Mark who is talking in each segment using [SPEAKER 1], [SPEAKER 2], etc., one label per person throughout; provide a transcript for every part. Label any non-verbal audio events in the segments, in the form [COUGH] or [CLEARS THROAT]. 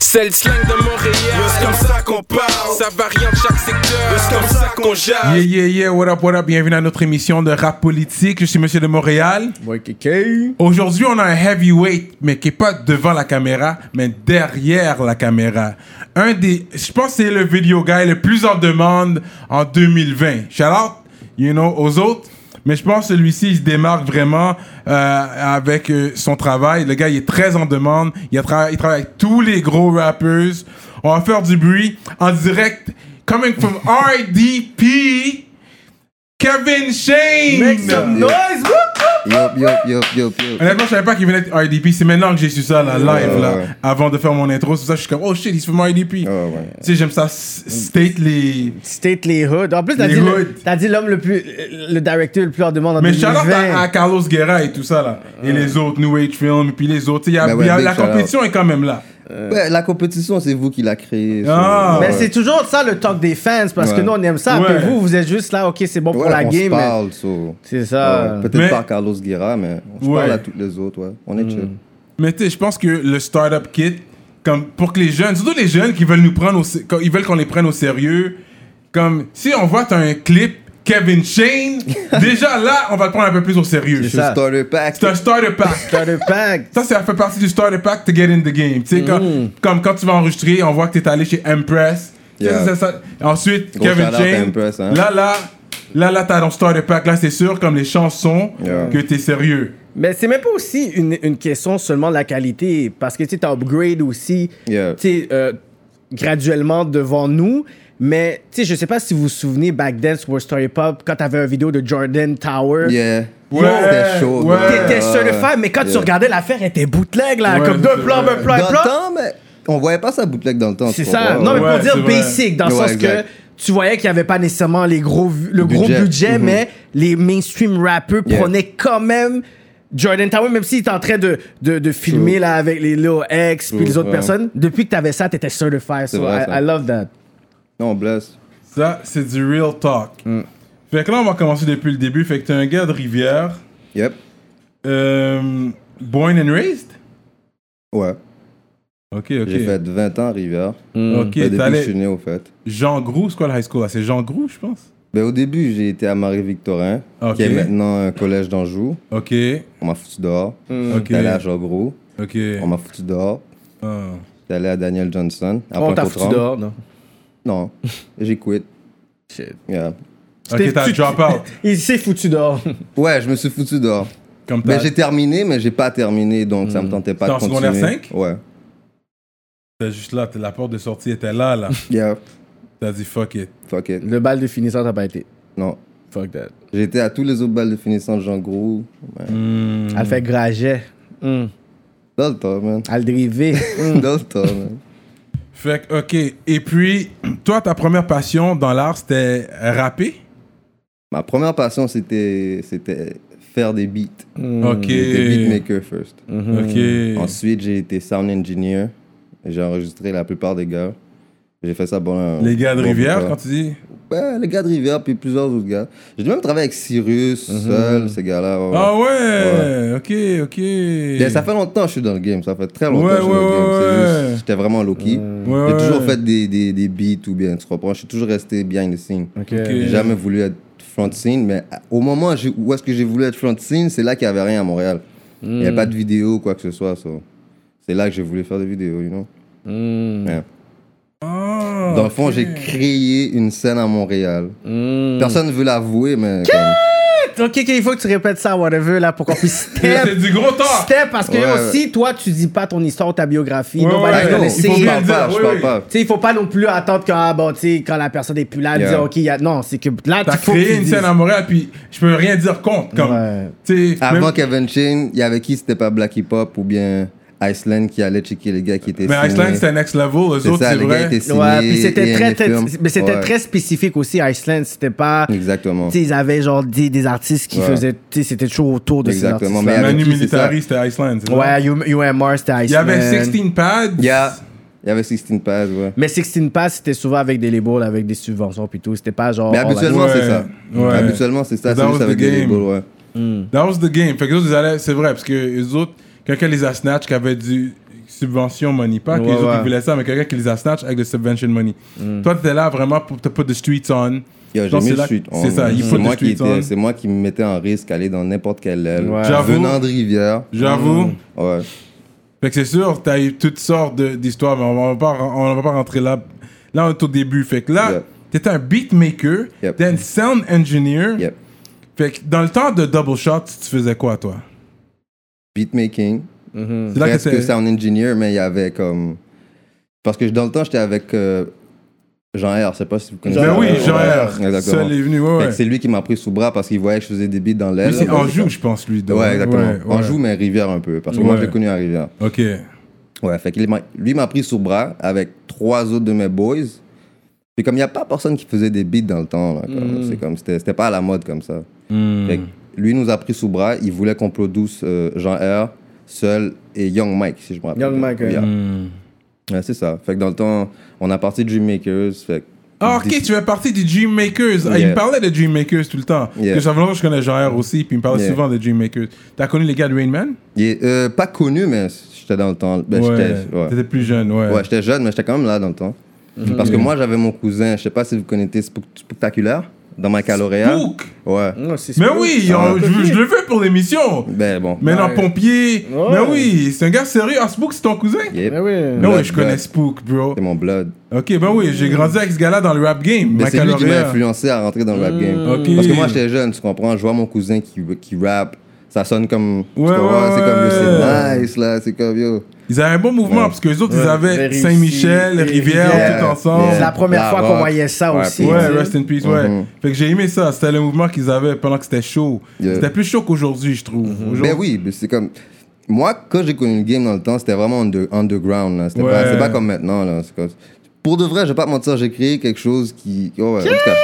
[SPEAKER 1] C'est le slang de Montréal.
[SPEAKER 2] C'est comme ça qu'on parle.
[SPEAKER 1] Ça varie en chaque secteur.
[SPEAKER 2] C'est comme ça qu'on
[SPEAKER 3] Yeah,
[SPEAKER 2] jase.
[SPEAKER 3] yeah, yeah, what up, what up, bienvenue à notre émission de rap politique. Je suis Monsieur de Montréal.
[SPEAKER 4] Moi, Kéké.
[SPEAKER 3] Aujourd'hui, on a un heavyweight, mais qui est pas devant la caméra, mais derrière la caméra. Un des, je pense que c'est le vidéo guy le plus en demande en 2020. Shout out, you know, aux autres. Mais je pense que celui-ci, il se démarque vraiment euh, avec euh, son travail. Le gars, il est très en demande. Il, a tra- il travaille avec tous les gros rappeurs. On va faire du bruit en direct. Coming from RDP, Kevin Shane.
[SPEAKER 4] Yup, yup, yup, yup, yup.
[SPEAKER 3] Honnêtement, je savais pas qu'il venait de RDP. C'est maintenant que j'ai su ça, là, live,
[SPEAKER 4] ouais,
[SPEAKER 3] là.
[SPEAKER 4] ouais.
[SPEAKER 3] Avant de faire mon intro, c'est pour ça que je suis comme, oh shit, il se fait mon RDP.
[SPEAKER 4] ouais.
[SPEAKER 3] Tu sais, j'aime ça, s- state les.
[SPEAKER 5] State les hoods. En plus, t'as
[SPEAKER 3] Les
[SPEAKER 5] dit, le-
[SPEAKER 3] hoods.
[SPEAKER 5] t'as dit l'homme le plus. le directeur le plus en demande en
[SPEAKER 3] Mais shout
[SPEAKER 5] 2020.
[SPEAKER 3] out à, à Carlos Guerra et tout ça, là. Et les autres, New Age Film, et puis les autres. Tu sais, il y a-
[SPEAKER 4] Ben ouais,
[SPEAKER 3] il y a-
[SPEAKER 4] big
[SPEAKER 3] la
[SPEAKER 4] shout out.
[SPEAKER 3] compétition est quand même là.
[SPEAKER 4] Ouais, la compétition, c'est vous qui l'a créée.
[SPEAKER 3] Euh, Ah,
[SPEAKER 4] ça.
[SPEAKER 5] Mais
[SPEAKER 3] ouais.
[SPEAKER 5] c'est toujours ça le talk des fans parce que
[SPEAKER 4] Ouais.
[SPEAKER 5] nous on aime ça.
[SPEAKER 3] Ouais.
[SPEAKER 5] Puis vous, vous êtes juste là, ok, c'est bon
[SPEAKER 4] Ouais,
[SPEAKER 5] pour la
[SPEAKER 4] on
[SPEAKER 5] game.
[SPEAKER 4] se
[SPEAKER 5] mais-
[SPEAKER 4] parle, so.
[SPEAKER 5] C'est ça.
[SPEAKER 4] Ouais, Peut-être
[SPEAKER 3] Mais-
[SPEAKER 4] pas à Carlos Guerra, mais on se
[SPEAKER 3] Ouais.
[SPEAKER 4] parle à toutes les autres, ouais. On est
[SPEAKER 5] Hmm.
[SPEAKER 4] chill.
[SPEAKER 3] Mais tu sais, je pense que le startup kit, comme pour que les jeunes, surtout les jeunes qui veulent nous prendre au, sé- quand ils veulent qu'on les prenne au sérieux, comme si on voit t'as un clip Kevin
[SPEAKER 4] [LAUGHS]
[SPEAKER 3] Shane, déjà là, on va le prendre un peu plus au sérieux.
[SPEAKER 4] Je suis
[SPEAKER 5] ça.
[SPEAKER 4] starter pack.
[SPEAKER 3] C'est un starter pack.
[SPEAKER 5] T'as le pack.
[SPEAKER 3] Ça, ça fait partie du starter pack to get in the game. Tu sais,
[SPEAKER 4] Mm.
[SPEAKER 3] comme, comme quand tu vas enregistrer, on voit que tu es allé chez Empress. Tu sais,
[SPEAKER 4] Yeah.
[SPEAKER 3] c'est ça. Ensuite,
[SPEAKER 4] Gros
[SPEAKER 3] Kevin
[SPEAKER 4] shout-out à
[SPEAKER 3] James.
[SPEAKER 4] Empress, hein.
[SPEAKER 3] Là, là, là, là, t'as ton starter pack. Là, c'est sûr, comme les chansons,
[SPEAKER 4] Yeah.
[SPEAKER 3] que t'es sérieux.
[SPEAKER 5] Mais c'est même pas aussi une, une question seulement de la qualité parce que tu sais, t'as upgrade aussi.
[SPEAKER 4] Yeah.
[SPEAKER 5] Tu sais, euh, graduellement devant nous. Mais tu sais, je sais pas si vous vous souvenez back then sur Story Pop quand t'avais une vidéo de Jordan Tower.
[SPEAKER 4] Yeah.
[SPEAKER 3] Ouais,
[SPEAKER 4] C'était chaud.
[SPEAKER 3] ouais.
[SPEAKER 4] bro.
[SPEAKER 5] T'étais certified, mais quand tu
[SPEAKER 4] Yeah.
[SPEAKER 5] regardais l'affaire, elle était bootleg, là,
[SPEAKER 3] Ouais,
[SPEAKER 5] hein, comme
[SPEAKER 3] c'est
[SPEAKER 5] deux plans,
[SPEAKER 3] vrai.
[SPEAKER 5] un plan, un
[SPEAKER 4] Dans le
[SPEAKER 5] plan.
[SPEAKER 4] temps, mais on voyait pas ça bootleg dans le temps.
[SPEAKER 5] C'est
[SPEAKER 4] tu
[SPEAKER 5] ça.
[SPEAKER 4] comprends?
[SPEAKER 5] Non, mais
[SPEAKER 3] Ouais,
[SPEAKER 5] pour dire
[SPEAKER 3] c'est vrai.
[SPEAKER 5] basic, dans le
[SPEAKER 4] Ouais,
[SPEAKER 5] sens
[SPEAKER 4] exact.
[SPEAKER 5] que tu voyais qu'il n'y avait pas nécessairement les gros, le
[SPEAKER 4] Budget.
[SPEAKER 5] gros budget,
[SPEAKER 4] Mhm.
[SPEAKER 5] mais les mainstream rappers
[SPEAKER 4] Yeah.
[SPEAKER 5] prenaient quand même Jordan Tower, même s'il était en train de, de, de filmer là, avec les Lil X puis
[SPEAKER 4] True,
[SPEAKER 5] les autres
[SPEAKER 4] ouais.
[SPEAKER 5] personnes. Depuis que tu avais ça, tu étais certified. So
[SPEAKER 4] vrai,
[SPEAKER 5] I,
[SPEAKER 4] ça.
[SPEAKER 5] I love that.
[SPEAKER 4] Non, bless.
[SPEAKER 3] Ça, c'est du real talk.
[SPEAKER 4] Mm.
[SPEAKER 3] Fait que là, on va commencer depuis le début. Fait que t'es un gars de Rivière.
[SPEAKER 4] Yep.
[SPEAKER 3] Euh, born and raised?
[SPEAKER 4] Ouais.
[SPEAKER 3] Ok, ok.
[SPEAKER 4] J'ai fait 20 ans à Rivière.
[SPEAKER 5] Hmm.
[SPEAKER 3] Ok,
[SPEAKER 4] Ben, depuis que je suis
[SPEAKER 3] t'allais.
[SPEAKER 4] né, au fait.
[SPEAKER 3] Jean Groux, c'est quoi le high school là? C'est Jean Groux, je pense.
[SPEAKER 4] Ben, au début, j'ai été à Marie-Victorin,
[SPEAKER 3] Ok.
[SPEAKER 4] qui est maintenant un collège d'Anjou.
[SPEAKER 3] Ok,
[SPEAKER 4] On m'a foutu dehors.
[SPEAKER 3] Hmm. ok,
[SPEAKER 4] J'étais allé à Jean-Gros.
[SPEAKER 3] ok.
[SPEAKER 4] On m'a foutu dehors.
[SPEAKER 3] Ah.
[SPEAKER 4] J'étais allé à Daniel Johnson. à
[SPEAKER 5] On t'a
[SPEAKER 4] Pointe-aux-Trembles.
[SPEAKER 5] foutu dehors, non?
[SPEAKER 4] Non, j'ai quitté.
[SPEAKER 5] Shit.
[SPEAKER 4] Yeah.
[SPEAKER 3] Ok, t'as
[SPEAKER 5] tu-
[SPEAKER 3] drop
[SPEAKER 4] [LAUGHS]
[SPEAKER 3] out.
[SPEAKER 5] Il s'est foutu dehors.
[SPEAKER 4] Ouais, je me suis foutu dehors.
[SPEAKER 3] Comme
[SPEAKER 4] Ben,
[SPEAKER 3] t'as-
[SPEAKER 4] j'ai terminé, mais j'ai pas terminé, donc ça me tentait pas de
[SPEAKER 3] T'es en
[SPEAKER 4] continuer.
[SPEAKER 3] Bah. Hmm. secondaire cinq?
[SPEAKER 4] Ouais.
[SPEAKER 3] t'es juste là, t'es- la porte de sortie était là, là. [LAUGHS]
[SPEAKER 4] Yeah,
[SPEAKER 3] T'as dit fuck it.
[SPEAKER 4] fuck it.
[SPEAKER 5] [LAUGHS] Le bal de finissant t'as pas été.
[SPEAKER 4] Non.
[SPEAKER 5] Fuck that.
[SPEAKER 4] J'étais à tous les autres balles de finissant de Jean Gros. Ouais.
[SPEAKER 3] Hmm.
[SPEAKER 5] Elle fait graget. Mm.
[SPEAKER 4] Dans le temps, man.
[SPEAKER 5] Elle driver.
[SPEAKER 3] Hmm.
[SPEAKER 4] Dans le temps, man.
[SPEAKER 3] Fait que, ok. Et puis, [CLEARS THROAT] toi, ta première passion dans l'art, c'était rapper?
[SPEAKER 4] Ma première passion, c'était c'était faire des beats.
[SPEAKER 3] Ok. Mm-hmm.
[SPEAKER 4] J'étais beatmaker first.
[SPEAKER 3] Ok.
[SPEAKER 4] Ensuite, j'ai été sound engineer. J'ai enregistré la plupart des gars. J'ai fait ça pendant un
[SPEAKER 3] Les gars de
[SPEAKER 4] bon
[SPEAKER 3] Rivière,
[SPEAKER 4] bout
[SPEAKER 3] quand tu dis.
[SPEAKER 4] Ouais, les gars de Rivière, puis plusieurs autres gars. J'ai même travaillé avec Cyrus, Seul, ces gars-là. ouais, ouais.
[SPEAKER 3] Mhm. Ah ouais! Ok, ok.
[SPEAKER 4] Mais ça fait longtemps que je suis dans le game, ça fait très longtemps
[SPEAKER 3] Ouais,
[SPEAKER 4] que je suis dans
[SPEAKER 3] ouais,
[SPEAKER 4] le game.
[SPEAKER 3] ouais,
[SPEAKER 4] C'est
[SPEAKER 3] ouais.
[SPEAKER 4] juste, j'étais vraiment low-key.
[SPEAKER 3] Ouais,
[SPEAKER 4] J'ai
[SPEAKER 3] ouais.
[SPEAKER 4] toujours fait des, des, des beats ou bien, tu comprends? Je suis toujours resté behind the scene.
[SPEAKER 3] Ok.
[SPEAKER 5] Euh,
[SPEAKER 4] J'ai jamais voulu être front scene, mais à- au moment j'ai- où est-ce que j'ai voulu être front scene, c'est là qu'il n'y avait rien à Montréal. Il n'y avait pas de
[SPEAKER 5] Hmm.
[SPEAKER 4] vidéo ou quoi que ce soit. so. C'est là que j'ai voulu faire des vidéos, you know?
[SPEAKER 5] Hmm.
[SPEAKER 4] Yeah.
[SPEAKER 3] Ah,
[SPEAKER 4] Dans le fond,
[SPEAKER 3] ok.
[SPEAKER 4] j'ai créé une scène à Montréal.
[SPEAKER 5] Hmm.
[SPEAKER 4] Personne ne veut l'avouer, mais... comme-
[SPEAKER 5] Ok, ok, il faut que tu répètes ça, whatever, là, pour
[SPEAKER 3] [LAUGHS]
[SPEAKER 5] qu'on puisse
[SPEAKER 3] C'est
[SPEAKER 5] step.
[SPEAKER 3] du gros talk!
[SPEAKER 5] step, parce que
[SPEAKER 4] Ouais,
[SPEAKER 5] yo,
[SPEAKER 4] ouais.
[SPEAKER 5] si toi, tu dis pas ton histoire ou ta biographie,
[SPEAKER 3] Ouais,
[SPEAKER 5] nobody
[SPEAKER 3] ouais,
[SPEAKER 4] Ah,
[SPEAKER 5] gonna
[SPEAKER 4] non,
[SPEAKER 3] il
[SPEAKER 5] see
[SPEAKER 3] faut
[SPEAKER 4] je
[SPEAKER 5] it.
[SPEAKER 3] bien le
[SPEAKER 4] parle pas,
[SPEAKER 3] dire,
[SPEAKER 4] je
[SPEAKER 3] oui,
[SPEAKER 4] parle
[SPEAKER 3] oui.
[SPEAKER 4] pas.
[SPEAKER 5] Tu sais, il faut pas non plus attendre quand, ah, bon, tu sais, quand la personne est plus là,
[SPEAKER 4] Yeah.
[SPEAKER 5] dire, ok, il y a... non, c'est que là,
[SPEAKER 3] T'as
[SPEAKER 5] il faut que
[SPEAKER 3] créé
[SPEAKER 5] tu
[SPEAKER 3] une
[SPEAKER 5] dises.
[SPEAKER 3] scène à Montréal, puis je peux rien dire contre. Comme,
[SPEAKER 5] Ouais.
[SPEAKER 3] tu sais,
[SPEAKER 4] Avant
[SPEAKER 3] même-
[SPEAKER 4] Kevin Chain, il y avait qui c'était pas Black Hip Hop ou bien Iceland qui allait checker les gars qui étaient
[SPEAKER 3] Mais
[SPEAKER 4] signés.
[SPEAKER 3] Iceland, c'était next level. Eux
[SPEAKER 4] C'est
[SPEAKER 3] autres,
[SPEAKER 4] ça,
[SPEAKER 3] c'est
[SPEAKER 4] les gars
[SPEAKER 3] vrai.
[SPEAKER 4] étaient signés.
[SPEAKER 5] Ouais, puis c'était très,
[SPEAKER 4] ENFM.
[SPEAKER 5] très, mais c'était
[SPEAKER 4] Ouais,
[SPEAKER 5] très spécifique aussi, Iceland, c'était pas, tu
[SPEAKER 4] Exactement.
[SPEAKER 5] sais, ils avaient genre des, des artistes qui
[SPEAKER 4] Ouais.
[SPEAKER 5] faisaient, tu sais, c'était toujours autour de
[SPEAKER 4] Exactement,
[SPEAKER 5] ces
[SPEAKER 4] mais
[SPEAKER 5] artistes.
[SPEAKER 4] avec
[SPEAKER 3] Manu
[SPEAKER 4] qui, c'est
[SPEAKER 3] Militari, c'était Iceland. c'est ça?
[SPEAKER 5] Ouais, U- UMR, c'était Iceland.
[SPEAKER 3] Il y avait 16 pads.
[SPEAKER 4] Yeah. Il y avait 16 pages, ouais.
[SPEAKER 3] Oh,
[SPEAKER 5] Mais 16 Pass, c'était souvent avec des labels, avec des subventions, puis tout. C'était pas genre.
[SPEAKER 4] Mais
[SPEAKER 5] oh,
[SPEAKER 4] habituellement,
[SPEAKER 3] Ouais,
[SPEAKER 4] c'est ça.
[SPEAKER 3] ouais.
[SPEAKER 4] Habituellement, c'est ça.
[SPEAKER 3] That
[SPEAKER 4] C'est
[SPEAKER 3] was
[SPEAKER 4] juste
[SPEAKER 3] the
[SPEAKER 4] avec des
[SPEAKER 3] game.
[SPEAKER 4] labels, ouais.
[SPEAKER 3] That was the game. Fait que les autres, ils allaient- c'est vrai, parce que les autres, quelqu'un les a snatch qui avait du. subvention money. Pas que les
[SPEAKER 5] Ouais,
[SPEAKER 3] autres
[SPEAKER 5] ouais.
[SPEAKER 3] ils voulaient ça, mais quelqu'un qui les a snatch avec le subvention money. Toi, t'étais là vraiment pour te put the streets on.
[SPEAKER 4] Mm. Yo, j'ai
[SPEAKER 3] Donc,
[SPEAKER 4] mis
[SPEAKER 3] c'est
[SPEAKER 4] le
[SPEAKER 3] là-
[SPEAKER 4] street on,
[SPEAKER 3] C'est ça,
[SPEAKER 4] man.
[SPEAKER 3] il
[SPEAKER 4] C'est
[SPEAKER 3] faut
[SPEAKER 4] moi
[SPEAKER 3] the hein.
[SPEAKER 4] qui
[SPEAKER 3] streets on.
[SPEAKER 4] étais- C'est moi qui me mettais en risque aller dans n'importe quelle aile.
[SPEAKER 5] Ouais.
[SPEAKER 3] J'avoue.
[SPEAKER 4] Venant de Rivière.
[SPEAKER 3] J'avoue.
[SPEAKER 4] Ouais.
[SPEAKER 3] Fait que c'est sûr, t'as eu toutes sortes de- d'histoires, mais on va pas, on va pas rentrer là. Là, on est au début. Fait que là,
[SPEAKER 4] Yep.
[SPEAKER 3] t'étais un beatmaker,
[SPEAKER 4] Yep.
[SPEAKER 3] then sound engineer.
[SPEAKER 4] Yep.
[SPEAKER 3] Fait que dans le temps de Double Shot, tu faisais quoi, toi?
[SPEAKER 4] Beatmaking.
[SPEAKER 3] C'est là que
[SPEAKER 4] Hmm. presque
[SPEAKER 3] c'est...
[SPEAKER 4] sound engineer, mais il y avait comme. Parce que dans le temps, j'étais avec euh, Jean R. Je sais pas si vous connaissez.
[SPEAKER 3] Ben oui,
[SPEAKER 4] Ouais,
[SPEAKER 3] Jean R.
[SPEAKER 4] ouais, exactement.
[SPEAKER 3] Seul est venu, ouais,
[SPEAKER 4] Fait
[SPEAKER 3] ouais.
[SPEAKER 4] que C'est lui qui m'a pris sous bras parce qu'il voyait que je faisais des beats dans l'aile.
[SPEAKER 3] Lui, c'est
[SPEAKER 4] là, donc,
[SPEAKER 3] Anjou, je pense, lui. donc.
[SPEAKER 4] Ouais, exactement.
[SPEAKER 3] Ouais, ouais.
[SPEAKER 4] Anjou, mais Rivière un peu. Parce que moi,
[SPEAKER 3] Ouais.
[SPEAKER 4] j'ai connu à Rivière.
[SPEAKER 3] OK.
[SPEAKER 4] Ouais, fait que lui m'a pris sous bras avec trois autres de mes boys. Puis comme il n'y a pas personne qui faisait des beats dans le temps, là, comme,
[SPEAKER 3] Hmm.
[SPEAKER 4] c'est comme, c'était, c'était pas à la mode comme ça. Fait que lui nous a pris sous bras, il voulait qu'on produise euh, Jean R, Seul et Young Mike, si je me rappelle.
[SPEAKER 5] Young
[SPEAKER 4] bien.
[SPEAKER 5] Mike, ouais.
[SPEAKER 4] Yeah.
[SPEAKER 3] Hmm.
[SPEAKER 4] Ouais, c'est ça. Fait que dans le temps, on a parti de Dream Makers. Fait que-
[SPEAKER 3] Ah, ok, tu fais partie des Dream Makers. Ah, il
[SPEAKER 4] Yeah.
[SPEAKER 3] me parlait de Dream Makers tout le temps.
[SPEAKER 4] Yeah.
[SPEAKER 3] Que ça fait longtemps que je connais Jean R aussi, puis il me parlait
[SPEAKER 4] Yeah.
[SPEAKER 3] souvent de Dream Makers. T'as connu les gars de Rain Man?
[SPEAKER 4] Il est, euh, pas connu, mais j'étais dans le temps. Ben, j'étais, ouais.
[SPEAKER 3] T'étais plus jeune, ouais. Mhm.
[SPEAKER 4] Ouais, j'étais jeune, mais j'étais quand même là dans le temps. Parce que moi, j'avais mon cousin, je sais pas si vous connaissez Spook- Spectaculaire, dans ma caloréa.
[SPEAKER 3] Spook!
[SPEAKER 4] Ouais.
[SPEAKER 5] Non, c'est-
[SPEAKER 3] Mais oui,
[SPEAKER 4] Ah,
[SPEAKER 3] on- je, je le veux pour l'émission.
[SPEAKER 4] Ben bon.
[SPEAKER 3] Maintenant,
[SPEAKER 5] Ouais.
[SPEAKER 3] pompier.
[SPEAKER 5] Ouais.
[SPEAKER 3] Mais oui, c'est un gars sérieux. Ah, Spook, c'est ton cousin?
[SPEAKER 4] Yep.
[SPEAKER 5] Mais oui.
[SPEAKER 3] Non,
[SPEAKER 4] Blood,
[SPEAKER 3] oui, je connais
[SPEAKER 4] blood.
[SPEAKER 3] Spook, bro.
[SPEAKER 4] C'est mon blood.
[SPEAKER 3] Ok, ben oui, j'ai grandi avec ce gars-là dans le rap game.
[SPEAKER 4] Mais c'est lui qui m'a
[SPEAKER 3] Baccalauréat.
[SPEAKER 4] influencé à rentrer dans le rap game.
[SPEAKER 3] Ok.
[SPEAKER 4] Parce que moi, j'étais jeune, tu comprends? Je vois mon cousin qui, qui rap. Ça sonne comme. tu
[SPEAKER 3] Ouais,
[SPEAKER 4] comprends?
[SPEAKER 3] ouais,
[SPEAKER 4] c'est comme yo,
[SPEAKER 3] ouais.
[SPEAKER 4] c'est nice là, c'est comme yo.
[SPEAKER 3] Ils avaient un bon mouvement
[SPEAKER 4] Ouais.
[SPEAKER 3] parce que les autres, ils
[SPEAKER 5] Ouais,
[SPEAKER 3] avaient
[SPEAKER 5] Vérissi,
[SPEAKER 3] Saint-Michel,
[SPEAKER 5] et
[SPEAKER 3] Rivière,
[SPEAKER 5] Rivière.
[SPEAKER 3] tout ensemble.
[SPEAKER 5] C'est la première
[SPEAKER 4] La
[SPEAKER 5] fois qu'on
[SPEAKER 4] rock.
[SPEAKER 5] voyait ça
[SPEAKER 4] Ouais,
[SPEAKER 5] aussi.
[SPEAKER 4] puis-
[SPEAKER 3] Ouais,
[SPEAKER 5] tu sais.
[SPEAKER 3] rest in peace, ouais.
[SPEAKER 4] Mhm.
[SPEAKER 3] Fait que j'ai aimé ça. C'était le mouvement qu'ils avaient pendant que c'était chaud.
[SPEAKER 4] Yeah.
[SPEAKER 3] C'était plus chaud qu'aujourd'hui, je trouve. Aujourd'hui-
[SPEAKER 4] Ben oui, mais c'est comme. Moi, quand j'ai connu le game dans le temps, c'était vraiment under- underground. là. C'était
[SPEAKER 3] Ouais.
[SPEAKER 4] pas, c'est pas comme maintenant. Là. C'est comme- Pour de vrai, je vais pas te mentir, j'ai créé quelque chose qui. oh, ouais, en tout cas.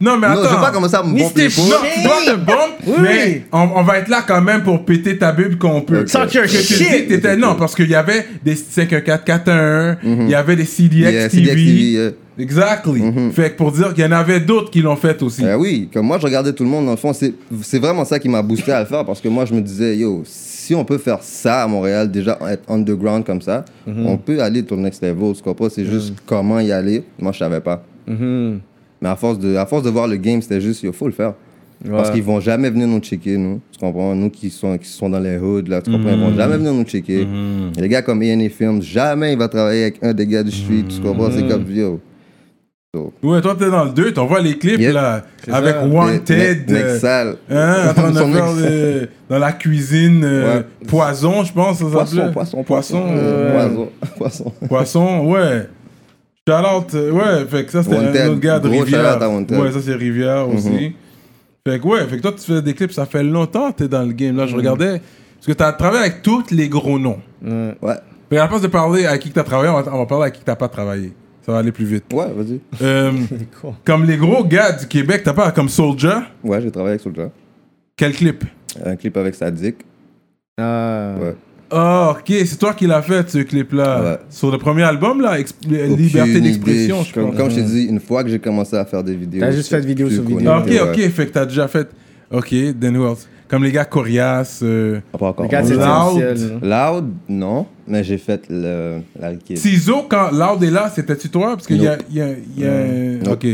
[SPEAKER 3] Non, mais
[SPEAKER 4] Non, je vais pas
[SPEAKER 3] attends.
[SPEAKER 4] commencer à me
[SPEAKER 5] Mr.
[SPEAKER 4] bomber les
[SPEAKER 5] Shit.
[SPEAKER 4] poules.
[SPEAKER 3] Non, tu dois te bump,
[SPEAKER 5] [LAUGHS] Oui.
[SPEAKER 3] mais on, on va être là quand même pour péter ta bulle qu'on peut.
[SPEAKER 5] Talk your
[SPEAKER 3] Que tu
[SPEAKER 5] shit.
[SPEAKER 3] dis que t'étais- non, parce qu'il y avait des 514 411, il y avait des CDX
[SPEAKER 4] Mm-hmm. Yeah,
[SPEAKER 3] TV.
[SPEAKER 4] CDX TV, yeah. Mm-hmm.
[SPEAKER 3] Exactly. Fait que pour dire qu'il y en avait d'autres qui l'ont fait aussi.
[SPEAKER 4] Ben oui, comme moi, je regardais tout le monde, dans le fond, c'est c'est vraiment ça qui m'a boosté à le faire parce que moi, je me disais, yo, si on peut faire ça à Montréal, déjà être underground comme ça, on peut aller to the next level, tu comprends? C'est juste comment y aller. Moi, je savais pas. Mais à force, de, à force de voir le game, c'était juste, yo, faut le faire. Parce qu'ils vont jamais venir nous checker, nous. Tu comprends? Nous qui sont, qui sont dans les hoods, là, tu comprends? Ils vont jamais venir nous checker. Les gars comme ENA Films, jamais il va travailler avec un des gars du street, tu comprends? C'est comme, yo.
[SPEAKER 3] Ouais, toi, t'es dans le 2, t'en vois les clips
[SPEAKER 4] Yep.
[SPEAKER 3] là, avec Wanted.
[SPEAKER 4] Next
[SPEAKER 3] euh,
[SPEAKER 4] sale.
[SPEAKER 3] Hein, en train de
[SPEAKER 4] Son
[SPEAKER 3] faire
[SPEAKER 4] ex-
[SPEAKER 3] euh, dans la cuisine euh,
[SPEAKER 4] Ouais.
[SPEAKER 3] poison, je pense. Ça
[SPEAKER 4] [LAUGHS] Poisson,
[SPEAKER 3] s'appelait.
[SPEAKER 4] poisson,
[SPEAKER 3] poisson.
[SPEAKER 4] euh,
[SPEAKER 3] euh,
[SPEAKER 4] poisson, poisson.
[SPEAKER 3] Poisson, ouais. Shout out, euh, ouais, fait que ça c'était
[SPEAKER 4] Wanted,
[SPEAKER 3] un autre gars de
[SPEAKER 4] gros
[SPEAKER 3] Rivière.
[SPEAKER 4] shout-out à Wanted. Mm-hmm.
[SPEAKER 3] Ouais, ça c'est Rivière aussi. Fait que ouais, fait que toi tu fais des clips, ça fait longtemps que t'es dans le game.
[SPEAKER 4] Mm-hmm.
[SPEAKER 3] Là, je regardais, parce que t'as travaillé avec tous les gros noms.
[SPEAKER 4] Ouais,
[SPEAKER 3] Mais à la place de parler à qui que t'as travaillé, on va, on va parler à qui que t'as pas travaillé. Ça va aller plus vite.
[SPEAKER 4] ouais, vas-y. [LAUGHS]
[SPEAKER 3] Euh,
[SPEAKER 5] con.
[SPEAKER 3] comme les gros gars du Québec, t'as pas comme Soldier,
[SPEAKER 4] Ouais, j'ai travaillé avec Soulja.
[SPEAKER 3] quel clip
[SPEAKER 4] Un clip avec Sadik.
[SPEAKER 5] Ah.
[SPEAKER 4] Ouais.
[SPEAKER 3] Ah, ok, c'est toi qui l'as fait ce clip-là.
[SPEAKER 4] Ouais.
[SPEAKER 3] Sur le premier album, là, Exp-
[SPEAKER 4] Aucune
[SPEAKER 3] Liberté
[SPEAKER 4] idée.
[SPEAKER 3] d'expression, je
[SPEAKER 4] Comme,
[SPEAKER 3] pense.
[SPEAKER 4] comme je t'ai dit, une fois que j'ai commencé à faire des vidéos.
[SPEAKER 5] T'as juste fait de vidéo
[SPEAKER 4] plus
[SPEAKER 5] sur vidéo.
[SPEAKER 4] connecté,
[SPEAKER 3] Ah, ok,
[SPEAKER 4] ouais.
[SPEAKER 3] ok, fait que t'as déjà fait. Ok, then who else? Comme les gars Corias. euh,
[SPEAKER 4] Pas encore.
[SPEAKER 5] Les gars, c'est
[SPEAKER 3] Loud.
[SPEAKER 5] officiel,
[SPEAKER 4] Loud, non, mais j'ai fait le, la Kid.
[SPEAKER 3] Tizo, quand Loud est là, c'était-tu toi? Parce qu'il y a.
[SPEAKER 4] Nope.
[SPEAKER 3] il Y a, il y a-
[SPEAKER 4] Nope.
[SPEAKER 3] Ok.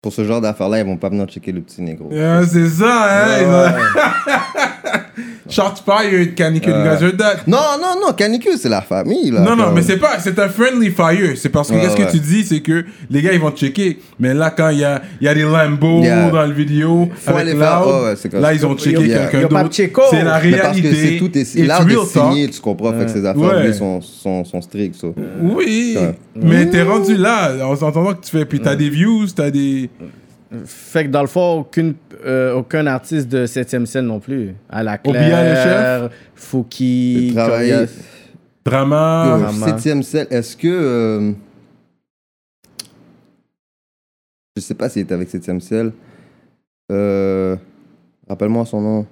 [SPEAKER 4] Pour ce genre d'affaires-là, ils vont pas venir checker le petit négro.
[SPEAKER 3] Euh, c'est ça, hein? [LAUGHS] Shot fired, canicule, you guys heard that?
[SPEAKER 4] Non, non, non, Canicule, c'est la famille. Là,
[SPEAKER 3] Non, non,
[SPEAKER 4] comme-
[SPEAKER 3] mais c'est pas, c'est un friendly fire. C'est parce que
[SPEAKER 4] Ouais,
[SPEAKER 3] qu'est-ce que
[SPEAKER 4] ouais.
[SPEAKER 3] tu dis, c'est que les gars ils vont checker. Mais là, quand il y a, il y a des Lambo
[SPEAKER 4] Yeah.
[SPEAKER 3] dans le vidéo,
[SPEAKER 4] Faut
[SPEAKER 3] avec
[SPEAKER 4] aller
[SPEAKER 3] Loud,
[SPEAKER 4] faire- ouais, ouais, c'est comme-
[SPEAKER 3] là ils ont checké
[SPEAKER 4] Yo,
[SPEAKER 3] quelqu'un
[SPEAKER 5] yo,
[SPEAKER 3] d'autre.
[SPEAKER 5] Pacheco.
[SPEAKER 3] C'est la
[SPEAKER 4] Mais parce que
[SPEAKER 3] réalité.
[SPEAKER 4] c'est tout est,
[SPEAKER 3] It's
[SPEAKER 4] l'art
[SPEAKER 3] real
[SPEAKER 4] est
[SPEAKER 3] talk.
[SPEAKER 4] signé, tu comprends, fait que ces affaires
[SPEAKER 3] Ouais.
[SPEAKER 4] là sont, sont, sont strictes. ça.
[SPEAKER 3] Oui,
[SPEAKER 4] Ouais.
[SPEAKER 3] mais
[SPEAKER 5] Mm.
[SPEAKER 3] t'es rendu là en s'entendant que tu fais. Puis t'as des views, t'as des.
[SPEAKER 5] là. Fait que dans le fond, aucune, euh, aucun artiste de 7ème scène non plus. À la
[SPEAKER 3] Oubia, le
[SPEAKER 5] Claire,
[SPEAKER 3] chef.
[SPEAKER 5] Fouki,
[SPEAKER 4] J'ai travaillé-
[SPEAKER 5] Corias.
[SPEAKER 3] dramas.
[SPEAKER 5] maman.
[SPEAKER 4] 7 cell, est-ce que. euh, Je sais pas s'il était avec 7 ciel. Euh... Rappelle-moi son nom.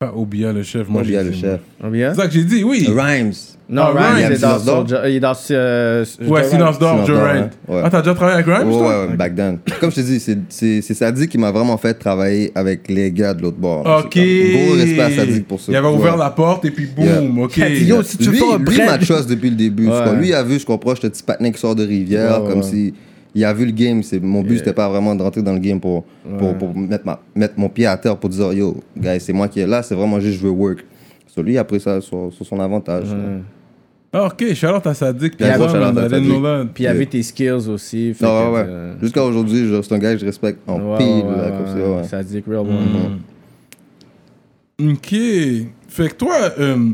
[SPEAKER 3] Pas Obia le chef, moi
[SPEAKER 4] Moi,
[SPEAKER 3] j'ai
[SPEAKER 4] le
[SPEAKER 3] dit.
[SPEAKER 4] chef.
[SPEAKER 5] Oh, bien.
[SPEAKER 3] C'est ça que j'ai dit, oui.
[SPEAKER 4] Rhymes.
[SPEAKER 5] Non,
[SPEAKER 3] Ah,
[SPEAKER 5] Ryan,
[SPEAKER 3] Ryan,
[SPEAKER 5] il est dans
[SPEAKER 4] Silence d'or.
[SPEAKER 5] Soldier- il est dans. euh,
[SPEAKER 3] Ouais,
[SPEAKER 5] Joe
[SPEAKER 3] Silence d'or,
[SPEAKER 4] Silence
[SPEAKER 3] Joe
[SPEAKER 4] d'or,
[SPEAKER 3] Rand.
[SPEAKER 4] hein? ouais. Ouais.
[SPEAKER 3] Ah, t'as déjà travaillé avec Rhymes,
[SPEAKER 4] Ouais,
[SPEAKER 3] toi?
[SPEAKER 4] ouais, back then. Comme je te dis, c'est- c'est c'est Sadiq qui m'a vraiment fait travailler avec les gars de l'autre bord.
[SPEAKER 3] Ok.
[SPEAKER 4] C'est comme- Gros respect à Sadiq pour ça.
[SPEAKER 3] Il avait
[SPEAKER 4] Ouais.
[SPEAKER 3] ouvert la porte et puis boum,
[SPEAKER 4] Yeah.
[SPEAKER 3] ok.
[SPEAKER 5] Cathy, yo, si tu
[SPEAKER 4] lui,
[SPEAKER 5] fais un
[SPEAKER 4] lui
[SPEAKER 5] break-
[SPEAKER 4] m'a chose depuis le début. tu
[SPEAKER 5] Ouais.
[SPEAKER 4] comprends. Lui il a vu, je comprends, j'étais petit patiné qui sort de Rivière,
[SPEAKER 5] Ouais,
[SPEAKER 4] comme
[SPEAKER 5] ouais.
[SPEAKER 4] si il a vu le game. C'est mon but,
[SPEAKER 5] Yeah.
[SPEAKER 4] c'était pas vraiment de rentrer dans le game pour, pour, pour mettre, ma, mettre mon pied à terre pour dire yo, guys, c'est moi qui est là, c'est vraiment juste je veux work. So, lui, il a pris ça sur, sur son avantage.
[SPEAKER 3] Ah, ok, Charlotte à Sadik.
[SPEAKER 4] Yeah, gros shout-out à Sadiq.
[SPEAKER 5] Puis il y avait tes skills aussi. fait
[SPEAKER 4] Non,
[SPEAKER 5] que,
[SPEAKER 4] ouais, ouais.
[SPEAKER 5] euh,
[SPEAKER 4] Jusqu'à aujourd'hui, je- c'est un gars que je respecte en
[SPEAKER 5] ouais,
[SPEAKER 4] pile.
[SPEAKER 5] ouais,
[SPEAKER 4] là,
[SPEAKER 5] ouais,
[SPEAKER 4] comme ça,
[SPEAKER 5] ouais.
[SPEAKER 4] ouais. Mhm.
[SPEAKER 5] Ça dit que real one.
[SPEAKER 3] Ok. Fait que toi, euh,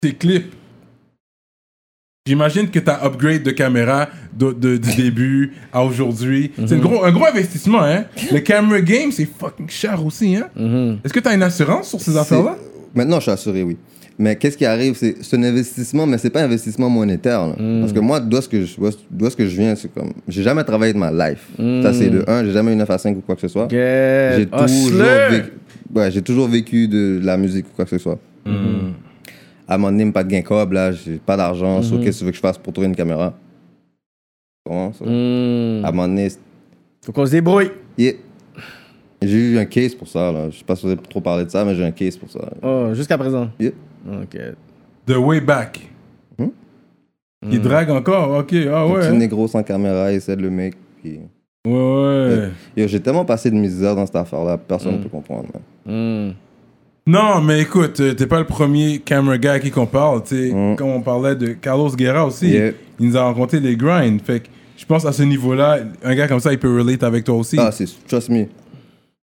[SPEAKER 3] tes clips, j'imagine que t'as upgrade de caméra de, de- du début à aujourd'hui. C'est un gros, un gros investissement, hein? Le camera game, c'est fucking cher aussi, hein? Est-ce que t'as une assurance sur ces affaires-là?
[SPEAKER 4] C'est- Maintenant, je suis assuré, oui. Mais qu'est-ce qui arrive C'est c'est un investissement, mais c'est pas un investissement monétaire. là.
[SPEAKER 5] Hmm.
[SPEAKER 4] Parce que moi, d'où est-ce que, je- d'où est-ce que je viens, c'est comme. J'ai jamais travaillé de ma life. Ça, c'est de un, j'ai jamais eu 9 à 5 ou quoi que ce soit.
[SPEAKER 5] Hmm. Get
[SPEAKER 4] J'ai toujours,
[SPEAKER 5] hustler.
[SPEAKER 4] vécu, ouais, j'ai toujours vécu de la musique ou quoi que ce soit.
[SPEAKER 5] Hmm.
[SPEAKER 4] À un moment donné, pas de gain cob, là, j'ai pas d'argent. so,
[SPEAKER 5] Hmm.
[SPEAKER 4] qu'est-ce que tu veux que je fasse pour trouver une caméra Comment ça?
[SPEAKER 5] Mm.
[SPEAKER 4] À un moment donné, c'est-
[SPEAKER 5] Faut qu'on se débrouille.
[SPEAKER 4] yeah. j'ai eu un case pour ça. Là. Je sais pas si vous avez trop parler de ça, mais j'ai un case pour ça.
[SPEAKER 5] Oh, jusqu'à présent.
[SPEAKER 4] Yeah.
[SPEAKER 5] Ok.
[SPEAKER 3] The Way Back.
[SPEAKER 4] Hmm?
[SPEAKER 3] Il drague encore, ok, ah
[SPEAKER 4] Un petit
[SPEAKER 3] ouais.
[SPEAKER 4] négro sans caméra, il essaie de le mec. Puis...
[SPEAKER 3] Ouais, ouais.
[SPEAKER 4] Yo, j'ai tellement passé de misère dans cette affaire-là, personne ne peut comprendre. man.
[SPEAKER 5] Mm.
[SPEAKER 3] Non, mais écoute, euh, t'es pas le premier camera guy à qui qu'on parle. tu sais.
[SPEAKER 4] Mm.
[SPEAKER 3] Comme on parlait de Carlos Guerra aussi,
[SPEAKER 4] Yeah.
[SPEAKER 3] il nous a rencontré des grinds. Fait que je pense à ce niveau-là, un gars comme ça, il peut relate avec toi aussi.
[SPEAKER 4] Ah, c'est trust me.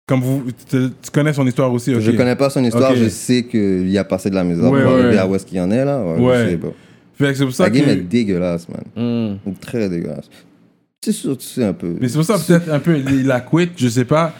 [SPEAKER 3] Comme vous, tu tu connais son histoire aussi. ok.
[SPEAKER 4] Je connais pas son histoire,
[SPEAKER 3] Ok.
[SPEAKER 4] je sais qu'il a passé de la misère.
[SPEAKER 3] Ouais,
[SPEAKER 4] pour arriver
[SPEAKER 3] ouais.
[SPEAKER 4] à où est-ce qu'il y en est là. je
[SPEAKER 3] Ouais.
[SPEAKER 4] sais pas.
[SPEAKER 3] Fait que c'est pour ça
[SPEAKER 4] La game est
[SPEAKER 3] que.
[SPEAKER 4] dégueulasse, man.
[SPEAKER 5] Mm.
[SPEAKER 4] Très dégueulasse. C'est sûr, tu sais un peu.
[SPEAKER 3] Mais c'est pour ça peut-être un peu il a quit, je sais pas.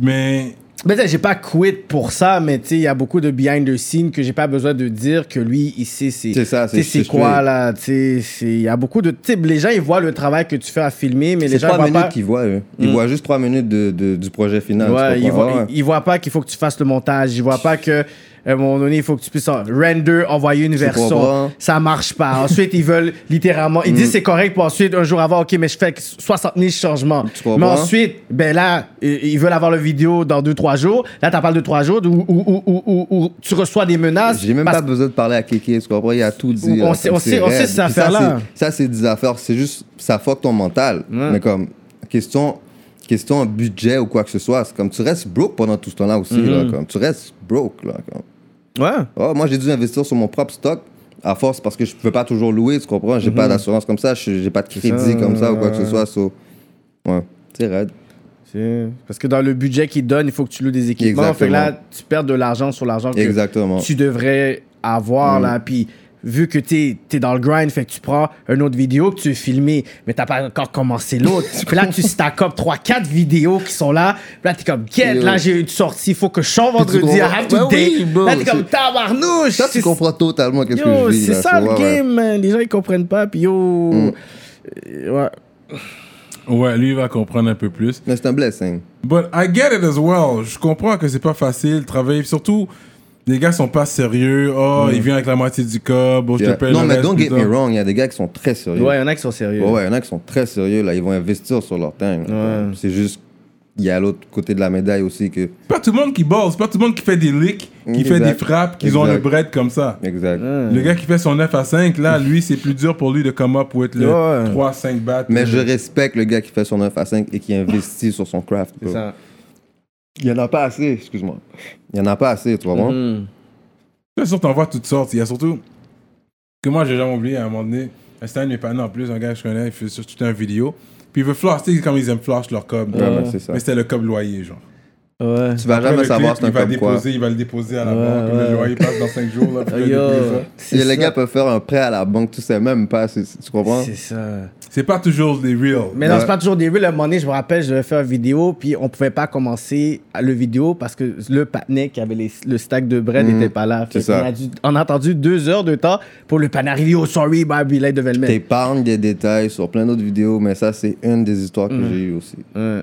[SPEAKER 3] Mais
[SPEAKER 5] Ben, t'sais, j'ai pas quit pour ça, mais tu sais, il y a beaucoup de behind the scenes que j'ai pas besoin de dire que lui, il sait c'est.
[SPEAKER 4] C'est ça, c'est-
[SPEAKER 5] t'sais, c'est
[SPEAKER 4] c'est
[SPEAKER 5] quoi
[SPEAKER 4] straight.
[SPEAKER 5] là, tu sais, c'est- il y a beaucoup de. Tu sais, les gens, ils voient le travail que tu fais à filmer, mais les
[SPEAKER 4] C'est
[SPEAKER 5] gens ils
[SPEAKER 4] trois
[SPEAKER 5] voient
[SPEAKER 4] minutes
[SPEAKER 5] pas. Mm.
[SPEAKER 4] qu'ils voient, eux. Ils voient juste trois minutes de, de- du projet final. tu
[SPEAKER 5] Ouais, ils
[SPEAKER 4] comprends?
[SPEAKER 5] voient,
[SPEAKER 4] Ouais.
[SPEAKER 5] ils- ils voient pas qu'il faut que tu fasses le montage, ils voient pas que. À un moment donné, il faut que tu puisses en- render, envoyer une
[SPEAKER 4] comprends. Mm.
[SPEAKER 5] version. Ça marche pas. Ensuite, ils veulent littéralement. Ils disent c'est correct pour ensuite, un jour avant, OK, mais je fais 60 000 changements.
[SPEAKER 4] comprends.
[SPEAKER 5] Mais ensuite, ben là, i- ils veulent avoir le vidéo dans 2-3 jours. Là, t'as parlé de 3 jours où, où- où- où- où- où tu reçois des menaces.
[SPEAKER 4] J'ai même
[SPEAKER 5] Ah, parce-
[SPEAKER 4] pas besoin de parler à Kéké, tu comprends? Il a tout dit.
[SPEAKER 5] On
[SPEAKER 4] là,
[SPEAKER 5] sait-
[SPEAKER 4] comme
[SPEAKER 5] on
[SPEAKER 4] c'est
[SPEAKER 5] sait- on sait
[SPEAKER 4] raide.
[SPEAKER 5] ces
[SPEAKER 4] Puis ça,
[SPEAKER 5] affaires-là.
[SPEAKER 4] c'est- Ça, c'est des affaires, c'est juste, ça fuck ton mental. Mais comme, question, question budget ou quoi que ce soit, c'est comme, tu restes broke pendant tout ce temps-là aussi, là,
[SPEAKER 5] Mhm.
[SPEAKER 4] comme, tu restes broke, là, comme.
[SPEAKER 5] Ouais.
[SPEAKER 4] Oh, moi, j'ai dû investir sur mon propre stock à force parce que je ne peux pas toujours louer, tu comprends? J'ai pas d'assurance comme ça, je n'ai pas de crédit
[SPEAKER 5] Mhm. ça,
[SPEAKER 4] comme ça ou quoi
[SPEAKER 5] ouais,
[SPEAKER 4] que ce soit. so- Ouais, c'est raide.
[SPEAKER 5] C'est- Parce que dans le budget qu'ils donnent, il faut que tu loues des équipements. Fait que là,
[SPEAKER 4] Exactement.
[SPEAKER 5] tu perds de l'argent sur l'argent que
[SPEAKER 4] Exactement.
[SPEAKER 5] tu devrais avoir. Là,
[SPEAKER 4] Mm.
[SPEAKER 5] puis vu que t'es es dans le grind, fait que tu prends une autre vidéo que tu veux filmer, mais t'as pas encore commencé l'autre.
[SPEAKER 4] [LAUGHS]
[SPEAKER 5] puis là, tu stack up 3-4 vidéos qui sont là. Puis là, t'es comme, get,
[SPEAKER 4] Yo.
[SPEAKER 5] là, j'ai une sortie, faut que je chante
[SPEAKER 4] Puis tu
[SPEAKER 5] vendredi. I
[SPEAKER 4] comprends-
[SPEAKER 5] have to
[SPEAKER 4] Ouais,
[SPEAKER 5] date.
[SPEAKER 4] oui, bro,
[SPEAKER 5] là, t'es comme,
[SPEAKER 4] c'est-
[SPEAKER 5] tabarnouche.
[SPEAKER 4] Ça, tu
[SPEAKER 5] c'est-
[SPEAKER 4] comprends totalement qu'est-ce que
[SPEAKER 5] Yo,
[SPEAKER 4] je vis.
[SPEAKER 5] c'est
[SPEAKER 4] là,
[SPEAKER 5] ça
[SPEAKER 4] tu
[SPEAKER 5] le
[SPEAKER 4] vois, ouais. Mm.
[SPEAKER 5] game, man. Les gens, ils comprennent pas. Puis yo. euh, ouais.
[SPEAKER 3] ouais, lui, il va comprendre un peu plus.
[SPEAKER 4] Mais c'est un blessing.
[SPEAKER 3] But I get it as well. Je comprends que c'est pas facile de travailler. Surtout, les gars sont pas sérieux. Oh, il vient avec la moitié du cob. Oh, je te
[SPEAKER 4] Mm. Yeah.
[SPEAKER 3] paye
[SPEAKER 4] Non,
[SPEAKER 3] le
[SPEAKER 4] mais
[SPEAKER 3] reste
[SPEAKER 4] don't
[SPEAKER 3] plus
[SPEAKER 4] get
[SPEAKER 3] tard.
[SPEAKER 4] me wrong, il y a des gars qui sont très sérieux.
[SPEAKER 5] Ouais, y en a qui sont sérieux.
[SPEAKER 4] Ouais, ouais, il y en a qui sont très sérieux, là. Ils vont investir sur leur time. là. C'est juste, il y a l'autre côté de la médaille aussi que.
[SPEAKER 3] C'est pas tout le monde qui balle. C'est pas tout le monde qui fait des licks, qui
[SPEAKER 4] Exact.
[SPEAKER 3] fait des frappes, qui ont le
[SPEAKER 4] Exact.
[SPEAKER 3] bread comme ça.
[SPEAKER 4] Exact.
[SPEAKER 3] Le gars qui fait son 9 à 5, là, lui, c'est plus dur pour lui de come up with le
[SPEAKER 5] Ouais.
[SPEAKER 3] 3-5 bat.
[SPEAKER 4] Mais je respecte le gars qui fait son 9 à 5 et qui investit sur son craft.
[SPEAKER 5] C'est
[SPEAKER 4] bro.
[SPEAKER 5] ça.
[SPEAKER 4] Il n'y en a pas assez, excuse-moi. Il n'y en a pas assez, tu vois. moi.
[SPEAKER 5] Mm.
[SPEAKER 3] Là, surtout, on voit toutes sortes. Il y a surtout que moi, j'ai jamais oublié à un moment donné. C'était un de mes panneaux en plus, un gars que je connais, il fait surtout un vidéo. Puis il veut flash, tu sais, comme ils aiment flash leur cob.
[SPEAKER 4] Ouais, mais c'est ça.
[SPEAKER 3] Mais c'était le cob loyer, genre.
[SPEAKER 5] Ouais.
[SPEAKER 4] Tu vas
[SPEAKER 3] Après,
[SPEAKER 4] jamais
[SPEAKER 3] le
[SPEAKER 4] savoir c'est
[SPEAKER 3] clip,
[SPEAKER 4] un
[SPEAKER 3] il va
[SPEAKER 4] comme quoi.
[SPEAKER 3] déposer, il va le déposer à la
[SPEAKER 5] Ouais,
[SPEAKER 3] banque.
[SPEAKER 5] ouais.
[SPEAKER 3] Le loyer passe dans 5 jours. Là, puis il va
[SPEAKER 5] Yo.
[SPEAKER 3] déposer ça.
[SPEAKER 5] C'est
[SPEAKER 4] Si
[SPEAKER 5] ça.
[SPEAKER 4] les gars hein. peuvent faire un prêt à la banque, tu sais même pas, c'est- tu comprends?
[SPEAKER 5] C'est ça.
[SPEAKER 3] c'est pas toujours des real.
[SPEAKER 5] Mais non,
[SPEAKER 4] Ouais.
[SPEAKER 5] c'est pas toujours des reels. À un moment donné, je me rappelle, je devais faire une vidéo, puis on pouvait pas commencer le vidéo parce que le patinet qui avait les- le stack de bread n'était pas là. Fait
[SPEAKER 4] Mhm. C'est ça.
[SPEAKER 5] qu'on a dû- On a attendu deux heures de temps pour le panier arriver. Oh, sorry, Bobby, là, il devait le mettre. Mm.
[SPEAKER 4] T'épargnes des détails sur plein d'autres vidéos, mais ça, c'est une des histoires que j'ai eues aussi.
[SPEAKER 5] Ouais.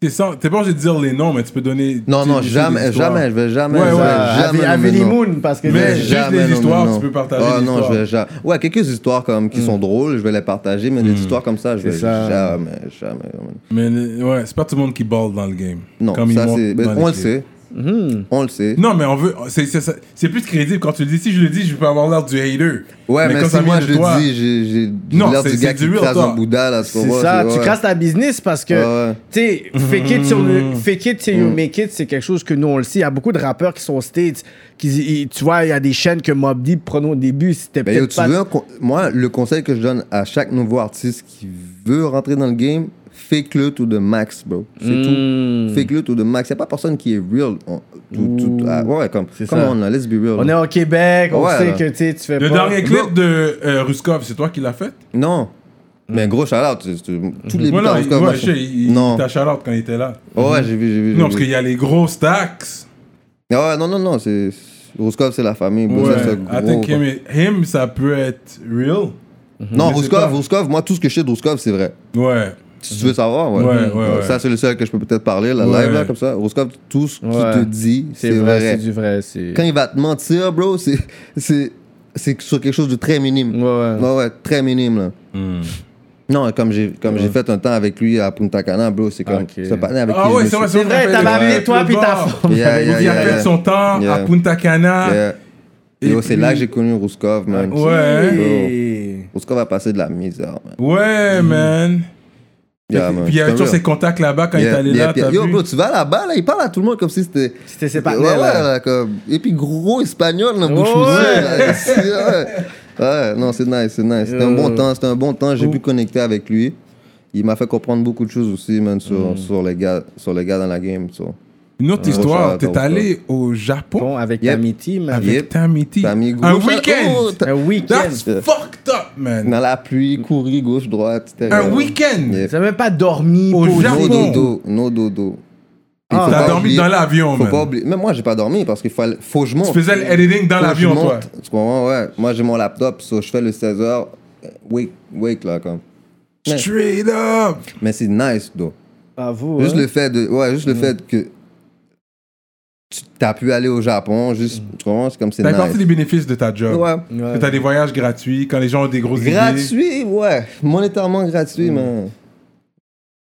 [SPEAKER 3] T'es sans- t'es pas obligé de dire les noms, mais tu peux donner.
[SPEAKER 4] Non,
[SPEAKER 3] tu-
[SPEAKER 4] non,
[SPEAKER 3] juste
[SPEAKER 4] jamais,
[SPEAKER 3] des histoires.
[SPEAKER 4] jamais, je vais jamais.
[SPEAKER 3] Ouais,
[SPEAKER 4] je vais
[SPEAKER 3] ouais,
[SPEAKER 4] jamais,
[SPEAKER 5] Avec
[SPEAKER 4] non, mais
[SPEAKER 5] avec les
[SPEAKER 4] non.
[SPEAKER 5] Moon, parce que.
[SPEAKER 3] Mais-
[SPEAKER 5] j'ai-
[SPEAKER 3] juste les
[SPEAKER 4] non,
[SPEAKER 3] histoires,
[SPEAKER 4] non,
[SPEAKER 3] tu peux partager Hmm.
[SPEAKER 4] Ah
[SPEAKER 3] des
[SPEAKER 4] non,
[SPEAKER 3] histoires.
[SPEAKER 4] je vais jamais. Ouais, quelques histoires comme, qui sont drôles, je vais les partager,
[SPEAKER 3] Hmm.
[SPEAKER 4] mais des histoires comme ça, je vais
[SPEAKER 5] C'est ça.
[SPEAKER 4] jamais, jamais. jamais.
[SPEAKER 3] Mais le- ouais, c'est pas tout le monde qui balle dans le game.
[SPEAKER 4] Non,
[SPEAKER 3] Comme ils
[SPEAKER 4] ça,
[SPEAKER 3] montrent
[SPEAKER 4] c'est.
[SPEAKER 3] dans les
[SPEAKER 4] On le
[SPEAKER 3] clips.
[SPEAKER 4] sait.
[SPEAKER 5] Hmm.
[SPEAKER 4] On le sait.
[SPEAKER 3] Non, mais on veut. c'est- C'est ça- c'est plus crédible quand tu le dis. Si je le dis, je peux avoir l'air du hater.
[SPEAKER 4] Ouais, mais,
[SPEAKER 3] quand
[SPEAKER 4] si
[SPEAKER 3] ça
[SPEAKER 4] moi
[SPEAKER 3] vient de
[SPEAKER 4] je le
[SPEAKER 3] toi-
[SPEAKER 4] dis, j'ai- j'ai
[SPEAKER 3] Non,
[SPEAKER 4] j'ai l'air
[SPEAKER 3] c'est-
[SPEAKER 4] du
[SPEAKER 3] c'est
[SPEAKER 4] gars
[SPEAKER 3] du
[SPEAKER 4] qui
[SPEAKER 3] real
[SPEAKER 4] crache
[SPEAKER 3] talk.
[SPEAKER 4] un Bouddha, là,
[SPEAKER 5] C'est ça, tu casses ta business parce que,
[SPEAKER 4] Ouais, Mhm. ouais.
[SPEAKER 5] tu sais, fake it till
[SPEAKER 3] Mhm.
[SPEAKER 5] you, fake it till you make it, c'est quelque chose que nous on le sait. Il y a beaucoup de rappeurs qui sont aux States, qui, ils- tu vois, il y a des chaînes que Mob Deep prenait au début, c'était
[SPEAKER 4] Ben, yo,
[SPEAKER 5] peut-être
[SPEAKER 4] tu
[SPEAKER 5] pas.
[SPEAKER 4] veux un con- Moi, le conseil que je donne à chaque nouveau artiste qui veut rentrer dans le game, fake-le tout de max, bro. C'est
[SPEAKER 5] Hmm.
[SPEAKER 4] tout. Fake-le tout de max. Il n'y a pas personne qui est real. On- tout- tout- ah, ouais, comme,
[SPEAKER 5] C'est
[SPEAKER 4] comme
[SPEAKER 5] ça.
[SPEAKER 4] on a, let's be real.
[SPEAKER 5] On est au Québec, on
[SPEAKER 4] Ouais,
[SPEAKER 5] sait
[SPEAKER 4] là.
[SPEAKER 5] que tu sais, tu fais
[SPEAKER 3] Le
[SPEAKER 5] pas-
[SPEAKER 3] dernier clip de euh, Ruskov, c'est toi qui l'as fait
[SPEAKER 4] Non. Mais gros shout-out. tu- tu- Tous les
[SPEAKER 3] Ouais,
[SPEAKER 4] beaters,
[SPEAKER 3] non,
[SPEAKER 4] en tout
[SPEAKER 3] il-
[SPEAKER 4] cas, moi,
[SPEAKER 3] ouais,
[SPEAKER 4] je-
[SPEAKER 3] je sais, il- il
[SPEAKER 4] Non.
[SPEAKER 3] t'a shout-out quand il était là.
[SPEAKER 4] Oh, ouais, j'ai vu, j'ai vu. j'ai
[SPEAKER 3] Non, parce
[SPEAKER 4] vu.
[SPEAKER 3] qu'il y a les gros stacks.
[SPEAKER 4] Ah, ouais, non, non, non. c'est- Ruskov, c'est la famille. bro,
[SPEAKER 3] Ouais, ah,
[SPEAKER 4] ça, c'est
[SPEAKER 3] I
[SPEAKER 4] gros,
[SPEAKER 3] think
[SPEAKER 4] quoi.
[SPEAKER 3] him, him, ça peut être real.
[SPEAKER 4] Non,
[SPEAKER 3] Mais c'est pas-
[SPEAKER 4] Ruskov, Ruskov, moi, tout ce que je sais de Ruskov, c'est vrai.
[SPEAKER 3] Ouais.
[SPEAKER 4] Si tu veux savoir, ouais.
[SPEAKER 3] Ouais, ouais, ouais.
[SPEAKER 4] Ça, c'est le seul que je peux peut-être parler, la
[SPEAKER 3] Ouais.
[SPEAKER 4] live, là, comme ça. Ruskov, tout ce qu'il
[SPEAKER 5] Ouais.
[SPEAKER 4] te dit,
[SPEAKER 5] C'est vrai, c'est du vrai, c'est.
[SPEAKER 4] Quand il va te mentir, bro, c'est- c'est c'est sur quelque chose de très minime.
[SPEAKER 5] Ouais, ouais.
[SPEAKER 4] Ouais, ouais, très minime, là.
[SPEAKER 3] Hmm.
[SPEAKER 4] Non, comme j'ai comme j'ai fait un temps avec lui à Punta Cana, bro, c'est comme.
[SPEAKER 5] Ok.
[SPEAKER 4] C'est un partenaire avec
[SPEAKER 3] Ah
[SPEAKER 4] qui je
[SPEAKER 3] ouais,
[SPEAKER 4] me
[SPEAKER 3] c'est vrai,
[SPEAKER 4] suis-
[SPEAKER 5] C'est vrai,
[SPEAKER 3] qu'on
[SPEAKER 5] t'avais
[SPEAKER 3] fait
[SPEAKER 5] amené
[SPEAKER 3] le
[SPEAKER 5] toi puis ta
[SPEAKER 3] bar.
[SPEAKER 5] femme.
[SPEAKER 4] Yeah, yeah,
[SPEAKER 3] Il a
[SPEAKER 4] yeah,
[SPEAKER 3] fait
[SPEAKER 4] yeah.
[SPEAKER 3] son temps à
[SPEAKER 4] Yeah.
[SPEAKER 3] Punta Cana.
[SPEAKER 4] Yeah.
[SPEAKER 3] Ah. Et
[SPEAKER 4] Yo, c'est
[SPEAKER 3] puis-
[SPEAKER 4] là que j'ai connu Ruskov, man.
[SPEAKER 3] Ouais.
[SPEAKER 5] Et-
[SPEAKER 4] Ruskov a passé de la misère, man.
[SPEAKER 3] Ouais, man.
[SPEAKER 4] Yeah,
[SPEAKER 3] Et
[SPEAKER 4] man,
[SPEAKER 3] puis il y avait
[SPEAKER 4] Mm. c'est
[SPEAKER 3] toujours
[SPEAKER 4] un
[SPEAKER 3] ses contacts là-bas quand il est
[SPEAKER 4] Yeah,
[SPEAKER 3] allé
[SPEAKER 4] yeah,
[SPEAKER 3] là.
[SPEAKER 4] puis-
[SPEAKER 3] t'as
[SPEAKER 4] Yo,
[SPEAKER 3] vu?
[SPEAKER 4] bro, tu vas là-bas, là, il parle à tout le monde comme si c'était.
[SPEAKER 5] C'était ses
[SPEAKER 4] Ouais,
[SPEAKER 5] partenaires.
[SPEAKER 4] ouais,
[SPEAKER 5] là.
[SPEAKER 4] là, comme- Et puis gros espagnol, là, bouche
[SPEAKER 5] Ouais.
[SPEAKER 4] musée, là, ici, ouais. Ouais, non, c'est nice, c'est nice. C'était un bon
[SPEAKER 5] Euh.
[SPEAKER 4] temps, c'était un bon temps. J'ai pu connecter avec lui. Il m'a fait comprendre beaucoup de choses aussi, man, sur,
[SPEAKER 3] Hmm.
[SPEAKER 4] sur, les, gars, sur les gars dans la game. so.
[SPEAKER 3] Une autre
[SPEAKER 4] Ouais,
[SPEAKER 3] histoire,
[SPEAKER 4] ça,
[SPEAKER 3] t'es
[SPEAKER 4] attends,
[SPEAKER 3] allé au Japon
[SPEAKER 5] Bon, avec
[SPEAKER 4] Yep.
[SPEAKER 5] Amity, mais
[SPEAKER 3] avec
[SPEAKER 5] avec.
[SPEAKER 4] Yep.
[SPEAKER 3] Tamiti.
[SPEAKER 4] T'as mis
[SPEAKER 3] Un
[SPEAKER 4] gauche à- Oh,
[SPEAKER 3] week-end.
[SPEAKER 4] t'as-
[SPEAKER 5] Un week-end.
[SPEAKER 3] That's
[SPEAKER 4] Yeah.
[SPEAKER 3] fucked up, man.
[SPEAKER 4] Dans la pluie, courir gauche, droite. c'était
[SPEAKER 3] Un
[SPEAKER 4] rien.
[SPEAKER 3] week-end.
[SPEAKER 4] Yeah.
[SPEAKER 5] T'as même pas dormi
[SPEAKER 3] Au
[SPEAKER 5] posé.
[SPEAKER 4] No
[SPEAKER 3] Japon.
[SPEAKER 4] dodo, no dodo. Puis faut
[SPEAKER 3] Ah. T'as
[SPEAKER 4] pas
[SPEAKER 3] dormi
[SPEAKER 4] oublier-
[SPEAKER 3] dans l'avion,
[SPEAKER 4] Faut pas
[SPEAKER 3] man.
[SPEAKER 4] oublier. Même moi, j'ai pas dormi parce qu'il fallait- faut que je monte.
[SPEAKER 3] Tu faisais l'editing dans
[SPEAKER 4] Faut que
[SPEAKER 3] l'avion,
[SPEAKER 4] je
[SPEAKER 3] toi.
[SPEAKER 4] monte. Tu comprends, ouais. Moi, j'ai mon laptop, so je fais le 16h. Wake, wake, là, comme.
[SPEAKER 3] Straight up.
[SPEAKER 4] Mais c'est nice, though.
[SPEAKER 5] Bravo.
[SPEAKER 4] Juste
[SPEAKER 5] hein.
[SPEAKER 4] le fait de. Ouais, juste le
[SPEAKER 3] Mm.
[SPEAKER 4] fait que. Tu as pu aller au Japon, juste. Tu comprends, c'est comme c'est
[SPEAKER 3] Mm. T'as parti des
[SPEAKER 4] nice.
[SPEAKER 3] bénéfices de ta job.
[SPEAKER 4] Ouais.
[SPEAKER 5] Ouais.
[SPEAKER 3] Que t'as des voyages gratuits, quand les gens ont des grosses idées.
[SPEAKER 4] Gratuit, ouais. Monétairement
[SPEAKER 3] Mm.
[SPEAKER 4] gratuit, man.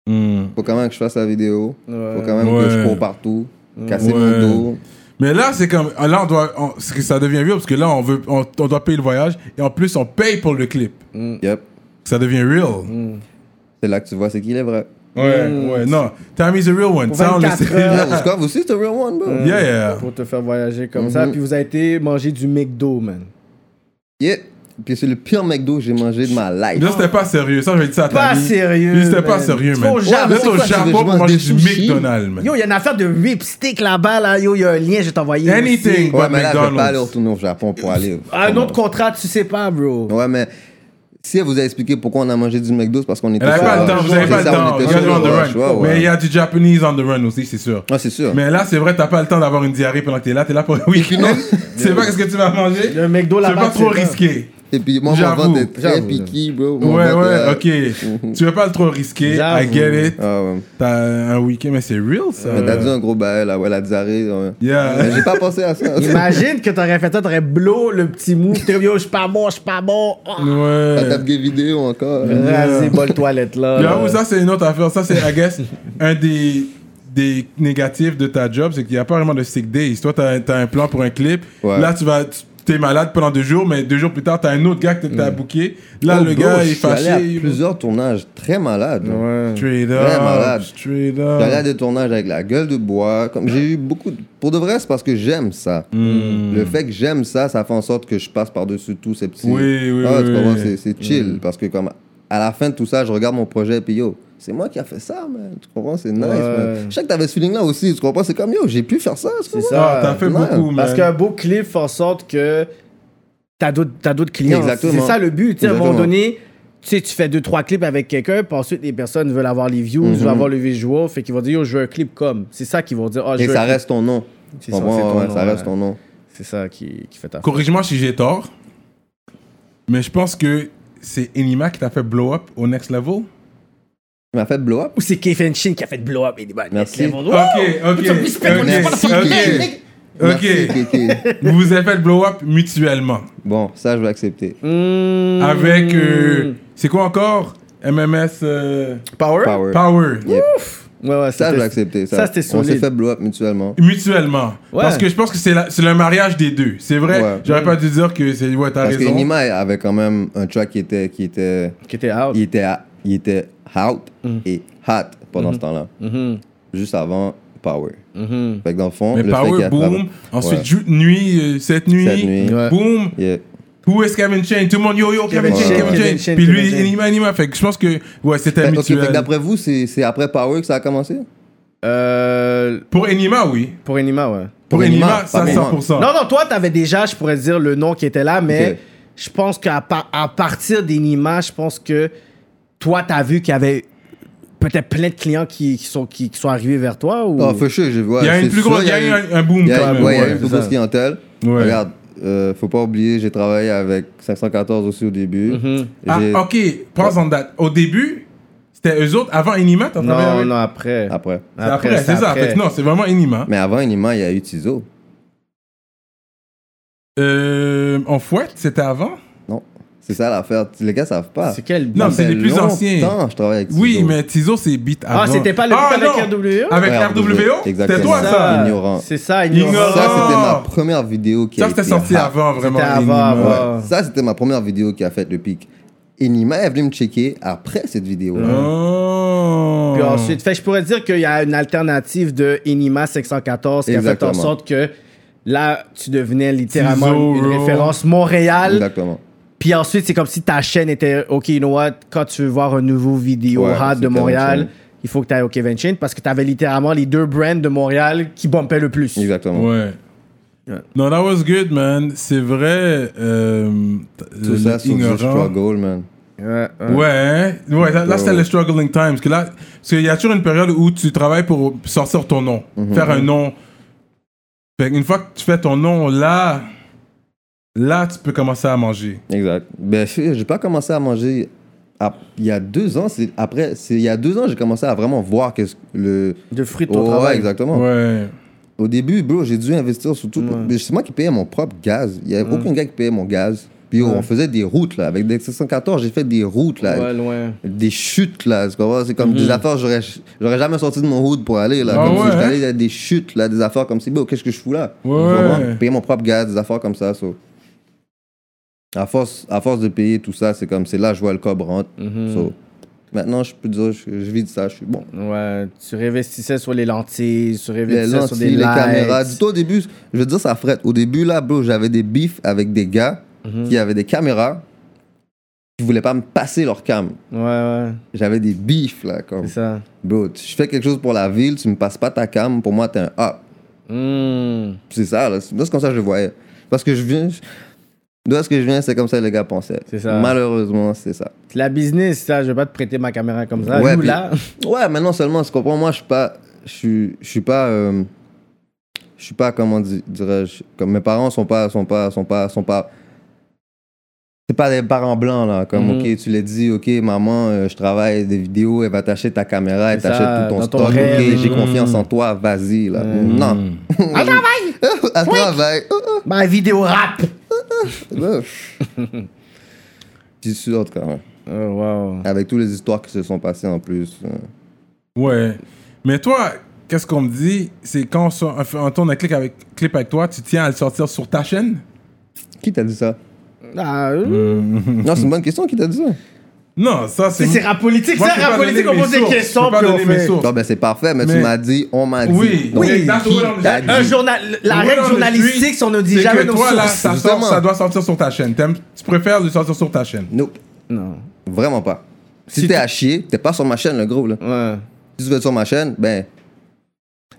[SPEAKER 3] Hmm.
[SPEAKER 4] Faut quand même que je fasse la vidéo.
[SPEAKER 5] Ouais.
[SPEAKER 4] Faut quand même que
[SPEAKER 3] Ouais.
[SPEAKER 4] je cours partout. Casser
[SPEAKER 3] Ouais.
[SPEAKER 4] mon dos.
[SPEAKER 3] Mais là, c'est comme. ah, Là, on doit. on- c'est que ça devient vieux parce que là, on, veut, on, on doit payer le voyage et en plus, on paye pour le clip.
[SPEAKER 4] Yep.
[SPEAKER 3] Ça devient real.
[SPEAKER 4] C'est là que tu vois c'est qui il est vrai.
[SPEAKER 3] Ouais, ouais. Non, Tammy's a real one. Ça, on le
[SPEAKER 5] 24
[SPEAKER 3] sait.
[SPEAKER 5] heures.
[SPEAKER 4] Là, Oscar aussi, c'est un real one, bro.
[SPEAKER 3] Yeah, yeah.
[SPEAKER 5] Pour te faire voyager comme ça.
[SPEAKER 4] Mhm.
[SPEAKER 5] Puis vous avez été manger du McDo, man.
[SPEAKER 4] Yeah. Puis c'est le pire McDo que j'ai mangé de ma life.
[SPEAKER 3] Là, c'était pas sérieux. Ça, je vais dire ça à
[SPEAKER 5] Pas
[SPEAKER 3] Tammy.
[SPEAKER 5] sérieux,
[SPEAKER 3] Lui, C'était pas
[SPEAKER 5] man.
[SPEAKER 3] sérieux,
[SPEAKER 5] Tu vas
[SPEAKER 3] man.
[SPEAKER 5] au Japon,
[SPEAKER 3] Là, t'es
[SPEAKER 4] c'est
[SPEAKER 3] au
[SPEAKER 4] quoi, tu veux-
[SPEAKER 3] Japon
[SPEAKER 4] je
[SPEAKER 3] pour
[SPEAKER 4] mange
[SPEAKER 3] manger
[SPEAKER 4] des
[SPEAKER 3] du
[SPEAKER 4] sushis.
[SPEAKER 3] McDonald's, man.
[SPEAKER 5] Yo, il y a une affaire de rip stick là-bas, là. Yo, il y a un lien, je t'ai envoyé.
[SPEAKER 3] Anything.
[SPEAKER 4] Ouais, mais là, je vais
[SPEAKER 3] McDonald's.
[SPEAKER 4] pas aller retourner au Japon pour aller.
[SPEAKER 5] Ah, Un autre contrat, tu sais pas, bro.
[SPEAKER 4] Ouais, mais si elle vous a expliqué pourquoi on a mangé du McDo, c'est parce qu'on était
[SPEAKER 3] Elle avait
[SPEAKER 4] sur
[SPEAKER 3] pas le
[SPEAKER 4] rush.
[SPEAKER 3] temps, vous avez
[SPEAKER 4] C'est
[SPEAKER 3] pas le
[SPEAKER 4] ça, on
[SPEAKER 3] temps.
[SPEAKER 4] était
[SPEAKER 3] Regardez
[SPEAKER 4] sur
[SPEAKER 3] on the
[SPEAKER 4] rush,
[SPEAKER 3] run.
[SPEAKER 4] ouais,
[SPEAKER 3] Mais il y
[SPEAKER 4] ouais.
[SPEAKER 3] a du Japanese on the run aussi, c'est sûr.
[SPEAKER 4] Ouais, c'est sûr.
[SPEAKER 3] Mais là, c'est vrai, t'as pas le temps d'avoir une diarrhée pendant que t'es là. T'es là pour le week-end. [LAUGHS] Tu sais pas qu'est-ce que tu vas manger.
[SPEAKER 5] Le McDo
[SPEAKER 3] C'est
[SPEAKER 5] là-bas.
[SPEAKER 3] pas
[SPEAKER 5] tu
[SPEAKER 3] trop
[SPEAKER 5] sais
[SPEAKER 3] risqué.
[SPEAKER 4] Et puis moi, mon
[SPEAKER 3] J'avoue,
[SPEAKER 4] ventre est très
[SPEAKER 5] j'avoue.
[SPEAKER 4] piqué, bro. Mon
[SPEAKER 3] Ouais,
[SPEAKER 4] ventre,
[SPEAKER 3] ouais,
[SPEAKER 4] euh, [LAUGHS]
[SPEAKER 3] ok. Euh. Tu veux pas le trop risquer. I
[SPEAKER 5] J'avoue.
[SPEAKER 3] get it.
[SPEAKER 4] Ah ouais.
[SPEAKER 3] T'as un week-end, mais c'est real ça.
[SPEAKER 4] Mais t'as dit un gros bail, là, ouais, la diarrhée. ouais. Mais
[SPEAKER 3] Yeah.
[SPEAKER 4] j'ai pas pensé à ça.
[SPEAKER 5] [LAUGHS] Imagine que t'aurais fait ça, t'aurais blow le petit move. T'aurais dit, yo, je suis pas bon, je suis pas bon. Oh.
[SPEAKER 4] La
[SPEAKER 3] Ouais.
[SPEAKER 4] table des vidéos encore.
[SPEAKER 5] Rasé, bol toilette là.
[SPEAKER 3] J'avoue, ça c'est une autre affaire. Ça c'est, I guess, [LAUGHS] un des, des négatifs de ta job, c'est qu'il n'y a pas vraiment de sick days. Toi, t'as, t'as un plan pour un clip.
[SPEAKER 4] Ouais.
[SPEAKER 3] Là, tu vas, tu- t'es malade pendant deux jours, mais deux jours plus tard, t'as un autre gars que t'as booké. Là,
[SPEAKER 4] Oh,
[SPEAKER 3] le
[SPEAKER 4] bro,
[SPEAKER 3] gars il
[SPEAKER 4] je
[SPEAKER 3] est
[SPEAKER 4] suis allé à
[SPEAKER 3] fâché.
[SPEAKER 4] plusieurs tournages très malades.
[SPEAKER 5] Ouais.
[SPEAKER 3] Straight up.
[SPEAKER 4] Très malade.
[SPEAKER 3] Straight
[SPEAKER 4] J'ai allé à
[SPEAKER 3] up.
[SPEAKER 4] des tournages avec la gueule de bois. Comme j'ai eu beaucoup. de- Pour de vrai, c'est parce que j'aime ça.
[SPEAKER 3] Hmm.
[SPEAKER 4] Le fait que j'aime ça, ça fait en sorte que je passe par-dessus tous ces petits.
[SPEAKER 3] Oui, oui,
[SPEAKER 4] Ah, tu
[SPEAKER 3] oui,
[SPEAKER 4] comprends,
[SPEAKER 3] oui. Hmm.
[SPEAKER 4] c'est- C'est chill. Parce que comme à la fin de tout ça, je regarde mon projet puis yo, c'est moi qui a fait ça, man. Tu comprends, c'est nice. man. Je sais que t'avais ce feeling-là aussi. Tu comprends, c'est comme yo, j'ai pu faire ça. tu comprends?
[SPEAKER 5] ça.
[SPEAKER 3] Ah, t'as fait
[SPEAKER 4] Ouais.
[SPEAKER 3] beaucoup, man.
[SPEAKER 5] Parce qu'un beau clip fait en sorte que t'as d'autres t'as d'autres clients.
[SPEAKER 4] Exactement.
[SPEAKER 5] C'est ça le but. tu sais, À un moment
[SPEAKER 4] Exactement.
[SPEAKER 5] donné, tu sais, tu fais deux, trois clips avec quelqu'un, puis ensuite les personnes veulent avoir les
[SPEAKER 4] Mhm.
[SPEAKER 5] views, veulent avoir le visual, fait qu'ils vont dire, yo, je veux un clip comme. C'est ça qu'ils vont dire, oh, je
[SPEAKER 4] Et
[SPEAKER 5] veux
[SPEAKER 4] ça
[SPEAKER 5] un clip.
[SPEAKER 4] reste ton nom.
[SPEAKER 5] C'est
[SPEAKER 4] Tu
[SPEAKER 5] ça, c'est
[SPEAKER 4] comprends,
[SPEAKER 5] ton
[SPEAKER 4] ouais,
[SPEAKER 5] nom,
[SPEAKER 4] ça reste
[SPEAKER 5] ouais.
[SPEAKER 4] ton nom.
[SPEAKER 5] C'est ça qui, qui fait ta
[SPEAKER 3] Corrige-moi si j'ai tort, mais je pense que c'est Enima qui t'a fait blow up au next level.
[SPEAKER 4] Il m'a fait blow up.
[SPEAKER 5] Ou c'est Kevin Shin qui a fait blow up. Il dit, bah,
[SPEAKER 4] Merci.
[SPEAKER 5] next level.
[SPEAKER 3] Ok,
[SPEAKER 5] Wow!
[SPEAKER 3] ok,
[SPEAKER 5] Put some respect on this
[SPEAKER 4] ok,
[SPEAKER 5] motherfucking
[SPEAKER 3] ok.
[SPEAKER 5] name,
[SPEAKER 3] Ok,
[SPEAKER 4] Merci, Kéké.
[SPEAKER 3] vous vous êtes fait blow up mutuellement.
[SPEAKER 4] Bon, ça, je vais accepter.
[SPEAKER 3] Mmh.
[SPEAKER 5] nigga.
[SPEAKER 3] Avec. euh, c'est quoi encore MMS euh,
[SPEAKER 5] Power?
[SPEAKER 4] Power.
[SPEAKER 3] Power.
[SPEAKER 4] Yep.
[SPEAKER 5] Ouais, ouais,
[SPEAKER 4] Ça, je
[SPEAKER 5] c'était-
[SPEAKER 4] vais accepter. Ça,
[SPEAKER 5] c'était
[SPEAKER 4] On s'est
[SPEAKER 5] solide.
[SPEAKER 4] fait blow up mutuellement.
[SPEAKER 3] Mutuellement.
[SPEAKER 5] Ouais.
[SPEAKER 3] Parce que je pense que c'est la- c'est le mariage des deux. C'est vrai.
[SPEAKER 4] Ouais.
[SPEAKER 3] J'aurais pas dû dire que c'est. Ouais, t'as
[SPEAKER 4] Parce que
[SPEAKER 3] raison.
[SPEAKER 4] Nima avait quand même un track qui était. Qui était
[SPEAKER 5] Qui était out.
[SPEAKER 4] il était, à- il était out
[SPEAKER 3] Mmh.
[SPEAKER 4] et hot pendant ce temps-là. Juste avant Power. Fait que dans le fond,
[SPEAKER 3] Mmh. Mais
[SPEAKER 4] le fait qu'il
[SPEAKER 3] Power,
[SPEAKER 4] a
[SPEAKER 3] boom.
[SPEAKER 4] travaillé-
[SPEAKER 3] Ensuite,
[SPEAKER 4] Ouais.
[SPEAKER 3] ju- nuit, euh, cette nuit.
[SPEAKER 4] Cette nuit.
[SPEAKER 5] Ouais.
[SPEAKER 3] Boom.
[SPEAKER 4] Yeah.
[SPEAKER 3] Who is Kevin Chain? Tout le monde, yo, yo, Kevin
[SPEAKER 4] Kevin
[SPEAKER 3] Chain,
[SPEAKER 4] Shane,
[SPEAKER 3] Kevin
[SPEAKER 5] Kevin
[SPEAKER 3] Chain.
[SPEAKER 5] Shane,
[SPEAKER 3] Puis lui,
[SPEAKER 5] Kevin Shane.
[SPEAKER 3] Nima, Nima. Fait que je pense que, ouais, c'était
[SPEAKER 4] Fait- ok, fait que
[SPEAKER 3] mutuel.
[SPEAKER 4] d'après vous, c'est c'est après Power que ça a commencé
[SPEAKER 5] Euh,
[SPEAKER 3] Pour Enima, oui.
[SPEAKER 5] pour Enima, ouais.
[SPEAKER 3] Pour
[SPEAKER 4] Pour
[SPEAKER 3] Enima,
[SPEAKER 4] Enima,
[SPEAKER 3] ça,
[SPEAKER 4] pas
[SPEAKER 3] 100%.
[SPEAKER 5] [LAUGHS] Non, non, toi, t'avais déjà, je pourrais dire le nom qui était là, mais
[SPEAKER 4] Ok.
[SPEAKER 5] je pense qu'à par- à partir d'Enima, je pense que toi, t'as vu qu'il y avait peut-être plein de clients qui, qui sont, qui, qui sont arrivés vers toi ou...
[SPEAKER 3] Ah,
[SPEAKER 4] Oh, for sure, je vois.
[SPEAKER 3] Il y a une plus grosse, il y a eu un, un boom
[SPEAKER 4] Il y a
[SPEAKER 3] quand
[SPEAKER 4] ouais,
[SPEAKER 3] même.
[SPEAKER 4] il y
[SPEAKER 3] ouais.
[SPEAKER 4] a une plus
[SPEAKER 5] c'est
[SPEAKER 4] grosse
[SPEAKER 5] ça.
[SPEAKER 4] clientèle.
[SPEAKER 3] Ouais.
[SPEAKER 4] Regarde, euh, faut pas oublier, j'ai travaillé avec 514 aussi au début.
[SPEAKER 3] Ah,
[SPEAKER 4] J'ai-
[SPEAKER 3] ok, prends en date. Au début, c'était eux autres. Avant Enima, t'en travaillais
[SPEAKER 5] Non,
[SPEAKER 3] avec-
[SPEAKER 5] non, après.
[SPEAKER 4] Après.
[SPEAKER 3] C'est Ah, après, c'est ça. Fait que non, c'est vraiment Enima.
[SPEAKER 4] Mais avant Inima, il y a eu Tizo.
[SPEAKER 3] Euh, en fouette, c'était avant
[SPEAKER 4] Non. C'est ça l'affaire. Les gars savent pas.
[SPEAKER 5] Ah. C'est quel...
[SPEAKER 3] Non,
[SPEAKER 4] Ça
[SPEAKER 3] c'est
[SPEAKER 4] fait
[SPEAKER 3] les plus
[SPEAKER 4] longtemps
[SPEAKER 3] anciens.
[SPEAKER 4] que je travaille avec Tizo.
[SPEAKER 3] Oui, mais Tizo, c'est beat avant.
[SPEAKER 5] Ah, c'était pas le
[SPEAKER 3] Ah,
[SPEAKER 5] truc avec
[SPEAKER 3] non.
[SPEAKER 5] RWO?
[SPEAKER 3] Avec
[SPEAKER 4] Ouais,
[SPEAKER 3] RWO
[SPEAKER 4] exactement.
[SPEAKER 3] C'était toi,
[SPEAKER 4] C'est
[SPEAKER 3] ça
[SPEAKER 4] Ignorant.
[SPEAKER 5] C'est ça,
[SPEAKER 3] Ignorant.
[SPEAKER 5] ignorant.
[SPEAKER 4] Ça, c'était
[SPEAKER 3] Ah.
[SPEAKER 4] ma première vidéo qui
[SPEAKER 3] Ça,
[SPEAKER 4] a
[SPEAKER 3] c'était
[SPEAKER 4] été
[SPEAKER 3] sorti
[SPEAKER 4] hype.
[SPEAKER 3] avant, vraiment.
[SPEAKER 5] C'était avant,
[SPEAKER 3] Enima.
[SPEAKER 5] avant.
[SPEAKER 4] Ouais.
[SPEAKER 5] Ah.
[SPEAKER 4] Ça, c'était ma première vidéo qui a fait le pic. Inima est venue me checker après cette vidéo-là.
[SPEAKER 3] Oh.
[SPEAKER 5] Puis ensuite, fait, que je pourrais dire qu'il y a une alternative de Enima 514 qui a fait en
[SPEAKER 4] Exactement.
[SPEAKER 5] sorte que là, tu devenais littéralement
[SPEAKER 3] Tizo,
[SPEAKER 5] une, une
[SPEAKER 3] bro.
[SPEAKER 5] référence
[SPEAKER 3] Ah.
[SPEAKER 5] Montréal.
[SPEAKER 4] Exactement.
[SPEAKER 5] Puis ensuite, c'est comme si ta chaîne était OK, you know what, quand tu veux voir un nouveau vidéo
[SPEAKER 4] Ouais,
[SPEAKER 5] hard
[SPEAKER 4] c'est
[SPEAKER 5] de
[SPEAKER 4] Kevin
[SPEAKER 5] Montréal,
[SPEAKER 4] Chain.
[SPEAKER 5] il faut que tu ailles au Kevin Chain parce que tu avais littéralement les deux brands de Montréal qui bumpaient le plus.
[SPEAKER 4] Exactement.
[SPEAKER 3] Ouais. Non, that was good, man. C'est vrai. Euh,
[SPEAKER 4] Tout
[SPEAKER 3] le-
[SPEAKER 4] ça sur
[SPEAKER 3] ignorant.
[SPEAKER 4] du struggle, man.
[SPEAKER 5] Ouais, ouais.
[SPEAKER 3] Ouais, ouais, là, là, c'était
[SPEAKER 4] Ouais.
[SPEAKER 3] le struggling time. Parce que là, parce qu'il y a toujours une période où tu travailles pour sortir ton nom,
[SPEAKER 4] Mhm.
[SPEAKER 3] faire un nom. Fait une fois que tu fais ton nom, là, là, tu peux commencer à manger.
[SPEAKER 4] Exact. Ben, je- j'ai pas commencé à manger à- il y a deux ans. C'est après, c'est il y a deux ans, j'ai commencé à vraiment voir qu'est-ce que le.
[SPEAKER 5] De fruit de
[SPEAKER 4] Oh,
[SPEAKER 5] ton
[SPEAKER 4] ouais,
[SPEAKER 5] travail.
[SPEAKER 4] exactement.
[SPEAKER 3] Ouais.
[SPEAKER 4] Au début, bro, j'ai dû investir sur tout. Mais C'est moi qui payais mon propre gaz. Il y avait aucun gars qui payait mon gaz. Puis oh, on faisait des routes là. Avec des 714, j'ai fait des routes là.
[SPEAKER 5] Ouais, loin.
[SPEAKER 4] des chutes là, tu comprends? c'est comme
[SPEAKER 5] Mhm.
[SPEAKER 4] des affaires, j'aurais, j'aurais jamais sorti de mon hood pour aller là,
[SPEAKER 3] Ah
[SPEAKER 4] comme
[SPEAKER 3] ouais,
[SPEAKER 4] si j'étais
[SPEAKER 3] hein?
[SPEAKER 4] allé à des chutes là, des affaires comme si, bon, qu'est-ce que je fous là? Tu
[SPEAKER 3] Ouais.
[SPEAKER 4] comprends? Payer mon propre gaz, des affaires comme ça, so. à, force, à force de payer tout ça, c'est comme, c'est là que je vois le cob rentre,
[SPEAKER 5] Mhm.
[SPEAKER 4] so. maintenant je peux dire, je, je vis de ça, je suis bon.
[SPEAKER 5] Ouais, tu réinvestissais sur les lentilles, tu
[SPEAKER 4] Les
[SPEAKER 5] réinvestissais sur des
[SPEAKER 4] lentilles, les
[SPEAKER 5] lights.
[SPEAKER 4] caméras, du tout au début, je veux dire ça frette, au début là, bro, j'avais des bifs avec des gars
[SPEAKER 5] Mhm.
[SPEAKER 4] qui avaient des caméras qui voulaient pas me passer leur cam,
[SPEAKER 5] Ouais, ouais,
[SPEAKER 4] j'avais des bifs là, comme.
[SPEAKER 5] c'est ça.
[SPEAKER 4] Bro, tu- je fais quelque chose pour la ville, tu me passes pas ta cam, pour moi, t'es un up.
[SPEAKER 5] Hmm.
[SPEAKER 4] C'est ça, là. C'est moi, c'est comme ça que je le voyais. Parce que je viens. je- D'où est-ce que je viens, c'est comme ça que les gars pensaient.
[SPEAKER 5] C'est ça.
[SPEAKER 4] Malheureusement, c'est ça.
[SPEAKER 5] C'est la business, ça. Je vais pas te prêter ma caméra comme ça.
[SPEAKER 4] Ouais,
[SPEAKER 5] Nous,
[SPEAKER 4] puis-
[SPEAKER 5] [LAUGHS] là.
[SPEAKER 4] Ouais, mais non seulement, tu comprends, moi, je suis pas. Je suis- je suis pas. euh, je suis pas, comment di- dirais-je. Comme mes parents sont pas. Sont pas. Sont pas. Sont pas c'est pas des parents blancs, là. Comme,
[SPEAKER 5] Mhm.
[SPEAKER 4] OK, tu l'as dit, OK, maman, euh, je travaille des vidéos, elle va t'acheter ta caméra, elle
[SPEAKER 5] C'est ça,
[SPEAKER 4] t'achète tout ton
[SPEAKER 5] dans ton
[SPEAKER 4] stock.
[SPEAKER 5] rêve. Mm.
[SPEAKER 4] OK, j'ai
[SPEAKER 5] Mhm.
[SPEAKER 4] confiance en toi, vas-y, là. Non,
[SPEAKER 5] [LAUGHS] Elle travaille! [LAUGHS]
[SPEAKER 4] à travail.
[SPEAKER 5] Ma Bah, vidéo rap!
[SPEAKER 4] Puis sûr, quand même.
[SPEAKER 5] Oh, wow.
[SPEAKER 4] Avec toutes les histoires qui se sont passées en plus. euh,
[SPEAKER 3] Ouais. Mais toi, qu'est-ce qu'on me dit C'est quand on, sort- on fait- on tourne un clip avec, clip avec toi, tu tiens à le sortir sur ta chaîne
[SPEAKER 4] Qui t'a dit ça
[SPEAKER 5] Ah, euh,
[SPEAKER 4] Non, c'est une bonne question. Qui t'a dit ça
[SPEAKER 3] Non, ça, c'est.
[SPEAKER 5] C'est c'est rap politique,
[SPEAKER 3] Moi,
[SPEAKER 5] ça,
[SPEAKER 3] je peux pas
[SPEAKER 5] rap politique,
[SPEAKER 3] donner mes
[SPEAKER 5] on pose des
[SPEAKER 3] sources. Je
[SPEAKER 5] questions,
[SPEAKER 3] peux pas
[SPEAKER 5] puis on
[SPEAKER 3] donner mes
[SPEAKER 5] fait.
[SPEAKER 3] sources.
[SPEAKER 4] Non, ben c'est parfait, mais,
[SPEAKER 3] Mais-
[SPEAKER 4] tu m'as dit, on m'a dit.
[SPEAKER 3] Oui,
[SPEAKER 4] Donc,
[SPEAKER 3] oui,
[SPEAKER 4] qui
[SPEAKER 3] that's what I'm-
[SPEAKER 4] t'a dit
[SPEAKER 5] Un journal, la
[SPEAKER 3] Ouais,
[SPEAKER 5] règle
[SPEAKER 3] on le suit.
[SPEAKER 5] journalistique, si on ne dit
[SPEAKER 3] C'est
[SPEAKER 5] jamais
[SPEAKER 3] que
[SPEAKER 5] nos
[SPEAKER 3] toi, là,
[SPEAKER 5] sources.
[SPEAKER 3] ça, sort-
[SPEAKER 4] justement.
[SPEAKER 3] ça doit sortir sur ta chaîne. T'aimes- Tu préfères le sortir sur ta chaîne
[SPEAKER 4] Nope,
[SPEAKER 5] Non.
[SPEAKER 4] vraiment pas. Si,
[SPEAKER 5] Si
[SPEAKER 4] t'es
[SPEAKER 5] tu-
[SPEAKER 4] à chier, t'es pas sur ma chaîne, le gros, là.
[SPEAKER 5] Ouais.
[SPEAKER 4] Si tu veux être sur ma chaîne, ben,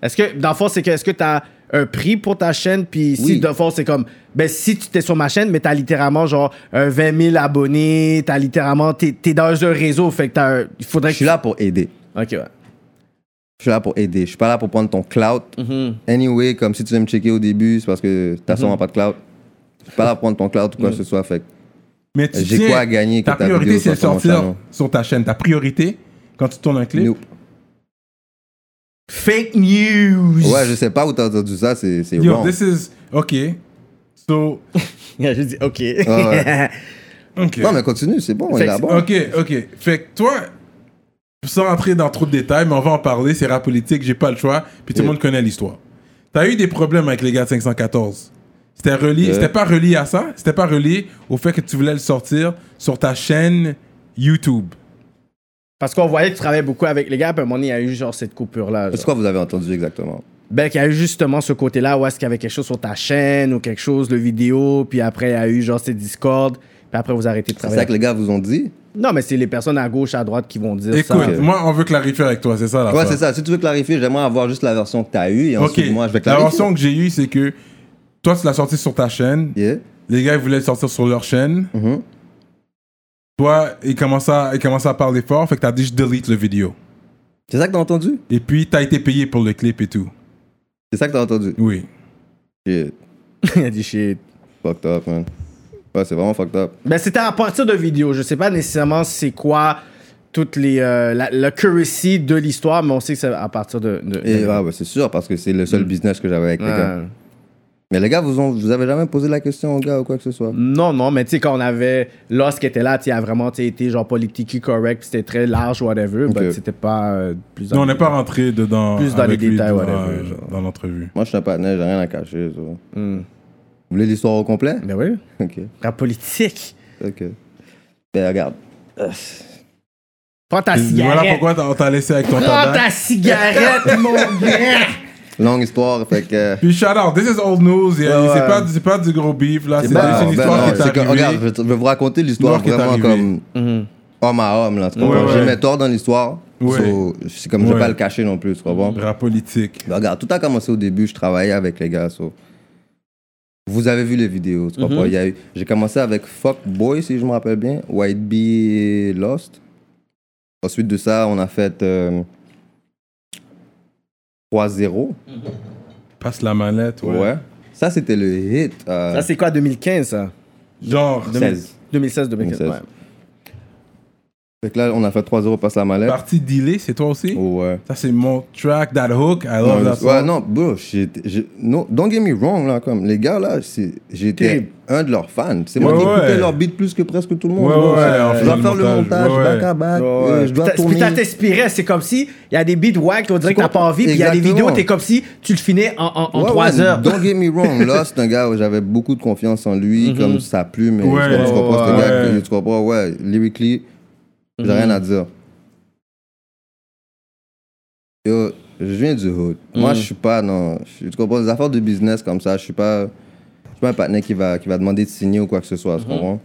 [SPEAKER 5] Est-ce que, dans le fond, c'est que, est-ce que t'as un prix pour ta chaîne, puis si,
[SPEAKER 4] Oui.
[SPEAKER 5] dans le fond, c'est comme, ben, si tu t'es sur ma chaîne, mais t'as littéralement, genre, un 20 000 abonnés, t'as littéralement, t'es t'es dans un réseau, fait que t'as un- il faudrait
[SPEAKER 4] je
[SPEAKER 5] que.
[SPEAKER 4] suis là pour aider.
[SPEAKER 5] Ok, ouais.
[SPEAKER 4] [LAUGHS] Je suis là pour aider. Je suis pas là pour prendre ton clout.
[SPEAKER 5] Mm-hmm.
[SPEAKER 4] Anyway, comme si tu veux me checker au début, c'est parce que t'as sûrement pas de clout. Je suis pas là pour prendre ton clout
[SPEAKER 5] Mm.
[SPEAKER 4] ou quoi que ce soit. Fait que
[SPEAKER 3] Mais tu
[SPEAKER 4] J'ai
[SPEAKER 3] tiens-
[SPEAKER 4] quoi à gagner que
[SPEAKER 3] Ta
[SPEAKER 4] ta
[SPEAKER 3] priorité,
[SPEAKER 4] vidéo
[SPEAKER 3] c'est de
[SPEAKER 4] soit sur mon
[SPEAKER 3] sortir
[SPEAKER 4] salon.
[SPEAKER 3] sur ta chaîne. Ta priorité, quand tu tournes un clip?
[SPEAKER 4] Nope.
[SPEAKER 5] Fake news.
[SPEAKER 4] Ouais, je sais pas où t'as entendu ça, c'est c'est
[SPEAKER 3] Yo,
[SPEAKER 4] wrong.
[SPEAKER 3] this is... OK. So...
[SPEAKER 5] je dis ok.
[SPEAKER 4] ouais.
[SPEAKER 3] OK.
[SPEAKER 4] Non, mais continue, c'est bon,
[SPEAKER 5] Fait
[SPEAKER 4] il
[SPEAKER 5] que-
[SPEAKER 4] a bon.
[SPEAKER 3] OK, OK. Fait que toi, sans rentrer dans trop de détails, mais on va en parler, c'est rap politique, j'ai pas le choix, puis tout le
[SPEAKER 4] Yeah.
[SPEAKER 3] monde connaît l'histoire. T'as eu des problèmes avec les gars de 514. C'était relié,
[SPEAKER 4] Yeah.
[SPEAKER 3] c'était pas relié à ça, c'était pas relié au fait que tu voulais le sortir sur ta chaîne YouTube.
[SPEAKER 5] [LAUGHS] Parce qu'on voyait que tu travaillais beaucoup avec les gars, puis à un moment donné, il y a eu genre cette coupure-là.
[SPEAKER 4] C'est quoi vous avez entendu exactement?
[SPEAKER 5] Ben, qu'il y a eu justement ce côté-là où est-ce qu'il y avait quelque chose sur ta chaîne ou quelque chose, le vidéo, puis après, il y a eu genre ces discords, puis après, vous arrêtez de
[SPEAKER 4] C'est ça
[SPEAKER 5] travailler.
[SPEAKER 4] que les gars vous ont dit?
[SPEAKER 5] Non, mais c'est les personnes à gauche, à droite qui vont dire ça.
[SPEAKER 3] Écoute, moi, on veut clarifier avec toi, c'est ça la
[SPEAKER 4] Ouais,
[SPEAKER 3] fin.
[SPEAKER 4] c'est ça. Si tu veux clarifier, j'aimerais avoir juste la version que t'as eue et
[SPEAKER 3] Ok,
[SPEAKER 4] ensuite moi je vais
[SPEAKER 3] la
[SPEAKER 4] clarifier.
[SPEAKER 3] version que j'ai eue, c'est que toi, tu l'as sorti sur ta chaîne,
[SPEAKER 4] Yeah.
[SPEAKER 3] les gars, ils voulaient le sortir sur leur chaîne.
[SPEAKER 4] Mhm.
[SPEAKER 3] Toi, ils commençaient à, ils commençaient à parler fort, fait que t'as dit je delete le vidéo.
[SPEAKER 4] C'est ça que t'as entendu?
[SPEAKER 3] Et puis, t'as été payé pour le clip et tout.
[SPEAKER 4] C'est ça que t'as entendu?
[SPEAKER 3] Oui.
[SPEAKER 4] Shit.
[SPEAKER 5] [LAUGHS] Il a dit shit.
[SPEAKER 4] Fucked up, man. Ouais, c'est vraiment fucked up.
[SPEAKER 5] Ben, c'était à partir de vidéos. Je sais pas nécessairement c'est quoi toutes les, euh, la, la currency de l'histoire, mais on sait que c'est à partir de. de-
[SPEAKER 4] Et
[SPEAKER 5] de-
[SPEAKER 3] euh,
[SPEAKER 4] ouais, bah, c'est sûr, parce que c'est le
[SPEAKER 3] Mm.
[SPEAKER 4] seul business que j'avais avec les gars.
[SPEAKER 5] Ouais.
[SPEAKER 4] Mais les gars, vous, ont, vous avez jamais posé la question aux gars ou quoi que ce soit?
[SPEAKER 3] Mm.
[SPEAKER 5] Non, non, mais tu sais, quand on avait. Lorsque était là, tu sais, il a vraiment tu sais, été genre politiquement correct, puis c'était très large, whatever,
[SPEAKER 4] Ok.
[SPEAKER 5] but c'était pas euh, plus.
[SPEAKER 3] Non, on n'est pas rentré dedans.
[SPEAKER 5] Plus dans
[SPEAKER 3] avec
[SPEAKER 5] les
[SPEAKER 3] lui
[SPEAKER 5] détails,
[SPEAKER 3] dans,
[SPEAKER 5] whatever,
[SPEAKER 3] euh,
[SPEAKER 5] genre.
[SPEAKER 3] dans l'entrevue.
[SPEAKER 4] Moi, je suis un partenaire, j'ai rien à cacher. ça. Vous
[SPEAKER 5] Hmm.
[SPEAKER 4] voulez l'histoire au complet?
[SPEAKER 5] Ben oui.
[SPEAKER 3] Mm.
[SPEAKER 4] [LAUGHS] Ok,
[SPEAKER 5] La politique.
[SPEAKER 4] ok. Ben, regarde.
[SPEAKER 5] Prends ta
[SPEAKER 3] Ah,
[SPEAKER 5] cigarette.
[SPEAKER 3] Voilà pourquoi t'as- on t'a laissé avec ton
[SPEAKER 5] Prends
[SPEAKER 3] tabac.
[SPEAKER 5] ta cigarette, mon gars.
[SPEAKER 3] [LAUGHS]
[SPEAKER 4] Longue histoire, fait que.
[SPEAKER 3] Puis shout out, this is old news. yeah.
[SPEAKER 4] Ouais,
[SPEAKER 3] C'est
[SPEAKER 4] ouais.
[SPEAKER 3] pas, c'est pas du gros beef là, c'est
[SPEAKER 4] Ben
[SPEAKER 3] juste
[SPEAKER 4] non,
[SPEAKER 3] une
[SPEAKER 4] ben
[SPEAKER 3] histoire
[SPEAKER 4] non,
[SPEAKER 3] qui
[SPEAKER 4] c'est
[SPEAKER 3] est
[SPEAKER 4] que,
[SPEAKER 3] arrivée.
[SPEAKER 4] regarde, je, te- je vais vous raconter l'histoire
[SPEAKER 3] L'histoire qui est
[SPEAKER 4] vraiment
[SPEAKER 3] arrivée.
[SPEAKER 4] comme homme à homme. Là, tu comprends?
[SPEAKER 3] Ouais, ouais.
[SPEAKER 4] J'ai mes torts dans l'histoire.
[SPEAKER 3] Ouais.
[SPEAKER 4] so, c'est comme je
[SPEAKER 3] Ouais.
[SPEAKER 4] vais pas le cacher non plus, tu comprends?
[SPEAKER 3] Rap politique.
[SPEAKER 4] Ben, regarde, tout a commencé au début, je travaillais avec les gars. so. Vous avez vu les vidéos, tu
[SPEAKER 3] Mhm.
[SPEAKER 4] comprends? Il y a eu- J'ai commencé avec Fuck Boy, si je me rappelle bien, White Bee et Lost. Ensuite de ça, on a fait euh, 3-0.
[SPEAKER 3] Passe la mallette,
[SPEAKER 4] Ouais.
[SPEAKER 3] ouais.
[SPEAKER 4] Ça, c'était le hit. euh,
[SPEAKER 5] Ça, c'est quoi, 2015, ça
[SPEAKER 3] Genre,
[SPEAKER 4] 16.
[SPEAKER 5] 2016, 2015.
[SPEAKER 4] 2016. Fait que là, on a fait 3-0, passe la mallette.
[SPEAKER 3] partie dealée, c'est toi aussi
[SPEAKER 4] Ouais.
[SPEAKER 3] Ça, c'est mon track, That Hook. I
[SPEAKER 4] Non,
[SPEAKER 3] love that
[SPEAKER 4] je- ouais,
[SPEAKER 3] song.
[SPEAKER 4] non, bro, j'ai- j'ai- no, don't get me wrong, là, comme, les gars, là, c'est- j'étais
[SPEAKER 5] Ok.
[SPEAKER 4] un de leurs fans. C'est moi
[SPEAKER 3] Ouais,
[SPEAKER 4] qui écoutais
[SPEAKER 3] ouais.
[SPEAKER 4] leur beat plus que presque tout le monde.
[SPEAKER 3] Ouais,
[SPEAKER 4] bro.
[SPEAKER 3] ouais, en
[SPEAKER 4] je
[SPEAKER 3] faisant
[SPEAKER 4] dois
[SPEAKER 3] le
[SPEAKER 4] faire le
[SPEAKER 3] montage,
[SPEAKER 4] montage,
[SPEAKER 3] ouais,
[SPEAKER 4] back
[SPEAKER 3] ouais.
[SPEAKER 4] à back,
[SPEAKER 5] Ouais,
[SPEAKER 4] euh,
[SPEAKER 5] ouais.
[SPEAKER 4] je dois
[SPEAKER 5] Puis t'as- Puis
[SPEAKER 4] tourner.
[SPEAKER 5] t'as t'inspiré, c'est comme si il y a des beats whack, on dirait que t'as pas envie, puis il y a des
[SPEAKER 4] Exactement.
[SPEAKER 5] vidéos, t'es comme si tu le finis en, en, en
[SPEAKER 4] Ouais,
[SPEAKER 5] trois
[SPEAKER 4] ouais,
[SPEAKER 5] heures.
[SPEAKER 4] Don't get me wrong,
[SPEAKER 5] [LAUGHS]
[SPEAKER 4] là, c'est un gars où j'avais beaucoup de confiance en lui,
[SPEAKER 5] Mhm.
[SPEAKER 4] comme sa plume. et
[SPEAKER 3] Ouais,
[SPEAKER 4] tu comprends, tu comprends, c'est un
[SPEAKER 3] ouais.
[SPEAKER 4] gars que- tu comprends, ouais, lyrically,
[SPEAKER 5] Mhm.
[SPEAKER 4] j'ai rien à dire. Yo, je viens du hood.
[SPEAKER 5] Mhm.
[SPEAKER 4] Moi, je suis pas, non, je- tu comprends, des affaires de business comme ça, je suis pas, je suis pas un partenaire qui va, qui va demander de signer ou quoi que ce soit,
[SPEAKER 5] Mhm.
[SPEAKER 4] tu comprends?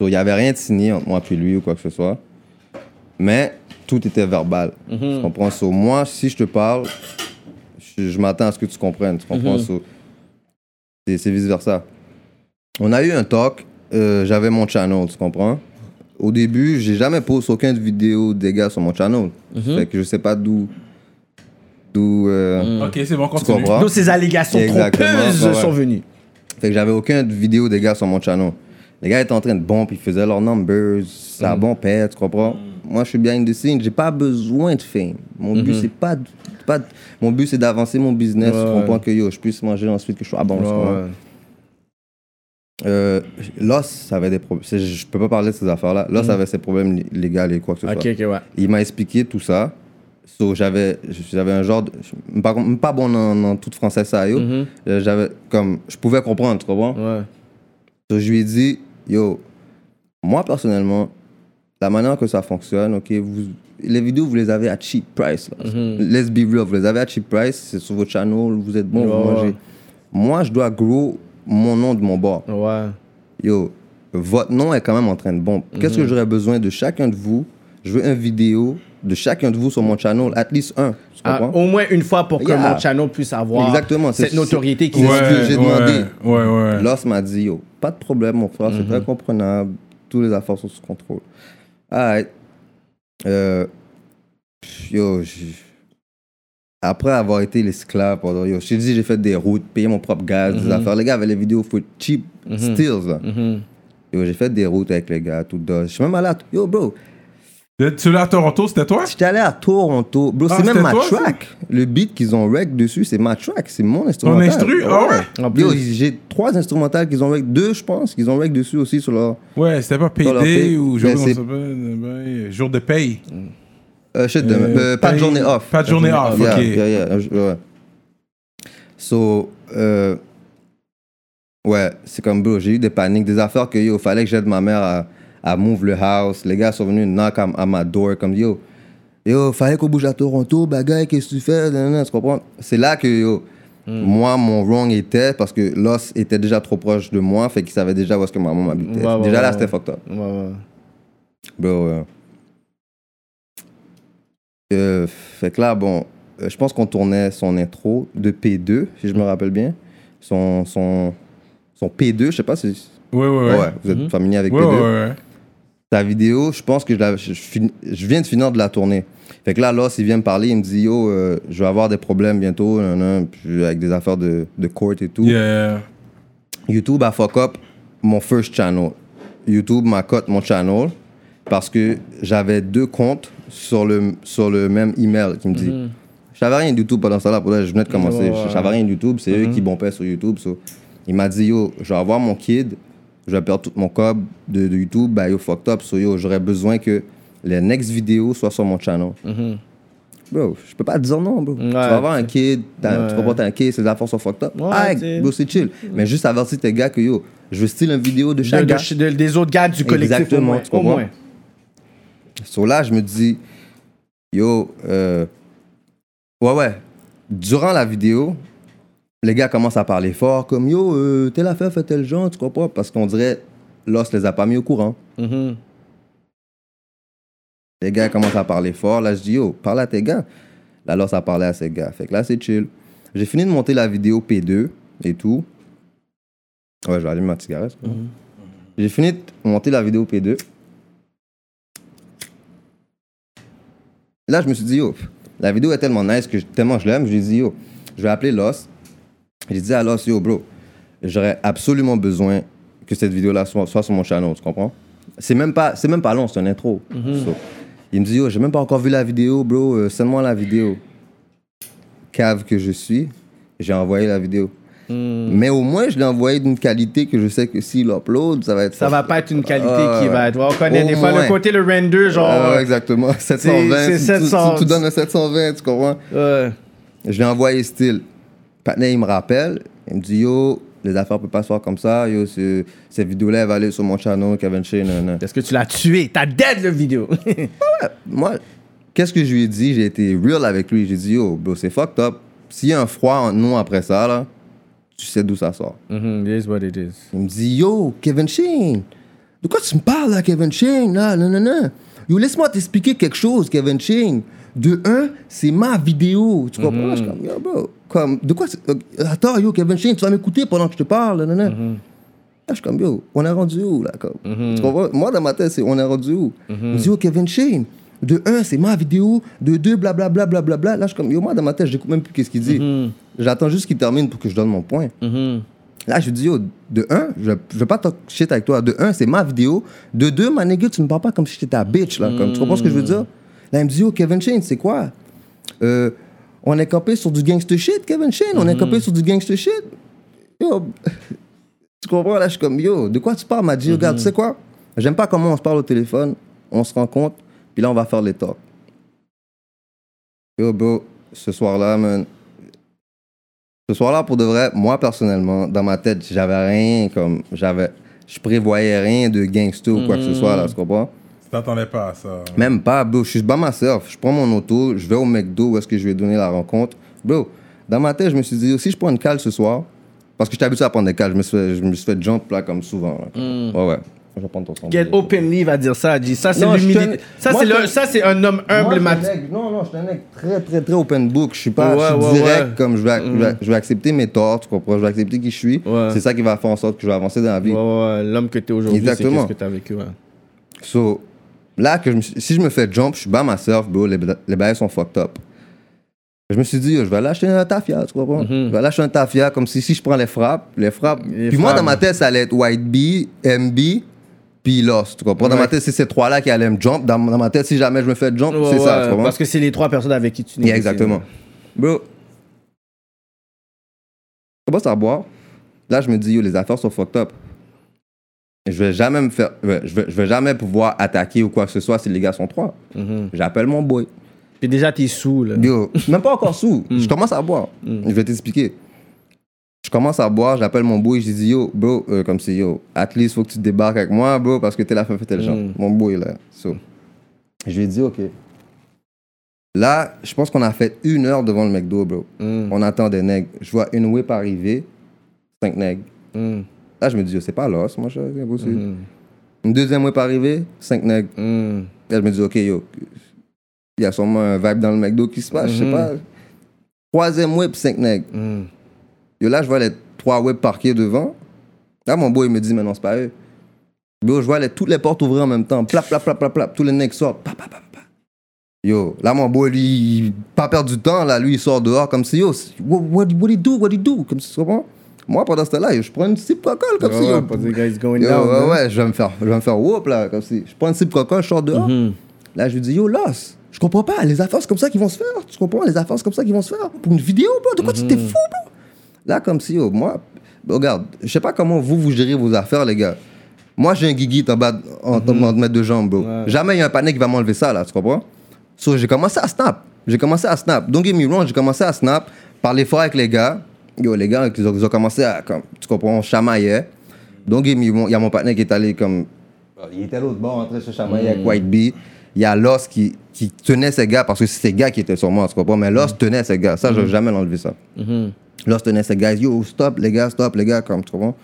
[SPEAKER 4] So, Il y avait rien de signé entre moi puis lui ou quoi que ce soit. Mais tout était verbal. Tu comprends? So, moi, si je te parle, je, je m'attends à ce que tu comprennes. Tu comprends? So, c'est, vice-versa. On a eu un talk. euh, j'avais mon channel, tu comprends? Au début, j'ai jamais posté aucune vidéo des gars sur mon channel. Fait que je sais pas d'où. D'où. euh,
[SPEAKER 3] Ok, c'est bon,
[SPEAKER 4] Tu
[SPEAKER 3] continue.
[SPEAKER 4] comprends?
[SPEAKER 5] Donc ces allégations
[SPEAKER 4] Exactement,
[SPEAKER 5] trompeuses
[SPEAKER 4] ouais, ouais.
[SPEAKER 5] sont venues.
[SPEAKER 4] Fait que j'avais aucune vidéo des gars sur mon channel. Les gars étaient en train de bomber, ils faisaient leurs numbers, ça
[SPEAKER 5] Mm.
[SPEAKER 4] bon père, tu comprends? Moi, je suis behind the scenes, j'ai pas besoin de fame. Mon but, c'est pas, de- pas de- Mon but, c'est d'avancer mon business,
[SPEAKER 5] Mm-hmm. Ouais,
[SPEAKER 4] tu comprends? Que yo, je puisse manger ensuite, que je sois bon, tu comprends? Euh, Lost, ça avait des problèmes. c'est- Je peux pas parler de ces affaires-là. Lost avait ses problèmes lé- légaux et quoi que ce
[SPEAKER 5] Mm. Ok,
[SPEAKER 4] soit.
[SPEAKER 5] ok, ouais.
[SPEAKER 4] Il m'a expliqué tout ça. So, j'avais, j'avais un genre de. je- Pas, pas bon en, en toute française, ça, yo. Euh, J'avais comme. Je pouvais comprendre, tu comprends?
[SPEAKER 5] Mm-hmm. Ouais.
[SPEAKER 4] So, je lui ai dit, yo, moi personnellement, la manière que ça fonctionne, ok, vous, les vidéos, vous les avez à cheap price. là.
[SPEAKER 5] Mhm.
[SPEAKER 4] Let's be real, vous les avez à cheap price, c'est sur votre channel, vous êtes bon, vous
[SPEAKER 5] Ouais,
[SPEAKER 4] mangez.
[SPEAKER 5] ouais.
[SPEAKER 4] Moi, je dois grow mon nom de mon bord.
[SPEAKER 5] Ouais.
[SPEAKER 4] Yo, votre nom est quand même en train de bomber. Qu'est-ce
[SPEAKER 5] Mhm.
[SPEAKER 4] que j'aurais besoin de chacun de vous Je veux une vidéo de chacun de vous sur mon channel, at least un. Tu
[SPEAKER 5] Ah,
[SPEAKER 4] comprends
[SPEAKER 5] au moins une fois pour que
[SPEAKER 4] Yeah.
[SPEAKER 5] mon channel puisse avoir
[SPEAKER 4] Exactement, c'est-
[SPEAKER 5] cette notoriété qui
[SPEAKER 4] c'est-
[SPEAKER 5] existe.
[SPEAKER 4] ce que j'ai demandé.
[SPEAKER 3] Ouais, ouais.
[SPEAKER 4] Lost m'a dit, yo, pas de problème, mon frère,
[SPEAKER 5] Mhm.
[SPEAKER 4] c'est très comprenable. Tous les affaires sont sous contrôle. Alright. Euh, pff, yo, j- après avoir été l'esclave pendant, yo, j'ai dit, j'ai fait des routes, payé mon propre gaz, des affaires. Les gars avaient les vidéos foot cheap steals. là.
[SPEAKER 5] Mhm.
[SPEAKER 4] Yo, j'ai fait des routes avec les gars, tout d'or. Je suis même allé à, yo, bro,
[SPEAKER 3] De- Celui à Toronto, c'était toi?
[SPEAKER 4] J'étais allé à Toronto. Bro,
[SPEAKER 3] Ah,
[SPEAKER 4] c'est même
[SPEAKER 3] c'était
[SPEAKER 4] ma
[SPEAKER 3] toi, ça?
[SPEAKER 4] track. Le beat qu'ils ont rec dessus, c'est ma track. C'est mon instrumental.
[SPEAKER 3] instru? Ah ouais?
[SPEAKER 5] En
[SPEAKER 4] Yo,
[SPEAKER 5] plus.
[SPEAKER 4] j'ai trois instrumentales qu'ils ont rec. Deux, je pense, qu'ils ont rec dessus aussi sur leur.
[SPEAKER 3] Ouais, c'était pas
[SPEAKER 4] leur
[SPEAKER 3] PD
[SPEAKER 4] pays.
[SPEAKER 3] ou jour,
[SPEAKER 4] Ben,
[SPEAKER 3] comment
[SPEAKER 4] c'est-
[SPEAKER 3] ça s'appelle, euh, jour de paye.
[SPEAKER 4] Euh, shit, de-
[SPEAKER 3] Euh,
[SPEAKER 4] euh, pas de
[SPEAKER 3] paye-
[SPEAKER 4] journée off.
[SPEAKER 3] Pas de journée off,
[SPEAKER 4] Yeah,
[SPEAKER 3] ok.
[SPEAKER 4] yeah, yeah. Euh, je- ouais. So, euh, ouais, c'est comme, bro, j'ai eu des paniques, des affaires que, yo, fallait que j'aide ma mère à, à move le house. Les gars sont venus knock à, à ma door, comme, yo, yo, fallait qu'on bouge à Toronto, bagaille, qu'est-ce que tu fais? Nan, nan, nan, tu comprends? C'est là que, yo,
[SPEAKER 3] Hmm.
[SPEAKER 4] moi, mon wrong était parce que Los était déjà trop proche de moi, fait qu'il savait déjà où est-ce que ma maman habitait.
[SPEAKER 5] Ouais, ouais,
[SPEAKER 4] déjà
[SPEAKER 5] ouais,
[SPEAKER 4] là,
[SPEAKER 5] ouais.
[SPEAKER 4] c'était fucked up.
[SPEAKER 5] Ouais, ouais.
[SPEAKER 4] Bro, euh, euh, fait que là, bon, euh, je pense qu'on tournait son intro de P2, si
[SPEAKER 3] Mm.
[SPEAKER 4] je me rappelle bien. Son, son, son P2, je sais pas si.
[SPEAKER 3] Ouais, ouais,
[SPEAKER 4] Ouais,
[SPEAKER 3] ouais. Ouais,
[SPEAKER 4] vous êtes familier avec
[SPEAKER 3] ouais,
[SPEAKER 4] P2.
[SPEAKER 3] ouais.
[SPEAKER 4] Ta vidéo, je pense que je, la- je, je fin- je viens de finir de la tourner. Fait que là, Loss, il vient me parler, il me dit Yo, euh, je vais avoir des problèmes bientôt, nan, nan, puis avec des affaires de, de court et tout.
[SPEAKER 3] Yeah.
[SPEAKER 4] YouTube a fuck up mon first channel. YouTube m'a cut mon channel parce que j'avais deux comptes sur le, sur le même email qui me dit. Je savais rien de YouTube pendant ça là, pour là, je venais de commencer.
[SPEAKER 5] Mhm. Ouais, ouais, Mhm.
[SPEAKER 4] Je savais rien de YouTube, c'est eux qui bompaient sur YouTube. so. Il m'a dit, yo, je vais avoir mon kid, je vais perdre tout mon cob de, de YouTube, bah yo, fucked up, so yo, j'aurais besoin que les next vidéos soient sur mon channel.
[SPEAKER 5] Mhm.
[SPEAKER 4] Bro, je peux pas te dire non, bro. tu vas avoir un kid, t'as- tu comprends, t'as un kid, ses affaires sont fucked up.
[SPEAKER 5] Ouais,
[SPEAKER 4] Ah,
[SPEAKER 5] t'sais.
[SPEAKER 4] bro, c'est chill. Mais juste avertir tes gars que yo, je veux style une vidéo de
[SPEAKER 5] De-
[SPEAKER 4] chaque gars.
[SPEAKER 5] de- de- des autres gars du collectif.
[SPEAKER 4] Exactement,
[SPEAKER 5] au moins.
[SPEAKER 4] tu
[SPEAKER 5] Au
[SPEAKER 4] comprends?
[SPEAKER 5] moins.
[SPEAKER 4] So là, je me dis, yo, euh, ouais, ouais. Durant la vidéo, les gars commencent à parler fort, comme yo, euh, telle affaire fait tel genre, tu comprends? Parce qu'on dirait, l'os les a pas mis au courant.
[SPEAKER 5] Mhm.
[SPEAKER 4] Les gars commencent à parler fort. Là, je dis, yo, parle à tes gars. Là, Lost a parlé à ses gars. Fait que là, c'est chill. J'ai fini de monter la vidéo P2 et tout. Ouais, je vais allumer ma cigarette. J'ai fini de monter la vidéo P2. Et là, je me suis dit, yo, la vidéo est tellement nice que je- tellement je l'aime. J'ai dit, yo, je vais appeler Lost. J'ai dit à Lost, yo, bro, j'aurais absolument besoin que cette vidéo-là soit, soit sur mon channel, tu comprends? C'est même pas, c'est même pas long, c'est un intro.
[SPEAKER 5] Mhm.
[SPEAKER 4] So, il me dit, yo, j'ai même pas encore vu la vidéo, bro, euh, send-moi la vidéo. Cave que je suis, j'ai envoyé la vidéo.
[SPEAKER 5] Hmm.
[SPEAKER 4] Mais au moins, je l'ai envoyé d'une qualité que je sais que s'il upload, ça va être.
[SPEAKER 5] Ça va pas être une qualité
[SPEAKER 4] Ah,
[SPEAKER 5] qui
[SPEAKER 4] ouais.
[SPEAKER 5] va être. On connaît
[SPEAKER 4] Au
[SPEAKER 5] des fois le
[SPEAKER 4] moins.
[SPEAKER 5] côté, le render, genre. euh,
[SPEAKER 4] Ah ouais, exactement. 720.
[SPEAKER 5] c'est
[SPEAKER 4] tu- tu-
[SPEAKER 5] 700.
[SPEAKER 4] tu, tu donnes un 720, tu comprends?
[SPEAKER 5] euh,
[SPEAKER 4] Je l'ai envoyé style. Patnay, il me rappelle. Il me dit, yo, les affaires peuvent pas se faire comme ça. Yo, ce- cette vidéo-là, elle va aller sur mon channel, Kevin Shea, nan, nan.
[SPEAKER 5] Est-ce que tu l'as tué? T'as dead le vidéo. [LAUGHS]
[SPEAKER 4] Moi, qu'est-ce que je lui ai dit? J'ai été real avec lui. J'ai dit, yo, bro, c'est fucked up. S'il y a un froid en nous après ça, là, tu sais d'où ça sort.
[SPEAKER 5] Mhm, it is what it is.
[SPEAKER 4] Il me dit, yo, Kevin Shane, de quoi tu me parles là, Kevin Shane? Là, non, non, non. Yo, laisse-moi t'expliquer quelque chose, Kevin Shane. De un, c'est ma vidéo. Tu comprends? Je suis comme, yo, bro, comme, de quoi. tu- euh, Attends, yo, Kevin Shane, tu vas m'écouter pendant que je te parle, non, non. Là, je suis comme, yo, on est rendu où, là, comme? Tu comprends? Moi, dans ma tête, c'est on est rendu où? Il me dit, yo, Kevin Shane, de un, c'est ma vidéo, de deux, blablabla, blablabla. Là, je suis comme, yo, moi, dans ma tête, j'écoute même plus qu'est-ce qu'il dit. J'attends juste qu'il termine pour que je donne mon point. Là, je lui dis, yo, de un, je, je veux pas talk shit avec toi. De un, c'est ma vidéo. De deux, ma nigga, tu me parles pas comme si j'étais ta bitch, là. Comme, tu comprends ce que je veux dire? Là, il me dit, yo, Kevin Shane, c'est quoi? Euh, on est campé sur du gangster shit, Kevin Shane. On est campé sur du gangster shit. Yo, [LAUGHS] tu comprends? Là, je suis comme, yo, de quoi tu parles? M'a dit, regarde, tu sais quoi? J'aime pas comment on se parle au téléphone. On se rencontre, puis là, on va faire les talks. Yo, bro, ce soir-là, man, ce soir-là, pour de vrai, moi personnellement, dans ma tête, j'avais rien comme. j'avais, Je prévoyais rien de gangster ou quoi
[SPEAKER 5] Mm.
[SPEAKER 4] que ce soit, là, tu comprends?
[SPEAKER 3] Tu t'attendais pas à ça.
[SPEAKER 4] Même pas, bro. Je suis by myself. Je prends mon auto, je vais au McDo où est-ce que je vais donner la rencontre. Bro, dans ma tête, je me suis dit, si je prends une cale ce soir, parce que j'étais habitué à prendre des cales, je me suis fait, je me suis fait jump là comme souvent. là.
[SPEAKER 5] Mm.
[SPEAKER 4] Ouais, ouais. Je vais prendre ton son.
[SPEAKER 5] Get
[SPEAKER 4] Désolé.
[SPEAKER 5] openly va dire ça, dit. Ça, c'est
[SPEAKER 4] Non, je
[SPEAKER 5] l'humilité.
[SPEAKER 4] te-
[SPEAKER 5] Ça,
[SPEAKER 4] moi,
[SPEAKER 5] c'est
[SPEAKER 4] je
[SPEAKER 5] le-
[SPEAKER 4] te-
[SPEAKER 5] ça, c'est un homme
[SPEAKER 4] Moi,
[SPEAKER 5] humble,
[SPEAKER 4] je suis un
[SPEAKER 5] ma-
[SPEAKER 4] mec- Non, non, je suis un mec très, très, très open book. Je suis pas je suis
[SPEAKER 5] Ouais, ouais,
[SPEAKER 4] direct,
[SPEAKER 5] ouais. Mm.
[SPEAKER 4] comme je vais, je, vais, je vais accepter mes torts, tu comprends? Je vais accepter qui je suis.
[SPEAKER 5] Ouais.
[SPEAKER 4] C'est ça qui va faire en sorte que je vais avancer dans la vie.
[SPEAKER 5] Ouais, ouais, ouais, L'homme que t'es aujourd'hui, c'est
[SPEAKER 4] Exactement.
[SPEAKER 5] qu'est-ce que t'as vécu. hein. ouais.
[SPEAKER 4] So, là, que je me suis- si je me fais jump, je suis by myself, bro. Les, les bails sont fucked up. Je me suis dit, yo, je vais aller acheter un tafia, tu comprends? Je vais aller acheter un tafia, comme si, si je prends les frappes, les frappes.
[SPEAKER 5] Mm-hmm. Les
[SPEAKER 4] Puis moi,
[SPEAKER 5] frappes.
[SPEAKER 4] dans ma tête, ça allait être White B, MB, puis Lost. Tu comprends? Dans ma tête, c'est ces trois-là qui allaient me jump. Dans, dans ma tête, si jamais je me fais jump,
[SPEAKER 5] Ouais,
[SPEAKER 4] c'est ça.
[SPEAKER 5] ouais,
[SPEAKER 4] Tu comprends?
[SPEAKER 5] Parce que c'est les trois personnes avec qui tu négocies.
[SPEAKER 4] Yeah, exactement. Bro, je commence à boire. Là, je me dis, yo, les affaires sont fucked up. Je vais jamais me faire. ouais, Je vais, je vais jamais pouvoir attaquer ou quoi que ce soit si les gars sont trois. J'appelle mon boy.
[SPEAKER 5] Puis déjà, t'es sous, là.
[SPEAKER 4] Yo, même pas encore sous. Je commence à boire. Je vais t'expliquer. Je commence à boire, j'appelle mon boy, je dis yo, bro, euh, comme si yo, at least faut que tu débarques avec moi, bro, parce que t'es la femme fait tel genre. Mon boy, là. So, Je lui ai dit, ok. Là, je pense qu'on a fait une heure devant le McDo, bro. On attend des nègres. Je vois une whip arriver, cinq nègres.
[SPEAKER 5] Mm,
[SPEAKER 4] Là, je me dis, yo, c'est pas l'os, moi, je- c'est impossible. Une deuxième whip arrivée, cinq nègres.
[SPEAKER 5] mm,
[SPEAKER 4] Là, je me dis, ok, yo, il y a sûrement un vibe dans le McDo qui se passe, je
[SPEAKER 5] Mhm.
[SPEAKER 4] sais pas. Troisième whip, cinq nègres. Yo, là, je vois les trois whips parqués devant. Là, mon beau, il me dit, mais non, c'est pas eux. Yo, je vois les- toutes les portes ouvrir en même temps. Plap, plap, plap, plap, plap. Tous les nègres sortent. Pa, pa, pa, pa, pa. Yo, là, mon beau, lui, il pas perdre du temps, là, lui, il sort dehors comme si, yo, what, what, what he do, what he do? Comme si, tu comprends? Moi, pendant ce temps-là, yo, je prends une cible cocolle comme
[SPEAKER 5] Ouais,
[SPEAKER 4] si, yo,
[SPEAKER 5] ouais, pas dire, guys, going
[SPEAKER 4] Yo,
[SPEAKER 5] down,
[SPEAKER 4] ouais,
[SPEAKER 5] là.
[SPEAKER 4] ouais, je vais me faire, je vais me faire whoop, là, comme si. Je prends une cible coca, je sors dehors.
[SPEAKER 5] Mm-hmm.
[SPEAKER 4] Là, je lui dis, yo, Los, je comprends pas, les affaires, c'est comme ça qu'ils vont se faire. Tu comprends, les affaires, c'est comme ça qu'ils vont se faire. Pour une vidéo, bro, de quoi
[SPEAKER 5] Mm-hmm.
[SPEAKER 4] tu t'es fou, bro? Là, comme si, yo, moi, ben, regarde, je sais pas comment vous, vous gérez vos affaires, les gars. Moi, j'ai un guigui en bas de- en train de mettre deux jambes, bro. Jamais il y a un panier qui va m'enlever ça, là, tu comprends? So, j'ai commencé à snap. J'ai commencé à snap. Don't get me wrong, j'ai commencé à snap, parler fort avec les gars. Yo, les gars, ils ont, ils ont commencé à, comme, tu comprends, on chamaillait. Donc, il y a mon- il y a mon partenaire qui est allé comme. Ah, Il était à l'autre bord, en train de se chamailler avec White Bee. Il y a Lost qui, qui tenait ces gars, parce que c'est ces gars qui étaient sur moi, tu comprends? Mais Lost tenait ces gars. Ça, je vais jamais l'enlever ça. Lost tenait ces gars. Yo, stop, les gars, stop, les gars, comme, tu comprends?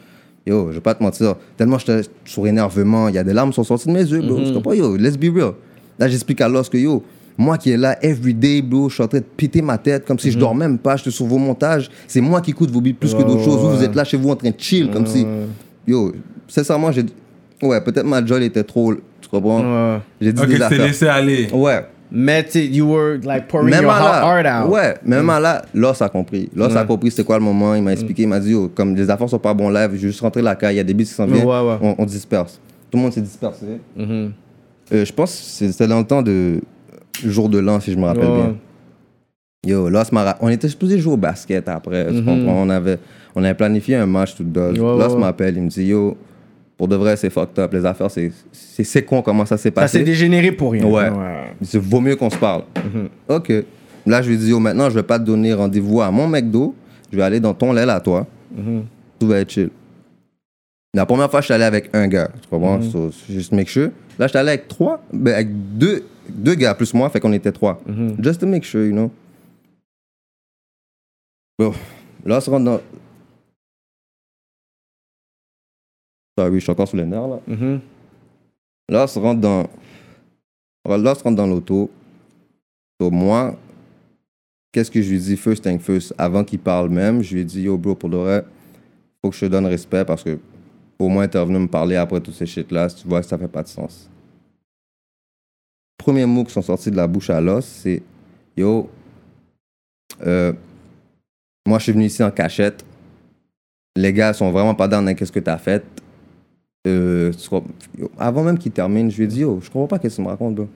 [SPEAKER 4] Yo, je vais pas te mentir. Tellement j'étais sur énervement, il y a des larmes qui sont sorties de mes yeux,
[SPEAKER 3] Mm-hmm.
[SPEAKER 4] bro. Tu comprends? Yo, let's be real. Là, j'explique à Lost que yo, moi qui est là every day, bro, je suis en train de péter ma tête comme si
[SPEAKER 3] Mm-hmm.
[SPEAKER 4] je dors même pas, je suis sur vos montages. C'est moi qui coûte vos billets plus que d'autres choses. Vous, vous êtes là chez vous en train de chill, comme si. Yo, sincèrement, j'ai. Ouais, peut-être ma jolle était trop. Tu comprends?
[SPEAKER 5] Ouais.
[SPEAKER 4] J'ai dit
[SPEAKER 3] Ok,
[SPEAKER 4] des
[SPEAKER 3] tu t'es
[SPEAKER 4] affaires. Oh,
[SPEAKER 3] laissé aller.
[SPEAKER 4] Ouais.
[SPEAKER 5] Mais tu sais, you were like pouring
[SPEAKER 4] Même
[SPEAKER 5] your
[SPEAKER 4] à là,
[SPEAKER 5] heart out. Mm.
[SPEAKER 4] Ouais, même à là, Loss a compris. Loss a compris c'est quoi le moment. Il m'a expliqué, il m'a dit, oh, comme les affaires sont pas bon live, je vais juste rentrer la caille, il y a des bits qui s'en viennent,
[SPEAKER 5] Ouais, ouais. Mm-hmm.
[SPEAKER 4] On, on disperse. Tout le monde s'est dispersé. Euh, je pense que c'est- c'était dans le temps de jour de l'an, si je me rappelle
[SPEAKER 5] Ouais.
[SPEAKER 4] bien. Yo, Loss m'a. ra- On était supposé jouer au basket après. tu comprends? On avait, on avait planifié un match tout dose.
[SPEAKER 5] Mm-hmm. Ouais,
[SPEAKER 4] Loss
[SPEAKER 5] ouais, ouais.
[SPEAKER 4] m'appelle, il me dit, yo, pour de vrai, c'est fucked up. Les affaires, c'est- c'est c'est con comment ça s'est
[SPEAKER 5] Ça
[SPEAKER 4] passé.
[SPEAKER 5] s'est dégénéré pour rien.
[SPEAKER 4] Ouais. Il dit, vaut mieux qu'on se parle. OK. Là, je lui dis, yo, maintenant, je vais pas te donner rendez-vous à mon McDo. Je vais aller dans ton l'aile à toi. Tout va être chill. La première fois, je suis allé avec un gars. Tu comprends? So, juste make sure. Là, je suis allé avec trois, ben, avec deux, deux gars plus moi, fait qu'on était trois. Just to make sure, you know. Bon. Là, on se rentre dans. Sorry, je suis encore sous les nerfs, là.
[SPEAKER 5] Mhm.
[SPEAKER 4] Là, on se rentre dans. Là, on se rentre dans l'auto. Donc, moi, qu'est-ce que je lui dis first thing first Avant qu'il parle même, je lui ai dit Yo, bro, pour de vrai, faut que je te donne respect parce que au moins, t'es revenu me parler après tous ces shit-là. si Tu vois que ça fait pas de sens. Premier mot qui sont sortis de la bouche à l'os, c'est Yo, euh, moi, je suis venu ici en cachette. Les gars sont vraiment pas dans qu'est-ce que t'as fait. Euh, tu crois- yo, avant même qu'il termine, je lui ai dit, yo, je comprends pas qu'est-ce que tu me racontes, bro.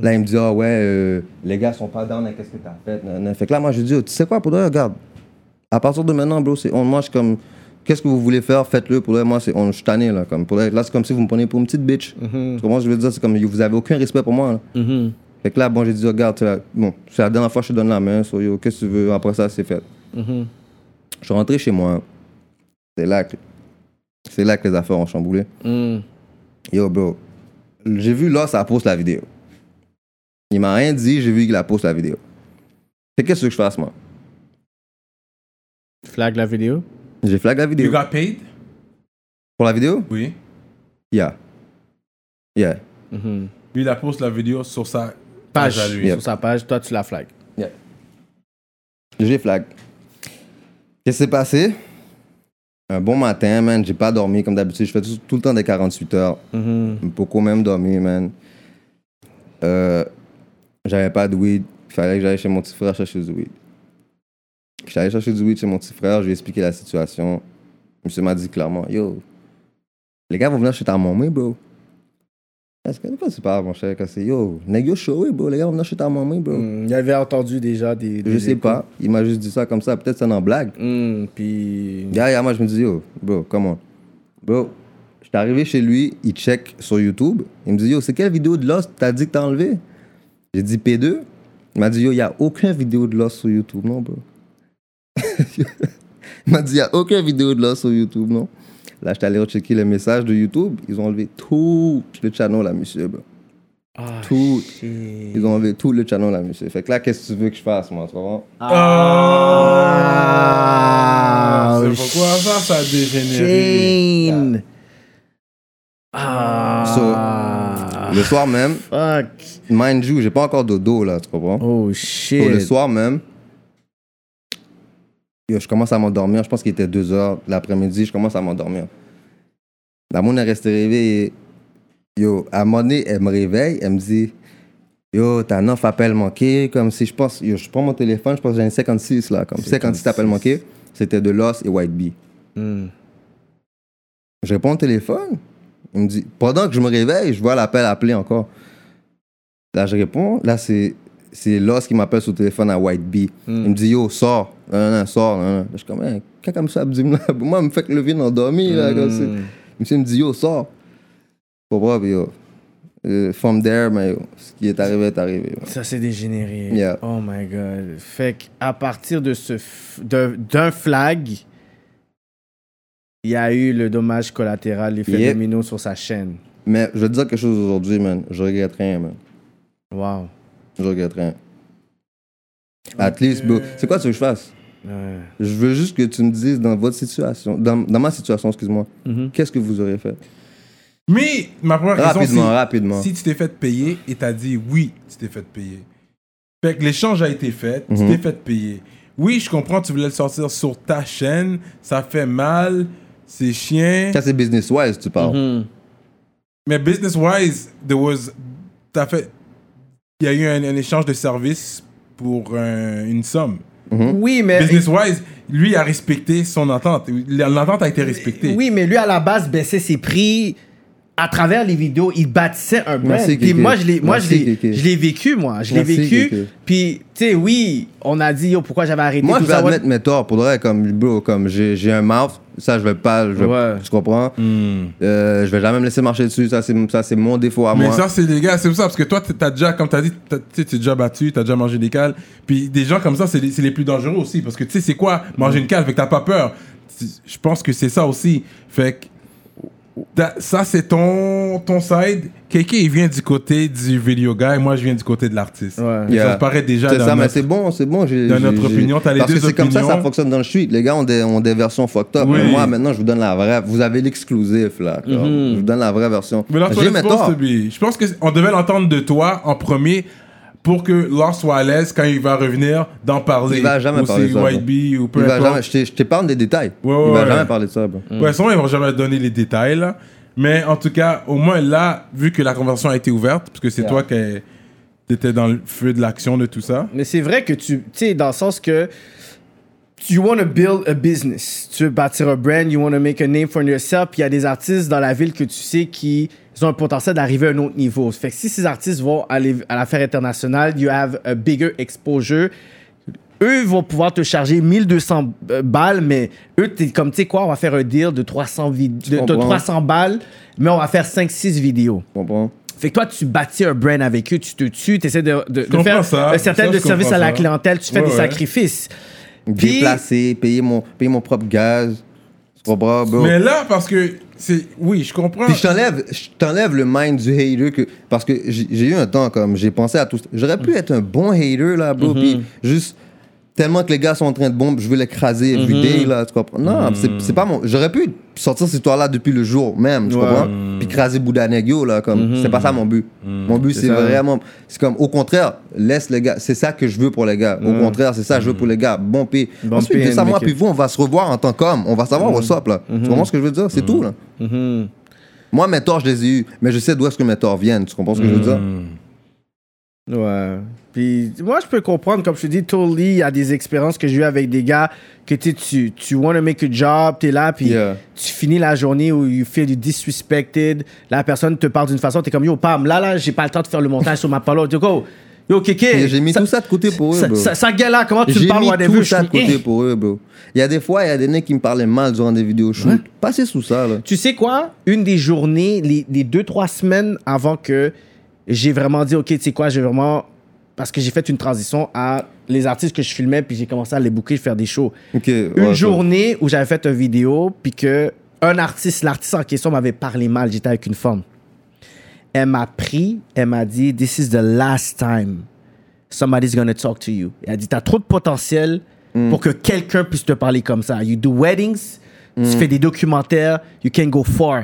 [SPEAKER 4] Là, il me dit, ah ouais, euh, les gars sont pas down, hein, qu'est-ce que t'as fait? nan, nan. Fait que là, moi, je lui dis, Yo, tu sais quoi, pour de vrai, regarde. À partir de maintenant, bro, c'est on mange comme, qu'est-ce que vous voulez faire, faites-le. Pour de vrai, moi, c'est on, je suis tanné, là. Comme, pour de vrai, là, c'est comme si vous me prenez pour une petite bitch. Tu comprends ce que je veux dire? C'est comme, vous avez aucun respect pour moi, là.
[SPEAKER 5] Mm. mm-hmm,
[SPEAKER 4] Fait que là, bon, j'ai dit, oh, regarde, c'est la- bon, c'est la dernière fois que je te donne la main, so, yo, qu'est-ce que tu veux? Après ça, c'est fait. Je suis rentré chez moi. C'est là que c'est là que les affaires ont chamboulé.
[SPEAKER 5] mm.
[SPEAKER 4] Yo, bro. J'ai vu là, ça poste la vidéo. Il m'a rien dit, j'ai vu qu'il a poste la vidéo. Fait qu'est-ce que je fasse, moi?
[SPEAKER 5] Flag la vidéo.
[SPEAKER 4] J'ai flag la
[SPEAKER 3] You
[SPEAKER 4] vidéo.
[SPEAKER 3] got paid?
[SPEAKER 4] Pour la vidéo?
[SPEAKER 3] Oui.
[SPEAKER 4] Yeah. Yeah.
[SPEAKER 3] Lui, il a posté la vidéo sur sa
[SPEAKER 5] Mm-hmm. Page.
[SPEAKER 3] à lui.
[SPEAKER 5] Sur
[SPEAKER 4] Yep.
[SPEAKER 5] sa page, toi, tu la flag.
[SPEAKER 4] Yeah. J'ai flag. Qu'est-ce qui s'est passé? Un bon matin, man, j'ai pas dormi comme d'habitude. Je fais tout, tout le temps des 48 heures.
[SPEAKER 5] Mm-hmm.
[SPEAKER 4] Beaucoup même dormi, man. Euh, j'avais pas de weed. Fallait que j'aille chez mon petit frère chercher du weed. J'allais chercher du weed chez mon petit frère, je lui ai expliqué la situation. Monsieur m'a dit clairement, yo, Les gars vont venir chez ta maman, bro. Est-ce que c'est pas grave, mon cher? quand c'est yo, nigga show, bro. Les gars vont venir chez ta maman, bro.
[SPEAKER 5] Hmm, il avait entendu déjà des.
[SPEAKER 4] Mm. Je
[SPEAKER 5] des
[SPEAKER 4] sais
[SPEAKER 5] échos.
[SPEAKER 4] pas. Il m'a juste dit ça comme ça. Peut-être ça en blague.
[SPEAKER 5] Hmm, puis.
[SPEAKER 4] Derrière moi, je me dis, yo, bro, come on. Bro, je suis arrivé chez lui, il check sur YouTube. Il me dit, yo, c'est quelle vidéo de Lost t'as dit que t'as enlevé J'ai dit P2. Il m'a dit, yo, il n'y a aucune vidéo de Lost sur YouTube, non, bro. [LAUGHS] il m'a dit, il n'y a aucune vidéo de Lost sur YouTube, non. Là, je suis allé rechecker les messages de YouTube. Ils ont enlevé tout le channel, là, monsieur, bro.
[SPEAKER 5] Ah,
[SPEAKER 4] Tout.
[SPEAKER 5] shit.
[SPEAKER 4] Ils ont enlevé tout le channel, là, monsieur. Fait que là, qu'est-ce que tu veux que je fasse, moi, tu comprends? Oh,
[SPEAKER 3] Ah,
[SPEAKER 5] Ah,
[SPEAKER 3] c'est pourquoi ça, ça a dégénéré.
[SPEAKER 5] Shane. Ah.
[SPEAKER 4] Le soir même,
[SPEAKER 5] Fuck.
[SPEAKER 4] mind you, j'ai pas encore de dos, là, tu comprends
[SPEAKER 5] Oh
[SPEAKER 4] Pour le
[SPEAKER 5] shit.
[SPEAKER 4] soir même, yo, je commence à m'endormir. Je pense qu'il était 2 heures de l'après-midi. Je commence à m'endormir. La moune est restée réveillée. Yo, à un moment donné, elle me réveille. Elle me dit Yo, t'as 9 appels manqués. Comme si je pense, yo, je prends mon téléphone. Je pense que j'ai un 56 là. Comme 56 appels manqués. C'était de Lost et White Bee.
[SPEAKER 5] Hmm.
[SPEAKER 4] Je réponds au téléphone. Il me dit, pendant que je me réveille, je vois l'appel appeler encore. Là, je réponds. Là, c'est, c'est Lost qui m'appelle sur le téléphone à White Bee. Il me dit, yo, sors. Non, non, non, sors. Non, non. Je suis comme, Hein, qu'est-ce comme ça, Abdim, là? [LAUGHS] Moi, il me fait que le vide endormi. Là, comme c'est- Monsieur me dit, yo, sors. Pas grave, yo. Euh, from there, mais yo, ce qui est arrivé est arrivé. man.
[SPEAKER 5] Ça s'est dégénéré.
[SPEAKER 4] Yeah.
[SPEAKER 5] Oh my god. Fait qu'à partir de ce f- de- d'un flag, il y a eu le dommage collatéral, les
[SPEAKER 4] Yeah.
[SPEAKER 5] phénoménaux sur sa chaîne.
[SPEAKER 4] Mais je vais te dire quelque chose aujourd'hui, man. Je regrette rien, man.
[SPEAKER 5] Wow.
[SPEAKER 4] Je regrette rien. At least, bro. C'est quoi ce que je fasse?
[SPEAKER 5] Ouais.
[SPEAKER 4] Je veux juste que tu me dises dans votre situation, dans, dans ma situation, excuse-moi, qu'est-ce que vous aurez fait
[SPEAKER 3] Mais ma première
[SPEAKER 4] Rapidement,
[SPEAKER 3] question, c'est
[SPEAKER 4] rapidement.
[SPEAKER 3] si tu t'es fait payer et t'as dit oui, tu t'es fait payer. Fait que l'échange a été fait, tu
[SPEAKER 4] Mhm.
[SPEAKER 3] t'es fait payer. Oui, je comprends, tu voulais le sortir sur ta chaîne, ça fait mal, c'est chien.
[SPEAKER 4] Ça, c'est business-wise, tu parles.
[SPEAKER 5] Hmm.
[SPEAKER 3] Mais business-wise, there was. T'as fait. Il y a eu un, un échange de services pour un- une somme.
[SPEAKER 4] Hmm?
[SPEAKER 5] Oui, mais.
[SPEAKER 3] Business-wise, lui a respecté son entente. L'entente a été respectée.
[SPEAKER 5] Oui, mais lui, à la base, baissait ses prix. À travers les vidéos, il bâtissait un brand.
[SPEAKER 4] Merci,
[SPEAKER 5] Puis
[SPEAKER 4] Kéké.
[SPEAKER 5] moi, je l'ai, moi, je
[SPEAKER 4] Merci,
[SPEAKER 5] l'ai,
[SPEAKER 4] Kéké.
[SPEAKER 5] je l'ai vécu, moi. Je l'ai
[SPEAKER 4] Merci,
[SPEAKER 5] vécu.
[SPEAKER 4] Kéké.
[SPEAKER 5] Puis, tu sais, oui, on a dit, yo, pourquoi j'avais arrêté
[SPEAKER 4] Moi,
[SPEAKER 5] tout
[SPEAKER 4] je vais
[SPEAKER 5] ça.
[SPEAKER 4] admettre mes torts. Pour le vrai, comme, bro, comme j'ai j'ai un mouth, ça, je vais pas, je vais,
[SPEAKER 5] Ouais.
[SPEAKER 4] tu comprends Euh, Je vais jamais me laisser marcher dessus, ça, c'est ça, c'est mon défaut à
[SPEAKER 3] Hmm. Mais
[SPEAKER 4] moi.
[SPEAKER 3] ça, c'est les gars, c'est pour ça, parce que toi, t'as déjà, comme t'as dit, t'as- tu sais, t'es déjà battu, t'as déjà mangé des cales. Puis des gens comme ça, c'est les, c'est les plus dangereux aussi, parce que tu sais, c'est quoi manger une cale, fait que t'as pas peur. Tu- Je pense que c'est ça aussi. Fait que t'a- ça, c'est ton, ton side. Keke, il vient du côté du video guy, moi, je viens du côté de l'artiste.
[SPEAKER 5] Ouais.
[SPEAKER 3] Et Ça
[SPEAKER 4] Yeah.
[SPEAKER 3] se paraît déjà
[SPEAKER 4] C'est
[SPEAKER 3] dans
[SPEAKER 4] ça, mais
[SPEAKER 3] notre-
[SPEAKER 4] c'est bon, c'est bon. j'ai-
[SPEAKER 3] dans
[SPEAKER 4] j'ai-
[SPEAKER 3] notre
[SPEAKER 4] j'ai-
[SPEAKER 3] opinion, t'as les
[SPEAKER 4] Parce
[SPEAKER 3] deux
[SPEAKER 4] que c'est comme ça, ça
[SPEAKER 3] opinions.
[SPEAKER 4] fonctionne dans le street. Les gars ont des, ont des versions fucked up.
[SPEAKER 3] Oui.
[SPEAKER 4] Mais moi, maintenant, je vous donne la vraie. Vous avez l'exclusif, là. comme. Je vous donne la vraie version.
[SPEAKER 3] Mais Lost
[SPEAKER 4] J'ai
[SPEAKER 3] Wallet,
[SPEAKER 4] mes
[SPEAKER 3] je pense
[SPEAKER 4] torts.
[SPEAKER 3] que oui. Je pense qu'on devait l'entendre de toi en premier pour que Lost soit à l'aise quand il va revenir d'en parler.
[SPEAKER 4] Il va jamais
[SPEAKER 3] ou
[SPEAKER 4] parler
[SPEAKER 3] c'est
[SPEAKER 4] de ça,
[SPEAKER 3] White Bee ou peu
[SPEAKER 4] Il va
[SPEAKER 3] importe.
[SPEAKER 4] jamais, je t'ai- je t'épargne des détails.
[SPEAKER 3] Ouais,
[SPEAKER 4] il
[SPEAKER 3] ouais, Mm.
[SPEAKER 4] va
[SPEAKER 3] ouais.
[SPEAKER 4] jamais parler de ça. bro.
[SPEAKER 3] Ouais, sûrement, ils vont jamais donner les détails. là. Mais en tout cas, au moins là, vu que la conversation a été ouverte, parce que c'est toi qui étais dans le feu de l'action de tout ça.
[SPEAKER 5] Mais c'est vrai que tu, tu sais, dans le sens que you want to build a business, tu veux bâtir un brand, you want to make a name for yourself. Puis il y a des artistes dans la ville que tu sais qui ont un potentiel d'arriver à un autre niveau. Fait que si ces artistes vont aller à l'affaire internationale, you have a bigger exposure. Eux vont pouvoir te charger 1200 b- euh, balles, mais eux, t'es comme, tu sais quoi, on va faire un deal de 300, vid- de, de
[SPEAKER 4] comprends.
[SPEAKER 5] 300 balles, mais on va faire 5-6 vidéos.
[SPEAKER 4] Tu comprends?
[SPEAKER 5] Fait que toi, tu bâtis un brand avec eux, tu te tues, tu essaies de, de, de
[SPEAKER 3] comprends
[SPEAKER 5] faire
[SPEAKER 3] ça.
[SPEAKER 5] un certain
[SPEAKER 3] Ça,
[SPEAKER 5] de
[SPEAKER 3] je
[SPEAKER 5] service
[SPEAKER 3] comprends
[SPEAKER 5] à la
[SPEAKER 3] ça.
[SPEAKER 5] clientèle, tu fais
[SPEAKER 3] Ouais,
[SPEAKER 5] des
[SPEAKER 3] ouais.
[SPEAKER 5] sacrifices. Puis,
[SPEAKER 4] déplacer, payer mon, payer mon propre gaz. Tu comprends, bro?
[SPEAKER 3] Mais là, parce que c'est. Oui, je comprends.
[SPEAKER 4] Puis je t'enlève, je t'enlève le mind du hater que, parce que j'ai j'ai eu un temps comme j'ai pensé à tout. ça. J'aurais
[SPEAKER 5] Mm.
[SPEAKER 4] pu être un bon hater là, bro.
[SPEAKER 5] Mm-hmm.
[SPEAKER 4] Puis juste tellement que les gars sont en train de bomber, je veux l'écraser
[SPEAKER 5] Mm-hmm.
[SPEAKER 4] everyday là, tu comprends? Non, c'est- c'est pas mon. J'aurais pu sortir cette histoire là depuis le jour même, tu
[SPEAKER 5] Ouais. Mm-hmm.
[SPEAKER 4] comprends? Puis écraser Boudanegio là, comme c'est pas ça mon but. Mon but c'est
[SPEAKER 5] ça.
[SPEAKER 4] vraiment, c'est comme au contraire, laisse les gars. C'est ça que je veux pour les gars. Au contraire, c'est ça que je veux pour les gars. Bon pays.
[SPEAKER 5] Mm-hmm. Bon
[SPEAKER 4] Ensuite
[SPEAKER 5] pis,
[SPEAKER 4] de ça, moi
[SPEAKER 5] make
[SPEAKER 4] puis
[SPEAKER 5] it.
[SPEAKER 4] vous, on va se revoir en tant qu'homme. On va savoir
[SPEAKER 5] Mm-hmm.
[SPEAKER 4] what's up là. Tu comprends ce que je veux dire? C'est tout là.
[SPEAKER 5] Mhm.
[SPEAKER 4] Moi, mes torts, je les ai eus, mais je sais d'où est-ce que mes torts viennent. Tu comprends ce que je veux dire?
[SPEAKER 5] Ouais. Puis moi, je peux comprendre, comme je te dis, Tolly, il y a des expériences que j'ai eues avec des gars que tu sais, tu, tu want to make a job, t'es là, puis
[SPEAKER 4] Yeah.
[SPEAKER 5] tu finis la journée où you feel disrespected, la personne te parle d'une façon, t'es comme yo, pam, là, là, j'ai pas le temps de faire le montage sur ma parole, tu go, yo, kéké.
[SPEAKER 4] J'ai mis tout ça de côté pour eux,
[SPEAKER 5] Ça,
[SPEAKER 4] bro.
[SPEAKER 5] ça, ça, gars là, comment tu me
[SPEAKER 4] J'ai
[SPEAKER 5] parles,
[SPEAKER 4] mis
[SPEAKER 5] whatever,
[SPEAKER 4] tout
[SPEAKER 5] je
[SPEAKER 4] ça de
[SPEAKER 5] suis-
[SPEAKER 4] côté
[SPEAKER 5] Eh.
[SPEAKER 4] pour eux, bro. Il y a des fois, il y a des nègres qui me parlaient mal durant des vidéos shoot. Passez sous ça, là.
[SPEAKER 5] Tu sais quoi? Une des journées, les, les deux, trois semaines avant que j'ai vraiment dit, OK, tu sais quoi, j'ai vraiment. Parce que j'ai fait une transition à les artistes que je filmais, puis j'ai commencé à les booker, faire des shows.
[SPEAKER 4] Ok, ouais,
[SPEAKER 5] une
[SPEAKER 4] ça.
[SPEAKER 5] journée où j'avais fait une vidéo, puis que un artiste, l'artiste en question m'avait parlé mal, j'étais avec une femme. Elle m'a pris, elle m'a dit, This is the last time somebody's gonna talk to you. Elle a dit, t'as trop de potentiel
[SPEAKER 4] Mm.
[SPEAKER 5] pour que quelqu'un puisse te parler comme ça. You do weddings,
[SPEAKER 4] Mm.
[SPEAKER 5] tu fais des documentaires, you can go far.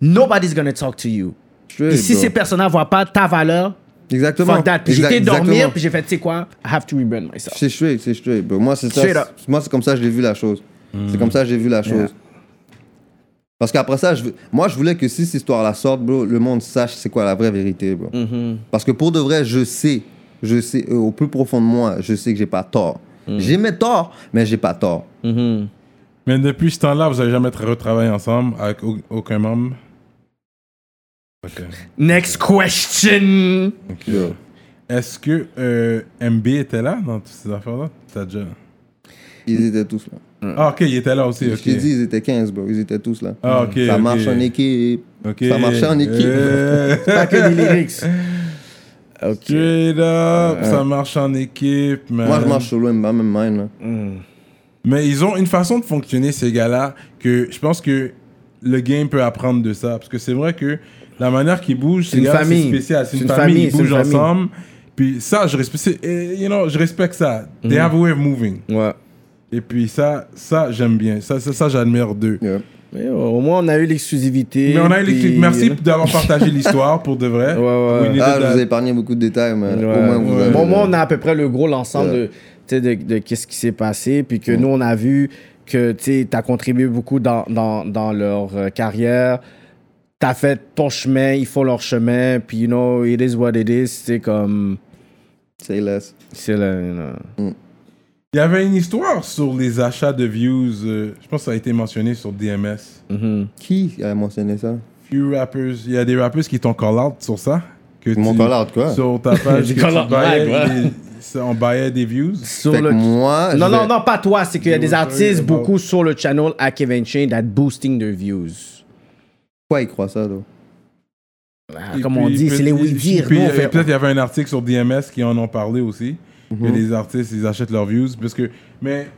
[SPEAKER 5] Nobody's gonna talk to you.
[SPEAKER 4] Straight,
[SPEAKER 5] Et si
[SPEAKER 4] bro.
[SPEAKER 5] ces personnes ne voient pas ta valeur,
[SPEAKER 4] Exactement.
[SPEAKER 5] fuck that. Puis j'étais
[SPEAKER 4] Exact-
[SPEAKER 5] dormir,
[SPEAKER 4] exactement.
[SPEAKER 5] puis j'ai fait, tu sais quoi, I have to rebrand myself.
[SPEAKER 4] C'est straight, c'est straight, bro. Moi, c'est ça.
[SPEAKER 5] Straight up.
[SPEAKER 4] Moi, c'est comme ça que j'ai vu la chose. C'est comme ça que j'ai
[SPEAKER 3] Hmm.
[SPEAKER 4] vu la chose. Parce qu'après ça, je, veux- moi, je voulais que si cette histoire-là sorte, bro, le monde sache c'est quoi la vraie vérité, bro.
[SPEAKER 3] Hmm,
[SPEAKER 4] Parce que pour de vrai, je sais, je sais, euh, au plus profond de moi, je sais que j'ai pas tort.
[SPEAKER 3] Hmm.
[SPEAKER 4] J'ai mes torts, mais j'ai pas tort.
[SPEAKER 3] Mais depuis ce temps-là, vous avez jamais tra- retravaillé ensemble avec au- aucun membre Ok.
[SPEAKER 5] Next
[SPEAKER 4] [LAUGHS]
[SPEAKER 5] question.
[SPEAKER 4] Yo.
[SPEAKER 3] Est-ce que euh, MB était là dans toutes ces affaires-là T'as déjà.
[SPEAKER 4] Ils étaient tous là.
[SPEAKER 3] Ah, ok, il était là aussi.
[SPEAKER 4] Je t'ai Mm. dit,
[SPEAKER 3] Ok.
[SPEAKER 4] ils étaient 15, bro. Ils étaient tous là.
[SPEAKER 3] Ah, ok.
[SPEAKER 4] ça
[SPEAKER 3] ok.
[SPEAKER 4] marche en équipe.
[SPEAKER 3] Ok.
[SPEAKER 4] Ça marchait en équipe.
[SPEAKER 3] Euh,
[SPEAKER 5] Pas que des lyrics. Ok.
[SPEAKER 3] [LAUGHS] Straight up, ça marche en équipe, man.
[SPEAKER 4] Moi, je marche solo, même même mine. là.
[SPEAKER 3] Mais ils ont une façon de fonctionner, ces gars-là, que je pense que le game peut apprendre de ça. Parce que c'est vrai que la manière qu'ils bougent, ces
[SPEAKER 5] une
[SPEAKER 3] gars c'est
[SPEAKER 5] famille.
[SPEAKER 3] spécial. C'est
[SPEAKER 5] C'est
[SPEAKER 3] une,
[SPEAKER 5] une
[SPEAKER 3] famille,
[SPEAKER 5] famille,
[SPEAKER 3] ils
[SPEAKER 5] c'est une
[SPEAKER 3] bougent
[SPEAKER 5] famille.
[SPEAKER 3] ensemble. Puis ça, je respecte, c'est- eh, you know, je respecte ça.
[SPEAKER 5] Mm.
[SPEAKER 3] They have a way of moving.
[SPEAKER 5] Ouais.
[SPEAKER 3] Et puis ça, ça j'aime bien. Ça, ça, ça j'admire d'eux.
[SPEAKER 4] Yeah.
[SPEAKER 5] Mais euh, au moins, on a eu l'exclusivité.
[SPEAKER 3] Mais on a eu
[SPEAKER 5] puis- euh,
[SPEAKER 3] les clics. Merci d'avoir
[SPEAKER 5] [LAUGHS]
[SPEAKER 3] partagé l'histoire pour de vrai.
[SPEAKER 5] Ouais, ouais.
[SPEAKER 3] We needed
[SPEAKER 4] Ah, je
[SPEAKER 3] that.
[SPEAKER 4] vous ai épargné beaucoup de détails, mais
[SPEAKER 5] euh, Ouais.
[SPEAKER 4] au moins, vous
[SPEAKER 5] Ouais.
[SPEAKER 4] avez-
[SPEAKER 5] Bon, au moins, on a à peu près le gros, l'ensemble
[SPEAKER 4] Ouais.
[SPEAKER 5] de, tu sais, de, de qu'est-ce qui s'est passé. Puis que nous, on a vu que tu as contribué beaucoup dans, dans, dans leur euh, carrière. Tu as fait ton chemin, ils font leur chemin. Puis, you know, it is what it is. C'est comme.
[SPEAKER 4] Say less.
[SPEAKER 5] C'est le. you know.
[SPEAKER 3] Il y avait une histoire sur les achats de views. euh, je pense que ça a été mentionné sur DMS.
[SPEAKER 4] Qui a mentionné ça
[SPEAKER 3] Few rappers, il y a des rappers qui t'ont call out sur ça. Que
[SPEAKER 4] Mon
[SPEAKER 3] tu-
[SPEAKER 4] call out, quoi?
[SPEAKER 3] Sur ta page.
[SPEAKER 5] Des
[SPEAKER 3] que
[SPEAKER 5] call
[SPEAKER 3] tu
[SPEAKER 5] out
[SPEAKER 3] baillais
[SPEAKER 5] live, ouais.
[SPEAKER 3] des- ça, on baillait des views.
[SPEAKER 5] Sur
[SPEAKER 4] Fait que
[SPEAKER 5] le.
[SPEAKER 4] moi,
[SPEAKER 5] Non,
[SPEAKER 4] je
[SPEAKER 5] non,
[SPEAKER 4] vais-
[SPEAKER 5] non, pas toi. C'est qu'il y a
[SPEAKER 3] They
[SPEAKER 5] des
[SPEAKER 3] were
[SPEAKER 5] artistes
[SPEAKER 3] talking
[SPEAKER 5] beaucoup sur le channel à Kevin Chain that boosting the views.
[SPEAKER 4] Pourquoi ils croient ça, là?
[SPEAKER 5] Ah,
[SPEAKER 3] Et
[SPEAKER 5] Comme
[SPEAKER 3] puis,
[SPEAKER 5] on dit, c'est les
[SPEAKER 3] peut-
[SPEAKER 5] oui-dire.
[SPEAKER 3] puis,
[SPEAKER 5] nous, on
[SPEAKER 3] euh,
[SPEAKER 5] fait-
[SPEAKER 3] Peut-être il y avait un article sur DMS qui en ont parlé aussi.
[SPEAKER 4] Mhm.
[SPEAKER 3] Que les artistes, ils achètent leurs views. Parce que, mais,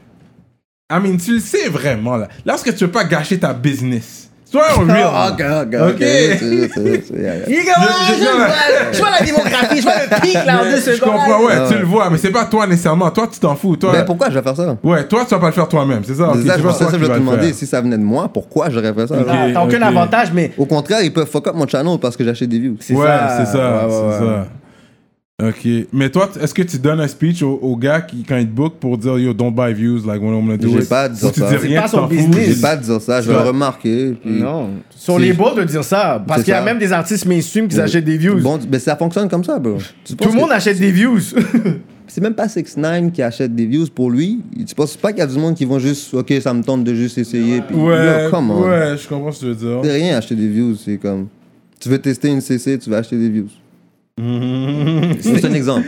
[SPEAKER 3] I mean, tu le sais vraiment, là. Lorsque tu veux pas gâcher ta business, sois
[SPEAKER 4] [LAUGHS]
[SPEAKER 3] un real.
[SPEAKER 4] Ah, ok, ok,
[SPEAKER 3] Ok.
[SPEAKER 4] ok. C'est juste, c'est juste, yeah, yeah.
[SPEAKER 5] Il est comme,
[SPEAKER 3] Je-
[SPEAKER 5] ah,
[SPEAKER 3] je-
[SPEAKER 5] je,
[SPEAKER 3] je-
[SPEAKER 5] vois, je vois la démographie, je vois le pic là en deux
[SPEAKER 3] Je
[SPEAKER 5] secondes.
[SPEAKER 3] comprends, ouais,
[SPEAKER 4] Ah
[SPEAKER 3] tu
[SPEAKER 4] ouais.
[SPEAKER 3] le vois, mais c'est pas toi nécessairement. Toi, tu t'en fous. Toi,
[SPEAKER 4] Mais pourquoi je vais faire ça?
[SPEAKER 3] Ouais, toi, tu vas pas le faire toi-même, c'est ça?
[SPEAKER 4] C'est
[SPEAKER 3] Ok,
[SPEAKER 4] ça,
[SPEAKER 3] c'est
[SPEAKER 4] je
[SPEAKER 3] pas
[SPEAKER 4] pensais
[SPEAKER 3] toi
[SPEAKER 4] ça, je
[SPEAKER 3] qui
[SPEAKER 4] vais
[SPEAKER 3] vas
[SPEAKER 4] te
[SPEAKER 3] le
[SPEAKER 4] demander
[SPEAKER 3] faire.
[SPEAKER 4] si ça venait de moi, pourquoi j'aurais fait ça? là?
[SPEAKER 5] Ah, T'as
[SPEAKER 3] Ok,
[SPEAKER 5] aucun
[SPEAKER 3] ok.
[SPEAKER 5] avantage, mais
[SPEAKER 4] Au contraire, ils peuvent fuck up mon channel parce que j'achète des views.
[SPEAKER 5] c'est
[SPEAKER 3] ouais,
[SPEAKER 5] ça.
[SPEAKER 3] c'est ça,
[SPEAKER 5] Ouais, ouais,
[SPEAKER 3] c'est
[SPEAKER 5] ouais.
[SPEAKER 3] ça. Ok, mais toi, t- est-ce que tu donnes un speech au, au gars qui, quand il te book pour dire yo, don't buy views, like when I'm gonna do
[SPEAKER 4] J'ai
[SPEAKER 3] it?
[SPEAKER 4] pas à dire
[SPEAKER 3] Ou tu
[SPEAKER 4] ça.
[SPEAKER 3] dis
[SPEAKER 4] C'est
[SPEAKER 3] rien,
[SPEAKER 5] pas
[SPEAKER 3] tu
[SPEAKER 5] son
[SPEAKER 3] t'en fous.
[SPEAKER 5] business.
[SPEAKER 4] J'ai pas à dire ça, je vais
[SPEAKER 3] Ouais.
[SPEAKER 4] le remarquer. puis-
[SPEAKER 5] Non. Sur
[SPEAKER 4] C'est-
[SPEAKER 5] les beaux de dire ça, parce
[SPEAKER 4] C'est
[SPEAKER 5] qu'il y a
[SPEAKER 4] ça.
[SPEAKER 5] même des artistes mainstream qui achètent des views.
[SPEAKER 4] Bon, mais ça fonctionne comme ça, bro. Tu
[SPEAKER 5] Tout
[SPEAKER 4] penses
[SPEAKER 5] le monde
[SPEAKER 4] que-
[SPEAKER 5] achète des views.
[SPEAKER 4] [LAUGHS] C'est même pas 6 9 qui achète des views pour lui. Tu penses pas qu'il y a du monde qui vont juste, ok, ça me tente de juste essayer. Puis,
[SPEAKER 3] Ouais,
[SPEAKER 4] Yo, come on.
[SPEAKER 3] ouais, je comprends ce que tu veux
[SPEAKER 4] C'est
[SPEAKER 3] dire.
[SPEAKER 4] rien acheter des views, c'est comme. Tu veux tester une CC, tu vas acheter
[SPEAKER 3] [LAUGHS]
[SPEAKER 4] des views. C'est un exemple.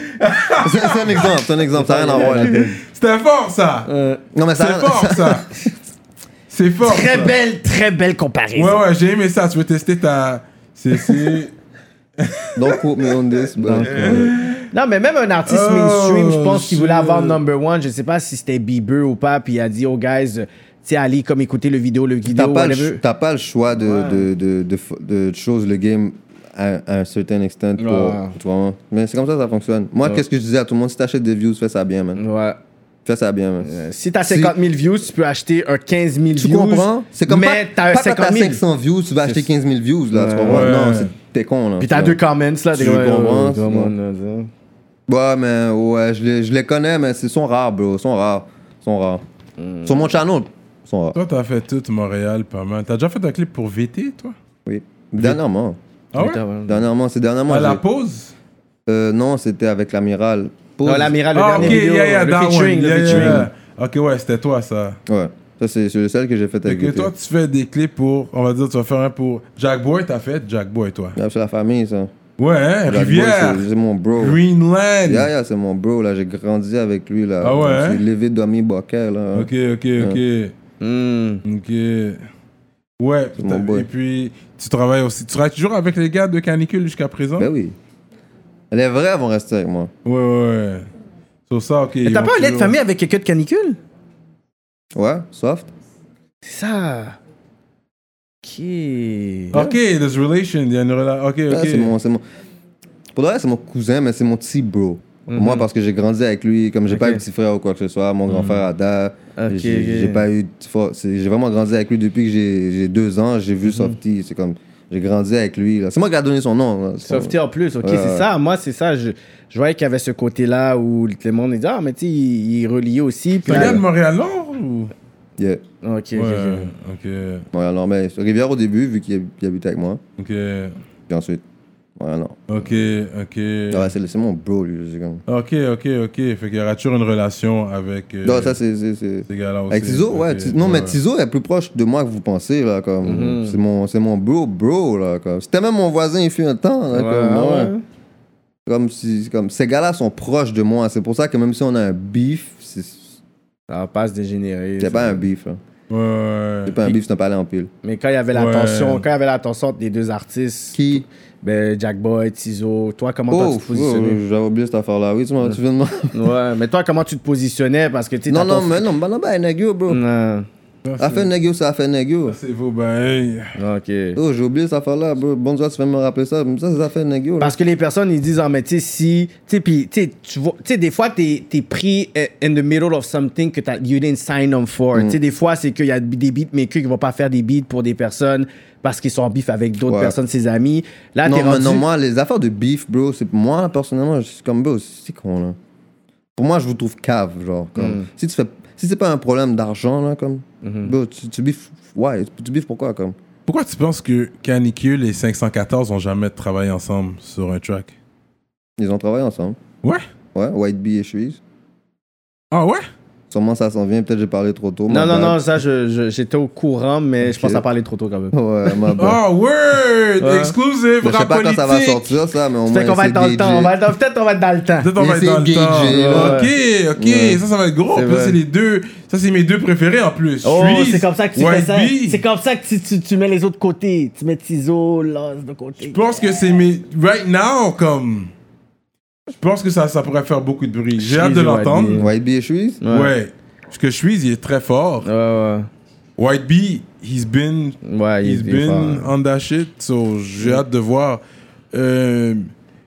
[SPEAKER 4] c'est c'est un exemple, c'est un exemple, ça n'a rien à voir. là.
[SPEAKER 3] C'était fort, ça!
[SPEAKER 4] Non, mais [LAUGHS] ça
[SPEAKER 3] C'est
[SPEAKER 4] n'a rien-
[SPEAKER 3] fort, ça! C'est fort!
[SPEAKER 5] très
[SPEAKER 3] ça.
[SPEAKER 5] belle, très belle comparaison.
[SPEAKER 3] Ouais, ouais, j'ai aimé ça. Tu veux tester ta CC?
[SPEAKER 4] Don't quote me on this, but.
[SPEAKER 5] Non, mais même un artiste
[SPEAKER 3] Oh,
[SPEAKER 5] mainstream, je pense qu'il voulait
[SPEAKER 3] shit.
[SPEAKER 5] avoir number one. Je sais pas si c'était Bieber ou pas, puis il a dit, oh guys, euh, tu sais, allez comme écouter le vidéo, le
[SPEAKER 4] T'as
[SPEAKER 5] vidéo,
[SPEAKER 4] pas, le
[SPEAKER 5] whatever.
[SPEAKER 4] ch- t'as pas le choix de, de, de, de, f- de choses, le game, à, à un certain extent. Pour,
[SPEAKER 5] Ouais.
[SPEAKER 4] tu vois. hein. Mais c'est comme ça que ça fonctionne. Moi, qu'est-ce que je disais à tout le monde Si t'achètes des views, fais ça bien, man.
[SPEAKER 5] Ouais.
[SPEAKER 4] Fais ça bien, man.
[SPEAKER 5] Si t'as 50 000 views, tu peux acheter un 15 000
[SPEAKER 4] Tu
[SPEAKER 5] views.
[SPEAKER 4] comprends C'est comme
[SPEAKER 5] mais t'as
[SPEAKER 4] pas, pas quand
[SPEAKER 5] 50
[SPEAKER 4] t'as
[SPEAKER 5] 000.
[SPEAKER 4] 500 views, tu vas acheter 15 000 views, là. Tu comprends
[SPEAKER 3] Ouais.
[SPEAKER 4] Non, c'est- t'es con, là.
[SPEAKER 5] Puis t'as
[SPEAKER 4] Tu
[SPEAKER 5] deux
[SPEAKER 4] vois.
[SPEAKER 5] comments là. des euh,
[SPEAKER 4] Tu
[SPEAKER 5] ouais,
[SPEAKER 4] comprends,
[SPEAKER 5] ouais,
[SPEAKER 4] c'est
[SPEAKER 5] ouais,
[SPEAKER 4] bon.
[SPEAKER 5] ouais, ouais.
[SPEAKER 4] Ouais, mais ouais, je les, je les connais, mais ils sont rares, bro. Ils sont rares. Ils sont rares.
[SPEAKER 5] Hmm.
[SPEAKER 4] Sur mon channel, ils sont rares.
[SPEAKER 3] Toi, t'as fait toute Montréal pas mal. T'as déjà fait un clip pour VT, toi?
[SPEAKER 4] Oui. Dernièrement.
[SPEAKER 3] Ah ouais?
[SPEAKER 5] Putain, ouais.
[SPEAKER 4] Dernièrement, c'est dernièrement.
[SPEAKER 3] À la
[SPEAKER 4] j'ai-
[SPEAKER 3] pause?
[SPEAKER 4] Euh, non, c'était avec l'amiral. Pause.
[SPEAKER 5] Non, l'amiral, le
[SPEAKER 3] Ah,
[SPEAKER 5] dernier
[SPEAKER 3] ok,
[SPEAKER 5] vidéo,
[SPEAKER 3] yeah, yeah,
[SPEAKER 5] le
[SPEAKER 3] that
[SPEAKER 5] featuring,
[SPEAKER 3] one.
[SPEAKER 5] le
[SPEAKER 3] Yeah, yeah,
[SPEAKER 5] featuring.
[SPEAKER 3] yeah. Ok, ouais, c'était toi, ça.
[SPEAKER 4] Ouais. Ça, c'est c'est le seul que j'ai fait
[SPEAKER 3] Fait
[SPEAKER 4] avec
[SPEAKER 3] que
[SPEAKER 4] Goûter.
[SPEAKER 3] toi, tu fais des clips pour, on va dire, tu vas faire un pour Jack Boy, t'as fait Jack Boy, toi.
[SPEAKER 4] Yeah, C'est la famille, ça.
[SPEAKER 3] Ouais, hein,
[SPEAKER 4] Jack Boy,
[SPEAKER 3] Rivière,
[SPEAKER 4] c'est- C'est mon bro.
[SPEAKER 3] Greenland.
[SPEAKER 4] Yeah, yeah, c'est mon bro, là. J'ai grandi avec lui, là.
[SPEAKER 3] Ah ouais, hein?
[SPEAKER 4] J'ai levé Domi Bocquet, là.
[SPEAKER 3] Ok, ok, ok. Ok. Ouais,
[SPEAKER 4] Hmm. mon
[SPEAKER 3] t'as-
[SPEAKER 4] boy.
[SPEAKER 3] et puis tu travailles aussi. Tu travailles toujours avec les gars de Canicule jusqu'à présent?
[SPEAKER 4] Ben oui. Les vrais vont rester avec moi.
[SPEAKER 3] Ouais, ouais, ouais. Sur ça, ok.
[SPEAKER 5] Mais
[SPEAKER 3] ils
[SPEAKER 5] t'as
[SPEAKER 3] vont
[SPEAKER 5] pas un lait de
[SPEAKER 3] toujours-
[SPEAKER 5] famille avec quelqu'un de canicule
[SPEAKER 4] Ouais, soft.
[SPEAKER 5] C'est ça. Ah, Ok.
[SPEAKER 3] Ok, there's relation. Il y a une relation. Ok,
[SPEAKER 4] Ouais,
[SPEAKER 3] ok.
[SPEAKER 4] Ah, c'est mon, c'est mon... Pour de vrai, c'est mon cousin, mais c'est mon petit bro. Moi, parce que j'ai grandi avec lui, comme j'ai pas
[SPEAKER 5] Mhm. Ok. Mhm.
[SPEAKER 4] eu de petit frère ou quoi que ce soit, mon grand frère Ada,
[SPEAKER 5] Ok,
[SPEAKER 4] j'ai
[SPEAKER 5] ok.
[SPEAKER 4] j'ai pas eu de petit frère. C'est- J'ai vraiment grandi avec lui depuis que j'ai j'ai deux ans, j'ai
[SPEAKER 5] Mhm.
[SPEAKER 4] vu Softy, c'est comme, j'ai grandi avec lui. là. C'est moi qui a donné son nom. hein. là. Son-
[SPEAKER 5] Softy en plus, ok,
[SPEAKER 4] Ouais,
[SPEAKER 5] c'est
[SPEAKER 4] ouais.
[SPEAKER 5] ça. Moi, c'est ça. Je, je voyais qu'il y avait ce côté-là où le monde disait Ah, mais tu sais, il, il est relié aussi.
[SPEAKER 3] C'est
[SPEAKER 5] Puis
[SPEAKER 3] un
[SPEAKER 5] là-
[SPEAKER 3] gars de Montréal-Nord ou?
[SPEAKER 4] Yeah.
[SPEAKER 5] Ok, ok,
[SPEAKER 3] Ouais,
[SPEAKER 5] ok.
[SPEAKER 3] ok,
[SPEAKER 4] Montréal Nord, mais Rivière au début, vu qu'il hab- il habitait avec moi,
[SPEAKER 3] ok,
[SPEAKER 4] puis ensuite, Montréal Nord.
[SPEAKER 3] ok, ok.
[SPEAKER 4] Ouais, c'est c'est mon bro, lui. c'est Comme...
[SPEAKER 3] Ok, ok, ok. Fait qu'il y aura toujours une relation avec euh,
[SPEAKER 4] Non, ça, c'est- c'est. c'est-
[SPEAKER 3] ces gars-là aussi.
[SPEAKER 4] Avec Tizo, ouais.
[SPEAKER 3] Ok,
[SPEAKER 4] Tiz- Non, mais Tizo est plus proche de moi que vous pensez, là, comme.
[SPEAKER 5] Mm-hmm.
[SPEAKER 4] C'est mon, c'est mon bro, bro, là, comme. C'était même mon voisin, il fut un temps, là,
[SPEAKER 5] Ouais, ah
[SPEAKER 4] comme.
[SPEAKER 5] ouais.
[SPEAKER 4] ouais. Comme si, comme, ces gars-là sont proches de moi. C'est pour ça que même si on a un beef, c'est
[SPEAKER 5] Ça va pas se dégénérer.
[SPEAKER 4] c'est
[SPEAKER 5] ça.
[SPEAKER 4] pas un beef, là.
[SPEAKER 3] Ouais, ouais.
[SPEAKER 4] C'est pas un beef, c'est un palais en pile.
[SPEAKER 5] Mais quand il y avait la
[SPEAKER 3] Ouais.
[SPEAKER 5] tension, quand il y avait la tension entre les deux artistes,
[SPEAKER 4] Qui
[SPEAKER 5] ben, Jack Boy, Tizo, toi, comment
[SPEAKER 4] Oh,
[SPEAKER 5] t'as-tu positionné
[SPEAKER 4] oh, j'avais oublié cette affaire-là. Oui, tu, m'en- tu viens de moi.
[SPEAKER 5] Ouais, mais toi, comment tu te positionnais Parce que tu sais,
[SPEAKER 4] Non,
[SPEAKER 5] t'as
[SPEAKER 4] non,
[SPEAKER 5] ton-
[SPEAKER 4] mais non, bah, non, bah, Negio, bro.
[SPEAKER 5] Non.
[SPEAKER 4] A fait Negio, ça a fait Negio.
[SPEAKER 3] Ça, C'est vos bails.
[SPEAKER 5] Ok.
[SPEAKER 4] Oh, j'ai oublié cette affaire-là, bro. Bonne soirée, tu fais me rappeler ça. Ça, c'est affaire Negio, là.
[SPEAKER 5] Parce que les personnes, ils disent, ah, mais tu sais, si. Tu sais, puis, tu sais, tu vois- tu sais, des fois, t'es es pris eh, in the middle of something que t'as- you didn't sign up for.
[SPEAKER 4] Mm.
[SPEAKER 5] Tu sais, des fois, c'est qu'il y a des beatmakers qui vont pas faire des beats pour des personnes parce qu'ils sont en bif avec d'autres
[SPEAKER 4] Ouais.
[SPEAKER 5] personnes, ses amis. Là, Ah, t'es
[SPEAKER 4] non, mais
[SPEAKER 5] rendu.
[SPEAKER 4] non, moi, les affaires de beef, bro, c'est moi, personnellement, je suis comme, bro, c'est con, là. Pour moi, je vous trouve cave, genre. Comme,
[SPEAKER 3] Mm.
[SPEAKER 4] Si tu fais. Si c'est pas un problème d'argent, là, comme.
[SPEAKER 3] Mm-hmm.
[SPEAKER 4] Bro, tu, tu biffes. Ouais, tu biffes pourquoi, comme.
[SPEAKER 3] Pourquoi tu penses que Canicule et 514 ont jamais travaillé ensemble sur un track
[SPEAKER 4] Ils ont travaillé ensemble.
[SPEAKER 3] Ouais.
[SPEAKER 4] Ouais, White Bee et Shuiz.
[SPEAKER 3] Ah ouais
[SPEAKER 4] Sûrement, ça s'en vient. Peut-être j'ai parlé trop tôt.
[SPEAKER 5] Non,
[SPEAKER 4] oh my
[SPEAKER 5] non, non,
[SPEAKER 4] bad.
[SPEAKER 5] ça, je- je- j'étais au courant, mais je
[SPEAKER 4] Ok.
[SPEAKER 5] pense à parler trop tôt quand même.
[SPEAKER 4] [LAUGHS] Ouais, ma bad.
[SPEAKER 3] Oh, word
[SPEAKER 5] Ouais.
[SPEAKER 3] Exclusive,
[SPEAKER 4] Mais je sais
[SPEAKER 3] rap
[SPEAKER 4] pas quand
[SPEAKER 3] politique
[SPEAKER 4] ça va sortir, ça, mais au moins.
[SPEAKER 5] Fait qu'on va
[SPEAKER 4] c'est
[SPEAKER 5] être dans le
[SPEAKER 4] DJ.
[SPEAKER 5] temps. on va être dans- Peut-être on va être dans le temps.
[SPEAKER 3] Peut-être on va être
[SPEAKER 4] Laissez
[SPEAKER 3] dans le
[SPEAKER 4] gager,
[SPEAKER 3] temps. Ok,
[SPEAKER 4] là.
[SPEAKER 3] ok,
[SPEAKER 4] Ouais.
[SPEAKER 3] ça, ça va être gros.
[SPEAKER 5] C'est
[SPEAKER 3] Puis là,
[SPEAKER 5] vrai.
[SPEAKER 3] c'est les deux. Ça, c'est mes deux préférés en plus.
[SPEAKER 5] Oh,
[SPEAKER 3] Suisse,
[SPEAKER 5] c'est comme ça que tu
[SPEAKER 3] White
[SPEAKER 5] fais ça.
[SPEAKER 3] Bee.
[SPEAKER 5] C'est comme ça que tu, tu, tu mets les autres côtés. Tu mets Tizo, Loz de côté.
[SPEAKER 3] Je pense que c'est mes. Right now, comme. Je pense que ça, ça pourrait faire beaucoup de bruit. J'ai hâte de
[SPEAKER 5] Suisse, White Bee.
[SPEAKER 3] l'entendre.
[SPEAKER 4] White Bee et Shuiz
[SPEAKER 3] Mm. Ouais. Parce que je suis, il est très fort.
[SPEAKER 5] Ouais, ouais.
[SPEAKER 3] White B, he's been
[SPEAKER 5] Ouais,
[SPEAKER 3] He's
[SPEAKER 5] il est
[SPEAKER 3] been
[SPEAKER 5] fort. hein.
[SPEAKER 3] on that shit, so j'ai hâte de voir. Euh,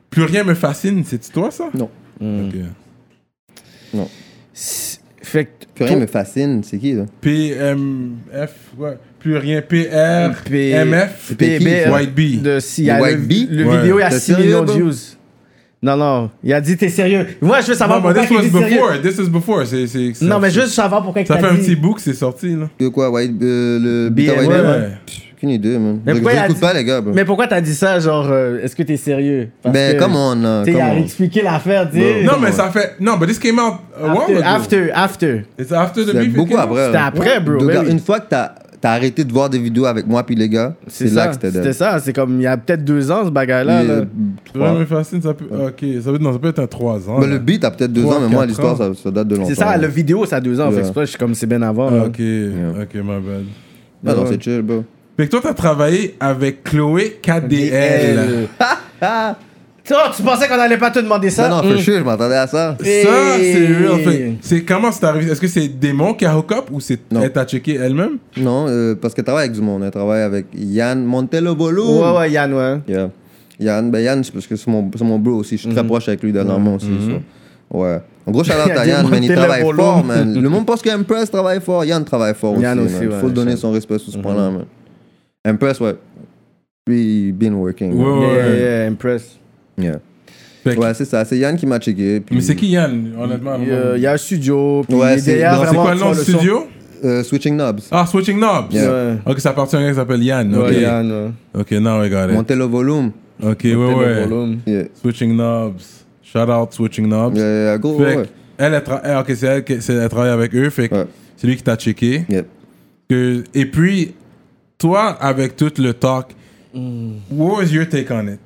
[SPEAKER 3] plus rien me fascine, c'est toi ça
[SPEAKER 4] Non.
[SPEAKER 5] Hmm.
[SPEAKER 3] Ok.
[SPEAKER 5] Fait que.
[SPEAKER 4] Plus rien me fascine, c'est qui, là
[SPEAKER 3] PMF, ouais. plus rien, PR,
[SPEAKER 5] P-
[SPEAKER 3] MF,
[SPEAKER 4] P-
[SPEAKER 5] B-
[SPEAKER 3] White B.
[SPEAKER 5] De, si, il y a
[SPEAKER 4] Le
[SPEAKER 5] le,
[SPEAKER 4] White Bee?
[SPEAKER 5] le
[SPEAKER 3] Ouais.
[SPEAKER 5] vidéo, il y a
[SPEAKER 4] T'es
[SPEAKER 5] 6
[SPEAKER 4] sérieux,
[SPEAKER 5] millions de
[SPEAKER 4] bro?
[SPEAKER 5] views. Non, non. Il a dit, t'es sérieux. Moi, je veux savoir
[SPEAKER 3] Non, mais
[SPEAKER 5] pourquoi
[SPEAKER 3] this
[SPEAKER 5] il
[SPEAKER 3] was
[SPEAKER 5] dit sérieux.
[SPEAKER 3] before, this is before. c'est c'est
[SPEAKER 5] Non,
[SPEAKER 3] ça-
[SPEAKER 5] mais juste savoir pourquoi il
[SPEAKER 3] Ça
[SPEAKER 5] t'a
[SPEAKER 3] fait un petit
[SPEAKER 5] dit.
[SPEAKER 3] bout que c'est sorti, là.
[SPEAKER 4] De quoi White. euh, le
[SPEAKER 5] Bee,
[SPEAKER 4] Beta White
[SPEAKER 5] ouais,
[SPEAKER 4] Bee?
[SPEAKER 5] ouais.
[SPEAKER 4] Pff, Aucune idée, man.
[SPEAKER 5] Mais
[SPEAKER 4] Je
[SPEAKER 5] pourquoi il a
[SPEAKER 4] j'écoute
[SPEAKER 5] dit-
[SPEAKER 4] pas, les gars, bro.
[SPEAKER 5] Mais pourquoi t'as dit ça, genre, euh, est-ce que t'es sérieux? Parce
[SPEAKER 4] Ben,
[SPEAKER 5] que,
[SPEAKER 4] come on, là.
[SPEAKER 5] Tu sais, il
[SPEAKER 4] come
[SPEAKER 5] a
[SPEAKER 4] on.
[SPEAKER 5] expliqué l'affaire, tu sais.
[SPEAKER 4] Bro.
[SPEAKER 3] Non,
[SPEAKER 4] Come
[SPEAKER 3] mais
[SPEAKER 4] on.
[SPEAKER 3] ça fait. Non, but this came out a while ago.
[SPEAKER 5] After, after, after.
[SPEAKER 3] It's after the
[SPEAKER 4] C'est
[SPEAKER 3] beef. it
[SPEAKER 4] beaucoup
[SPEAKER 3] came out.
[SPEAKER 4] après.
[SPEAKER 5] C'était
[SPEAKER 4] là.
[SPEAKER 5] après, bro.
[SPEAKER 4] Donc,
[SPEAKER 5] ben oui.
[SPEAKER 4] Une fois que t'as as arrêté de voir des vidéos avec moi puis les gars, c'est
[SPEAKER 5] C'est
[SPEAKER 4] là
[SPEAKER 5] ça.
[SPEAKER 4] que c'était
[SPEAKER 5] C'était
[SPEAKER 4] dead.
[SPEAKER 5] ça. C'est comme il y a peut-être deux ans, ce bagarre-là.
[SPEAKER 4] Puis,
[SPEAKER 5] là.
[SPEAKER 4] euh,
[SPEAKER 3] Plus rien
[SPEAKER 4] trois.
[SPEAKER 3] me fascine, ça peut. Ok, ça peut, non, ça peut être un 3 ans.
[SPEAKER 4] Ben,
[SPEAKER 3] là.
[SPEAKER 4] le beat a peut-être deux
[SPEAKER 3] Trois,
[SPEAKER 4] ans, mais moi,
[SPEAKER 3] quatre
[SPEAKER 4] l'histoire,
[SPEAKER 3] ans.
[SPEAKER 4] ça, ça date de longtemps. hein.
[SPEAKER 5] C'est ça, le vidéo, ça a deux ans. Fait que
[SPEAKER 4] Ouais.
[SPEAKER 5] c'est pour ça que je suis comme c'est bien avant. là.
[SPEAKER 3] Ah, Ok, ok, my bad.
[SPEAKER 4] Ah
[SPEAKER 5] euh,
[SPEAKER 4] non, c'est chill, bro.
[SPEAKER 3] Fait que toi, t'as travaillé avec Chloé KDL.
[SPEAKER 5] [LAUGHS] DL. Ah, Tu vois, tu pensais qu'on allait pas te demander ça?
[SPEAKER 4] non, non,
[SPEAKER 5] Hmm.
[SPEAKER 4] for sure, je m'attendais à ça.
[SPEAKER 3] Ça, c'est
[SPEAKER 5] Hey.
[SPEAKER 3] real. Fait que c'est comment c'est arrivé? Est-ce que c'est Démon qui a hook up ou c'est
[SPEAKER 4] Non.
[SPEAKER 3] elle t'a checké elle-même?
[SPEAKER 4] Non, euh, parce qu'elle travaille avec du monde. Elle travaille avec Yann Montello Bolo.
[SPEAKER 5] Ouais, ouais, Yann, ouais.
[SPEAKER 4] Yeah. Yann, ben Yann, c'est parce que c'est mon, c'est mon bro aussi. Je suis
[SPEAKER 3] Mhm.
[SPEAKER 4] très proche avec lui dernièrement aussi. so. Ouais. En
[SPEAKER 3] [LAUGHS]
[SPEAKER 4] gros, shout-out
[SPEAKER 5] Il a
[SPEAKER 4] à Yann, man.
[SPEAKER 5] démonté
[SPEAKER 4] Il
[SPEAKER 5] le
[SPEAKER 4] travaille
[SPEAKER 5] boulot.
[SPEAKER 4] fort, man. Le monde pense qu'Empress travaille fort. Yann travaille fort
[SPEAKER 5] Yann
[SPEAKER 4] aussi,
[SPEAKER 5] aussi,
[SPEAKER 4] man.
[SPEAKER 5] ouais,
[SPEAKER 4] Faut le donner
[SPEAKER 5] shout-out.
[SPEAKER 4] son respect
[SPEAKER 3] Mhm.
[SPEAKER 4] sur ce point-là, man. Empress, ouais. Lui, il been working.
[SPEAKER 3] Ouais, Ah,
[SPEAKER 4] man.
[SPEAKER 3] ouais.
[SPEAKER 5] Yeah, yeah, yeah, impress.
[SPEAKER 4] Yeah.
[SPEAKER 3] Fait que-
[SPEAKER 4] Ouais, c'est ça. C'est Yann qui m'a checké. puis-
[SPEAKER 3] Mais c'est qui Yann, honnêtement?
[SPEAKER 5] Il y a- il y a un studio. puis
[SPEAKER 4] Ouais,
[SPEAKER 5] il est
[SPEAKER 4] c'est-
[SPEAKER 5] derrière
[SPEAKER 4] non,
[SPEAKER 3] C'est
[SPEAKER 5] vraiment,
[SPEAKER 3] quoi le nom
[SPEAKER 5] tu
[SPEAKER 3] du
[SPEAKER 5] vois, son-
[SPEAKER 3] studio?
[SPEAKER 4] Euh, Switching Knobs.
[SPEAKER 3] Ah, Switching Knobs.
[SPEAKER 4] Yeah.
[SPEAKER 5] Ouais.
[SPEAKER 3] Ok, ça appartient à un gars qui s'appelle Yann. Ok,
[SPEAKER 5] Ouais, Yann, ouais.
[SPEAKER 3] Ok, now I got it.
[SPEAKER 4] Monter le volume.
[SPEAKER 3] Ok, ouais, ouais.
[SPEAKER 5] Le volume.
[SPEAKER 4] Yeah.
[SPEAKER 3] Switching Knobs. Shout out Switching Knobs.
[SPEAKER 4] Yeah, yeah, gros,
[SPEAKER 3] Fait que
[SPEAKER 4] ouais.
[SPEAKER 3] elle, elle, tra- elle, ok, c'est elle, qui- c'est- elle travaille avec eux. Fait que
[SPEAKER 4] Ouais.
[SPEAKER 3] c'est lui qui t'a checké.
[SPEAKER 4] Yeah.
[SPEAKER 3] Que- et puis, toi, avec tout le talk, what was your take on it?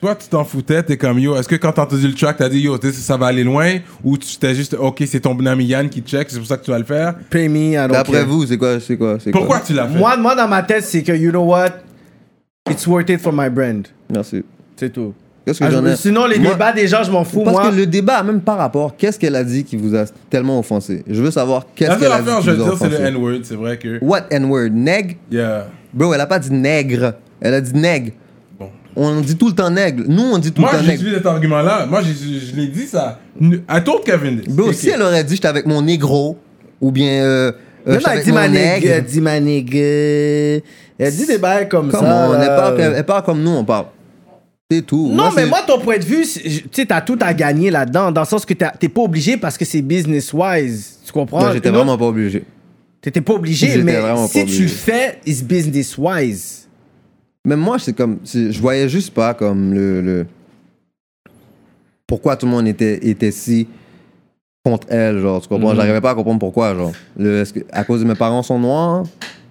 [SPEAKER 3] Toi, tu t'en foutais, t'es comme yo. Est-ce que quand t'as entendu le track, t'as dit yo, tu sais, ça va aller loin? Ou tu t'es juste, ok, c'est ton ami Yann qui check, c'est pour ça que tu vas le faire?
[SPEAKER 5] Pay me, I don't
[SPEAKER 4] D'après
[SPEAKER 5] care.
[SPEAKER 4] vous, c'est quoi, c'est quoi, c'est
[SPEAKER 3] Pourquoi
[SPEAKER 4] quoi?
[SPEAKER 3] tu l'as fait?
[SPEAKER 5] Moi, moi, dans ma tête, c'est que, you know what, it's worth it for my brand.
[SPEAKER 4] Merci.
[SPEAKER 5] C'est tout.
[SPEAKER 4] Qu'est-ce que
[SPEAKER 5] Ah, je-
[SPEAKER 4] j'en ai
[SPEAKER 5] Sinon, les
[SPEAKER 4] Moi-
[SPEAKER 5] débats des gens, je m'en fous.
[SPEAKER 4] Parce
[SPEAKER 5] Moi,
[SPEAKER 4] que le débat a même pas rapport. Qu'est-ce qu'elle a dit qui vous a tellement offensé Je veux savoir
[SPEAKER 3] La
[SPEAKER 4] qu'est-ce
[SPEAKER 3] seule
[SPEAKER 4] qu'elle a dit
[SPEAKER 3] affaire,
[SPEAKER 4] qui
[SPEAKER 3] je veux
[SPEAKER 4] vous a
[SPEAKER 3] dire, c'est
[SPEAKER 4] offensé.
[SPEAKER 3] le N-word, c'est vrai que.
[SPEAKER 4] What N-word Neg
[SPEAKER 3] Yeah.
[SPEAKER 4] Bro, elle a pas dit nègre. Elle a dit nègre.
[SPEAKER 3] Bon.
[SPEAKER 4] On dit tout le temps nègre. Nous, on dit tout
[SPEAKER 3] Moi,
[SPEAKER 4] le temps
[SPEAKER 3] j'ai
[SPEAKER 4] nègre.
[SPEAKER 3] suivi cet argument-là. Moi, j'ai- je je l'ai dit ça. I told Kevin this.
[SPEAKER 4] Bro,
[SPEAKER 3] Ok.
[SPEAKER 4] si elle aurait dit j'étais avec mon négro, ou bien. Euh, euh,
[SPEAKER 5] même
[SPEAKER 4] j'étais
[SPEAKER 5] elle
[SPEAKER 4] avec
[SPEAKER 5] dit
[SPEAKER 4] mon
[SPEAKER 5] ma nigga,
[SPEAKER 4] nègre.
[SPEAKER 5] elle dit ma nigga. euh, Elle dit des bails comme
[SPEAKER 4] Come
[SPEAKER 5] ça.
[SPEAKER 4] on,
[SPEAKER 5] là.
[SPEAKER 4] elle parle, comme, elle parle comme nous, on parle. C'est tout.
[SPEAKER 5] Non, mais
[SPEAKER 4] c'est-
[SPEAKER 5] moi, ton point de vue, c'est- je- tu sais, t'as tout à gagner là-dedans, dans le sens que t'as- t'es pas obligé parce que c'est business-wise. Tu comprends?
[SPEAKER 4] Non, j'étais
[SPEAKER 5] Une
[SPEAKER 4] vraiment pas obligé.
[SPEAKER 5] T'étais pas obligé,
[SPEAKER 4] J'étais
[SPEAKER 5] mais
[SPEAKER 4] vraiment pas
[SPEAKER 5] si tu
[SPEAKER 4] obligé.
[SPEAKER 5] le fais, it's business wise.
[SPEAKER 4] Même moi, c'est comme. c'est- Je voyais juste pas comme le. le- pourquoi tout le monde était, était si contre elle, genre. Tu
[SPEAKER 3] Mhm.
[SPEAKER 4] comprends? J'arrivais pas à comprendre pourquoi, genre. Le, est-ce que, à cause de mes parents sont noirs?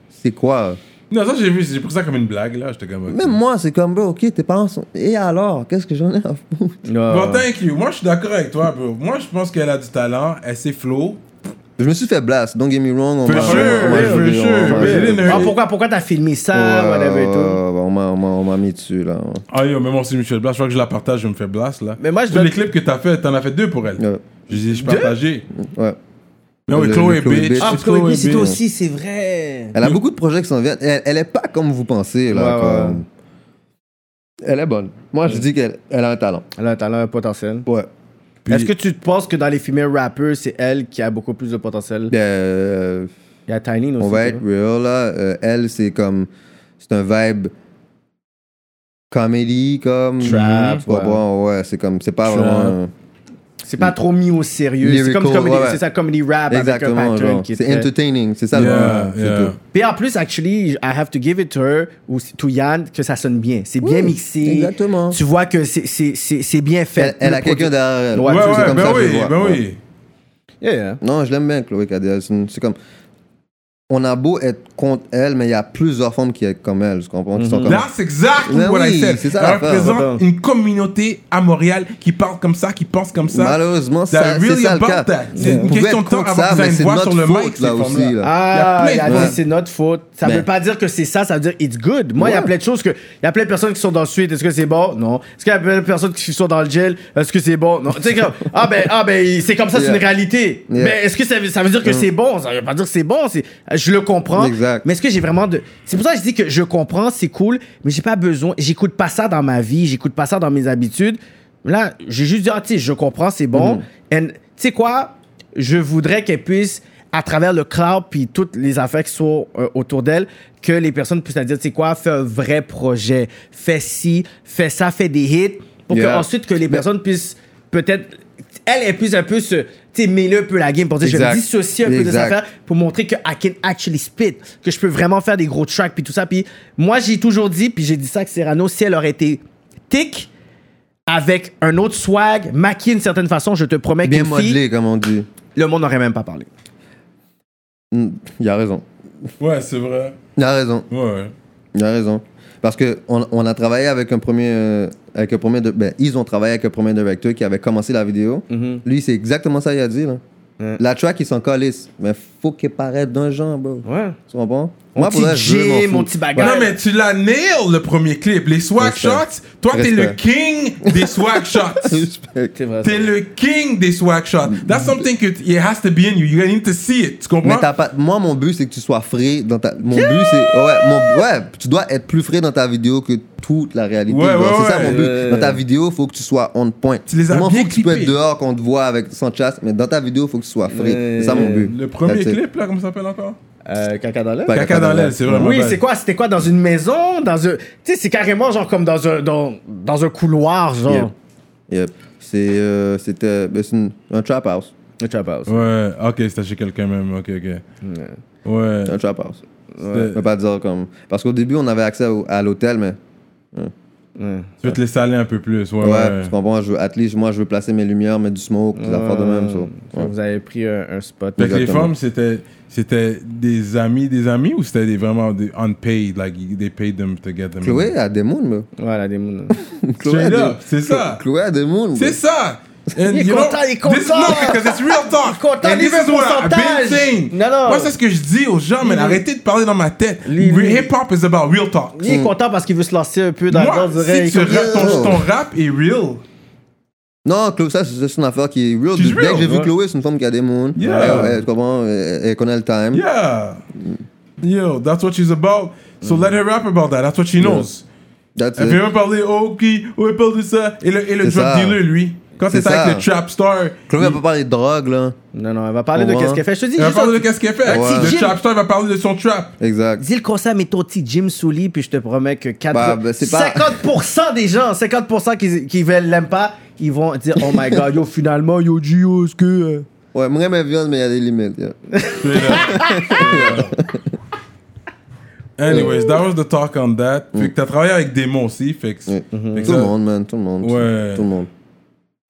[SPEAKER 4] C'est quoi?
[SPEAKER 3] Non, ça, j'ai vu, j'ai pris ça comme une blague, là. J'étais comme. ok.
[SPEAKER 4] Même moi, c'est comme, bro, ok, tes parents sont. Et alors? Qu'est-ce que j'en ai à foutre?
[SPEAKER 5] Euh,
[SPEAKER 3] Bon, thank you. Moi, je suis d'accord avec toi, bro. Moi, je pense qu'elle a du talent. Elle sait flow.
[SPEAKER 4] Je me suis fait blast, don't get me wrong. on
[SPEAKER 3] For
[SPEAKER 4] m'a-
[SPEAKER 3] sure,
[SPEAKER 4] on m'a-
[SPEAKER 3] yeah, for
[SPEAKER 4] on m'a-
[SPEAKER 3] sure.
[SPEAKER 4] on m'a-
[SPEAKER 3] Really nerdy.
[SPEAKER 5] Ah, pourquoi pourquoi t'as filmé ça,
[SPEAKER 4] Ouais,
[SPEAKER 5] whatever et
[SPEAKER 4] ouais,
[SPEAKER 5] tout. Ah,
[SPEAKER 4] ouais, on m'a- on m'a- on m'a mis dessus, là.
[SPEAKER 3] Ah yo, mais moi aussi, Michel Blas, je crois que je la partage, je me fais blast là.
[SPEAKER 5] Mais moi, je
[SPEAKER 3] Tous
[SPEAKER 5] donne-
[SPEAKER 3] les clips que t'as fait, t'en as fait deux pour elle.
[SPEAKER 4] Ouais.
[SPEAKER 3] Je dis, je partageais.
[SPEAKER 4] ouais.
[SPEAKER 3] Non, oui,
[SPEAKER 4] Le-
[SPEAKER 3] Chloé,
[SPEAKER 4] le Chloé
[SPEAKER 3] bitch.
[SPEAKER 4] bitch.
[SPEAKER 5] Ah, parce que
[SPEAKER 3] Chloé
[SPEAKER 5] oui, c'est
[SPEAKER 3] bitch.
[SPEAKER 5] toi aussi, c'est vrai.
[SPEAKER 4] Elle a beaucoup de projets qui s'en viennent. Elle, elle est pas comme vous pensez, là.
[SPEAKER 5] Ouais,
[SPEAKER 4] comme- Elle est bonne. Moi, je dis qu'elle elle a un talent.
[SPEAKER 5] Elle a un talent, un potentiel.
[SPEAKER 4] Ouais.
[SPEAKER 3] Puis-
[SPEAKER 5] Est-ce que tu te penses que dans les females rappers, c'est elle qui a beaucoup plus de potentiel
[SPEAKER 4] Euh,
[SPEAKER 5] Il y a Tiny aussi.
[SPEAKER 4] on va être
[SPEAKER 5] tu vois.
[SPEAKER 4] real, là. Euh, elle, c'est comme. C'est un vibe. Comédie, comme.
[SPEAKER 5] Trap,
[SPEAKER 4] Tu vois,
[SPEAKER 5] ouais.
[SPEAKER 4] bon, ouais, c'est comme. C'est pas
[SPEAKER 3] Trap.
[SPEAKER 4] vraiment. un-
[SPEAKER 5] C'est pas trop mis au sérieux. C'est
[SPEAKER 4] Lyrical,
[SPEAKER 5] comme comedy,
[SPEAKER 4] ouais, ouais.
[SPEAKER 5] c'est ça, comedy rap avec un
[SPEAKER 4] Exactement,
[SPEAKER 5] pattern
[SPEAKER 4] genre.
[SPEAKER 5] qui est
[SPEAKER 4] C'est
[SPEAKER 5] très-
[SPEAKER 4] entertaining, c'est ça
[SPEAKER 3] Yeah,
[SPEAKER 4] le c'est
[SPEAKER 3] yeah.
[SPEAKER 4] tout.
[SPEAKER 5] Puis en plus, actually, I have to give it to her ou to Yann que ça sonne bien. C'est bien
[SPEAKER 4] Oui,
[SPEAKER 5] mixé.
[SPEAKER 4] exactement.
[SPEAKER 5] Tu vois que c'est- c'est c'est- c'est bien fait.
[SPEAKER 4] Elle, elle a
[SPEAKER 5] Le produit-
[SPEAKER 4] quelqu'un derrière elle.
[SPEAKER 5] Ouais,
[SPEAKER 3] Ouais,
[SPEAKER 4] C'est
[SPEAKER 3] ouais,
[SPEAKER 4] comme
[SPEAKER 3] ben
[SPEAKER 4] ça que je
[SPEAKER 3] oui,
[SPEAKER 4] le vois.
[SPEAKER 3] ben
[SPEAKER 4] Ouais.
[SPEAKER 3] oui.
[SPEAKER 5] Yeah, yeah.
[SPEAKER 4] Non, je l'aime bien, Chloé Cadel. C'est une- c'est comme. On a beau être contre elle, mais il y a plusieurs femmes qui sont comme elle, je comprends? Qui sont comme.
[SPEAKER 3] That's exactly
[SPEAKER 4] Ben
[SPEAKER 3] what I
[SPEAKER 4] oui,
[SPEAKER 3] said.
[SPEAKER 4] c'est ça
[SPEAKER 3] Elle
[SPEAKER 4] l'affaire.
[SPEAKER 3] représente une communauté à Montréal qui parle comme ça, qui pense comme ça.
[SPEAKER 4] Malheureusement,
[SPEAKER 3] They're
[SPEAKER 4] ça, c'est
[SPEAKER 3] really
[SPEAKER 4] ça le
[SPEAKER 3] about
[SPEAKER 4] cas.
[SPEAKER 3] that. C'est une
[SPEAKER 4] On pouvait
[SPEAKER 3] question
[SPEAKER 4] être
[SPEAKER 3] de temps
[SPEAKER 4] contre
[SPEAKER 3] avant
[SPEAKER 4] ça,
[SPEAKER 3] qu'ils aient
[SPEAKER 4] mais
[SPEAKER 3] une
[SPEAKER 4] c'est
[SPEAKER 3] voix
[SPEAKER 4] notre
[SPEAKER 3] sur le mic,
[SPEAKER 4] faute,
[SPEAKER 3] ces
[SPEAKER 4] là aussi.
[SPEAKER 3] femmes-là.
[SPEAKER 4] là.
[SPEAKER 5] Ah,
[SPEAKER 3] Il y a plein de
[SPEAKER 5] il a dit,
[SPEAKER 3] trucs.
[SPEAKER 5] c'est notre faute. Ça
[SPEAKER 4] Mais-
[SPEAKER 5] veut pas dire que c'est ça, ça veut dire it's good. Moi, il y a
[SPEAKER 4] Ben. Ouais.
[SPEAKER 5] plein de choses que. Il y a plein de personnes qui sont dans le suite. Est-ce que c'est bon? Non. Est-ce qu'il y a plein de personnes qui sont dans le gel? Est-ce que c'est bon? Non. Tu sais, comme. Ah, ben, ah, ben, c'est comme ça, c'est
[SPEAKER 4] Yeah.
[SPEAKER 5] une réalité.
[SPEAKER 4] Yeah. Mm.
[SPEAKER 5] Mais est-ce que ça, veut- ça veut dire que c'est bon? Ça veut pas dire que c'est bon. c'est- Je le comprends.
[SPEAKER 4] Exact.
[SPEAKER 5] Mais est-ce que j'ai vraiment de. C'est pour ça que je dis que je comprends, c'est cool, mais j'ai pas besoin. J'écoute pas ça dans ma vie, j'écoute pas ça dans mes habitudes. Là, j'ai juste dit, ah, tu sais, je comprends, c'est bon.
[SPEAKER 4] Mm-hmm.
[SPEAKER 5] And, tu sais quoi? Je voudrais qu'elle puisse, à travers le crowd puis toutes les affaires qui sont euh, autour d'elle, que les personnes puissent la dire, tu sais quoi, fais un vrai projet, fais ci, fais ça, fais des hits, pour que
[SPEAKER 4] Yeah.
[SPEAKER 5] ensuite que les personnes puissent peut-être. Elle, elle puisse un peu se. Tu sais, mêler un peu la game pour dire, je vais me
[SPEAKER 4] Exact.
[SPEAKER 5] dissocier un peu de
[SPEAKER 4] Exact.
[SPEAKER 5] cette affaire pour montrer que I can actually spit, que je peux vraiment faire des gros tracks puis tout ça. Puis moi, j'ai toujours dit, puis j'ai dit ça que Serrano, si elle aurait été tic avec un autre swag, maquillée d'une certaine façon, je te promets
[SPEAKER 4] Bien
[SPEAKER 5] qu'une fille,
[SPEAKER 4] modelé, comme on dit.
[SPEAKER 5] le monde n'aurait même pas parlé.
[SPEAKER 4] Mm, Il a raison.
[SPEAKER 3] Ouais, c'est vrai.
[SPEAKER 4] Il a raison.
[SPEAKER 3] Ouais.
[SPEAKER 4] Il a raison. Parce que on, on a travaillé avec un premier, euh, avec un premier, de- ben, ils ont travaillé avec un premier directeur qui avait commencé la vidéo.
[SPEAKER 3] Mhm.
[SPEAKER 4] Lui, c'est exactement ça qu'il a dit là. La track, ils s'en calissent. Mais faut qu'il paraisse d'un genre, bro.
[SPEAKER 5] Ouais.
[SPEAKER 4] Tu comprends?
[SPEAKER 5] Mon
[SPEAKER 4] Moi,
[SPEAKER 5] petit
[SPEAKER 4] pour vrai, je m'en
[SPEAKER 5] gym,
[SPEAKER 4] fous.
[SPEAKER 5] mon petit
[SPEAKER 3] Ouais,
[SPEAKER 5] bagage.
[SPEAKER 3] Non, mais tu l'as nail le premier clip. Les swag
[SPEAKER 4] Respect.
[SPEAKER 3] shots, toi, t'es
[SPEAKER 4] Respect.
[SPEAKER 3] le king des
[SPEAKER 4] [LAUGHS]
[SPEAKER 3] swag shots.
[SPEAKER 4] Respect.
[SPEAKER 5] C'est vrai.
[SPEAKER 3] T'es le king des swag shots. That's something that it has to be in you. You need to see it. Tu
[SPEAKER 4] Mm-hmm. Mais
[SPEAKER 3] comprends?
[SPEAKER 4] t'as pas, moi, mon but, c'est que tu sois frais dans ta. Mon but, c'est. Ouais, mon, ouais, tu dois être plus frais dans ta vidéo que toute la réalité.
[SPEAKER 3] Ouais,
[SPEAKER 4] genre.
[SPEAKER 3] ouais,
[SPEAKER 4] c'est ça
[SPEAKER 3] ouais.
[SPEAKER 4] mon but.
[SPEAKER 5] Ouais.
[SPEAKER 4] Dans ta vidéo, faut que tu sois on point.
[SPEAKER 3] Tu les as
[SPEAKER 4] Moi,
[SPEAKER 3] bien
[SPEAKER 4] faut que tu peux
[SPEAKER 3] clippés.
[SPEAKER 4] être dehors, qu'on te voit avec, sans chasse, mais dans ta vidéo, faut que tu sois frais.
[SPEAKER 5] Ouais.
[SPEAKER 4] C'est ça mon but.
[SPEAKER 3] Le premier
[SPEAKER 4] That's it.
[SPEAKER 3] clip, là, comment ça s'appelle encore?
[SPEAKER 5] Euh, caca dans l'air?
[SPEAKER 4] Pas
[SPEAKER 3] Caca dans l'aile, c'est vraiment
[SPEAKER 5] Oui, c'est quoi? C'était quoi? Dans une maison? Dans un. Tu sais, c'est carrément genre comme dans un, dans, dans un couloir, genre.
[SPEAKER 4] Yep. Yep. C'est, euh, c'était, ben, c'est une- un trap house.
[SPEAKER 5] Le trap house.
[SPEAKER 3] Ouais, ok, c'était chez quelqu'un même, ok, ok. Ouais, Ouais.
[SPEAKER 4] C'est un trap house. Ouais. Je peux pas dire comme. Parce qu'au début, on avait accès au- à l'hôtel, mais.
[SPEAKER 3] Tu veux te laisser aller un peu plus. Ouais,
[SPEAKER 4] Ouais,
[SPEAKER 3] ouais.
[SPEAKER 4] tu comprends? Je veux, at least, moi, je veux placer mes lumières, mettre du smoke, des affaires de même. so,
[SPEAKER 5] Fait que
[SPEAKER 4] ouais.
[SPEAKER 5] Vous avez pris un, un spot.
[SPEAKER 3] Fait que les
[SPEAKER 4] Exactement.
[SPEAKER 3] femmes, c'était, c'était des amis, des amis ou c'était des, vraiment des unpaid, like they paid them to get them.
[SPEAKER 4] Chloé a des moons,
[SPEAKER 5] Voilà, des mounes.
[SPEAKER 4] là.
[SPEAKER 3] Straight
[SPEAKER 4] Chloé a
[SPEAKER 3] up,
[SPEAKER 4] des-
[SPEAKER 3] c'est ça.
[SPEAKER 4] Chloé a des moons.
[SPEAKER 3] C'est
[SPEAKER 4] bro.
[SPEAKER 3] ça. And
[SPEAKER 5] Il est
[SPEAKER 3] you
[SPEAKER 5] content, il est content.
[SPEAKER 3] This, no, because it's real talk.
[SPEAKER 5] Il est content
[SPEAKER 3] And
[SPEAKER 5] des
[SPEAKER 3] this is what I've
[SPEAKER 5] pourcentages.
[SPEAKER 3] been saying.
[SPEAKER 5] Non, non.
[SPEAKER 3] Moi, c'est ce que je dis aux gens, mais arrêtez de parler dans ma tête.
[SPEAKER 5] Lui, lui.
[SPEAKER 3] Hip hop is about real talk.
[SPEAKER 5] Il
[SPEAKER 4] Hmm.
[SPEAKER 5] est content parce qu'il veut se lancer un peu dans le
[SPEAKER 3] Moi,
[SPEAKER 5] dans l'oreille.
[SPEAKER 3] si tu
[SPEAKER 5] comme-
[SPEAKER 3] rap, ton,
[SPEAKER 4] Yo.
[SPEAKER 3] ton rap est real.
[SPEAKER 4] Non, Chloé, ça, c'est juste une affaire qui est real.
[SPEAKER 3] She's
[SPEAKER 4] Dès
[SPEAKER 3] real,
[SPEAKER 4] que j'ai vu
[SPEAKER 3] ouais.
[SPEAKER 4] Chloé, c'est une femme qui a des moons.
[SPEAKER 3] Yeah.
[SPEAKER 4] Elle, elle, tu comprends? Elle, elle connaît le time.
[SPEAKER 3] Yeah. Yo, that's what she's about. So let her rap about that. That's what she knows.
[SPEAKER 4] That's
[SPEAKER 3] Elle
[SPEAKER 4] it.
[SPEAKER 3] fait même parler, oh, qui, oh, elle parle de ça. Et le, et le drug
[SPEAKER 4] C'est ça.
[SPEAKER 3] dealer, lui, quand
[SPEAKER 4] C'est
[SPEAKER 3] c'était avec
[SPEAKER 4] ça.
[SPEAKER 3] le trap star,
[SPEAKER 4] Chloé,
[SPEAKER 3] il-
[SPEAKER 4] elle peut parler de drogue, là.
[SPEAKER 5] Non, non, elle va parler de
[SPEAKER 4] Ouais.
[SPEAKER 5] qu'est-ce qu'elle fait. Je te dis,
[SPEAKER 3] elle va
[SPEAKER 5] juste
[SPEAKER 3] parler de
[SPEAKER 5] un-
[SPEAKER 3] qu'est-ce qu'elle fait.
[SPEAKER 4] Ouais.
[SPEAKER 3] Le
[SPEAKER 5] Jim.
[SPEAKER 3] trap star, il va parler de son trap.
[SPEAKER 4] Exact.
[SPEAKER 5] Dis le conseil à mes ton petit Jim Souli, puis je te promets que 4...
[SPEAKER 4] Bah, bah, c'est pas-
[SPEAKER 5] 50% des gens, 50% qui, qui veulent- l'aiment pas, ils vont dire Oh my god, yo, finalement, yo, G, yo, est-ce que. euh,
[SPEAKER 4] Ouais, moi, elle violence, mais il y a des limites. yeah.
[SPEAKER 3] Mm-hmm. Anyways, that was the talk on that. Fait que t'as travaillé avec Démon aussi, fait que...
[SPEAKER 4] Ouais.
[SPEAKER 5] Mm-hmm.
[SPEAKER 3] fait que
[SPEAKER 4] Tout
[SPEAKER 3] ça-
[SPEAKER 4] le monde, man, tout le monde.
[SPEAKER 3] Ouais.
[SPEAKER 4] Tout le monde.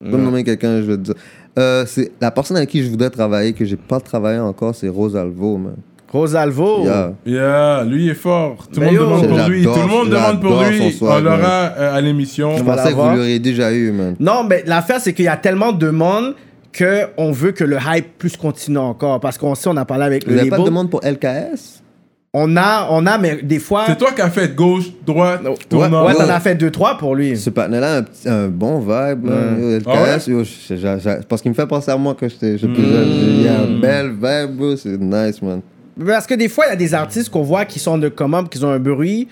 [SPEAKER 4] Je peux me nommer quelqu'un, je vais te dire. Euh, c'est la personne avec qui je voudrais travailler, que j'ai pas travaillé encore, c'est Rosalvo, man.
[SPEAKER 5] Rosalvo.
[SPEAKER 4] Yeah.
[SPEAKER 3] Yeah, lui il est fort. Tout le
[SPEAKER 5] Mais
[SPEAKER 3] monde
[SPEAKER 5] Ben yo.
[SPEAKER 3] demande pour lui. Tout
[SPEAKER 4] J'adore-
[SPEAKER 3] le monde demande pour
[SPEAKER 4] j'adore
[SPEAKER 3] lui.
[SPEAKER 4] son swag,
[SPEAKER 3] On
[SPEAKER 4] man.
[SPEAKER 3] l'aura euh, à l'émission.
[SPEAKER 4] Je
[SPEAKER 5] va
[SPEAKER 4] pensais que
[SPEAKER 5] l'avoir.
[SPEAKER 4] vous l'auriez déjà eu, man.
[SPEAKER 5] Non, mais l'affaire, c'est qu'il y a tellement de monde qu'on veut que le hype plus continue encore. Parce qu'on sait, on a parlé avec
[SPEAKER 4] Vous
[SPEAKER 5] le
[SPEAKER 4] n'avez pas de
[SPEAKER 5] label.
[SPEAKER 4] demande pour LKS
[SPEAKER 5] On a, on a, mais des fois.
[SPEAKER 3] C'est toi qui as fait gauche, droite,
[SPEAKER 5] Ouais,
[SPEAKER 3] tournant.
[SPEAKER 5] ouais, t'en
[SPEAKER 4] Ouais.
[SPEAKER 5] as fait 2-3 pour lui.
[SPEAKER 4] Ce partenaire-là a un, petit- un bon vibe, man. Yo, LKS,
[SPEAKER 3] Ah Hmm.
[SPEAKER 4] yo, je- je- je- parce qu'il me fait penser à moi quand j'étais j'étais plus jeune. Il y a un bel vibe, bro. C'est nice, man.
[SPEAKER 5] Parce que des fois, il y a des artistes qu'on voit qui sont de commande, qui ont un bruit.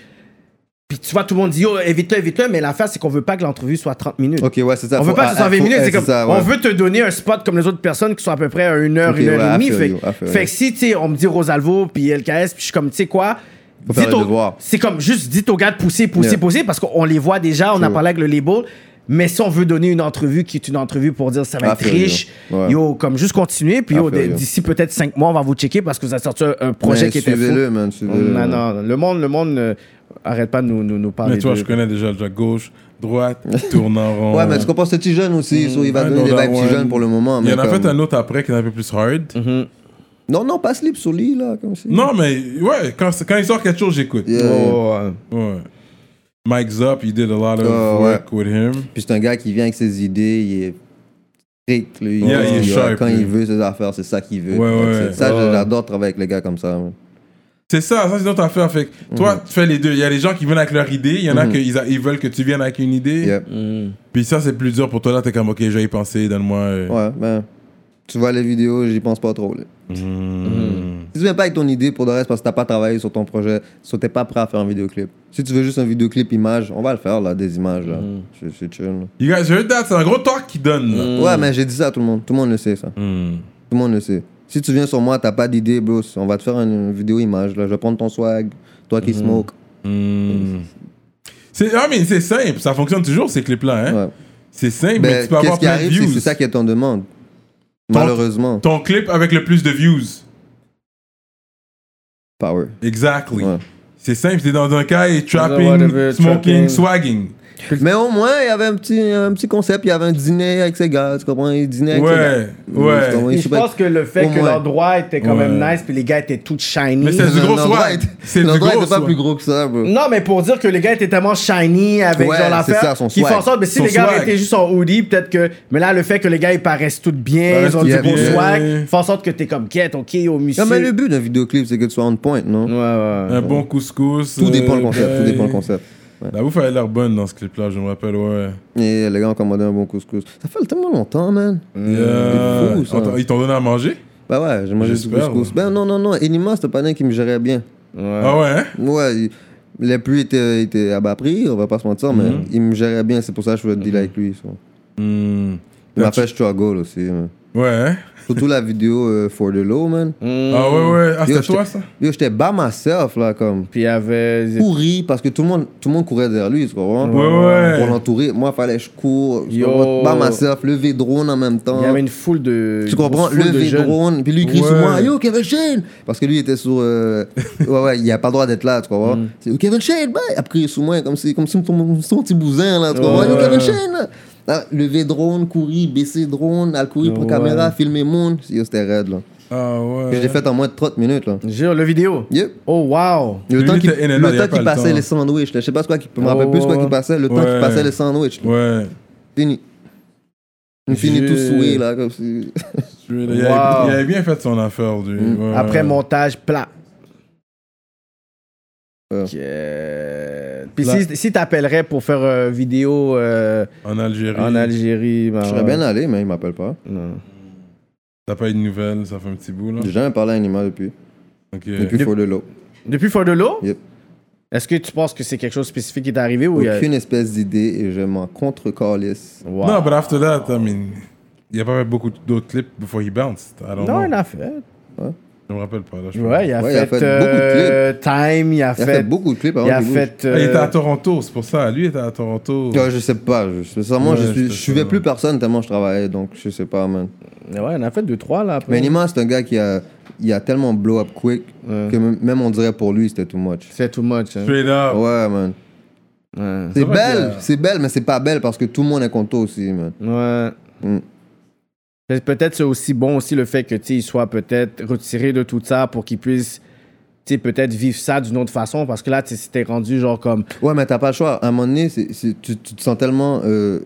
[SPEAKER 5] Puis tu vois, tout le monde dit, oh, évite-le, évite-le. Mais l'affaire, c'est qu'on veut pas que l'entrevue soit 30 minutes.
[SPEAKER 4] Ok, ouais, c'est ça.
[SPEAKER 5] On veut
[SPEAKER 4] Faut-
[SPEAKER 5] pas que ce
[SPEAKER 4] ah,
[SPEAKER 5] soit 20
[SPEAKER 4] faut-
[SPEAKER 5] minutes.
[SPEAKER 4] eh,
[SPEAKER 5] C'est comme,
[SPEAKER 4] ça, ouais.
[SPEAKER 5] on veut te donner un spot comme les autres personnes qui sont à peu près à une heure,
[SPEAKER 4] Ok,
[SPEAKER 5] une heure
[SPEAKER 4] ouais,
[SPEAKER 5] et demie.
[SPEAKER 4] I feel
[SPEAKER 5] Fait,
[SPEAKER 4] you, I feel
[SPEAKER 5] fait
[SPEAKER 4] you.
[SPEAKER 5] que si, tu sais, on me dit Rosalvo, puis LKS, puis je suis comme, tu sais quoi,
[SPEAKER 4] Faut faire
[SPEAKER 5] dites
[SPEAKER 4] le
[SPEAKER 5] au-
[SPEAKER 4] devoir.
[SPEAKER 5] c'est comme juste dites aux gars de pousser, pousser,
[SPEAKER 4] Yeah.
[SPEAKER 5] pousser, parce qu'on les voit déjà, on a parlé avec le label. Mais si on veut donner une entrevue qui est une entrevue pour dire ça va
[SPEAKER 4] I
[SPEAKER 5] être
[SPEAKER 4] feel you.
[SPEAKER 5] riche,
[SPEAKER 4] Ouais.
[SPEAKER 5] yo, comme juste continuer, puis
[SPEAKER 4] I
[SPEAKER 5] yo,
[SPEAKER 4] feel
[SPEAKER 5] d-
[SPEAKER 4] you.
[SPEAKER 5] d'ici peut-être 5 mois, on va vous checker parce que vous avez sorti un- un projet
[SPEAKER 4] Mais
[SPEAKER 5] qui était fou.
[SPEAKER 4] Suivez-le, Euh. man. Suivez-le.
[SPEAKER 5] Non, non, le monde, le monde euh, arrête pas de nous, nous, nous parler.
[SPEAKER 3] Mais toi,
[SPEAKER 5] de-
[SPEAKER 3] je connais déjà le gauche, droite, tournant rond.
[SPEAKER 4] Ouais, mais tu comprends, c'est petit jeune aussi, so il va
[SPEAKER 3] Ouais,
[SPEAKER 4] donner des
[SPEAKER 3] Dolan
[SPEAKER 4] vibes petit
[SPEAKER 3] One.
[SPEAKER 4] jeune pour le moment.
[SPEAKER 3] Il y
[SPEAKER 4] mais
[SPEAKER 3] en a
[SPEAKER 4] comme-
[SPEAKER 3] fait un autre après qui est un peu plus hard.
[SPEAKER 5] Mhm.
[SPEAKER 4] Non, non, pas slip sur lui, là, comme si.
[SPEAKER 3] Non, mais ouais, quand, quand il sort quelque chose, j'écoute.
[SPEAKER 4] Yeah.
[SPEAKER 5] Oh,
[SPEAKER 4] Euh.
[SPEAKER 5] ouais.
[SPEAKER 3] Ouais. Mike's up, he did a lot of
[SPEAKER 4] Oh,
[SPEAKER 3] work with him.
[SPEAKER 4] Puis c'est un gars qui vient avec ses idées, il est strict, lui.
[SPEAKER 3] Yeah, il est sharp,
[SPEAKER 4] Quand
[SPEAKER 3] lui.
[SPEAKER 4] il veut ses affaires, c'est ça qu'il veut.
[SPEAKER 3] Ouais,
[SPEAKER 4] Donc,
[SPEAKER 3] ouais,
[SPEAKER 4] c'est-
[SPEAKER 3] ouais.
[SPEAKER 4] Ça,
[SPEAKER 5] Ouais, ouais.
[SPEAKER 4] j'adore travailler avec les gars comme ça. man.
[SPEAKER 3] C'est ça, ça c'est notre affaire. Fait que
[SPEAKER 4] Mhm.
[SPEAKER 3] toi, tu fais les deux. Il y a les gens qui viennent avec leur idée, il y en a qui ils, a- ils veulent que tu viennes avec une idée.
[SPEAKER 4] Yeah.
[SPEAKER 3] Puis ça, c'est plus dur pour toi. Là, t'es comme, ok, je vais y penser, donne-moi. euh.
[SPEAKER 4] Ouais, ben. Tu vois les vidéos, j'y pense pas trop. là.
[SPEAKER 3] Mhm.
[SPEAKER 4] Si tu viens pas avec ton idée pour le reste parce que t'as pas travaillé sur ton projet, soit t'es pas prêt à faire un vidéoclip. Si tu veux juste un vidéoclip image, on va le faire là, des images là. C'est- C'est chill. là.
[SPEAKER 3] You guys heard that? C'est un gros talk qu'ils donnent. là.
[SPEAKER 4] Ouais, mais j'ai dit ça à tout le monde. Tout le monde le sait ça.
[SPEAKER 3] Mhm.
[SPEAKER 4] Tout le monde le sait. Si tu viens sur moi, t'as pas d'idée, bro. On va te faire une vidéo image. Là. Je vais prendre ton swag, toi qui smoke.
[SPEAKER 3] Mhm. C'est, ah, mais c'est simple, ça fonctionne toujours ces clips-là. Hein?
[SPEAKER 4] Ouais.
[SPEAKER 3] C'est simple, mais
[SPEAKER 4] Ben,
[SPEAKER 3] tu peux
[SPEAKER 4] qu'est-ce
[SPEAKER 3] avoir
[SPEAKER 4] qui
[SPEAKER 3] plein de
[SPEAKER 4] arrive, c'est
[SPEAKER 3] views.
[SPEAKER 4] que c'est ça qui est en demande. Malheureusement.
[SPEAKER 3] Ton clip avec le plus de views.
[SPEAKER 4] Power.
[SPEAKER 3] Exactly.
[SPEAKER 4] Ouais.
[SPEAKER 3] C'est simple, t'es dans un cas et trapping,
[SPEAKER 5] whatever,
[SPEAKER 3] smoking,
[SPEAKER 5] trapping.
[SPEAKER 3] swagging.
[SPEAKER 4] Mais au moins, il y avait un petit, un petit concept. Il y avait un dîner avec ses gars. Tu comprends? Il dînait avec
[SPEAKER 3] Ouais,
[SPEAKER 4] ses gars.
[SPEAKER 3] ouais.
[SPEAKER 4] Tu comprends?
[SPEAKER 5] Puis
[SPEAKER 4] Il
[SPEAKER 5] je
[SPEAKER 4] se fait-
[SPEAKER 5] pense que le fait
[SPEAKER 4] au
[SPEAKER 5] que
[SPEAKER 4] moins.
[SPEAKER 5] l'endroit était quand
[SPEAKER 3] Ouais.
[SPEAKER 5] même nice, puis les gars étaient tout shiny.
[SPEAKER 3] Mais c'est du gros
[SPEAKER 4] L'endroit
[SPEAKER 3] swag.
[SPEAKER 4] était-
[SPEAKER 3] [LAUGHS] C'est du
[SPEAKER 4] L'endroit
[SPEAKER 3] gros
[SPEAKER 4] était pas
[SPEAKER 3] swag.
[SPEAKER 4] plus gros que ça, bro.
[SPEAKER 5] Non, mais pour dire que les gars étaient tellement shiny avec
[SPEAKER 4] Ouais,
[SPEAKER 5] genre
[SPEAKER 4] c'est ça,
[SPEAKER 5] l'affaire
[SPEAKER 4] son
[SPEAKER 5] qui font
[SPEAKER 4] swag.
[SPEAKER 5] en sorte. Mais si
[SPEAKER 3] Son
[SPEAKER 5] les gars
[SPEAKER 3] swag.
[SPEAKER 5] étaient juste en hoodie, peut-être que. Mais là, le fait que les gars ils paraissent toutes bien,
[SPEAKER 3] Paraissent
[SPEAKER 5] ils ont du
[SPEAKER 4] toutes
[SPEAKER 5] beau
[SPEAKER 4] bien.
[SPEAKER 5] swag, font en sorte que t'es comme quête, ok, au monsieur.
[SPEAKER 4] Non, mais le but d'un vidéoclip, c'est que tu sois on point, non?
[SPEAKER 5] Ouais, ouais.
[SPEAKER 3] Un bon couscous.
[SPEAKER 4] Tout dépend
[SPEAKER 3] euh,
[SPEAKER 4] le concept. Tout
[SPEAKER 3] ben,
[SPEAKER 4] dépend le concept.
[SPEAKER 3] La bouffe, elle a l'air bonne dans ce clip-là, je me rappelle, ouais.
[SPEAKER 4] Et les gars ont commandé un bon couscous. Ça fait tellement longtemps, man.
[SPEAKER 3] Yeah.
[SPEAKER 4] Euh, C'est fou, ça.
[SPEAKER 3] Attends, Euh, Ils t'ont donné à manger?
[SPEAKER 4] Bah ouais, j'ai mangé du
[SPEAKER 3] J'espère,
[SPEAKER 4] couscous.
[SPEAKER 3] ouais.
[SPEAKER 4] Ben non, non, non. Enima, c'était pas un qui me gérait bien.
[SPEAKER 3] Ah ouais, hein?
[SPEAKER 4] Ouais, il- les pluies étaient, étaient à bas prix, on va pas se mentir, mais
[SPEAKER 3] Mhm.
[SPEAKER 4] il me gérait bien, c'est pour ça que je voulais te dealer avec lui. ça.
[SPEAKER 3] Hmm.
[SPEAKER 4] Il m'a
[SPEAKER 3] T'as-
[SPEAKER 4] fait struggle aussi. mais-
[SPEAKER 3] Ouais. hein?
[SPEAKER 4] Surtout la vidéo euh, For the Low, man.
[SPEAKER 3] Ah ouais, ouais. Ah,
[SPEAKER 4] Yo,
[SPEAKER 3] c'était toi,
[SPEAKER 4] j'étais-
[SPEAKER 3] ça?
[SPEAKER 4] Yo, j'étais by myself, là, comme.
[SPEAKER 5] Puis il y avait.
[SPEAKER 4] Pourri, parce que tout le monde, tout le monde courait derrière lui, tu comprends?
[SPEAKER 3] Ouais, ouais.
[SPEAKER 4] Pour l'entourer. Moi, fallait que je cours. tu
[SPEAKER 5] Yo.
[SPEAKER 4] comprends? By myself, lever drone en même temps.
[SPEAKER 5] Il y avait une foule de.
[SPEAKER 4] Tu comprends?
[SPEAKER 5] une foule de
[SPEAKER 4] Lever
[SPEAKER 5] jeunes.
[SPEAKER 4] drone. Puis lui, il crie
[SPEAKER 3] Ouais.
[SPEAKER 4] sur moi, yo, Kevin Shane! Parce que lui, il était sur. euh, [LAUGHS] ouais, ouais, il a pas le droit d'être là, tu comprends?
[SPEAKER 3] Mm.
[SPEAKER 4] C'est yo, Kevin Shane, bah! Il a crié sur moi, comme si, comme si mon son petit bousin, là, tu comprends? Yo,
[SPEAKER 5] Ouais.
[SPEAKER 4] Kevin Shane! là. Ah, lever drone, courir, baisser drone, aller courir pour
[SPEAKER 5] Ouais.
[SPEAKER 4] caméra, filmer monde. Yo, c'était raide, là.
[SPEAKER 3] Ah ouais.
[SPEAKER 4] Que J'ai fait en moins de 30 minutes, là.
[SPEAKER 5] Jure, le vidéo.
[SPEAKER 4] Yep.
[SPEAKER 5] Oh, wow.
[SPEAKER 4] Le
[SPEAKER 3] Lui,
[SPEAKER 4] temps
[SPEAKER 3] il
[SPEAKER 4] qu'il
[SPEAKER 3] était in and out, il y a
[SPEAKER 4] le temps
[SPEAKER 3] pas
[SPEAKER 4] qu'il
[SPEAKER 3] le
[SPEAKER 4] passait
[SPEAKER 3] temps.
[SPEAKER 4] les sandwichs, là. je sais pas ce quoi, qui- je me
[SPEAKER 5] Oh,
[SPEAKER 4] rappelle plus ce quoi
[SPEAKER 5] ouais.
[SPEAKER 4] qu'il passait, le temps
[SPEAKER 3] Ouais.
[SPEAKER 4] qu'il passait les sandwichs. là.
[SPEAKER 3] Ouais.
[SPEAKER 4] Fini. Fini
[SPEAKER 5] Je-
[SPEAKER 4] tout souillé là, comme si. [LAUGHS]
[SPEAKER 3] Il,
[SPEAKER 5] Wow.
[SPEAKER 3] avait, il avait bien fait son affaire, lui. Ouais.
[SPEAKER 5] Après montage plat.
[SPEAKER 4] Ouais.
[SPEAKER 5] Ok. Puis
[SPEAKER 3] Plat.
[SPEAKER 5] si, si t'appellerais pour faire euh, vidéo euh,
[SPEAKER 3] En Algérie.
[SPEAKER 5] en Algérie, ben,
[SPEAKER 4] Je
[SPEAKER 3] Ah
[SPEAKER 4] serais bien allé, mais il m'appelle pas.
[SPEAKER 5] non.
[SPEAKER 3] T'as pas eu de nouvelles, ça fait un petit bout, là.
[SPEAKER 4] J'ai jamais parlé à un animal depuis.
[SPEAKER 3] Ok.
[SPEAKER 5] Euh,
[SPEAKER 4] Depuis For the Low.
[SPEAKER 5] Depuis For the Law,
[SPEAKER 4] Yep.
[SPEAKER 5] est-ce que tu penses que c'est quelque chose de spécifique qui t'est arrivé ou il y a-
[SPEAKER 4] Aucune espèce d'idée et je m'en contre calisse
[SPEAKER 5] Wow.
[SPEAKER 3] Non, but after that, I mean, il a pas fait beaucoup d'autres clips before he bounced. I don't
[SPEAKER 5] Non,
[SPEAKER 3] know.
[SPEAKER 5] il a fait.
[SPEAKER 3] Je me rappelle pas, là. je
[SPEAKER 5] Ouais, il a
[SPEAKER 4] Ouais,
[SPEAKER 5] fait, euh, Time, il a
[SPEAKER 4] Il
[SPEAKER 5] fait.
[SPEAKER 4] a fait, beaucoup de clips hein, avant
[SPEAKER 5] Il a
[SPEAKER 4] qu'il bouge.
[SPEAKER 5] fait.
[SPEAKER 3] Ah, il était à
[SPEAKER 5] euh,
[SPEAKER 3] Toronto, c'est pour ça. Lui était à Toronto.
[SPEAKER 4] Ouais, je sais pas, je, sincèrement,
[SPEAKER 3] Ouais,
[SPEAKER 4] je, suis-
[SPEAKER 3] c'était
[SPEAKER 4] je suivais
[SPEAKER 3] ça.
[SPEAKER 4] plus personne tellement je travaillais, donc je sais pas, man.
[SPEAKER 5] Ouais, il en a fait 2-3 là.
[SPEAKER 4] Mais
[SPEAKER 5] Après.
[SPEAKER 4] Nima, c'est un gars qui a, il a tellement blow up quick
[SPEAKER 5] Ouais.
[SPEAKER 4] que même même on dirait pour lui c'était too much.
[SPEAKER 5] C'est too much. hein.
[SPEAKER 3] Straight up.
[SPEAKER 4] Ouais, man.
[SPEAKER 5] Ouais.
[SPEAKER 4] C'est
[SPEAKER 3] vrai
[SPEAKER 4] belle,
[SPEAKER 3] que-
[SPEAKER 4] c'est belle, mais c'est pas belle parce que tout le monde est content aussi, man.
[SPEAKER 5] Ouais.
[SPEAKER 4] Mm.
[SPEAKER 5] Peut- Peut-être c'est aussi bon aussi le fait que tu sais, il soit peut-être retiré de tout ça pour qu'il puisse tu sais, peut-être vivre ça d'une autre façon parce que là tu sais, si t'es rendu genre comme
[SPEAKER 4] Ouais, mais t'as pas le choix. À un moment donné, c'est- c'est- tu, tu te sens tellement. euh,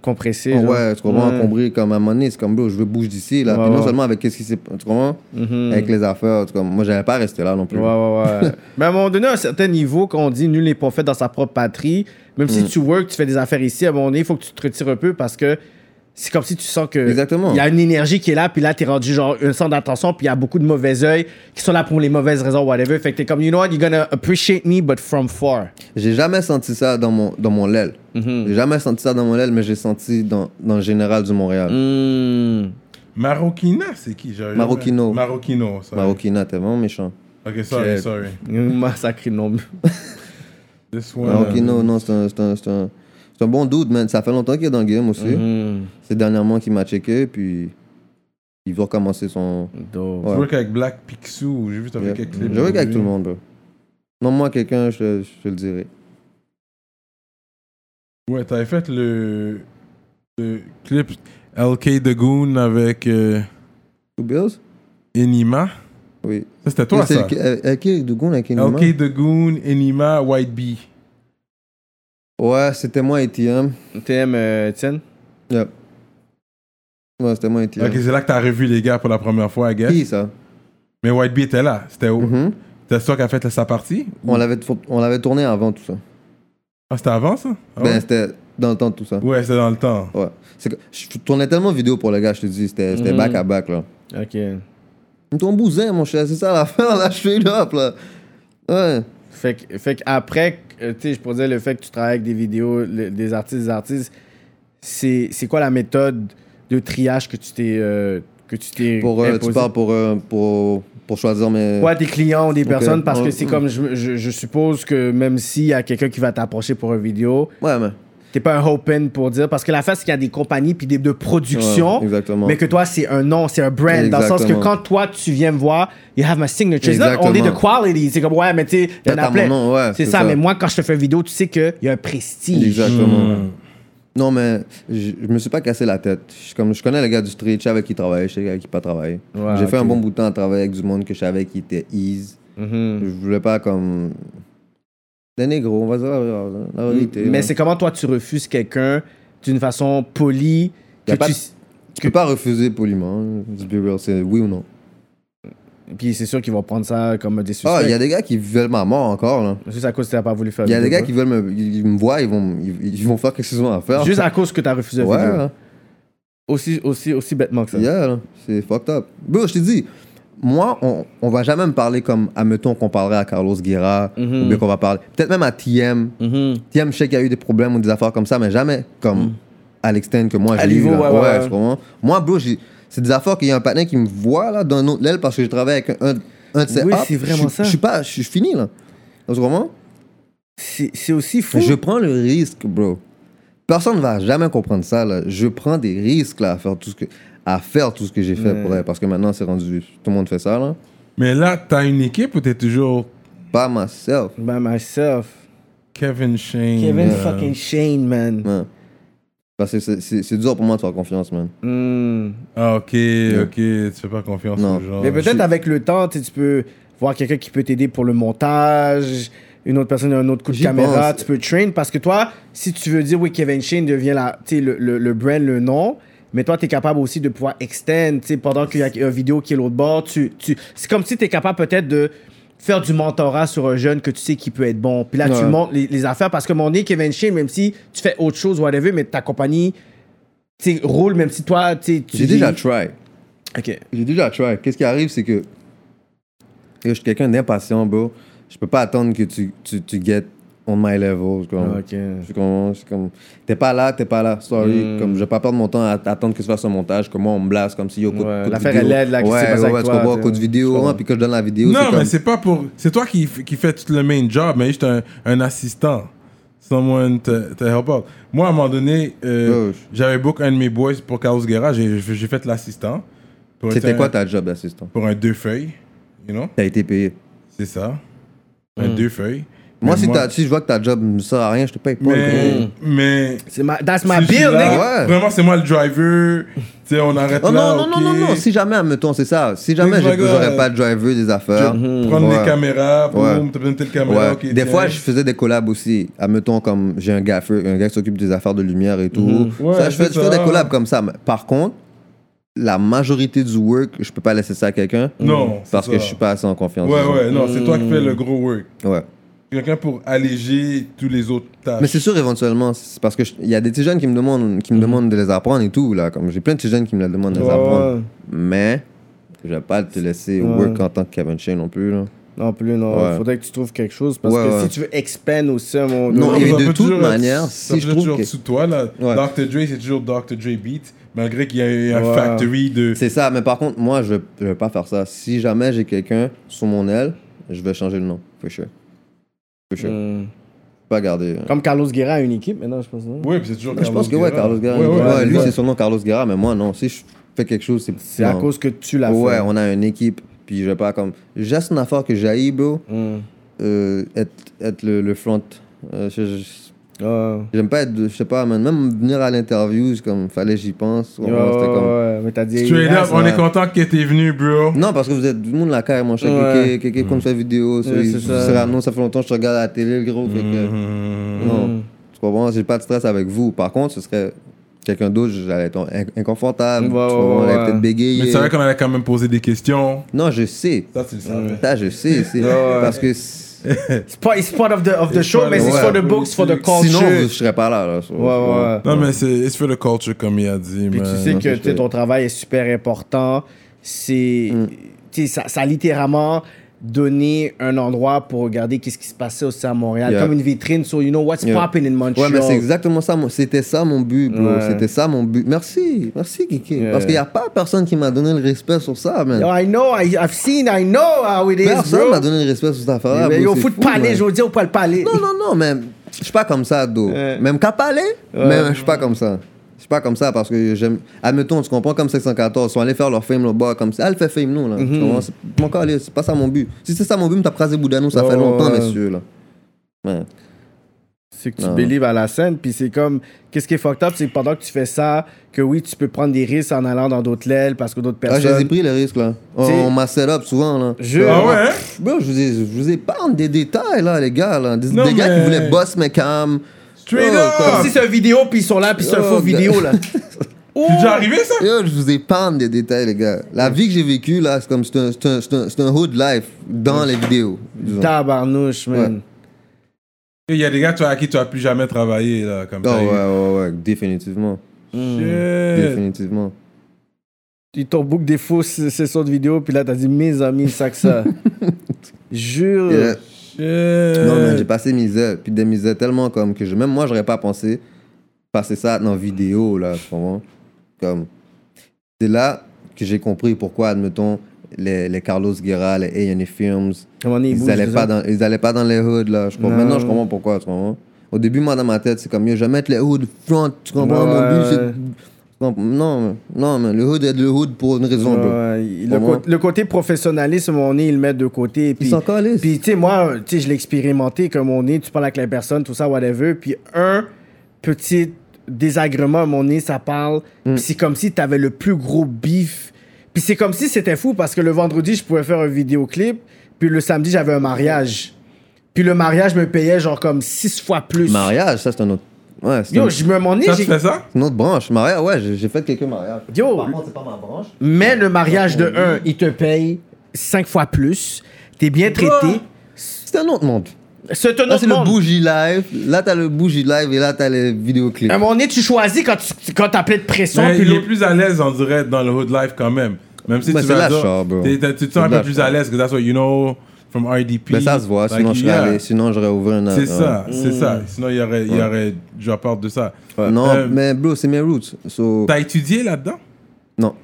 [SPEAKER 5] compressé. genre.
[SPEAKER 4] Ah ouais, tu comprends,
[SPEAKER 5] Ouais.
[SPEAKER 4] encombré, comme à un moment donné, c'est comme, bro, je veux bouger d'ici, là.
[SPEAKER 5] Ouais,
[SPEAKER 4] Puis non
[SPEAKER 5] ouais.
[SPEAKER 4] seulement avec qu'est-ce qui s'est. Tu comprends
[SPEAKER 5] Mhm.
[SPEAKER 4] Avec les affaires, tu comprends. Moi, j'allais pas rester là non plus.
[SPEAKER 5] Ouais, ouais, ouais. [LAUGHS] Mais à un moment donné, à un certain niveau, quand on dit nul n'est pas fait dans sa propre patrie, même si tu work, tu fais des affaires ici, à un moment donné, il faut que tu te retires un peu parce que c'est comme si tu sens que.
[SPEAKER 4] Exactement.
[SPEAKER 5] Il y a une énergie qui est là, puis là, t'es rendu genre un centre d'attention, puis il y a beaucoup de mauvais oeil qui sont là pour les mauvaises raisons, whatever. Fait que t'es comme, you know what, you're gonna appreciate me, but from far.
[SPEAKER 4] J'ai jamais senti ça dans mon, dans mon l'aile.
[SPEAKER 5] Mm.
[SPEAKER 4] J'ai
[SPEAKER 5] Mm-hmm.
[SPEAKER 4] jamais senti ça dans mon l'aile, mais j'ai senti dans, dans le général du
[SPEAKER 5] Mm.
[SPEAKER 4] Montréal.
[SPEAKER 3] Marokina, c'est qui j'arrive
[SPEAKER 4] Marocchino.
[SPEAKER 3] jamais- Marocchino, sorry.
[SPEAKER 4] Marokina, t'es vraiment méchant.
[SPEAKER 3] Ok, sorry,
[SPEAKER 5] Ok.
[SPEAKER 3] sorry.
[SPEAKER 5] Mm. [LAUGHS] Massacré le nom.
[SPEAKER 3] This one. euh,
[SPEAKER 4] Marokino, non, c'est un, c'est un, c'est un, c'est un bon dude, man. Ça fait longtemps qu'il est dans le game aussi.
[SPEAKER 5] Mm-hmm.
[SPEAKER 4] C'est dernièrement qu'il m'a checké, puis il veut recommencer son.
[SPEAKER 3] Tu
[SPEAKER 4] Ouais.
[SPEAKER 3] work avec Black Picsou, j'ai vu t'as fait quelques clips.
[SPEAKER 4] Je avec
[SPEAKER 3] aujourd'hui.
[SPEAKER 4] tout le monde, bro. Non, moi, quelqu'un, je, te- je te le dirai.
[SPEAKER 3] Ouais, t'avais fait le, le clip LK The Goon avec euh,
[SPEAKER 4] Two Bills
[SPEAKER 3] Enima.
[SPEAKER 4] Oui.
[SPEAKER 3] Ça, c'était toi,
[SPEAKER 4] Mais c'est
[SPEAKER 3] ça.
[SPEAKER 4] lequel- euh, euh, qui, Dougoun, avec
[SPEAKER 5] Ah,
[SPEAKER 4] Enima?
[SPEAKER 3] LK The Goon, Enima, White Bee.
[SPEAKER 4] Ouais, c'était moi, ATM.
[SPEAKER 5] TM, euh, Étienne?
[SPEAKER 4] Yep. Ouais, c'était moi, ATM.
[SPEAKER 3] Ok, c'est là que t'as revu les gars pour la première fois, I guess.
[SPEAKER 4] Qui, ça
[SPEAKER 3] Mais White Bee était là. C'était où
[SPEAKER 4] Mhm.
[SPEAKER 3] C'était toi qui a fait sa partie
[SPEAKER 4] on, l'avait, tour- on l'avait tourné avant tout ça.
[SPEAKER 3] Ah, c'était avant ça Ah
[SPEAKER 4] Ben,
[SPEAKER 3] ouais?
[SPEAKER 4] c'était dans le temps de tout ça.
[SPEAKER 3] Ouais, c'était dans le temps.
[SPEAKER 4] Ouais. C'est que, je tournais tellement de vidéos pour le gars, je te dis. C'était, c'était
[SPEAKER 5] Mhm.
[SPEAKER 4] back à back, là.
[SPEAKER 5] Ok.
[SPEAKER 4] Ton bousin, mon cher, c'est ça [LAUGHS] l'affaire, là, je suis up, là. Ouais.
[SPEAKER 5] Fait que, fait que après, euh, tu sais, je pourrais dire le fait que tu travailles avec des vidéos, le- des artistes, des artistes, c'est, c'est quoi la méthode de triage que tu t'es, euh, que tu t'es
[SPEAKER 4] Pour, euh, tu
[SPEAKER 5] imposée?
[SPEAKER 4] parles pour, euh, pour, pour choisir mes.
[SPEAKER 5] Ouais, tes clients ou des personnes, parce que
[SPEAKER 4] Ouais.
[SPEAKER 5] c'est comme, je, je, je suppose que même s'il y a quelqu'un qui va t'approcher pour une vidéo,
[SPEAKER 4] Ouais, mais.
[SPEAKER 5] t'es pas un open pour dire, parce que la face, c'est qu'il y a des compagnies puis des de production,
[SPEAKER 4] Ouais, exactement.
[SPEAKER 5] mais que toi, c'est un nom, c'est un brand, dans le sens que
[SPEAKER 4] Exactement.
[SPEAKER 5] quand toi, tu viens me voir, you have my signature. It's not
[SPEAKER 4] Exactement.
[SPEAKER 5] only the quality, c'est comme, ouais, mais tu sais, il y en
[SPEAKER 4] Là,
[SPEAKER 5] a
[SPEAKER 4] t'as
[SPEAKER 5] plein.
[SPEAKER 4] mon nom, ouais,
[SPEAKER 5] C'est ça, mais moi, quand je te fais une vidéo, tu sais qu'il y a un prestige.
[SPEAKER 4] Exactement.
[SPEAKER 3] Hmm.
[SPEAKER 4] Non, mais je, je me suis pas cassé la tête. Je, suis comme, je connais les gars du street, je savais qui travaillait, je savais avec qui pas travaillait.
[SPEAKER 5] Ouais,
[SPEAKER 4] J'ai fait
[SPEAKER 5] Ah, ok.
[SPEAKER 4] un bon bout de temps à travailler avec du monde que je savais qui était ease.
[SPEAKER 5] Mm. Mhm.
[SPEAKER 4] Je voulais pas comme. Des négros, on va dire la, la vérité.
[SPEAKER 5] Mm.
[SPEAKER 4] hein.
[SPEAKER 5] Mais
[SPEAKER 4] là.
[SPEAKER 5] c'est comment toi, tu refuses quelqu'un d'une façon polie.
[SPEAKER 4] Y a
[SPEAKER 5] que
[SPEAKER 4] pas
[SPEAKER 5] tu-
[SPEAKER 4] Tu peux pas refuser poliment. hein. Just be real, c'est oui ou non.
[SPEAKER 5] Puis c'est sûr qu'ils vont prendre ça comme des suspects.
[SPEAKER 4] Ah, il y a des gars qui veulent ma mort encore, là.
[SPEAKER 5] Juste à cause que t'as pas voulu faire
[SPEAKER 4] Il y a des
[SPEAKER 5] vidéo.
[SPEAKER 4] gars qui veulent me. Ils, ils me voient, ils vont, ils, ils vont faire quelque chose à faire.
[SPEAKER 5] Juste à cause que t'as refusé la
[SPEAKER 4] Ouais, hein.
[SPEAKER 5] vidéo.
[SPEAKER 4] là.
[SPEAKER 5] Aussi, aussi, aussi bêtement que ça.
[SPEAKER 4] Yeah, là. c'est fucked up. Bro, je te dis, moi, on, on va jamais me parler comme, admettons qu'on parlerait à Carlos Guerra,
[SPEAKER 5] Mhm.
[SPEAKER 4] ou bien qu'on va parler, peut-être même à TM.
[SPEAKER 5] Mhm.
[SPEAKER 4] TM, je sais qu'il y a eu des problèmes ou des affaires comme ça, mais jamais comme à l'externe que moi
[SPEAKER 5] À
[SPEAKER 4] j'ai eu.
[SPEAKER 5] niveau,
[SPEAKER 4] là.
[SPEAKER 5] ouais, ouais, ouais.
[SPEAKER 4] tu comprends? Moi, bro, j'ai- c'est des affaires qu'il y a un patin qui me voit là d'un autre l'aile parce que je travaille avec un, un- un de ses
[SPEAKER 5] Oui,
[SPEAKER 4] apps.
[SPEAKER 5] c'est vraiment
[SPEAKER 4] Je-
[SPEAKER 5] ça.
[SPEAKER 4] Je suis pas, je suis fini là. Dans ce moment,
[SPEAKER 5] C'est c'est aussi fou.
[SPEAKER 4] je prends le risque, bro. Personne ne va jamais comprendre ça là. Je prends des risques là à faire tout ce que, à faire tout ce que j'ai fait pour elle parce que maintenant c'est rendu, tout le monde fait ça là.
[SPEAKER 3] Mais là, t'as une équipe ou t'es toujours
[SPEAKER 4] Pas myself.
[SPEAKER 5] By myself.
[SPEAKER 3] Kevin Shane?
[SPEAKER 5] Kevin
[SPEAKER 3] euh,
[SPEAKER 5] fucking Shane, man.
[SPEAKER 4] Ouais. Parce que c'est- c'est c'est dur pour moi de faire confiance, man.
[SPEAKER 5] Mm.
[SPEAKER 3] Ah, ok, ok, tu fais pas confiance
[SPEAKER 4] Non.
[SPEAKER 3] aux gens.
[SPEAKER 5] Mais peut-être avec le temps, tu sais, tu peux voir quelqu'un qui peut t'aider pour le montage, une autre personne, un autre coup de
[SPEAKER 4] J'y
[SPEAKER 5] caméra,
[SPEAKER 4] pense.
[SPEAKER 5] tu peux train. Parce que toi, si tu veux dire, oui, Kevin Shane devient la, tu sais, le, le, le brand, le nom, mais toi, tu es capable aussi de pouvoir extend, tu sais, pendant qu'il y a une vidéo qui est l'autre bord. Tu, tu... C'est comme si tu es capable peut-être de faire du mentorat sur un jeune que tu sais qui peut être bon. Puis là, tu
[SPEAKER 4] Ouais.
[SPEAKER 5] montres les, les affaires parce que mon nez, Kevin Shane, même si tu fais autre chose, whatever, mais ta compagnie, tu sais, roule, même si toi, tu sais, tu
[SPEAKER 4] J'ai
[SPEAKER 5] dis-
[SPEAKER 4] déjà try.
[SPEAKER 5] Ok.
[SPEAKER 4] J'ai déjà try. Qu'est-ce qui arrive, c'est que je suis quelqu'un d'impatient, bro. Je peux pas attendre que tu, tu, tu get on my level. Comme.
[SPEAKER 5] Ok.
[SPEAKER 4] Je suis comme, je suis comme, t'es pas là, t'es pas là, sorry.
[SPEAKER 5] Hmm.
[SPEAKER 4] Comme, je vais pas perdre mon temps à attendre que se fasse un montage, que moi on me blasse, comme si yo, coup,
[SPEAKER 5] Ouais,
[SPEAKER 4] coup de
[SPEAKER 5] l'affaire,
[SPEAKER 4] vidéo.
[SPEAKER 5] elle aide, là, qu'est-ce qui s'est
[SPEAKER 4] Ouais,
[SPEAKER 5] passé
[SPEAKER 4] ouais,
[SPEAKER 5] avec
[SPEAKER 4] tu
[SPEAKER 5] toi,
[SPEAKER 4] comprends,
[SPEAKER 5] t'sais.
[SPEAKER 4] coup de
[SPEAKER 5] Je
[SPEAKER 4] vidéo,
[SPEAKER 5] comprends.
[SPEAKER 4] hein, puis que je donne la vidéo.
[SPEAKER 3] Non, mais
[SPEAKER 4] comme-
[SPEAKER 3] c'est pas pour. C'est toi qui, f- qui fais tout le main job, mais juste un, un assistant. Someone to, to help out. Moi, à un moment donné, euh,
[SPEAKER 4] Ouais, je-
[SPEAKER 3] j'avais book un de mes boys pour Chaos Guerra, j'ai j'ai fait l'assistant. Pour un-
[SPEAKER 4] C'était quoi ta job d'assistant
[SPEAKER 3] Pour un deux feuilles, you know?
[SPEAKER 4] T'as été payé.
[SPEAKER 3] C'est ça. Un
[SPEAKER 4] Hmm.
[SPEAKER 3] deux feuilles.
[SPEAKER 4] Moi,
[SPEAKER 3] Mais
[SPEAKER 4] si, t'as- si je vois que ta job ne sert à rien, je te paye pas. gros.
[SPEAKER 5] Hmm.
[SPEAKER 3] Mais. mais
[SPEAKER 5] C'est ma, that's my
[SPEAKER 3] si je suis
[SPEAKER 5] bill,
[SPEAKER 3] là,
[SPEAKER 5] nigga.
[SPEAKER 4] Ah, nigga. Ouais.
[SPEAKER 3] Vraiment, c'est moi le driver. Tu sais, on arrête
[SPEAKER 4] Oh
[SPEAKER 3] là.
[SPEAKER 4] non, non,
[SPEAKER 3] ok.
[SPEAKER 4] non, non, non, si jamais, admettons, c'est ça. Si jamais
[SPEAKER 3] Thanks, my
[SPEAKER 4] j'ai-
[SPEAKER 3] God.
[SPEAKER 4] j'aurais pas de driver des affaires.
[SPEAKER 3] Prendre
[SPEAKER 4] ouais.
[SPEAKER 3] les caméras, boum,
[SPEAKER 4] Ouais.
[SPEAKER 3] t'as besoin de telle
[SPEAKER 4] Ouais.
[SPEAKER 3] caméra. ok,
[SPEAKER 4] des
[SPEAKER 3] tiens.
[SPEAKER 4] fois, je faisais des collabs aussi. Admettons, comme j'ai un gars, un gars qui s'occupe des affaires de lumière et tout.
[SPEAKER 3] Ouais,
[SPEAKER 4] ça, je fais,
[SPEAKER 3] c'est
[SPEAKER 4] je fais
[SPEAKER 3] ça.
[SPEAKER 4] des collabs comme ça. Mais par contre, la majorité du work, je peux pas laisser ça à quelqu'un.
[SPEAKER 3] Non, c'est
[SPEAKER 4] Parce
[SPEAKER 3] ça.
[SPEAKER 4] que je suis pas assez en confiance.
[SPEAKER 3] Ouais, ouais, non, c'est toi qui
[SPEAKER 4] Hmm.
[SPEAKER 3] fais le gros work.
[SPEAKER 4] Ouais.
[SPEAKER 3] Quelqu'un pour alléger tous les autres tâches.
[SPEAKER 4] Mais c'est sûr, éventuellement, c'est parce qu'il y a des petits jeunes qui me demandent, qui me demandent de les apprendre et tout. Là. Comme j'ai plein de petits jeunes qui me la demandent de les
[SPEAKER 5] Ouais, ouais.
[SPEAKER 4] apprendre. Mais je vais pas te laisser work en tant que Kevin Shane non plus. Là.
[SPEAKER 5] Non plus, non.
[SPEAKER 4] Ouais.
[SPEAKER 5] Faudrait que tu trouves quelque chose parce
[SPEAKER 4] Ouais,
[SPEAKER 5] que
[SPEAKER 4] ouais.
[SPEAKER 5] si tu veux expand aussi à un moment
[SPEAKER 4] Non,
[SPEAKER 5] donné-
[SPEAKER 4] et
[SPEAKER 3] ça
[SPEAKER 4] de
[SPEAKER 3] peut
[SPEAKER 4] toute
[SPEAKER 3] toujours être-
[SPEAKER 4] manière,
[SPEAKER 3] ça
[SPEAKER 4] si je
[SPEAKER 3] peut
[SPEAKER 4] trouve
[SPEAKER 3] toujours
[SPEAKER 4] que-
[SPEAKER 3] sous toi, là.
[SPEAKER 4] Ouais.
[SPEAKER 3] Dr. Dre, c'est toujours Dr. Dre beat, malgré qu'il y ait un
[SPEAKER 5] Ouais.
[SPEAKER 3] factory de.
[SPEAKER 4] C'est ça, mais par contre, moi, je ne vais pas faire ça. Si jamais j'ai quelqu'un sous mon aile, je vais changer le nom. For sure. For sure.
[SPEAKER 5] Hmm.
[SPEAKER 4] Pas garder.
[SPEAKER 5] Comme Carlos Guerra a une équipe maintenant, je pense. non?
[SPEAKER 3] Oui, puis c'est toujours
[SPEAKER 4] Mais je pense que ouais, Carlos Guerra.
[SPEAKER 3] Ouais, ouais,
[SPEAKER 4] ouais, lui,
[SPEAKER 3] ouais.
[SPEAKER 4] c'est son nom Carlos Guerra, mais moi, non. Si je fais quelque chose, c'est.
[SPEAKER 5] C'est à
[SPEAKER 4] non.
[SPEAKER 5] cause que tu l'as
[SPEAKER 4] Ouais,
[SPEAKER 5] fait.
[SPEAKER 4] on a une équipe. Puis je vais pas comme. Juste une affaire que j'ai, bro.
[SPEAKER 5] Hmm.
[SPEAKER 4] euh, être, être le, le front. Euh, je- je-
[SPEAKER 5] Ah.
[SPEAKER 4] J'aime pas être. de- Je sais pas, man, même venir à l'interview, c'est comme. Fallait que j'y pense.
[SPEAKER 5] Ouais,
[SPEAKER 4] Vraiment, c'était comme-
[SPEAKER 5] ouais, mais t'as dit.
[SPEAKER 3] Straight
[SPEAKER 5] Ah,
[SPEAKER 3] up,
[SPEAKER 5] c'est-
[SPEAKER 3] on
[SPEAKER 4] ouais.
[SPEAKER 3] est content que t'es venu, bro.
[SPEAKER 4] Non, parce que vous êtes tout le monde la carrière, mon cher.
[SPEAKER 5] Ouais.
[SPEAKER 4] Kéké, Kéké, comme sa
[SPEAKER 5] Ouais,
[SPEAKER 4] vidéo. C'est
[SPEAKER 5] c'est ça.
[SPEAKER 4] ça. Non, ça fait longtemps que je te regarde à la télé, le gros. fait
[SPEAKER 3] Mm.
[SPEAKER 4] que-
[SPEAKER 3] Mm-hmm.
[SPEAKER 5] Hum.
[SPEAKER 4] Non. Tu comprends? J'ai pas de stress avec vous. Par contre, ce serait quelqu'un d'autre, j'allais être in- inconfortable.
[SPEAKER 5] Ouais,
[SPEAKER 4] tu
[SPEAKER 5] ouais,
[SPEAKER 4] comprends? J'allais
[SPEAKER 5] ouais.
[SPEAKER 4] peut-être bégayer.
[SPEAKER 3] Mais tu savais qu'on allait quand même poser des questions.
[SPEAKER 4] Non, je sais.
[SPEAKER 3] Ça, tu le savais.
[SPEAKER 4] Ça, je sais. c'est-
[SPEAKER 5] ouais.
[SPEAKER 4] Parce que s-
[SPEAKER 5] It's part, it's part of the, of the
[SPEAKER 3] It's
[SPEAKER 5] show,
[SPEAKER 3] part
[SPEAKER 5] mais
[SPEAKER 3] of-
[SPEAKER 5] c'est
[SPEAKER 4] ouais.
[SPEAKER 5] for the books, for the culture.
[SPEAKER 4] sinon, je serais pas là. là.
[SPEAKER 5] Ouais, ouais.
[SPEAKER 3] Non, mais c'est it's for the culture, comme il a dit.
[SPEAKER 5] Puis tu
[SPEAKER 3] man.
[SPEAKER 5] sais
[SPEAKER 4] non,
[SPEAKER 5] que
[SPEAKER 4] c'est
[SPEAKER 5] tu sais, ton travail est super important. C'est.
[SPEAKER 4] Mm.
[SPEAKER 5] tu sais, Ça, ça a littéralement donné un endroit pour regarder qu'est-ce qui se passait aussi à Montréal.
[SPEAKER 4] Yeah.
[SPEAKER 5] Comme une vitrine sur, you know, what's
[SPEAKER 4] Yeah.
[SPEAKER 5] popping in
[SPEAKER 4] Ouais,
[SPEAKER 5] Montreal.
[SPEAKER 4] mais c'est exactement ça. mon- C'était ça mon but, bro.
[SPEAKER 5] Ouais.
[SPEAKER 4] C'était ça mon but. Merci. Merci, Kéké.
[SPEAKER 5] Yeah.
[SPEAKER 4] Parce qu'il n'y a pas personne qui m'a donné le respect sur ça, man.
[SPEAKER 5] Yo, Oh, I know, I, I've seen, I know how it is,
[SPEAKER 4] Personne
[SPEAKER 5] bro.
[SPEAKER 4] m'a donné le respect sur cette affaire-là.
[SPEAKER 5] mais
[SPEAKER 4] bro,
[SPEAKER 5] yo,
[SPEAKER 4] c'est
[SPEAKER 5] faut te
[SPEAKER 4] fou, man.
[SPEAKER 5] parler, je veux dire, ou pas le parler.
[SPEAKER 4] Non, non, non, mais je suis pas comme ça, Do.
[SPEAKER 5] Ouais.
[SPEAKER 4] Même qu'à parler,
[SPEAKER 5] Ouais.
[SPEAKER 4] mais je suis pas comme ça. Je suis pas comme ça parce que j'aime. Admettons, tu comprends comme 714, ils sont allés faire leur fame là-bas comme ça. Elle fait fame, nous,
[SPEAKER 3] Mhm.
[SPEAKER 4] là. Tu comprends? C'est- Mon corps, c'est pas ça mon but. Si c'est ça mon but, me t'as crasé Boudano, ça fait
[SPEAKER 5] Oh,
[SPEAKER 4] longtemps,
[SPEAKER 5] ouais.
[SPEAKER 4] messieurs, là. Ouais. Ah,
[SPEAKER 5] C'est que tu
[SPEAKER 4] Non.
[SPEAKER 5] believes à la scène, puis c'est comme, qu'est-ce qui est fucked up, c'est que pendant que tu fais ça, que oui, tu peux prendre des risques en allant dans d'autres lailes parce que d'autres
[SPEAKER 4] Ah, je les ai
[SPEAKER 5] personnes.
[SPEAKER 4] pris, les risques, là. On,
[SPEAKER 5] T'sais-
[SPEAKER 4] on m'a set up souvent, là. Euh,
[SPEAKER 5] Je-
[SPEAKER 3] Ah ouais? hein?
[SPEAKER 4] Bro, je vous, ai- je vous épargne des détails, là, les gars, là. Des,
[SPEAKER 3] Non,
[SPEAKER 4] des gars
[SPEAKER 3] mais-
[SPEAKER 4] qui voulaient boss, mais calme.
[SPEAKER 3] Straight up!
[SPEAKER 5] Comme si c'est une vidéo, puis ils sont là, puis c'est un
[SPEAKER 4] Oh,
[SPEAKER 5] faux
[SPEAKER 4] God.
[SPEAKER 5] vidéo,
[SPEAKER 4] [LAUGHS]
[SPEAKER 5] là.
[SPEAKER 3] C'est déjà arrivé, ça?
[SPEAKER 4] Yo, je vous épargne des détails, les gars. La vie que j'ai vécue, là, c'est comme. C'est un, c'est un- c'est un- c'est un hood life dans les vidéos. disons.
[SPEAKER 5] Tabarnouche, man.
[SPEAKER 3] Il y a des gars toi, à qui tu as plus jamais travaillé, là, comme
[SPEAKER 4] Oh,
[SPEAKER 3] ça.
[SPEAKER 4] ouais, Mm. ouais, ouais, définitivement.
[SPEAKER 5] Mm.
[SPEAKER 3] Shit.
[SPEAKER 4] Définitivement.
[SPEAKER 5] Ils t'ont book des fausses sessions de vidéo, puis là, t'as dit, mes amis, ça que
[SPEAKER 4] [LAUGHS]
[SPEAKER 5] ça. Jure.
[SPEAKER 4] Et là,
[SPEAKER 3] Shit.
[SPEAKER 4] non, mais j'ai passé mes heures, puis des misères tellement comme que je, même moi, j'aurais pas pensé passer ça dans vidéo, là, vraiment. Comme. C'est là, que j'ai compris pourquoi, admettons, les, les Carlos Guerra, les A&E Films,
[SPEAKER 5] À un moment donné, ils
[SPEAKER 4] ils
[SPEAKER 5] bougent,
[SPEAKER 4] allaient,
[SPEAKER 5] c'est
[SPEAKER 4] pas
[SPEAKER 5] ça.
[SPEAKER 4] dans, ils allaient pas dans les hoods, là. Je comprends-
[SPEAKER 5] Non.
[SPEAKER 4] Maintenant, je comprends pourquoi, tu comprends? Au début, moi, dans ma tête, c'est comme, yo, je vais mettre les hoods front, tu comprends? Mon
[SPEAKER 5] Ouais.
[SPEAKER 4] but, c'est... tu comprends? Non, non, mais le hood est le hood pour une raison, bro.
[SPEAKER 5] Ouais, le,
[SPEAKER 4] Pour moi.
[SPEAKER 5] cô- le côté professionnalisme, mon nez, ils le mettent de côté. Puis,
[SPEAKER 4] s'en calissent.
[SPEAKER 5] Puis, tu sais, moi, tu sais, je l'ai expérimenté, comme on est, tu parles avec la personne, tout ça, whatever. Puis, un petit désagrément à mon nez, ça parle. Puis, c'est comme si tu avais le plus gros bif. Puis, c'est comme si c'était fou parce que le vendredi, je pouvais faire un vidéoclip. Puis, le samedi, j'avais un mariage. Puis, le mariage me payait genre comme six fois plus.
[SPEAKER 4] Mariage, ça, c'est un autre... Ouais, c'est un-
[SPEAKER 5] Yo, je me mon nez,
[SPEAKER 3] Ça, tu
[SPEAKER 5] j'ai-
[SPEAKER 3] fais ça?
[SPEAKER 4] c'est une autre branche. Mariage, ouais, j'ai j'ai fait quelques mariages.
[SPEAKER 5] Yo.
[SPEAKER 4] Par contre, c'est pas ma branche.
[SPEAKER 5] Mais le mariage de un, il te paye cinq fois plus. T'es bien traité.
[SPEAKER 4] C'est un autre monde.
[SPEAKER 5] Ah, C'est un
[SPEAKER 4] Là,
[SPEAKER 5] autre
[SPEAKER 4] c'est le
[SPEAKER 5] monde.
[SPEAKER 4] bougie live. Là, t'as le bougie live et là, t'as les vidéoclips.
[SPEAKER 5] À un moment donné, tu choisis quand tu quand t'as plein de pression.
[SPEAKER 3] Mais
[SPEAKER 5] puis
[SPEAKER 3] il est
[SPEAKER 5] l'autre-
[SPEAKER 3] plus à l'aise, on dirait, dans le hood life quand même. Même si
[SPEAKER 4] Ben,
[SPEAKER 3] tu
[SPEAKER 4] c'est
[SPEAKER 3] vas
[SPEAKER 4] la
[SPEAKER 3] dire,
[SPEAKER 4] char, bro.
[SPEAKER 3] t'es- t'es- tu te
[SPEAKER 4] C'est
[SPEAKER 3] sens un
[SPEAKER 4] la
[SPEAKER 3] peu plus à
[SPEAKER 4] char.
[SPEAKER 3] l'aise, que that's what you know from RDP.
[SPEAKER 4] Mais Ben, ça se voit,
[SPEAKER 5] Bah,
[SPEAKER 3] Like,
[SPEAKER 4] sinon je serais
[SPEAKER 3] yeah.
[SPEAKER 4] allé- sinon j'aurais ouvert un.
[SPEAKER 3] C'est
[SPEAKER 4] un- Mm.
[SPEAKER 3] ça, c'est ça. Sinon, il y aurait, il y aurait, je vais parler de ça.
[SPEAKER 4] Non,
[SPEAKER 3] Euh,
[SPEAKER 4] mais bro, c'est mes roots. So,
[SPEAKER 3] T'as étudié là-dedans?
[SPEAKER 4] non.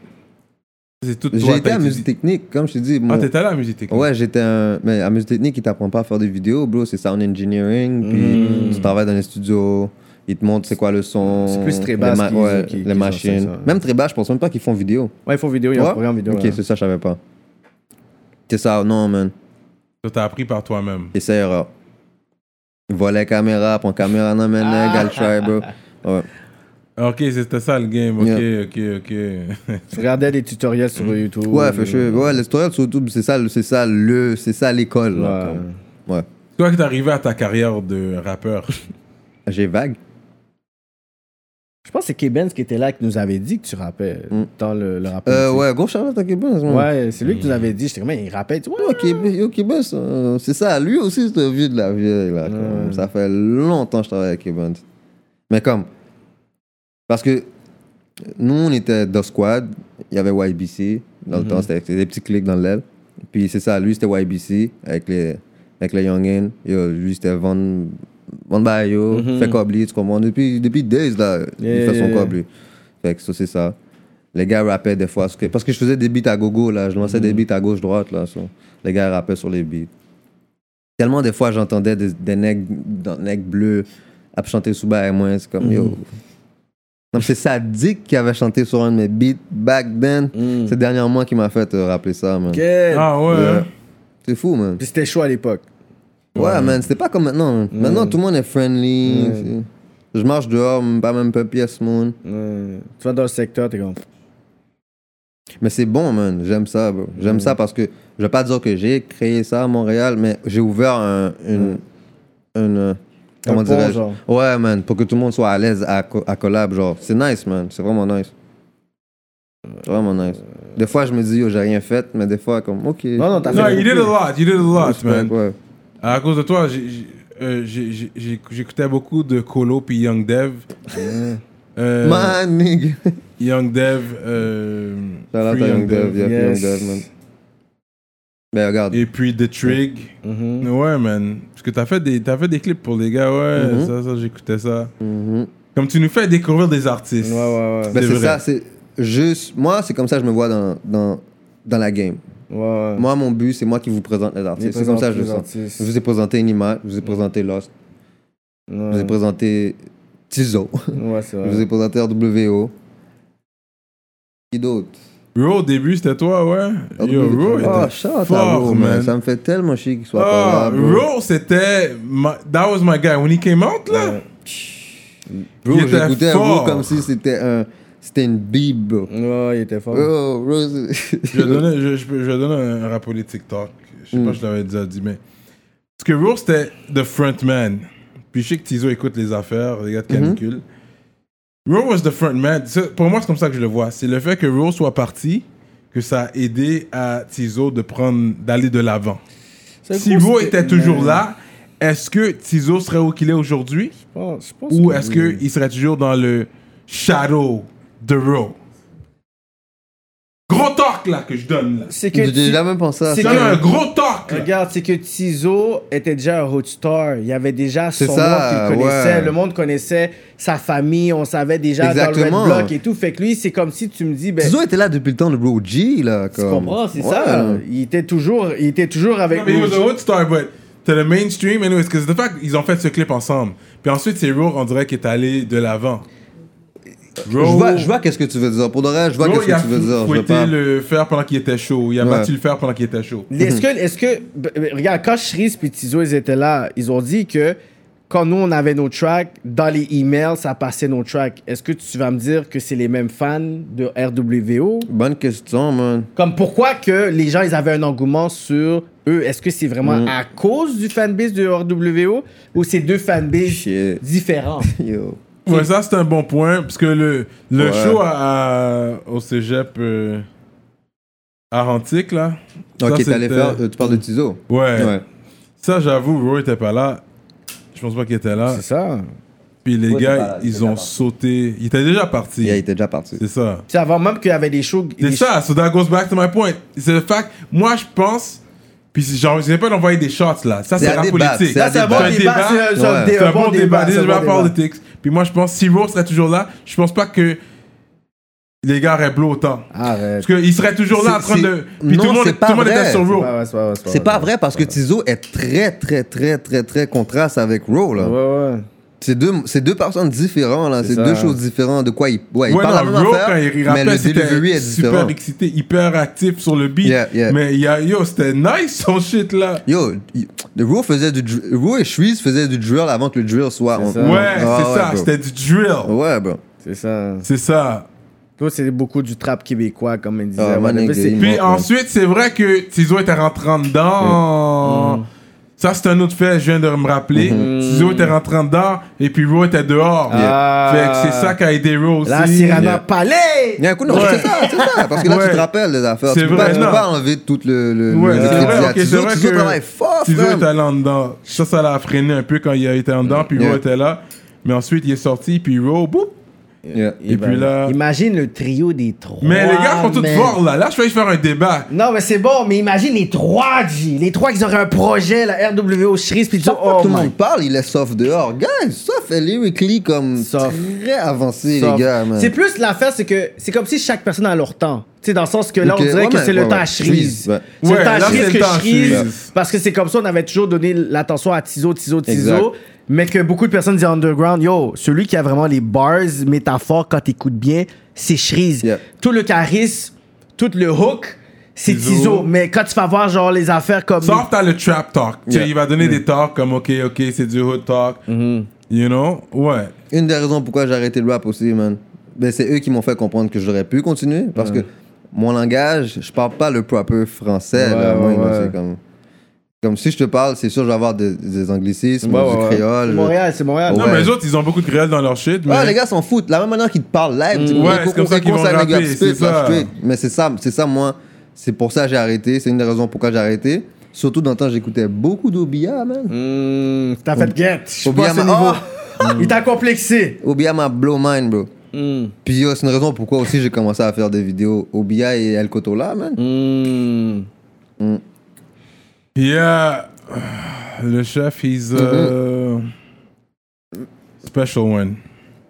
[SPEAKER 3] C'est tout toi,
[SPEAKER 4] J'ai été
[SPEAKER 3] t'as
[SPEAKER 4] à
[SPEAKER 3] étudié.
[SPEAKER 4] musique technique, comme je te dis.
[SPEAKER 3] Ah,
[SPEAKER 4] mon-
[SPEAKER 3] t'étais allé à la musique technique.
[SPEAKER 4] Ouais, j'étais un. Mais à musique technique, ils t'apprennent pas à faire des vidéos, bro. C'est sound engineering, puis tu travailles dans les studios. Ils te montrent c'est quoi le son.
[SPEAKER 5] C'est plus très
[SPEAKER 4] les
[SPEAKER 5] basse
[SPEAKER 4] ma-
[SPEAKER 5] qu'ils-
[SPEAKER 4] ouais,
[SPEAKER 5] qu'ils-
[SPEAKER 4] les
[SPEAKER 5] qu'ils
[SPEAKER 4] machines.
[SPEAKER 5] enseignent ça.
[SPEAKER 4] Même très bas, je pense même pas qu'ils font vidéo.
[SPEAKER 5] Ouais, il faut vidéo, il y a un
[SPEAKER 4] Ouais?
[SPEAKER 5] programme vidéo.
[SPEAKER 4] Ok,
[SPEAKER 5] là.
[SPEAKER 4] c'est ça, je savais pas. C'est ça, non, man.
[SPEAKER 3] Toi, T'as appris par toi-même.
[SPEAKER 4] Et c'est erreur. Voler caméra, prends caméra, non, man, nègre, I'll try, bro. Ouais.
[SPEAKER 3] Ok, c'était ça le game. Ok, ok, ok.
[SPEAKER 5] Tu regardais des tutoriels sur YouTube.
[SPEAKER 4] Ouais, for sure. Ouais, le tutoriel sur YouTube, c'est ça, le- c'est ça le, c'est ça l'école. là. Ouais.
[SPEAKER 3] Toi qui t'es arrivé à ta carrière de
[SPEAKER 4] [LAUGHS]
[SPEAKER 3] rappeur.
[SPEAKER 4] J'ai vague.
[SPEAKER 5] Je pense que c'est Kebenz qui était là qui nous avait dit que tu rappais dans le, le rap
[SPEAKER 4] Euh,
[SPEAKER 5] politique.
[SPEAKER 4] ouais, gros Charlotte à Québec.
[SPEAKER 5] Ouais, c'est lui qui nous avait dit. J'étais comme, il rappelle. Tu vois,
[SPEAKER 4] Au Québec, au Québec, euh, c'est ça. Lui aussi, c'est un vieux de la vieille. Là, quand même. Ça fait longtemps que je travaille avec Québec. Mais comme, parce que nous, on était dans Squad. Il y avait YBC. Dans le
[SPEAKER 5] Mhm.
[SPEAKER 4] temps, c'était c'était des petits clics dans l'aile. Puis c'est ça. Lui, c'était YBC avec les, avec les Youngin. Yo, Lui, c'était Van, Van Bayo. Fait Cobly, tu comprends. Depuis, depuis Days, là, il
[SPEAKER 5] Mhm. Yeah,
[SPEAKER 4] fait son
[SPEAKER 5] yeah, yeah.
[SPEAKER 4] Cobly. Fait que ça, c'est ça. Les gars rappaient des fois. Parce que, parce que je faisais des beats à gogo, là. Je lançais
[SPEAKER 5] Mhm.
[SPEAKER 4] des beats à gauche-droite, là. so, Les gars rappaient sur les beats. Tellement des fois, j'entendais des, des nègres dans- nègres bleus à chanter sous bas et moi. C'est comme, yo. Non, c'est Sadik qui avait chanté sur un de mes beats back then. C'est dernièrement qui m'a fait euh, rappeler ça, man.
[SPEAKER 5] Ken.
[SPEAKER 3] Ah ouais.
[SPEAKER 4] Yeah. C'est fou, man.
[SPEAKER 5] Puis c'était chaud à l'époque.
[SPEAKER 4] Ouais, man, c'était pas comme maintenant. man. Maintenant, tout le monde est friendly. c'est- Je marche dehors, pas même pas pièce, monde.
[SPEAKER 5] Ouais. Tu vas dans le secteur, t'es comme.
[SPEAKER 4] Mais c'est bon, man. J'aime ça. bro. J'aime ça parce que je vais pas dire que j'ai créé ça à Montréal, mais j'ai ouvert un. Une, une, euh, comment
[SPEAKER 5] Un pont,
[SPEAKER 4] dirais-je
[SPEAKER 5] genre.
[SPEAKER 4] Ouais, man. Pour que tout le monde soit à l'aise à, co- à collab. Genre, c'est nice, man. C'est vraiment nice. C'est vraiment nice. Des fois, je me dis, yo, j'ai rien fait, mais des fois, comme, ok.
[SPEAKER 5] Non, non, t'as
[SPEAKER 3] Non,
[SPEAKER 5] fait.
[SPEAKER 3] you did a lot, you did a lot, man.
[SPEAKER 4] Ouais.
[SPEAKER 3] À cause de toi, j'ai- j'ai- euh, j'ai- j'ai- j'ai- j'écoutais beaucoup de Colo puis Young Dev. Euh,
[SPEAKER 4] Man, nigga. [LAUGHS]
[SPEAKER 3] Young Dev. euh,
[SPEAKER 4] Shout out à
[SPEAKER 3] Free
[SPEAKER 4] Young Dev, yeah,
[SPEAKER 5] Yes.
[SPEAKER 4] Young Dev, man. Ben, regarde.
[SPEAKER 3] Et puis The Trig.
[SPEAKER 5] Mhm.
[SPEAKER 3] Ouais, man. Parce que t'as fait, des- t'as fait des clips pour les gars, ouais. Ça, ça, j'écoutais ça.
[SPEAKER 4] Mhm.
[SPEAKER 3] Comme tu nous fais découvrir des artistes.
[SPEAKER 5] Ouais, ouais, ouais.
[SPEAKER 4] Ben,
[SPEAKER 3] C'est
[SPEAKER 4] c'est
[SPEAKER 3] vrai.
[SPEAKER 4] ça, c'est juste. Moi, c'est comme ça que je me vois dans, dans, dans la game.
[SPEAKER 5] Ouais, ouais.
[SPEAKER 4] Moi, mon but, c'est moi qui vous présente les
[SPEAKER 5] Les
[SPEAKER 4] artistes. C'est comme ça que je le
[SPEAKER 5] présente
[SPEAKER 4] sens.
[SPEAKER 5] les artistes.
[SPEAKER 4] Je vous ai présenté une image, je vous ai présenté Lost, je vous ai présenté Tizo, [LAUGHS]
[SPEAKER 5] Ouais, c'est
[SPEAKER 4] je vous ai
[SPEAKER 5] vrai.
[SPEAKER 4] présenté RWO. Qui d'autre
[SPEAKER 3] Ro, au début, c'était toi, ouais. Yo, Ro, il
[SPEAKER 4] Oh,
[SPEAKER 5] Ah,
[SPEAKER 3] était
[SPEAKER 4] shout out à
[SPEAKER 3] fort,
[SPEAKER 4] Ro, man.
[SPEAKER 3] man.
[SPEAKER 4] Ça me fait tellement chier qu'il soit
[SPEAKER 3] Ah,
[SPEAKER 4] pas là. bro.
[SPEAKER 3] Ro, c'était. my- That was my guy. When he came out, là.
[SPEAKER 4] Bro,
[SPEAKER 3] il était
[SPEAKER 4] j'écoutais Ro
[SPEAKER 3] fort.
[SPEAKER 4] comme si c'était un, c'était une bible.
[SPEAKER 5] Ouais, il était fort.
[SPEAKER 4] Bro, Ro, c'est-
[SPEAKER 3] Je
[SPEAKER 4] [LAUGHS]
[SPEAKER 3] vais donner, je, je, peux- je vais donner un, un rap politique TikTok. Je sais pas si je l'avais déjà dit, mais. Parce que Rose, c'était the frontman. Puis je sais que Tizo écoute les affaires, les gars de canicule. Rose was the frontman. Ça, Pour moi, c'est comme ça que je le vois. C'est le fait que Rose soit parti, que ça a aidé à Tizo de prendre, d'aller de l'avant.
[SPEAKER 5] C'est
[SPEAKER 3] Si
[SPEAKER 5] cool,
[SPEAKER 3] Ro
[SPEAKER 5] c'était-
[SPEAKER 3] était toujours
[SPEAKER 5] Mais-
[SPEAKER 3] là, est-ce que Tizo serait où qu'il est aujourd'hui?
[SPEAKER 5] Je pense- je pense
[SPEAKER 3] Ou est-ce
[SPEAKER 5] oui.
[SPEAKER 3] qu'il serait toujours dans le shadow de Rose? Gros talk là que je donne là.
[SPEAKER 5] C'est que.
[SPEAKER 4] J'ai
[SPEAKER 5] tu-
[SPEAKER 4] jamais pensé à
[SPEAKER 5] C'est
[SPEAKER 4] ça.
[SPEAKER 3] Ça,
[SPEAKER 5] que-
[SPEAKER 3] là, un gros talk
[SPEAKER 5] Regarde, c'est que Tizo était déjà un hot star. Il y avait déjà son
[SPEAKER 4] C'est
[SPEAKER 5] nom
[SPEAKER 4] ça,
[SPEAKER 5] qu'il connaissait.
[SPEAKER 4] ouais.
[SPEAKER 5] Le monde connaissait sa famille. On savait déjà dans
[SPEAKER 4] Exactement.
[SPEAKER 5] le Red Block et tout. Fait que lui, c'est comme si tu me dis... Ben,
[SPEAKER 4] Tizo était là depuis le temps de Bro G, là.
[SPEAKER 5] tu
[SPEAKER 4] comme.
[SPEAKER 5] comprends, c'est
[SPEAKER 4] Ouais.
[SPEAKER 5] ça. Il était toujours, il était toujours avec
[SPEAKER 3] I mean, he
[SPEAKER 5] nous.
[SPEAKER 3] was a hood star, but to the mainstream, anyways, because the fact ils ont fait ce clip ensemble. Puis ensuite, c'est Roar, on dirait, qui est allé de l'avant.
[SPEAKER 4] Je
[SPEAKER 3] Roar,
[SPEAKER 4] vois, je vois qu'est-ce que tu veux dire. Pour de vrai, je vois
[SPEAKER 3] Roar,
[SPEAKER 4] qu'est-ce
[SPEAKER 3] il a
[SPEAKER 4] que tu veux dire. Je veux
[SPEAKER 3] fouetté
[SPEAKER 4] pas-
[SPEAKER 3] le fer pendant qu'il était chaud. Il a
[SPEAKER 4] Ouais.
[SPEAKER 3] battu le fer pendant qu'il était chaud.
[SPEAKER 5] Est-ce que, est-ce que, b- b- regarde, quand Cherise puis Tizo, ils étaient là, ils ont dit que quand nous, on avait nos tracks, dans les emails, ça passait nos tracks. Est-ce que tu vas me dire que c'est les mêmes fans de RWO?
[SPEAKER 4] Bonne question, man. [LAUGHS]
[SPEAKER 5] Comme pourquoi que les gens, ils avaient un engouement sur eux? Est-ce que c'est vraiment
[SPEAKER 4] Mm.
[SPEAKER 5] à cause du fanbase de RWO ou c'est deux fanbases
[SPEAKER 4] Shit.
[SPEAKER 5] différents?
[SPEAKER 4] Yo.
[SPEAKER 3] Ouais, ça, c'est un bon point, parce que le, le
[SPEAKER 4] Ouais.
[SPEAKER 3] show à- à- au cégep euh, à Antique, là. ça,
[SPEAKER 4] Ok, t'allais
[SPEAKER 3] c'était-
[SPEAKER 4] faire. euh, Tu parles de Tizo.
[SPEAKER 3] Ouais.
[SPEAKER 4] Ouais.
[SPEAKER 3] Ça, j'avoue, Roar était pas là. Je pense pas qu'il était là.
[SPEAKER 5] ça.
[SPEAKER 3] Puis les
[SPEAKER 4] Ouais,
[SPEAKER 3] gars,
[SPEAKER 4] c'est pas- c'est
[SPEAKER 3] ils
[SPEAKER 4] pas
[SPEAKER 3] ont
[SPEAKER 4] grave.
[SPEAKER 3] sauté. Il était déjà parti.
[SPEAKER 4] Il était déjà parti.
[SPEAKER 3] C'est ça.
[SPEAKER 5] Tu sais, avant même qu'il y avait des shows...
[SPEAKER 3] C'est
[SPEAKER 5] des
[SPEAKER 3] ça, so that goes back to my point. C'est le fait, moi je pense, puis si- genre, j'ai pas d'envoyer des shots là, ça
[SPEAKER 4] C'est
[SPEAKER 3] c'est
[SPEAKER 4] un
[SPEAKER 3] la
[SPEAKER 4] débat,
[SPEAKER 3] politique.
[SPEAKER 4] c'est un
[SPEAKER 5] Ça, c'est un bon
[SPEAKER 4] C'est un
[SPEAKER 5] débat. C'est un- c'est un
[SPEAKER 4] Ouais.
[SPEAKER 5] dé-
[SPEAKER 3] C'est un bon débat, this is
[SPEAKER 5] c'est un bon
[SPEAKER 3] about politics. Puis moi je pense, si Rose serait toujours là, je pense pas que les gars auraient bloqué autant.
[SPEAKER 4] Ah,
[SPEAKER 5] Arrête.
[SPEAKER 3] Parce qu'ils seraient toujours là en
[SPEAKER 4] C'est-
[SPEAKER 3] train de.
[SPEAKER 4] c'est-
[SPEAKER 3] Puis tout
[SPEAKER 4] non,
[SPEAKER 3] le monde,
[SPEAKER 4] c'est pas
[SPEAKER 3] tout le monde était
[SPEAKER 4] vrai.
[SPEAKER 3] sur Rose.
[SPEAKER 5] Ouais, ouais, c'est pas vrai,
[SPEAKER 4] C'est pas vrai parce que Tizo est très, très, très, très, très contraste avec Row, là.
[SPEAKER 5] Ouais, ouais.
[SPEAKER 4] C'est deux, c'est deux personnes différentes, là. C'est
[SPEAKER 5] ça.
[SPEAKER 4] deux choses différentes. De quoi il, ouais, il
[SPEAKER 3] Ouais,
[SPEAKER 4] parle
[SPEAKER 3] non,
[SPEAKER 4] la même
[SPEAKER 3] Rowe,
[SPEAKER 4] affaire,
[SPEAKER 3] quand il
[SPEAKER 4] mais le
[SPEAKER 3] rappelle,
[SPEAKER 4] delivery
[SPEAKER 3] c'était
[SPEAKER 4] est
[SPEAKER 3] super
[SPEAKER 4] différent.
[SPEAKER 3] excité, hyper actif sur le beat.
[SPEAKER 4] Yeah, yeah.
[SPEAKER 3] Mais il y a- yo, c'était nice son shit là.
[SPEAKER 4] Yo, il- Rowe faisait du, dr- Rowe et Shreeze faisaient du drill avant que le drill soit.
[SPEAKER 5] C'est ça.
[SPEAKER 3] Ouais,
[SPEAKER 4] Ah,
[SPEAKER 3] c'est ça,
[SPEAKER 4] bro.
[SPEAKER 3] c'était du drill.
[SPEAKER 4] Ouais, bro.
[SPEAKER 5] C'est ça.
[SPEAKER 3] C'est ça.
[SPEAKER 5] Toi, c'est beaucoup du trap québécois, comme il disait. Ouais,
[SPEAKER 4] Ah, man,
[SPEAKER 5] mais c'est-
[SPEAKER 4] il-
[SPEAKER 3] Puis
[SPEAKER 4] Ouais.
[SPEAKER 3] ensuite, c'est vrai que Tizo était rentrant dedans.
[SPEAKER 5] Mm.
[SPEAKER 3] Ça, c'est un autre fait, je viens de me rappeler.
[SPEAKER 4] Mm-hmm.
[SPEAKER 3] Tizo était rentrant dedans et puis Rowe était dehors.
[SPEAKER 5] Ah.
[SPEAKER 3] Fait que c'est ça qui a aidé Rowe aussi.
[SPEAKER 5] Là, c'est
[SPEAKER 4] Yeah.
[SPEAKER 5] vraiment palais!
[SPEAKER 4] Il y a un coup, non,
[SPEAKER 3] Ouais.
[SPEAKER 4] c'est ça, c'est ça. Parce que là,
[SPEAKER 3] Ouais.
[SPEAKER 4] tu te rappelles des affaires.
[SPEAKER 3] C'est
[SPEAKER 4] Tu peux,
[SPEAKER 3] vrai,
[SPEAKER 4] pas, tu peux
[SPEAKER 3] non.
[SPEAKER 4] pas enlever tout le, le,
[SPEAKER 3] Ouais,
[SPEAKER 4] le
[SPEAKER 3] c'est
[SPEAKER 4] crédit
[SPEAKER 3] vrai,
[SPEAKER 4] à
[SPEAKER 3] ok, c'est
[SPEAKER 4] Tizo.
[SPEAKER 3] vrai
[SPEAKER 4] Tizo
[SPEAKER 3] que
[SPEAKER 4] travaille fort,
[SPEAKER 3] Tizo
[SPEAKER 4] frère.
[SPEAKER 3] était allant dedans. Ça, ça l'a freiné un peu quand il était en dedans, puis
[SPEAKER 4] Yeah.
[SPEAKER 3] Rowe était là. Mais ensuite, il est sorti, puis Rowe, boum.
[SPEAKER 4] Yeah.
[SPEAKER 3] Et puis là-
[SPEAKER 5] Eh ben, Imagine le trio des trois.
[SPEAKER 3] Mais les gars sont tous
[SPEAKER 5] man.
[SPEAKER 3] forts, là. Là, je vais faire un débat.
[SPEAKER 5] Non, mais c'est bon, mais imagine les trois, G. Les trois, ils auraient un projet, la RWO Shreeze, puis tu
[SPEAKER 4] Chaque fois
[SPEAKER 5] oh
[SPEAKER 4] que tout le
[SPEAKER 5] my
[SPEAKER 4] monde parle, il est soft dehors. Guys, soft est lyrically comme
[SPEAKER 5] Soft.
[SPEAKER 4] très avancé,
[SPEAKER 5] God.
[SPEAKER 4] les gars, man.
[SPEAKER 5] C'est plus l'affaire, c'est que c'est comme si chaque personne a leur temps. Tu sais, dans le sens que là,
[SPEAKER 4] Ok,
[SPEAKER 5] on dirait
[SPEAKER 4] ouais,
[SPEAKER 5] que
[SPEAKER 4] mais-
[SPEAKER 5] c'est le
[SPEAKER 4] ouais,
[SPEAKER 5] temps à
[SPEAKER 4] ouais.
[SPEAKER 5] Shreeze.
[SPEAKER 4] Shreeze, ouais.
[SPEAKER 5] C'est
[SPEAKER 3] Ouais,
[SPEAKER 5] le temps à
[SPEAKER 3] là, c'est
[SPEAKER 5] Shreeze
[SPEAKER 3] le
[SPEAKER 5] que
[SPEAKER 3] temps à
[SPEAKER 5] Shreeze.
[SPEAKER 3] Shreeze.
[SPEAKER 5] Parce que c'est comme ça, on avait toujours donné l'attention à Tizo, Tizo, Tizo.
[SPEAKER 4] Exact.
[SPEAKER 5] Mais que beaucoup de personnes disent underground, yo, celui qui a vraiment les bars, métaphores, quand t'écoutes bien, c'est Shreeze.
[SPEAKER 4] Yeah.
[SPEAKER 5] Tout le charisme, tout le hook, c'est
[SPEAKER 3] Tizo.
[SPEAKER 5] Tizo. Mais quand tu vas voir, genre, les affaires comme.
[SPEAKER 3] Sauf dans le trap talk. Tu sais,
[SPEAKER 4] Yeah. Mm-hmm.
[SPEAKER 3] Il va donner des talks comme, OK, OK, c'est du hood talk. You know? Ouais.
[SPEAKER 4] Une des raisons pourquoi j'ai arrêté le rap aussi, man, ben, c'est eux qui m'ont fait comprendre que j'aurais pu continuer. Parce que mon langage, je parle pas le proper français.
[SPEAKER 5] Ouais,
[SPEAKER 4] là,
[SPEAKER 5] ouais,
[SPEAKER 4] moi,
[SPEAKER 5] ouais.
[SPEAKER 4] c'est comme, comme si je te parle, c'est sûr, je vais avoir des, des anglicismes,
[SPEAKER 5] Ouais,
[SPEAKER 4] du
[SPEAKER 5] ouais, ouais.
[SPEAKER 4] créole. Oh.
[SPEAKER 5] Montréal, c'est Montréal.
[SPEAKER 3] Non,
[SPEAKER 4] Ouais.
[SPEAKER 3] mais les autres, ils ont beaucoup de réel dans leur shit.
[SPEAKER 4] Ah,
[SPEAKER 3] mais-
[SPEAKER 4] les gars s'en foutent. La même manière qu'ils te parlent live, tu
[SPEAKER 3] Mm. Ouais, c'est
[SPEAKER 4] on-
[SPEAKER 3] comme
[SPEAKER 4] on
[SPEAKER 3] ça qu'ils vont
[SPEAKER 4] réconcile avec
[SPEAKER 3] rapper,
[SPEAKER 4] les gars, straight,
[SPEAKER 3] c'est ça.
[SPEAKER 4] là, straight. Mais c'est ça, c'est ça, moi. C'est pour ça que j'ai arrêté. C'est une des raisons pourquoi j'ai arrêté. Surtout dans le temps, j'écoutais beaucoup d'Obia, man.
[SPEAKER 3] Mm.
[SPEAKER 5] Mmh, T'as fait guette. Je suis pas à ce
[SPEAKER 4] Obama-
[SPEAKER 5] niveau.
[SPEAKER 4] Oh.
[SPEAKER 5] Il t'a complexé.
[SPEAKER 4] Obia m'a blow mind, bro.
[SPEAKER 3] Mm.
[SPEAKER 5] Mmh.
[SPEAKER 4] Puis yo, c'est une raison pourquoi aussi j'ai commencé à faire des vidéos Obia et El Kotola, man.
[SPEAKER 5] Mmh.
[SPEAKER 3] Yeah. Le chef, he's
[SPEAKER 4] Mm-hmm.
[SPEAKER 3] a special one.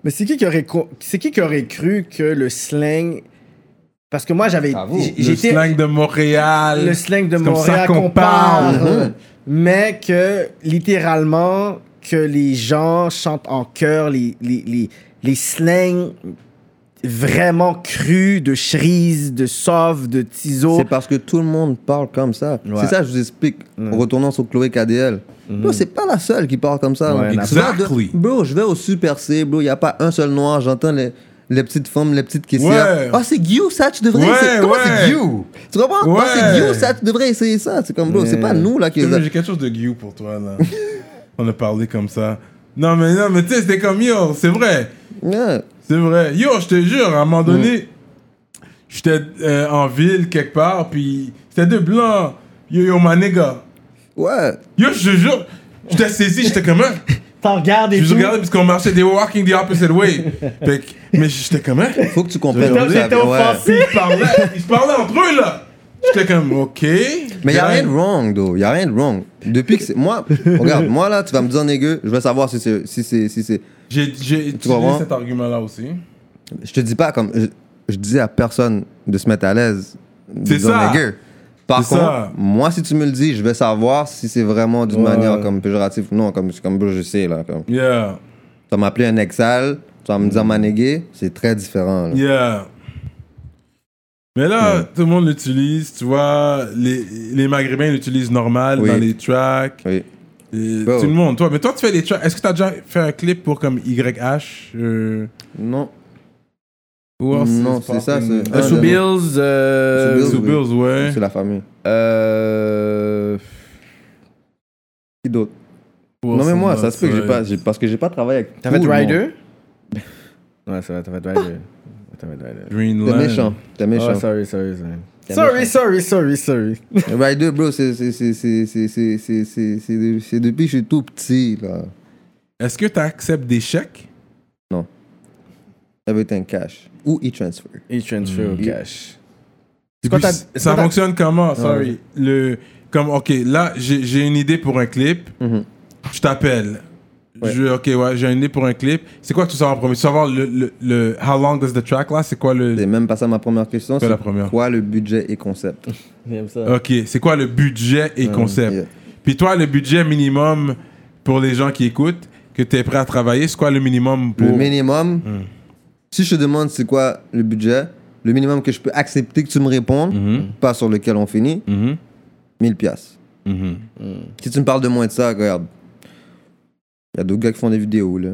[SPEAKER 5] Mais c'est qui qui aurait co- c'est qui qui aurait cru que le slang parce que moi j'avais
[SPEAKER 4] Bravo.
[SPEAKER 5] j-
[SPEAKER 3] Le
[SPEAKER 5] j'étais
[SPEAKER 3] slang de Montréal.
[SPEAKER 5] le slang de
[SPEAKER 3] C'est comme ça
[SPEAKER 5] Montréal
[SPEAKER 3] qu'on
[SPEAKER 5] qu'on
[SPEAKER 3] parle.
[SPEAKER 5] parle,
[SPEAKER 4] Mm-hmm.
[SPEAKER 5] mais que littéralement que les gens chantent en chœur les les les, les slangs vraiment crus de Cherise, de Sauve, de Tizo.
[SPEAKER 4] C'est parce que tout le monde parle comme ça.
[SPEAKER 5] Oh. Ouais.
[SPEAKER 4] C'est ça, que je vous explique. En retournant sur Chloé KDL. Bro, c'est pas la seule qui parle comme ça.
[SPEAKER 5] Ouais,
[SPEAKER 4] man.
[SPEAKER 5] la-
[SPEAKER 4] Tu vas de-
[SPEAKER 3] Exactly.
[SPEAKER 4] Bro, je vais au Super C, bro. Il n'y a pas un seul noir. J'entends les, les petites femmes, les petites
[SPEAKER 3] Ouais.
[SPEAKER 4] caissières. Ah, c'est Guillaume, ça, tu devrais
[SPEAKER 3] Ouais,
[SPEAKER 4] essayer. Comment
[SPEAKER 3] ouais.
[SPEAKER 4] c'est Guillaume Tu comprends Ah,
[SPEAKER 3] Ouais.
[SPEAKER 4] c'est Guillaume, ça, tu devrais essayer ça. C'est comme, bro, c'est pas nous là qui.
[SPEAKER 3] J'ai quelque chose de Guillou pour toi, là. [LAUGHS] On a parlé comme ça. Non, mais non, mais tu sais, c'était comme yo, c'est vrai.
[SPEAKER 4] Yeah.
[SPEAKER 3] C'est vrai. Yo, je te jure, à un moment donné, j'étais euh, en ville quelque part, puis c'était deux blancs. Yo, yo, ma nigga.
[SPEAKER 4] Ouais.
[SPEAKER 3] Yo, je te jure, j'étais saisi, j'étais comme hein,
[SPEAKER 5] T'en regardes et
[SPEAKER 3] Je
[SPEAKER 5] tout.
[SPEAKER 3] regardais parce qu'on marchait des walking the opposite
[SPEAKER 4] [LAUGHS]
[SPEAKER 3] way. Fait que- mais j'étais comme hein.
[SPEAKER 4] Faut que tu comprennes.
[SPEAKER 5] J'étais
[SPEAKER 4] ouais.
[SPEAKER 5] offensé.
[SPEAKER 3] Puis ils parlaient, ils se parlaient entre eux là. J'étais comme, OK.
[SPEAKER 4] Mais il a rien de wrong, though. Il a rien de wrong. Depuis que c'est. Moi, regarde, moi là, tu vas me dire dégueu, je veux savoir si c'est. Si c'est si c'est-
[SPEAKER 3] J'ai j'ai utilisé
[SPEAKER 4] comprends?
[SPEAKER 3] cet argument-là aussi.
[SPEAKER 4] je te dis pas comme. Je, je dis à personne de se mettre à l'aise. de
[SPEAKER 3] C'est
[SPEAKER 4] dire
[SPEAKER 3] ça.
[SPEAKER 4] Nigger. Par
[SPEAKER 3] C'est
[SPEAKER 4] contre,
[SPEAKER 3] ça.
[SPEAKER 4] moi, si tu me le dis, je vais savoir si c'est vraiment d'une manière comme péjorative ou non. Comme, comme bro, je sais, là. Comme, tu
[SPEAKER 3] Yeah.
[SPEAKER 4] vas m'appeler un ex sale, tu vas me dire manégué, c'est très différent. là.
[SPEAKER 3] Mm. Yeah. Mais là,
[SPEAKER 4] Mm.
[SPEAKER 3] tout le monde l'utilise, tu vois. Les, les Maghrébins l'utilisent normal
[SPEAKER 4] Oui. Bah,
[SPEAKER 3] dans les tracks.
[SPEAKER 4] Oui.
[SPEAKER 3] Et
[SPEAKER 4] Bro.
[SPEAKER 3] Tout le monde. Toi, mais toi, tu fais des tracks. Est-ce que tu as déjà fait un clip pour comme YH euh,
[SPEAKER 4] Non.
[SPEAKER 3] who else
[SPEAKER 4] Non,
[SPEAKER 3] is
[SPEAKER 4] c'est ça,
[SPEAKER 3] popping?
[SPEAKER 4] c'est-
[SPEAKER 3] Euh,
[SPEAKER 4] Ah,
[SPEAKER 5] Sous
[SPEAKER 4] non.
[SPEAKER 5] Bills. euh,
[SPEAKER 4] Sous Bills.
[SPEAKER 3] Sous Bills, ouais.
[SPEAKER 4] C'est la famille.
[SPEAKER 5] euh,
[SPEAKER 4] Qui d'autre
[SPEAKER 3] Pour
[SPEAKER 4] Non, mais moi,
[SPEAKER 3] Sandbox,
[SPEAKER 4] ça se peut que j'ai
[SPEAKER 3] ouais.
[SPEAKER 4] pas. j'ai- Parce que j'ai pas travaillé avec.
[SPEAKER 5] T'as fait
[SPEAKER 4] tout le monde.
[SPEAKER 5] Rider [LAUGHS] Ouais, c'est vrai, t'as fait [LAUGHS] Rider. T'as fait Rider.
[SPEAKER 3] Green
[SPEAKER 4] T'es
[SPEAKER 3] Line.
[SPEAKER 4] méchant. T'es méchant.
[SPEAKER 5] Oh, sorry, sorry, sorry.
[SPEAKER 4] T'as
[SPEAKER 5] Sorry,
[SPEAKER 4] méchant.
[SPEAKER 5] sorry, sorry, sorry.
[SPEAKER 4] Rider, bro, c'est c'est- c'est- c'est- c'est- c'est- c'est- c'est- c'est de- c'est depuis que je suis tout petit, là.
[SPEAKER 3] Est-ce que tu acceptes des chèques
[SPEAKER 4] Everything cash. Ou e-transfer.
[SPEAKER 5] Il transfer au cash.
[SPEAKER 3] Puis
[SPEAKER 5] Quand t'as-
[SPEAKER 3] c- ça
[SPEAKER 5] quand t'as-
[SPEAKER 3] fonctionne comment Sorry. Le, comme, ok, là, j'ai j'ai une idée pour un clip. Je t'appelle. Je, ok, ouais, j'ai une idée pour un clip. C'est quoi que tu sors en premier Tu veux savoir le, le, le- How long does the track là C'est quoi le.
[SPEAKER 4] C'est même pas ça ma première question.
[SPEAKER 3] Pas
[SPEAKER 4] C'est
[SPEAKER 3] la première.
[SPEAKER 4] quoi le budget et concept
[SPEAKER 5] J'aime ça.
[SPEAKER 3] Ok, c'est quoi le budget et concept
[SPEAKER 4] yeah.
[SPEAKER 3] Puis toi, le budget minimum pour les gens qui écoutent, que tu es prêt à travailler, c'est quoi le minimum pour. Hmm.
[SPEAKER 4] Le minimum, si je te demande c'est quoi le budget, le minimum que je peux accepter que tu me répondes,
[SPEAKER 3] Hmm.
[SPEAKER 4] pas sur lequel on finit,
[SPEAKER 3] Mhm.
[SPEAKER 4] 1000 piastres.
[SPEAKER 3] Mhm.
[SPEAKER 4] Si tu me parles de moins de ça, regarde. Il y a d'autres gars qui font des vidéos, là.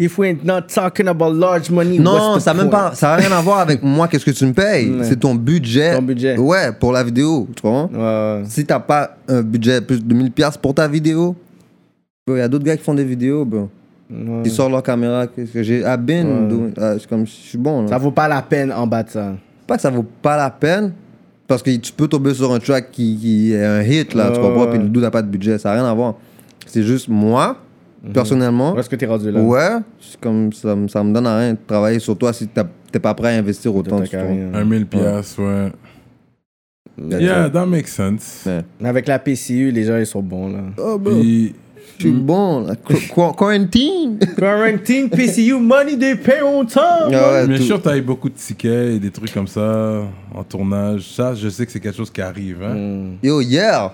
[SPEAKER 5] If we ain't not talking about large money, what's
[SPEAKER 4] Non,
[SPEAKER 5] the
[SPEAKER 4] ça n'a même
[SPEAKER 5] point?
[SPEAKER 4] pas, ça a rien à voir avec moi, qu'est-ce que tu me payes.
[SPEAKER 5] [LAUGHS] Ouais.
[SPEAKER 4] C'est ton budget.
[SPEAKER 5] Ton budget.
[SPEAKER 4] Ouais, pour la vidéo, tu comprends?
[SPEAKER 5] Ouais, ouais.
[SPEAKER 4] Si t'as pas un budget plus de 1000 pièces pour ta vidéo, il y a d'autres gars qui font des vidéos, bro.
[SPEAKER 5] Ouais.
[SPEAKER 4] Ils sortent leur caméra, qu'est-ce que j'ai I've been doing- ah, je suis comme je suis bon. là.
[SPEAKER 5] Ça vaut pas la peine en bas de ça.
[SPEAKER 4] Pas que ça vaut pas la peine parce que tu peux tomber sur un track qui, qui est un hit là, tu
[SPEAKER 5] Ouais,
[SPEAKER 4] comprends
[SPEAKER 5] ouais.
[SPEAKER 4] Puis le dude n'a pas de budget, ça n'a rien à voir. C'est juste moi personnellement.
[SPEAKER 5] Où est-ce Mhm. que t'es rendu là
[SPEAKER 4] Ouais, c'est comme ça, me- ça me donne à rien de travailler sur toi si t'as- t'es pas prêt à investir
[SPEAKER 5] De
[SPEAKER 4] autant.
[SPEAKER 5] ta
[SPEAKER 4] tu
[SPEAKER 5] carrière.
[SPEAKER 3] Un 1000 piastres, ouais.
[SPEAKER 4] comprends?
[SPEAKER 3] Yeah, that makes sense.
[SPEAKER 4] Ouais.
[SPEAKER 5] Mais Avec la PCU, les gens, ils sont bons, là.
[SPEAKER 4] Oh, bro,
[SPEAKER 3] Puis.
[SPEAKER 4] je suis
[SPEAKER 5] [LAUGHS]
[SPEAKER 4] bon. là. Qu- qu- Quarantine.
[SPEAKER 5] Quarantine, PCU, money, they pay on time.
[SPEAKER 4] Ah
[SPEAKER 3] Mais je
[SPEAKER 4] ouais, tout.
[SPEAKER 3] suis sûr que t'as eu beaucoup de tickets et des trucs comme ça en tournage. Ça, je sais que c'est quelque chose qui arrive. Hein?
[SPEAKER 4] Yo, hier,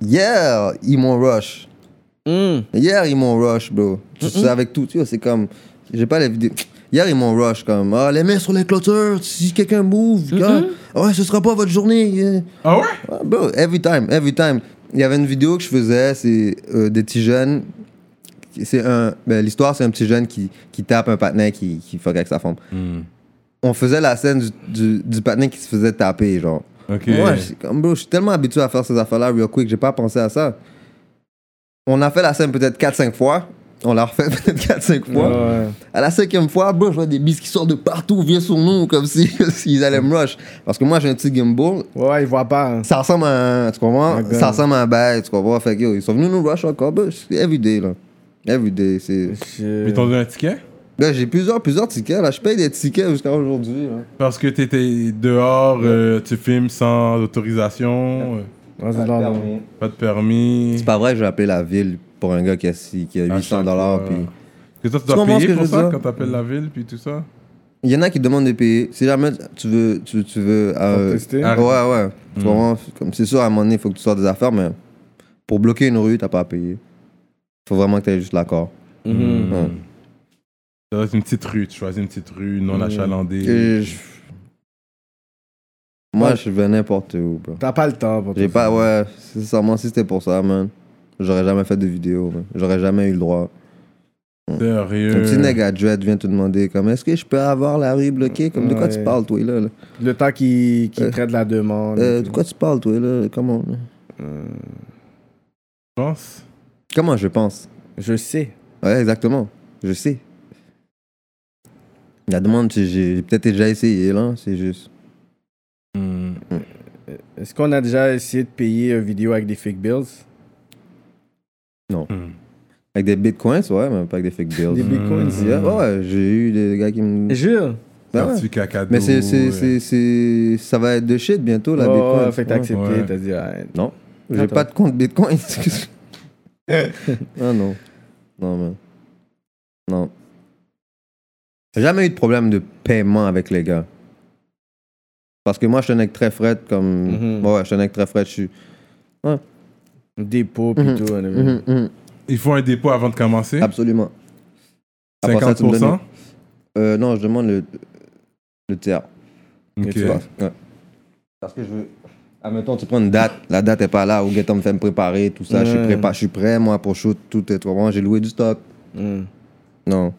[SPEAKER 4] hier, ils m'ont rush. Hier, ils m'ont rush, bro. Tu sais, avec tout, tu vois, c'est comme. J'ai pas la vidéo. Hier, ils m'ont rush, comme. Ah, les mains sur les clôtures, si quelqu'un bouge, gars, ah ouais, ce sera pas votre journée. yeah.
[SPEAKER 3] Ah ouais?
[SPEAKER 4] Ah, bro, every time, every time. Il y avait une vidéo que je faisais, c'est euh, des petits jeunes. C'est un. Ben, l'histoire, c'est un petit jeune qui, qui tape un patin qui, qui fuck avec sa femme. On faisait la scène du, du, du patin qui se faisait taper, genre.
[SPEAKER 3] Ok.
[SPEAKER 4] Moi, je- comme, bro, je suis tellement habitué à faire ces affaires-là real quick, j'ai pas pensé à ça. On a fait la scène peut-être 4-5 fois. On l'a refait [LAUGHS] peut-être 4-5 fois.
[SPEAKER 5] Ouais.
[SPEAKER 4] À la cinquième fois, bro, je vois des bis qui sortent de partout, viens sur nous, comme si- [LAUGHS] s'ils allaient me rush. Parce que moi, j'ai un petit gimbal.
[SPEAKER 5] Ouais, ouais, ils voient pas. hein.
[SPEAKER 4] Ça ressemble à un, tu comprends?
[SPEAKER 5] Un gun.
[SPEAKER 4] Ça ressemble à un bail, tu comprends? Fait que, yo, ils sont venus nous rush encore, bro. c'est Everyday, là. Everyday, c'est...
[SPEAKER 5] Je-
[SPEAKER 3] Ils t'ont donné un ticket?
[SPEAKER 4] Là, j'ai plusieurs, plusieurs tickets, là. Je paye des tickets jusqu'à aujourd'hui, là.
[SPEAKER 3] Parce que t'étais dehors, euh, tu filmes sans autorisation, euh,
[SPEAKER 5] Ouais, c'est dans-
[SPEAKER 3] pas de permis.
[SPEAKER 4] C'est pas vrai que je vais appeler la ville pour un gars qui a, six- qui a
[SPEAKER 3] À
[SPEAKER 4] 800
[SPEAKER 3] chaque
[SPEAKER 4] dollars,
[SPEAKER 3] fois.
[SPEAKER 4] puis...
[SPEAKER 3] Que toi, tu
[SPEAKER 4] Tu
[SPEAKER 3] dois
[SPEAKER 4] comprends ce
[SPEAKER 3] payer
[SPEAKER 4] que
[SPEAKER 3] pour
[SPEAKER 4] je veux
[SPEAKER 3] ça
[SPEAKER 4] dire?
[SPEAKER 3] quand t'appelles la ville, puis tout ça.
[SPEAKER 4] Il y en a qui demandent de payer. Si jamais tu veux. Tu, tu veux euh,
[SPEAKER 5] tester.
[SPEAKER 4] Ouais, ouais. Tu comprends? Comme c'est sûr, à un moment donné, il faut que tu sortes des affaires, mais pour bloquer une rue, t'as pas à payer. faut vraiment que tu aies juste l'accord.
[SPEAKER 5] Mhm.
[SPEAKER 4] Mm-hmm. Ouais.
[SPEAKER 3] Hmm. Ça doit être une petite rue, tu choisis une petite rue non
[SPEAKER 5] Mm.
[SPEAKER 3] achalandée.
[SPEAKER 4] Et je- Moi, je vais n'importe où, bro.
[SPEAKER 5] T'as pas le temps pour
[SPEAKER 4] J'ai
[SPEAKER 5] tout
[SPEAKER 4] pas,
[SPEAKER 5] ça.
[SPEAKER 4] ouais, sincèrement, si c'était pour ça, man, j'aurais jamais fait de vidéo, man. J'aurais jamais eu le droit. Un petit
[SPEAKER 3] Sérieux.
[SPEAKER 4] nègre à dread vient te demander, comme, est-ce que je peux avoir la rue bloquée? Comme, de quoi
[SPEAKER 5] Ouais.
[SPEAKER 4] tu parles, toi, là? là?
[SPEAKER 5] Le temps qui, qui
[SPEAKER 4] Euh,
[SPEAKER 5] traite la demande.
[SPEAKER 4] Euh,
[SPEAKER 5] et
[SPEAKER 4] de
[SPEAKER 5] tout. Euh,
[SPEAKER 4] quoi tu parles, toi, là? Comment,
[SPEAKER 3] Je pense.
[SPEAKER 4] comment je pense?
[SPEAKER 5] Je sais.
[SPEAKER 4] Ouais, exactement. Je sais. La demande, c'est- j'ai j'ai peut-être déjà essayé, là. C'est juste. Mm.
[SPEAKER 3] Hmm.
[SPEAKER 5] Est-ce qu'on a déjà essayé de payer une vidéo avec des fake bills
[SPEAKER 4] Ben Avec des bitcoins, ouais, mais pas avec des fake
[SPEAKER 5] Des
[SPEAKER 4] bills.
[SPEAKER 5] bitcoins Oh,
[SPEAKER 4] Yeah, ouais, j'ai eu des gars qui me.
[SPEAKER 5] Jure.
[SPEAKER 4] Ben ouais.
[SPEAKER 3] Parti cacado.
[SPEAKER 4] Mais c'est, c'est,
[SPEAKER 3] ouais.
[SPEAKER 4] c'est, c'est- ça va être de shit bientôt, la
[SPEAKER 5] Oh,
[SPEAKER 4] Bitcoin.
[SPEAKER 5] fait que t'as accepté,
[SPEAKER 3] Ouais.
[SPEAKER 5] t'as dit, ah, ouais.
[SPEAKER 4] Non. J'ai
[SPEAKER 5] Attends.
[SPEAKER 4] pas de compte Bitcoin. [LAUGHS] excuse.
[SPEAKER 5] [LAUGHS]
[SPEAKER 4] ah non. Non, man. Non. J'ai jamais eu de problème de paiement avec les gars. Parce que moi, je suis un mec très fret, comme.
[SPEAKER 5] Mhm.
[SPEAKER 4] Ouais, je suis un mec très fret. Je suis.
[SPEAKER 5] dépôt pis
[SPEAKER 4] Mhm.
[SPEAKER 5] tout. hein, whatever.
[SPEAKER 4] Mhm, mhm.
[SPEAKER 3] Il faut un dépôt avant de commencer.
[SPEAKER 4] Absolument. Ah, À part ça, tu me donnes
[SPEAKER 3] 50%.
[SPEAKER 4] le- Euh, non, je demande le, le tiers.
[SPEAKER 3] Ok.
[SPEAKER 4] Tu vois, ouais. Parce que je veux. Admettons, tu prends une date, la date est pas là, ou Gaëtan me fait me préparer, tout ça. Je, suis
[SPEAKER 5] Ouais.
[SPEAKER 4] prépa- je suis prêt, moi, pour shoot, tout est trop bon. J'ai loué du stock.
[SPEAKER 5] Mhm.
[SPEAKER 4] Non.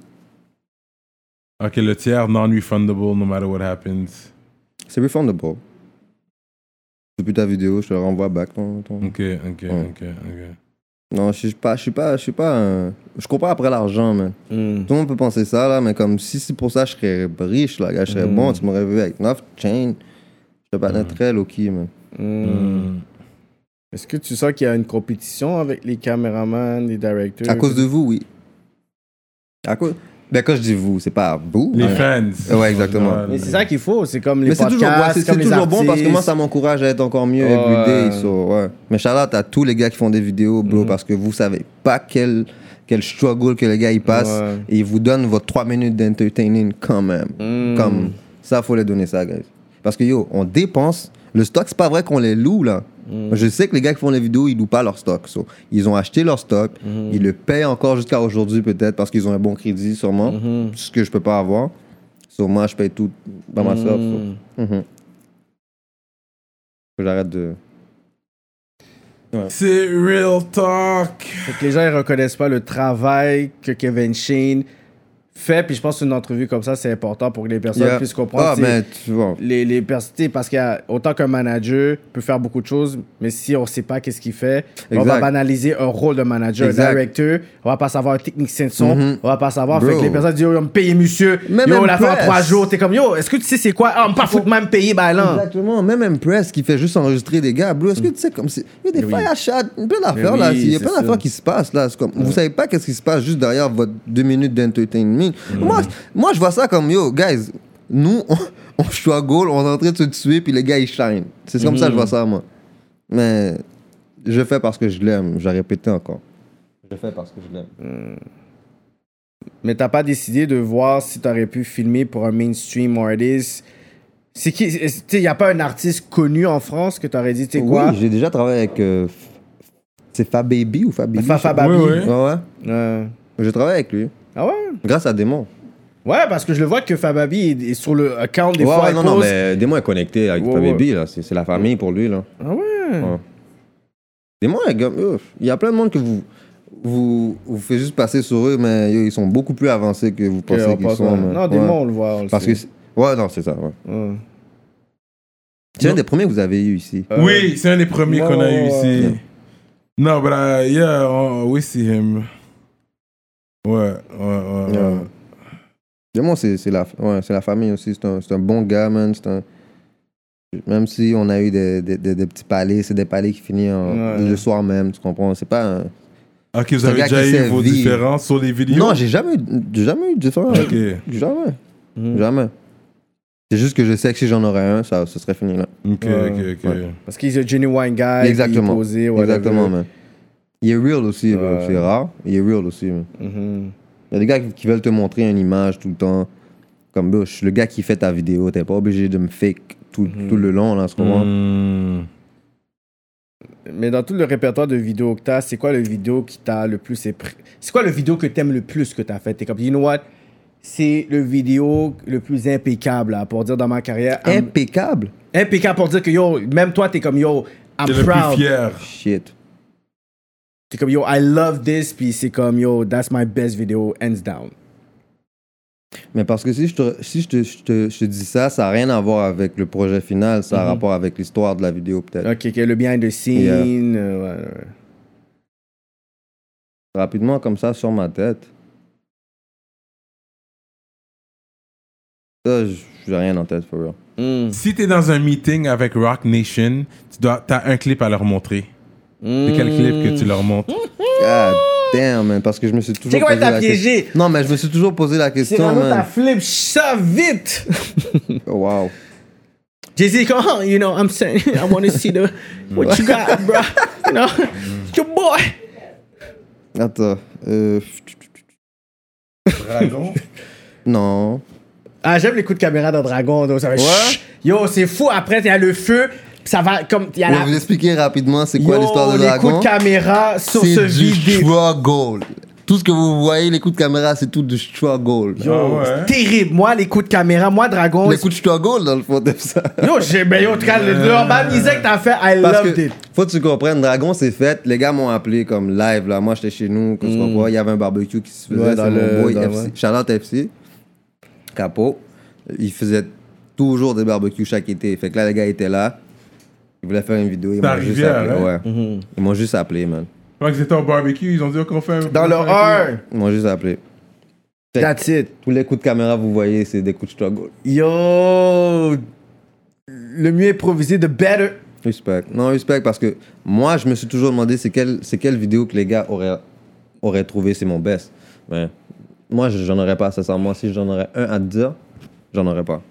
[SPEAKER 3] Ok, le tiers non-refundable no matter what happens.
[SPEAKER 4] C'est refundable. Depuis ta vidéo, je te le renvoie back. ton- ton-
[SPEAKER 3] Ok, ok,
[SPEAKER 4] Ouais.
[SPEAKER 3] ok, ok.
[SPEAKER 4] Non, je suis pas, je suis pas, je suis pas. un- Je cours pas après l'argent, man.
[SPEAKER 5] Mhm.
[SPEAKER 4] Tout le monde peut penser ça, là, mais comme si c'est pour ça, je serais riche, là, gars, je serais
[SPEAKER 5] Mm.
[SPEAKER 4] bon. Tu m'aurais vu avec 9 chain. Je te battrais Loki, man.
[SPEAKER 5] Mhm.
[SPEAKER 3] Hmm.
[SPEAKER 5] Est-ce que tu sens qu'il y a une compétition avec les caméramans, les directeurs
[SPEAKER 4] À cause de vous, oui. À cause. Ben, quand je dis vous, c'est pas vous.
[SPEAKER 3] Les fans.
[SPEAKER 4] hein. Ouais, exactement.
[SPEAKER 5] Mais c'est ça qu'il faut, c'est comme les
[SPEAKER 4] Mais c'est toujours, ouais,
[SPEAKER 5] podcasts,
[SPEAKER 4] c'est-
[SPEAKER 5] comme
[SPEAKER 4] c'est
[SPEAKER 5] les
[SPEAKER 4] toujours bon parce que moi,
[SPEAKER 5] artistes.
[SPEAKER 4] ça m'encourage à être encore mieux
[SPEAKER 5] Ouais.
[SPEAKER 4] everyday. so, ouais. Mais Charlotte, à tous les gars qui font des vidéos, bro,
[SPEAKER 5] Mhm.
[SPEAKER 4] parce que vous savez pas quel, quel struggle que les gars y passent.
[SPEAKER 5] Ouais.
[SPEAKER 4] Et ils vous donnent votre 3 minutes d'entertaining quand même.
[SPEAKER 5] Mhm.
[SPEAKER 4] Comme ça, faut les donner ça, guys. Parce que yo, on dépense. Le stock, c'est pas vrai qu'on les loue, là.
[SPEAKER 5] Mm.
[SPEAKER 4] Je sais que les gars qui font les vidéos, ils louent pas leur stock. so. Ils ont acheté leur stock,
[SPEAKER 5] Mm-hmm.
[SPEAKER 4] ils le payent encore jusqu'à aujourd'hui, peut-être, parce qu'ils ont un bon crédit, sûrement.
[SPEAKER 5] Mhm.
[SPEAKER 4] Ce que je peux pas avoir. So, moi, je paye tout par myself. so.
[SPEAKER 5] Mhm.
[SPEAKER 4] Mhm. Faut que J'arrête de.
[SPEAKER 3] C'est real talk.
[SPEAKER 5] Fait que les gens ils reconnaissent pas le travail que Kevin Shane fait, puis je pense qu'une entrevue comme ça c'est important pour que les personnes
[SPEAKER 4] Yeah.
[SPEAKER 5] puissent comprendre.
[SPEAKER 4] Ah,
[SPEAKER 5] tu sais,
[SPEAKER 4] mais tu vois.
[SPEAKER 5] les, les pers- tu sais, parce qu'autant qu'un manager peut faire beaucoup de choses, mais si on sait pas qu'est-ce qu'il fait, on va
[SPEAKER 4] Exact.
[SPEAKER 5] banaliser un rôle de manager,
[SPEAKER 4] Exact.
[SPEAKER 5] un directeur, on va pas savoir un technicien de son,
[SPEAKER 4] Mhm.
[SPEAKER 5] on va pas savoir.
[SPEAKER 4] Bro.
[SPEAKER 5] Fait que les personnes disent Yo, ils vont me payer monsieur,
[SPEAKER 4] Mais
[SPEAKER 5] yo, on
[SPEAKER 4] même
[SPEAKER 5] l'a fait en
[SPEAKER 4] presse.
[SPEAKER 5] trois jours, t'es comme Yo, est-ce que tu sais c'est quoi Ah, on pas foutre même payer, ben là.
[SPEAKER 4] Exactement, même Impress qui fait juste enregistrer des gars, bro, est-ce que tu sais comme si. Il y a des
[SPEAKER 5] Mm. Oui.
[SPEAKER 4] failles à chat, il y a plein d'affaires
[SPEAKER 5] Mais
[SPEAKER 4] là,
[SPEAKER 5] oui,
[SPEAKER 4] il y a
[SPEAKER 5] c'est
[SPEAKER 4] plein
[SPEAKER 5] ça.
[SPEAKER 4] d'affaires qui se passent là. c'est Comme, Vous savez pas qu'est-ce qui se passe juste derrière votre deux minutes d'entertainment.
[SPEAKER 5] Mm.
[SPEAKER 4] Moi, moi, je vois ça comme yo, guys, nous, on, [LAUGHS] on struggle, on est en train de se tuer, puis les gars ils shine. C'est comme ça que je vois ça, moi. Mais je fais parce que je l'aime, j'ai répété encore. Je fais parce que je l'aime.
[SPEAKER 5] Mais t'as pas décidé de voir si t'aurais pu filmer pour un mainstream artist. C'est qui Tu sais, y a pas un artiste connu en France que t'aurais dit, tu sais quoi
[SPEAKER 4] Oui, j'ai déjà travaillé avec. euh, F- c'est Fab Baby ou Fab Baby
[SPEAKER 5] Fafa Babi.
[SPEAKER 3] Oui, oui.
[SPEAKER 4] Ouais, ouais.
[SPEAKER 5] Euh,
[SPEAKER 4] J'ai travaillé avec lui.
[SPEAKER 5] Ah ouais
[SPEAKER 4] Grâce à Démon.
[SPEAKER 5] Ouais, parce que je le vois que Fababi est, est sur le account des
[SPEAKER 4] ouais,
[SPEAKER 5] fois.
[SPEAKER 4] ouais,
[SPEAKER 5] il
[SPEAKER 4] non, non,
[SPEAKER 5] pose-
[SPEAKER 4] mais euh, Démon est connecté avec
[SPEAKER 5] Ouais,
[SPEAKER 4] Fab
[SPEAKER 5] ouais.
[SPEAKER 4] Baby, là. C'est, c'est la famille pour lui, là.
[SPEAKER 5] Ah ouais.
[SPEAKER 4] Ouais. Démon, est comme- ouf. il y a plein de monde que vous. Vous, vous faites juste passer sur eux, mais yo, ils sont beaucoup plus avancés que vous
[SPEAKER 5] Que
[SPEAKER 4] pensez
[SPEAKER 5] on
[SPEAKER 4] qu'ils
[SPEAKER 5] pense-
[SPEAKER 4] sont. man.
[SPEAKER 5] non,
[SPEAKER 4] Ouais.
[SPEAKER 5] Démon, on le voit. on le
[SPEAKER 4] Parce
[SPEAKER 5] sait.
[SPEAKER 4] que. c'est- Ouais, non, c'est ça. Ouais.
[SPEAKER 5] Ouais.
[SPEAKER 4] C'est l'un des premiers que vous avez eu ici.
[SPEAKER 5] Euh,
[SPEAKER 3] oui, c'est un des premiers qu'on a eu
[SPEAKER 5] ouais,
[SPEAKER 3] ici. Non, but uh, yeah, on- we see him. Ouais, ouais, ouais.
[SPEAKER 4] Yeah.
[SPEAKER 3] ouais.
[SPEAKER 4] Démon, c'est, c'est la, ouais, c'est la famille aussi. C'est un, c'est un bon gars, man. C'est un- Même si on a eu des, des, des- des petits palais, c'est des palais qui finissent en-
[SPEAKER 5] Ouais.
[SPEAKER 4] le soir même, tu comprends? C'est pas un-
[SPEAKER 3] Ok, vous
[SPEAKER 4] C'est un
[SPEAKER 3] avez
[SPEAKER 4] gars qui
[SPEAKER 3] déjà eu
[SPEAKER 4] sait
[SPEAKER 3] vos
[SPEAKER 4] vivre.
[SPEAKER 3] différences sur les vidéos
[SPEAKER 4] Non, j'ai jamais, eu- j'ai jamais eu de différence.
[SPEAKER 3] Ok.
[SPEAKER 4] Jamais.
[SPEAKER 5] Mhm.
[SPEAKER 4] Jamais. C'est juste que je sais que si j'en aurais un, ça, ce serait fini là.
[SPEAKER 3] Ok,
[SPEAKER 5] Ouais.
[SPEAKER 3] ok, ok.
[SPEAKER 4] Ouais.
[SPEAKER 5] Parce qu'il est a genuine guy. puis Il est
[SPEAKER 4] Exactement.
[SPEAKER 5] posé, whatever.
[SPEAKER 4] Exactement, man. Il est real aussi,
[SPEAKER 5] Ouais.
[SPEAKER 4] bro. c'est rare. Il est real aussi. man.
[SPEAKER 5] Mhm.
[SPEAKER 4] Il y a des gars qui, qui veulent te montrer une image tout le temps. Comme bro, je suis le gars qui fait ta vidéo, t'es pas obligé de me fake tout, tout le long là, en ce moment.
[SPEAKER 3] Hmm.
[SPEAKER 5] Mais dans tout le répertoire de vidéos que t'as, c'est quoi le vidéo qui t'a le plus épr- C'est quoi le vidéo que t'aimes le plus que t'as fait T'es comme, you know what C'est le vidéo le plus impeccable, là, pour dire dans ma carrière. I'm-
[SPEAKER 4] Impeccable.
[SPEAKER 5] impeccable pour dire que yo, même toi, t'es comme yo, I'm
[SPEAKER 3] T'es le plus
[SPEAKER 5] proud.
[SPEAKER 3] fier.
[SPEAKER 4] Shit.
[SPEAKER 5] T'es comme yo, I love this, puis c'est comme yo, that's my best video, hands down.
[SPEAKER 4] Mais parce que si je te, si je te, je te- je te dis ça, ça n'a rien à voir avec le projet final, ça a rapport avec l'histoire de la vidéo peut-être.
[SPEAKER 5] Mhm. Ok, ok, le behind the scene.
[SPEAKER 4] Yeah.
[SPEAKER 5] euh, ouais, ouais.
[SPEAKER 4] Rapidement comme ça sur ma tête. Ça, j- j'ai rien en tête, for real.
[SPEAKER 5] Mm,
[SPEAKER 3] Si t'es dans un meeting avec Rock
[SPEAKER 4] Hmm. [LAUGHS]
[SPEAKER 3] Nation, tu dois, t'as un clip à leur montrer. C'est quel clip que tu leur montres
[SPEAKER 4] God Damn, man, parce que je me suis toujours
[SPEAKER 5] sais comment
[SPEAKER 4] posé
[SPEAKER 5] t'as
[SPEAKER 4] la
[SPEAKER 5] piégé?
[SPEAKER 4] question. Non, mais je me suis toujours posé la question,
[SPEAKER 5] Cyrano, t'as
[SPEAKER 4] man.
[SPEAKER 5] flip ça vite. [LAUGHS]
[SPEAKER 4] Oh, Wow.
[SPEAKER 5] Jay-Z, come on, you know, I'm saying, [LAUGHS] I want to see the, what you got, bro. You know,
[SPEAKER 3] [LAUGHS]
[SPEAKER 5] it's your boy.
[SPEAKER 4] Attends. Euh...
[SPEAKER 3] Dragon.
[SPEAKER 4] Non.
[SPEAKER 5] Ah, j'aime les coups de caméra de Dragon, donc ça va chut. Yo, c'est fou, après, il y a le feu, pis ça va comme. Il y a
[SPEAKER 4] Je
[SPEAKER 5] la.
[SPEAKER 4] vais vous expliquer rapidement c'est quoi
[SPEAKER 5] Yo,
[SPEAKER 4] l'histoire de
[SPEAKER 5] les coups
[SPEAKER 4] Dragon.
[SPEAKER 5] de caméra sur ce
[SPEAKER 4] C'est du
[SPEAKER 5] vidéo.
[SPEAKER 4] struggle. Tout ce que vous voyez, les coups de caméra, c'est tout du struggle.
[SPEAKER 3] Ah ouais.
[SPEAKER 5] C'est Hein? Terrible, moi, les coups de caméra, moi, Dragon.
[SPEAKER 4] Les coups de struggle, dans le fond, de ça.
[SPEAKER 5] Yo, j'ai. Ben, yo, en tout cas, le Urban Isaac, t'as fait, I
[SPEAKER 4] Parce
[SPEAKER 5] loved
[SPEAKER 4] que,
[SPEAKER 5] it.
[SPEAKER 4] faut que tu comprennes, Dragon, c'est fait. Les gars m'ont appelé comme live, là. Moi, j'étais chez nous, qu'on se comprend. Il y avait un barbecue qui se faisait.
[SPEAKER 6] Ouais,
[SPEAKER 4] c'est
[SPEAKER 6] dans
[SPEAKER 4] mon
[SPEAKER 6] le-
[SPEAKER 4] boy,
[SPEAKER 6] dans-
[SPEAKER 4] FC.
[SPEAKER 6] ouais.
[SPEAKER 4] Shout-out FC. Capot. Il faisait toujours des barbecues chaque été. Fait que là, les gars étaient là. Ils voulaient faire une vidéo. Ils
[SPEAKER 3] C'est à
[SPEAKER 4] m'ont juste
[SPEAKER 3] Rivière,
[SPEAKER 4] appelé.
[SPEAKER 3] hein?
[SPEAKER 4] ouais. Ils m'ont juste appelé, man.
[SPEAKER 3] Quand ils étaient au barbecue, ils ont dit oh, qu'on fait.
[SPEAKER 5] Dans le 1,
[SPEAKER 4] Ils m'ont juste appelé.
[SPEAKER 5] that's it.
[SPEAKER 4] Tous les coups de caméra, vous voyez, c'est des coups de struggle.
[SPEAKER 5] Yo, le mieux improvisé, the better.
[SPEAKER 4] Respect. Non, respect, parce que moi, je me suis toujours demandé c'est quelle, c'est quelle vidéo que les gars auraient, auraient trouvé c'est mon best. Mais moi, je- j'en aurais pas, sincèrement. Si j'en aurais un à te dire, j'en aurais pas.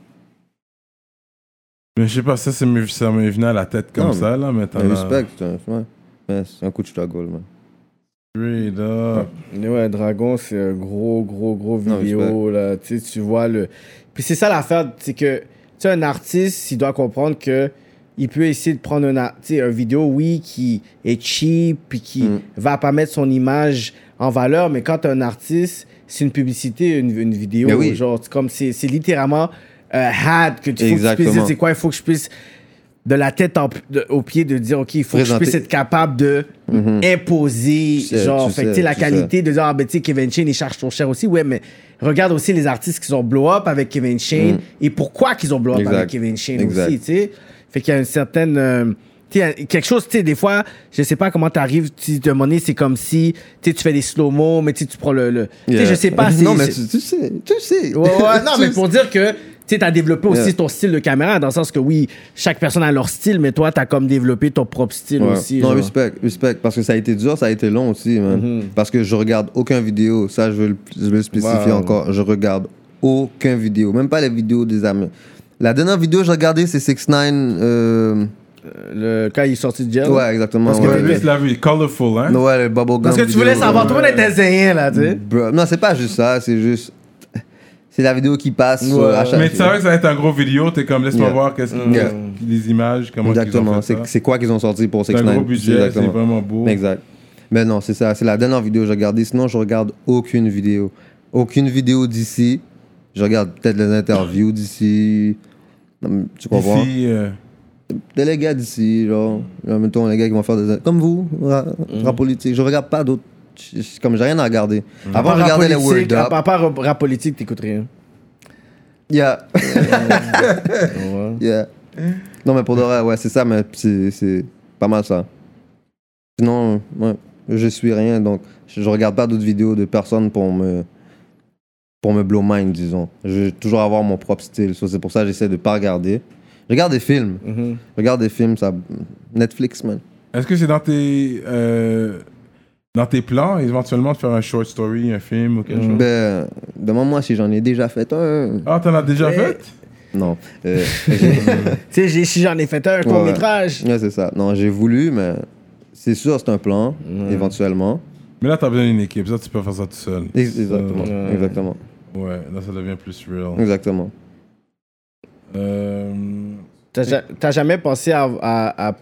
[SPEAKER 3] Mais je sais pas, ça, c'est mes- ça m'est venu à la tête comme
[SPEAKER 4] Non,
[SPEAKER 3] ça, là, mais t'en
[SPEAKER 4] Mais
[SPEAKER 3] as-
[SPEAKER 4] respect, c'est un, ouais. Ouais, c'est un coup de struggle, man.
[SPEAKER 3] Straight up.
[SPEAKER 6] Ouais, Dragon, c'est un gros, gros, gros
[SPEAKER 4] Non,
[SPEAKER 6] vidéo. là. Tu sais, tu vois le.
[SPEAKER 5] Puis c'est ça l'affaire, c'est que, tu sais, un artiste, il doit comprendre que il peut essayer de prendre un, ar- tu sais, un vidéo, oui, qui est cheap, puis qui
[SPEAKER 4] Mm.
[SPEAKER 5] va pas mettre son image en valeur, mais quand t'es un artiste, c'est une publicité, une, une vidéo,
[SPEAKER 4] Mais oui.
[SPEAKER 5] genre, c'est comme c'est c'est littéralement euh, had que tu, faut que tu puisses
[SPEAKER 4] Exactement.
[SPEAKER 5] dire, c'est quoi, il faut que je puisse de la tête en- de- au pied de dire ok il faut que
[SPEAKER 4] Présenter.
[SPEAKER 5] je puisse être capable de imposer
[SPEAKER 4] sais,
[SPEAKER 5] genre
[SPEAKER 4] tu
[SPEAKER 5] fait que,
[SPEAKER 4] sais,
[SPEAKER 5] tu sais, la
[SPEAKER 4] tu
[SPEAKER 5] qualité
[SPEAKER 4] sais.
[SPEAKER 5] de dire, ah ben tu sais, Kevin Shane, il charge trop cher aussi. Ouais, mais regarde aussi les artistes qui ont blow-up avec Kevin Shane et pourquoi qu'ils ont blow-up
[SPEAKER 4] Mm. Exact.
[SPEAKER 5] avec Kevin Shane
[SPEAKER 4] Exact.
[SPEAKER 5] aussi, tu sais. Fait qu'il y a une certaine... euh, tu sais, quelque chose, tu sais, des fois, je sais pas comment t'arrives, tu te donné, c'est comme si, tu sais, tu fais des slow-mo, mais tu sais, tu prends le... le- tu sais, je sais pas, c'est-
[SPEAKER 4] [LAUGHS] Non, mais
[SPEAKER 5] c'est-
[SPEAKER 4] tu, tu sais, tu sais.
[SPEAKER 5] Ouais,
[SPEAKER 4] [LAUGHS]
[SPEAKER 5] ouais, non,
[SPEAKER 4] Tu
[SPEAKER 5] mais
[SPEAKER 4] sais.
[SPEAKER 5] pour dire que tu as développé aussi
[SPEAKER 4] Yeah.
[SPEAKER 5] ton style de caméra, dans le sens que oui, chaque personne a leur style, mais toi, tu as comme développé ton propre style
[SPEAKER 4] Ouais.
[SPEAKER 5] aussi.
[SPEAKER 4] non,
[SPEAKER 5] genre. Mhm.
[SPEAKER 4] respect, respect. Parce que ça a été dur, ça a été long aussi, man. Parce que je regarde aucune vidéo. Ça, je veux le, je veux le spécifier
[SPEAKER 6] Wow.
[SPEAKER 4] encore. Je regarde aucune vidéo. Même pas les vidéos des amis. La dernière vidéo que j'ai regardée, c'est 6 9 euh...
[SPEAKER 5] Le, quand il est sorti de jail.
[SPEAKER 4] Ouais, exactement.
[SPEAKER 5] Ah Parce que
[SPEAKER 4] ouais.
[SPEAKER 5] t'es-
[SPEAKER 3] Juste la vie, colorful, hein?
[SPEAKER 4] Non, ouais, le bubblegum.
[SPEAKER 5] Parce que tu
[SPEAKER 4] vidéo,
[SPEAKER 5] voulais savoir,
[SPEAKER 4] ouais.
[SPEAKER 5] toi, hein? t'étais zéen, là, tu sais.
[SPEAKER 4] Bro, Non, c'est pas juste ça, c'est juste. C'est la vidéo qui passe sur-
[SPEAKER 6] Ouais.
[SPEAKER 4] à chaque
[SPEAKER 3] Mais tu savais que ça va être un gros vidéo, t'es comme, laisse-moi
[SPEAKER 4] Yeah.
[SPEAKER 3] voir qu'est-ce que
[SPEAKER 4] Yeah.
[SPEAKER 3] les images, comment ils ont
[SPEAKER 4] Exactement.
[SPEAKER 3] fait
[SPEAKER 4] C'est
[SPEAKER 3] ça.
[SPEAKER 4] c'est quoi qu'ils ont sorti pour 6
[SPEAKER 3] C'est un gros budget, c'est vraiment beau.
[SPEAKER 4] Exact. Mais non, c'est ça. C'est la dernière vidéo que j'ai regardée. Sinon, je regarde aucune vidéo. Aucune vidéo d'ici. Je regarde peut-être les interviews d'ici. Non, mais Tu comprends?
[SPEAKER 3] Ici, euh,
[SPEAKER 4] Des les gars d'ici, genre. genre, Mettons, les gars qui vont faire des. Comme vous, rap,
[SPEAKER 5] Mhm.
[SPEAKER 4] rap politique. Je regarde pas d'autres. Je- je- Comme j'ai rien à regarder. Avant,
[SPEAKER 5] Mhm. Pas
[SPEAKER 4] je regardais les Word
[SPEAKER 5] politique,
[SPEAKER 4] Up.
[SPEAKER 5] À part rap- rap politique, t'écoutes rien.
[SPEAKER 4] Yeah.
[SPEAKER 6] Ouais.
[SPEAKER 4] Yeah. Non, mais pour de vrai, ouais, c'est ça, mais c'est c'est pas mal ça. Sinon, ouais, je suis rien, donc je, je regarde pas d'autres vidéos de personnes pour me pour me blow mind, disons. Je veux toujours avoir mon propre style, so c'est pour ça que j'essaie de pas regarder. Je regarde des films.
[SPEAKER 6] Mhm.
[SPEAKER 4] Je regarde des films, ça. Netflix, man.
[SPEAKER 3] Est-ce que c'est dans tes euh, dans tes plans éventuellement de faire un short story, un film ou quelque chose
[SPEAKER 4] Ben, demande-moi si j'en ai déjà fait un.
[SPEAKER 3] Ah, t'en as déjà
[SPEAKER 5] Eh.
[SPEAKER 3] fait
[SPEAKER 4] Non. Euh, j'ai-
[SPEAKER 5] Tu sais, j'ai- si j'en ai fait un, un court-métrage.
[SPEAKER 4] ouais, c'est ça. Non, j'ai voulu, mais c'est sûr, c'est un plan, éventuellement.
[SPEAKER 3] Mais là, t'as besoin d'une équipe. Ça, tu peux faire ça tout seul. Euh,
[SPEAKER 4] Ex- Exactement. Mm.
[SPEAKER 6] Ouais.
[SPEAKER 4] Exactement.
[SPEAKER 3] Ouais, là, ça devient plus real.
[SPEAKER 4] Exactement.
[SPEAKER 3] Euh,
[SPEAKER 5] T'as ja- T'as jamais pensé à. à- à- tu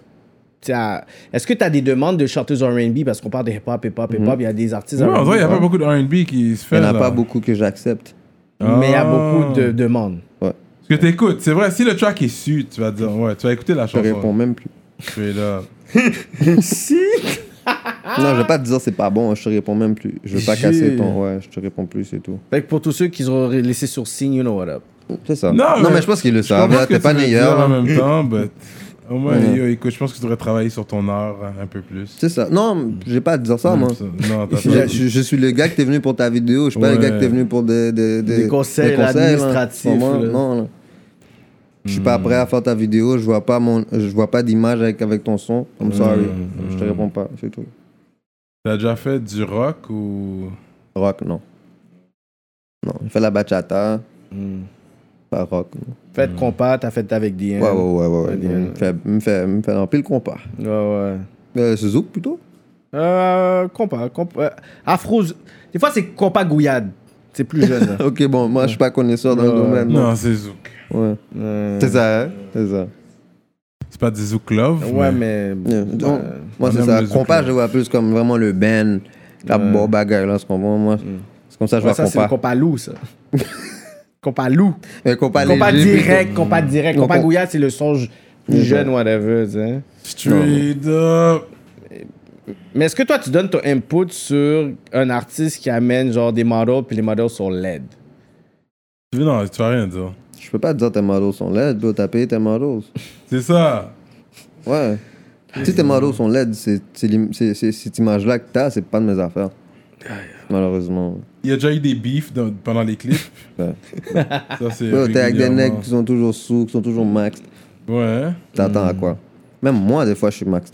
[SPEAKER 5] sais, à- Est-ce que t'as des demandes de chanteuses R&B parce qu'on parle de hip-hop, hip-hop,
[SPEAKER 4] Mhm.
[SPEAKER 5] hip-hop, il y a des artistes
[SPEAKER 3] ouais, en vrai, il n'y a
[SPEAKER 5] R&B,
[SPEAKER 3] pas beaucoup de RB qui se fait.
[SPEAKER 4] Il n'y en a
[SPEAKER 3] là.
[SPEAKER 4] pas beaucoup que j'accepte.
[SPEAKER 5] mais il y a
[SPEAKER 3] Ah.
[SPEAKER 5] beaucoup de demandes.
[SPEAKER 3] Ce que t'écoutes, c'est vrai, si le track est su, tu vas dire, ouais, tu vas écouter la
[SPEAKER 4] Je te réponds
[SPEAKER 3] chanson.
[SPEAKER 4] même plus.
[SPEAKER 3] Straight up.
[SPEAKER 4] Non, je vais pas te dire c'est pas bon, je te réponds même plus. Je veux pas
[SPEAKER 5] J'ai-
[SPEAKER 4] casser ton. Ouais, je te réponds plus, c'est tout.
[SPEAKER 5] Fait que pour tous ceux qui auront laissé sur signe, you know what up.
[SPEAKER 4] C'est ça.
[SPEAKER 3] Non,
[SPEAKER 4] Non,
[SPEAKER 3] mais-
[SPEAKER 4] mais, je pense qu'il le
[SPEAKER 3] Je comprends
[SPEAKER 4] savent. là,
[SPEAKER 3] ce que
[SPEAKER 4] T'es
[SPEAKER 3] tu
[SPEAKER 4] pas hein.
[SPEAKER 3] veux dire
[SPEAKER 4] meilleur.
[SPEAKER 3] En même temps, but au moins,
[SPEAKER 4] Ouais.
[SPEAKER 3] yo, écoute, je pense que tu devrais travailler sur ton art hein, un peu plus.
[SPEAKER 4] C'est ça. Non, j'ai pas à te dire ça, moi.
[SPEAKER 3] Non, t'as pas.
[SPEAKER 4] [LAUGHS] Je, je- je suis le gars que t'es venu pour ta vidéo, je suis pas
[SPEAKER 3] Ouais.
[SPEAKER 4] le gars que t'es venu pour des, des,
[SPEAKER 5] Des conseils
[SPEAKER 4] là.
[SPEAKER 5] administratifs,
[SPEAKER 4] Pour moi,
[SPEAKER 5] là.
[SPEAKER 4] Non, non. Je suis pas prêt à faire ta vidéo, je vois pas mon, je vois pas d'image avec, avec ton son. I'm sorry, je te réponds pas, c'est tout.
[SPEAKER 3] T'as déjà fait du rock ou.
[SPEAKER 4] Rock, non. Non, j'ai fait la bachata,
[SPEAKER 5] Hmm.
[SPEAKER 4] pas rock. non.
[SPEAKER 5] Faites compas, t'as fait avec DM.
[SPEAKER 4] Hmm. Ouais, ouais, ouais, ouais.
[SPEAKER 5] Pas
[SPEAKER 4] ouais. non,
[SPEAKER 5] d'IN.
[SPEAKER 4] fait- me fait, me fait, non, pile compas.
[SPEAKER 5] Ouais, ouais.
[SPEAKER 4] Euh, Zouk plutôt?
[SPEAKER 5] Euh, compas, compas. euh, afro. Des fois, c'est compas gouillade. C'est plus jeune. hein. là.
[SPEAKER 4] Ok, bon, moi je suis pas connaisseur dans le
[SPEAKER 5] Ouais.
[SPEAKER 4] domaine.
[SPEAKER 3] Non,
[SPEAKER 4] Non.
[SPEAKER 3] c'est Zouk.
[SPEAKER 4] Ouais.
[SPEAKER 5] Euh,
[SPEAKER 4] [LAUGHS] C'est ça, hein? C'est ça.
[SPEAKER 3] C'est pas du Zouk Love.
[SPEAKER 5] Euh, Ouais, mais.
[SPEAKER 4] Yeah. Donc,
[SPEAKER 5] Ouais.
[SPEAKER 4] moi,
[SPEAKER 3] On
[SPEAKER 4] c'est
[SPEAKER 3] aime
[SPEAKER 4] ça.
[SPEAKER 3] le Zouk,
[SPEAKER 4] Compas,
[SPEAKER 3] là.
[SPEAKER 4] je vois plus comme vraiment le Ben, la
[SPEAKER 5] Ouais. Mm.
[SPEAKER 4] bonne bagaille, là, ce qu'on voit. Moi, c'est comme ça que je
[SPEAKER 5] Ouais, ça,
[SPEAKER 4] vois
[SPEAKER 5] c'est
[SPEAKER 4] compas.
[SPEAKER 5] le compas loup, ça. [LAUGHS] compas loup.
[SPEAKER 4] Mais compas
[SPEAKER 5] Compas
[SPEAKER 4] léger, plutôt.
[SPEAKER 5] direct, compas direct.
[SPEAKER 4] Non,
[SPEAKER 5] Compas
[SPEAKER 4] com-
[SPEAKER 5] gouillade, c'est le songe plus jeune, whatever, tu sais.
[SPEAKER 3] Straight up.
[SPEAKER 5] Mais est-ce que toi, tu donnes ton input sur un artiste qui amène genre des models, puis les models sont LED?
[SPEAKER 3] Non, tu vas rien dire.
[SPEAKER 4] Je peux pas te dire tes models sont LED, bro. T'as payé tes models.
[SPEAKER 3] C'est ça.
[SPEAKER 4] Ouais.
[SPEAKER 5] Mm.
[SPEAKER 4] si tes models sont LED, c'est c'est l'im- c'est- c'est- cette image-là que t'as, c'est pas de mes affaires. Malheureusement.
[SPEAKER 3] Il y a déjà eu des beefs dans- pendant les clips.
[SPEAKER 4] Ouais.
[SPEAKER 3] Ça, c'est.
[SPEAKER 4] Bro, T'es avec des
[SPEAKER 3] régulièrement.
[SPEAKER 4] nègres qui sont toujours sous, qui sont toujours max.
[SPEAKER 3] Ouais.
[SPEAKER 4] T'attends
[SPEAKER 5] Mm.
[SPEAKER 4] à quoi? Même moi, des fois, je suis max.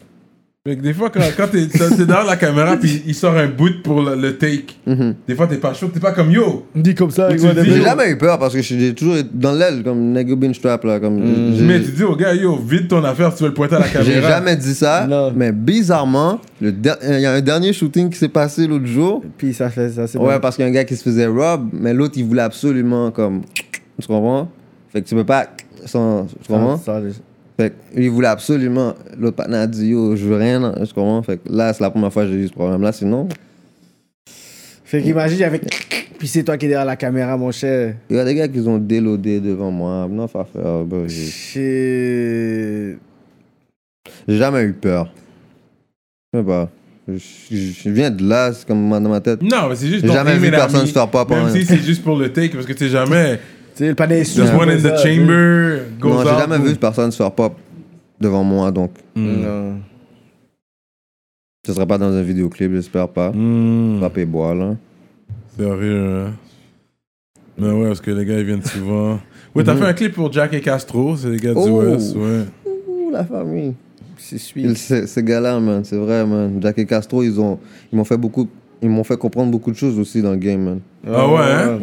[SPEAKER 3] Fait que des fois, quand, quand t'es t'es derrière la caméra, puis il sort un bout pour le, le take,
[SPEAKER 4] Mm-hmm.
[SPEAKER 3] des fois, t'es pas chaud, t'es pas comme yo.
[SPEAKER 5] Dit comme ça,
[SPEAKER 3] avec whatever.
[SPEAKER 4] J'ai
[SPEAKER 3] Yo.
[SPEAKER 4] jamais eu peur parce que j'ai toujours été dans l'aile comme Nego Bean Strap là
[SPEAKER 5] Mm.
[SPEAKER 4] comme j'ai-
[SPEAKER 3] Mais tu dis au gars, yo, vide ton affaire, tu veux le pointer à la caméra.
[SPEAKER 4] Mm-hmm. j'ai jamais dit ça
[SPEAKER 5] Non.
[SPEAKER 4] mais bizarrement le der- euh, il y a un dernier shooting qui s'est passé l'autre jour
[SPEAKER 5] Puis ça, c'est ça, c'est
[SPEAKER 4] ouais
[SPEAKER 5] bon.
[SPEAKER 4] parce qu'il y a un gars qui se faisait rob mais l'autre il voulait absolument comme tu comprends fait que tu peux pas sans tu comprends
[SPEAKER 5] Ah, Ça, ça,
[SPEAKER 4] fait que il voulait absolument l'autre partenaire a dit yo je veux rien tu comprends fait que là c'est la première fois que j'ai eu ce problème là sinon
[SPEAKER 5] Fait qu'imagine avec. [LAUGHS] Puis c'est toi qui es derrière la caméra, mon cher.
[SPEAKER 4] il y a des gars qui ont déloadé devant moi non faire faire bro, j'ai-
[SPEAKER 5] Shit.
[SPEAKER 4] J'ai jamais eu peur. Je sais pas. Je, je- je viens de là, c'est comme dans ma tête.
[SPEAKER 3] Non, mais c'est juste.
[SPEAKER 4] J'ai
[SPEAKER 3] ton
[SPEAKER 4] jamais
[SPEAKER 3] aim
[SPEAKER 4] vu
[SPEAKER 3] et
[SPEAKER 4] personne
[SPEAKER 3] l'ami,
[SPEAKER 4] se faire pas pendant-
[SPEAKER 3] Même si c'est juste pour le take, parce que tu sais jamais.
[SPEAKER 5] Tu sais, le panel est sous.
[SPEAKER 3] Just one in the chamber, goes
[SPEAKER 4] non, j'ai
[SPEAKER 3] out.
[SPEAKER 4] jamais vu personne se faire pop devant moi, donc
[SPEAKER 3] Hmm.
[SPEAKER 5] Non.
[SPEAKER 4] ce serait pas dans un vidéoclip, j'espère pas.
[SPEAKER 3] Mm.
[SPEAKER 4] Frappe et bois, là.
[SPEAKER 3] C'est horrible, hein. Mais ouais, parce que les gars, ils viennent souvent. Ouais, t'as fait un clip pour Jack et Castro, c'est les gars du
[SPEAKER 4] Oh.
[SPEAKER 3] West, ouais.
[SPEAKER 4] Ouh, la famille.
[SPEAKER 5] C'est
[SPEAKER 4] Ils-
[SPEAKER 5] suite.
[SPEAKER 4] Ces ces gars-là, man, c'est vrai, man. Jack et Castro, ils ont, ils m'ont fait beaucoup, ils m'ont fait comprendre beaucoup de choses aussi dans le game, man.
[SPEAKER 3] Ah ouais, hein?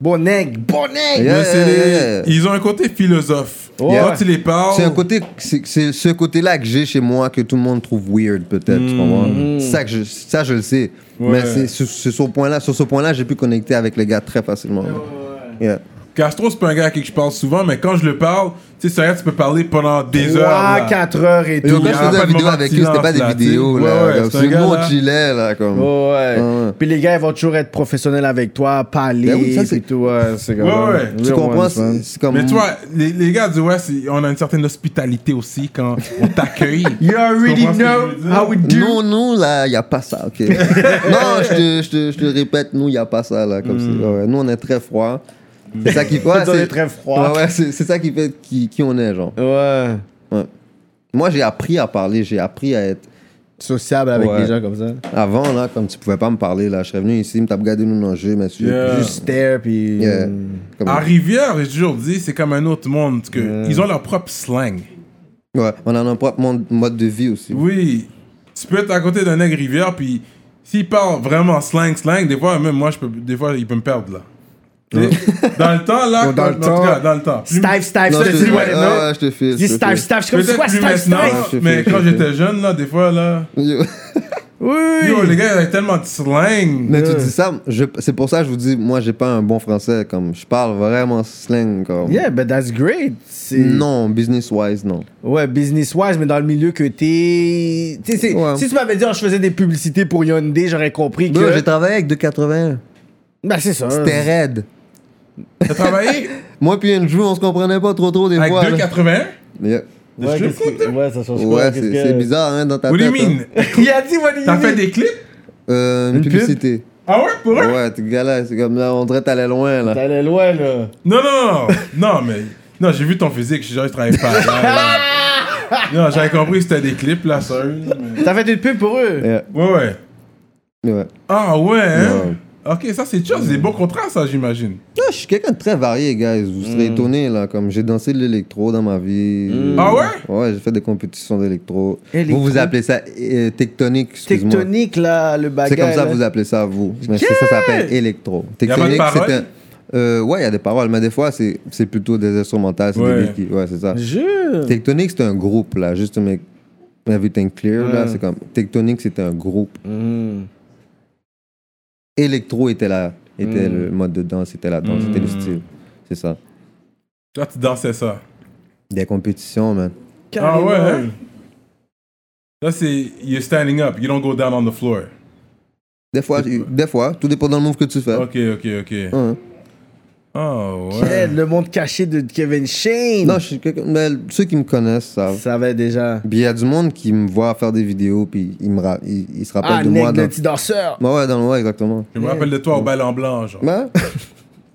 [SPEAKER 5] Bon egg, bon egg.
[SPEAKER 4] Yeah,
[SPEAKER 3] Mais c'est
[SPEAKER 4] yeah,
[SPEAKER 3] les-
[SPEAKER 4] yeah, yeah.
[SPEAKER 3] Ils ont un côté philosophe.
[SPEAKER 4] Yeah.
[SPEAKER 3] Quand tu les parles.
[SPEAKER 4] C'est un côté, c'est c'est ce côté-là que j'ai chez moi que tout le monde trouve weird peut-être. tu comprends? Ça que je, ça je le sais.
[SPEAKER 3] Hmm. Ouais.
[SPEAKER 4] Mais c'est sur, sur ce point-là, sur ce point-là, j'ai pu connecter avec les gars très facilement. Yeah.
[SPEAKER 3] Castro, c'est pas un gars à qui je parle souvent, mais quand je le parle, tu sais, c'est vrai, tu peux parler pendant des heures.
[SPEAKER 5] 3,
[SPEAKER 3] là.
[SPEAKER 5] 4 heures et
[SPEAKER 4] Et
[SPEAKER 5] tout.
[SPEAKER 4] quand
[SPEAKER 3] y
[SPEAKER 4] je
[SPEAKER 3] a
[SPEAKER 4] faisais
[SPEAKER 3] pas
[SPEAKER 4] la
[SPEAKER 3] de
[SPEAKER 4] vidéo
[SPEAKER 3] moment de
[SPEAKER 4] avec eux, c'était pas des
[SPEAKER 3] silence, là,
[SPEAKER 4] vidéos
[SPEAKER 3] tu sais.
[SPEAKER 4] là.
[SPEAKER 3] Ouais, ouais,
[SPEAKER 4] comme
[SPEAKER 3] c'est
[SPEAKER 4] c'est
[SPEAKER 3] un gars,
[SPEAKER 4] nous on
[SPEAKER 3] là.
[SPEAKER 4] chillait là comme.
[SPEAKER 5] Oh, ouais.
[SPEAKER 4] Ah ouais.
[SPEAKER 5] Puis les gars, ils vont toujours être professionnels avec toi, parler,
[SPEAKER 4] Ben oui, ça, c'est-
[SPEAKER 5] puis tout. Ouais, c'est comme
[SPEAKER 3] Ouais, ouais.
[SPEAKER 4] Tu comprends? C'est c'est comme.
[SPEAKER 3] Mais tu vois, les, les gars du West, ils- on a une certaine hospitalité aussi quand on
[SPEAKER 4] [LAUGHS]
[SPEAKER 3] t'accueille.
[SPEAKER 5] You already
[SPEAKER 3] Tu comprends ce que je
[SPEAKER 5] know
[SPEAKER 3] veux dire?
[SPEAKER 5] how we do.
[SPEAKER 4] Non, non, là, il a pas ça,
[SPEAKER 3] [LAUGHS]
[SPEAKER 4] ok. non, je te, je te- je te répète, nous, il a pas ça, là, comme
[SPEAKER 3] Hmm.
[SPEAKER 4] c'est- ouais, Nous, on est très froid. C'est ça qui
[SPEAKER 3] [LAUGHS]
[SPEAKER 4] fait.
[SPEAKER 5] On est très froid.
[SPEAKER 4] Ouais, ouais, c'est c'est ça qui fait qui, qui on est, genre.
[SPEAKER 5] Ouais.
[SPEAKER 4] Moi, j'ai appris à parler, j'ai appris à être.
[SPEAKER 5] Sociable avec
[SPEAKER 4] Ouais.
[SPEAKER 5] des gens comme ça.
[SPEAKER 4] Avant, là, comme tu pouvais pas me parler, là, je serais venu ici, me t'as regardé nous dans le jeu, mais tu-
[SPEAKER 3] Yeah. Hmm.
[SPEAKER 4] juste.
[SPEAKER 5] Juste stare, puis. euh,
[SPEAKER 4] Yeah. Comme-
[SPEAKER 3] À Rivière, j'ai toujours dit, c'est comme un autre monde. parce Que Ils ont leur propre slang.
[SPEAKER 4] Ouais, on a notre propre monde- mode de vie aussi.
[SPEAKER 3] Oui. Tu peux être à côté d'un nègre Rivière, puis s'il parle vraiment slang, slang, des fois, même moi, je peux, des fois, il peut me perdre, là. dans le temps, là,
[SPEAKER 5] Dans
[SPEAKER 3] quand-
[SPEAKER 5] le
[SPEAKER 3] en tout
[SPEAKER 5] temps.
[SPEAKER 3] cas, dans le temps. Plus-
[SPEAKER 7] Stave, stave,
[SPEAKER 4] Non, je
[SPEAKER 7] stave.
[SPEAKER 4] te
[SPEAKER 3] c'est-
[SPEAKER 7] dis
[SPEAKER 4] file.
[SPEAKER 3] ouais,
[SPEAKER 7] ouais, non?
[SPEAKER 4] Ah ouais, je te file.
[SPEAKER 7] Dis
[SPEAKER 4] je te
[SPEAKER 7] stave,
[SPEAKER 4] file.
[SPEAKER 7] stave. Je suis comme, c'est quoi
[SPEAKER 3] Peut-être plus
[SPEAKER 7] stave,
[SPEAKER 3] maintenant,
[SPEAKER 7] stave?
[SPEAKER 4] Je sais,
[SPEAKER 3] mais
[SPEAKER 4] je sais,
[SPEAKER 3] quand
[SPEAKER 4] je sais.
[SPEAKER 3] j'étais jeune, là, des fois, là...
[SPEAKER 4] Yo.
[SPEAKER 3] Yo, les gars, ils avaient tellement de slang.
[SPEAKER 4] [LAUGHS] Mais tu dis ça, je- c'est pour ça que je vous dis, moi, j'ai pas un bon français, comme, je parle vraiment slang, comme.
[SPEAKER 5] Yeah, but that's great. C'est-
[SPEAKER 4] Non, business-wise, non.
[SPEAKER 5] Ouais, business-wise, mais dans le milieu que t'es. Tu sais, c'est-
[SPEAKER 4] Ouais.
[SPEAKER 5] si tu m'avais dit, oh, je faisais des publicités pour Hyundai, j'aurais compris
[SPEAKER 4] Bro,
[SPEAKER 5] que.
[SPEAKER 4] j'ai travaillé avec 281.
[SPEAKER 5] Ben, c'est ça.
[SPEAKER 4] C'était raide.
[SPEAKER 3] T'as travaillé
[SPEAKER 4] Moi puis Andrew, on se comprenait pas trop trop des
[SPEAKER 3] avec
[SPEAKER 4] fois. là.
[SPEAKER 3] 2,81
[SPEAKER 4] Yeah.
[SPEAKER 5] Ouais,
[SPEAKER 3] strip
[SPEAKER 5] qu'est-ce que- ouais, ça change quoi?
[SPEAKER 4] Ouais,
[SPEAKER 5] qu'est-ce
[SPEAKER 4] c'est
[SPEAKER 5] que-
[SPEAKER 4] c'est bizarre, hein, dans ta
[SPEAKER 3] What do you
[SPEAKER 4] tête. hein.
[SPEAKER 3] mean
[SPEAKER 5] Il a dit, what do you
[SPEAKER 3] T'as fait
[SPEAKER 5] mean?
[SPEAKER 3] des clips
[SPEAKER 4] Euh, une,
[SPEAKER 5] Une pub?
[SPEAKER 4] publicité.
[SPEAKER 3] Ah ouais, pour eux
[SPEAKER 4] Ouais, t'es galère, c'est comme là, on dirait que t'allais loin, là.
[SPEAKER 5] T'allais loin, là.
[SPEAKER 3] Non, non, non, non, mais. Non, j'ai vu ton physique, je suis genre, je travaille pas. là, là.
[SPEAKER 7] [LAUGHS]
[SPEAKER 3] non, j'avais compris que c'était des clips, là, sérieux. mais-
[SPEAKER 5] T'as fait une pub pour eux?
[SPEAKER 4] Yeah.
[SPEAKER 3] Ouais, ouais.
[SPEAKER 4] Ouais.
[SPEAKER 3] Ah ouais, hein?
[SPEAKER 4] Ouais.
[SPEAKER 3] Ok, ça c'est chill, c'est des bons contrats, ça, j'imagine.
[SPEAKER 4] Non, je suis quelqu'un de très varié, guys. Vous serez étonnés, là. Comme j'ai dansé de l'électro dans ma vie.
[SPEAKER 3] Mm. Ah ouais?
[SPEAKER 4] Ouais, j'ai fait des compétitions d'électro.
[SPEAKER 5] Électro.
[SPEAKER 4] Vous, vous appelez ça euh, tectonique, excuse-moi.
[SPEAKER 6] Tectonique, là, le bagage.
[SPEAKER 4] C'est comme ça que vous appelez ça, vous. Mais c'est- ça s'appelle électro.
[SPEAKER 3] a pas de
[SPEAKER 4] Tectonique, c'est
[SPEAKER 3] paroles?
[SPEAKER 4] un... Euh, ouais, il y a des paroles, mais des fois, c'est c'est plutôt des instrumentales, c'est
[SPEAKER 3] Ouais.
[SPEAKER 4] des beats qui... Ouais, c'est ça.
[SPEAKER 6] Je.
[SPEAKER 4] Tectonique, c'est un groupe, là. Juste to make everything clear, là. C'est comme... Tectonique, c'était un groupe.
[SPEAKER 6] Mm.
[SPEAKER 4] Électro était là. Était
[SPEAKER 6] Mm.
[SPEAKER 4] le mode de danse, était la danse, c'était le style. C'est ça.
[SPEAKER 3] Toi, tu dansais ça.
[SPEAKER 4] Des compétitions, man.
[SPEAKER 3] Ah
[SPEAKER 6] Carrément.
[SPEAKER 3] ouais, hein? Ça c'est you're standing up, you don't go down on the floor.
[SPEAKER 4] Des fois, tu- des fois, tout dépend dans le move que tu fais.
[SPEAKER 3] Ok, ok, ok.
[SPEAKER 5] Mm.
[SPEAKER 4] Hein.
[SPEAKER 3] Oh
[SPEAKER 5] Eh,
[SPEAKER 3] ouais.
[SPEAKER 5] le monde caché de Kevin Shane.
[SPEAKER 4] Non, je suis quelqu'un- mais ceux qui me connaissent savent.
[SPEAKER 6] Ça va déjà.
[SPEAKER 4] Puis il y a du monde qui me voit faire des vidéos, puis ils, me ra- ils, ils se rappellent
[SPEAKER 5] ah,
[SPEAKER 4] de moi.
[SPEAKER 5] nègre,
[SPEAKER 4] Dans...
[SPEAKER 5] le petit danseur.
[SPEAKER 4] Bah Ouais, ouais, dans le ouais, exactement.
[SPEAKER 3] Je me rappelle de toi
[SPEAKER 5] Mm.
[SPEAKER 3] au bal en blanc, genre.
[SPEAKER 5] Bah,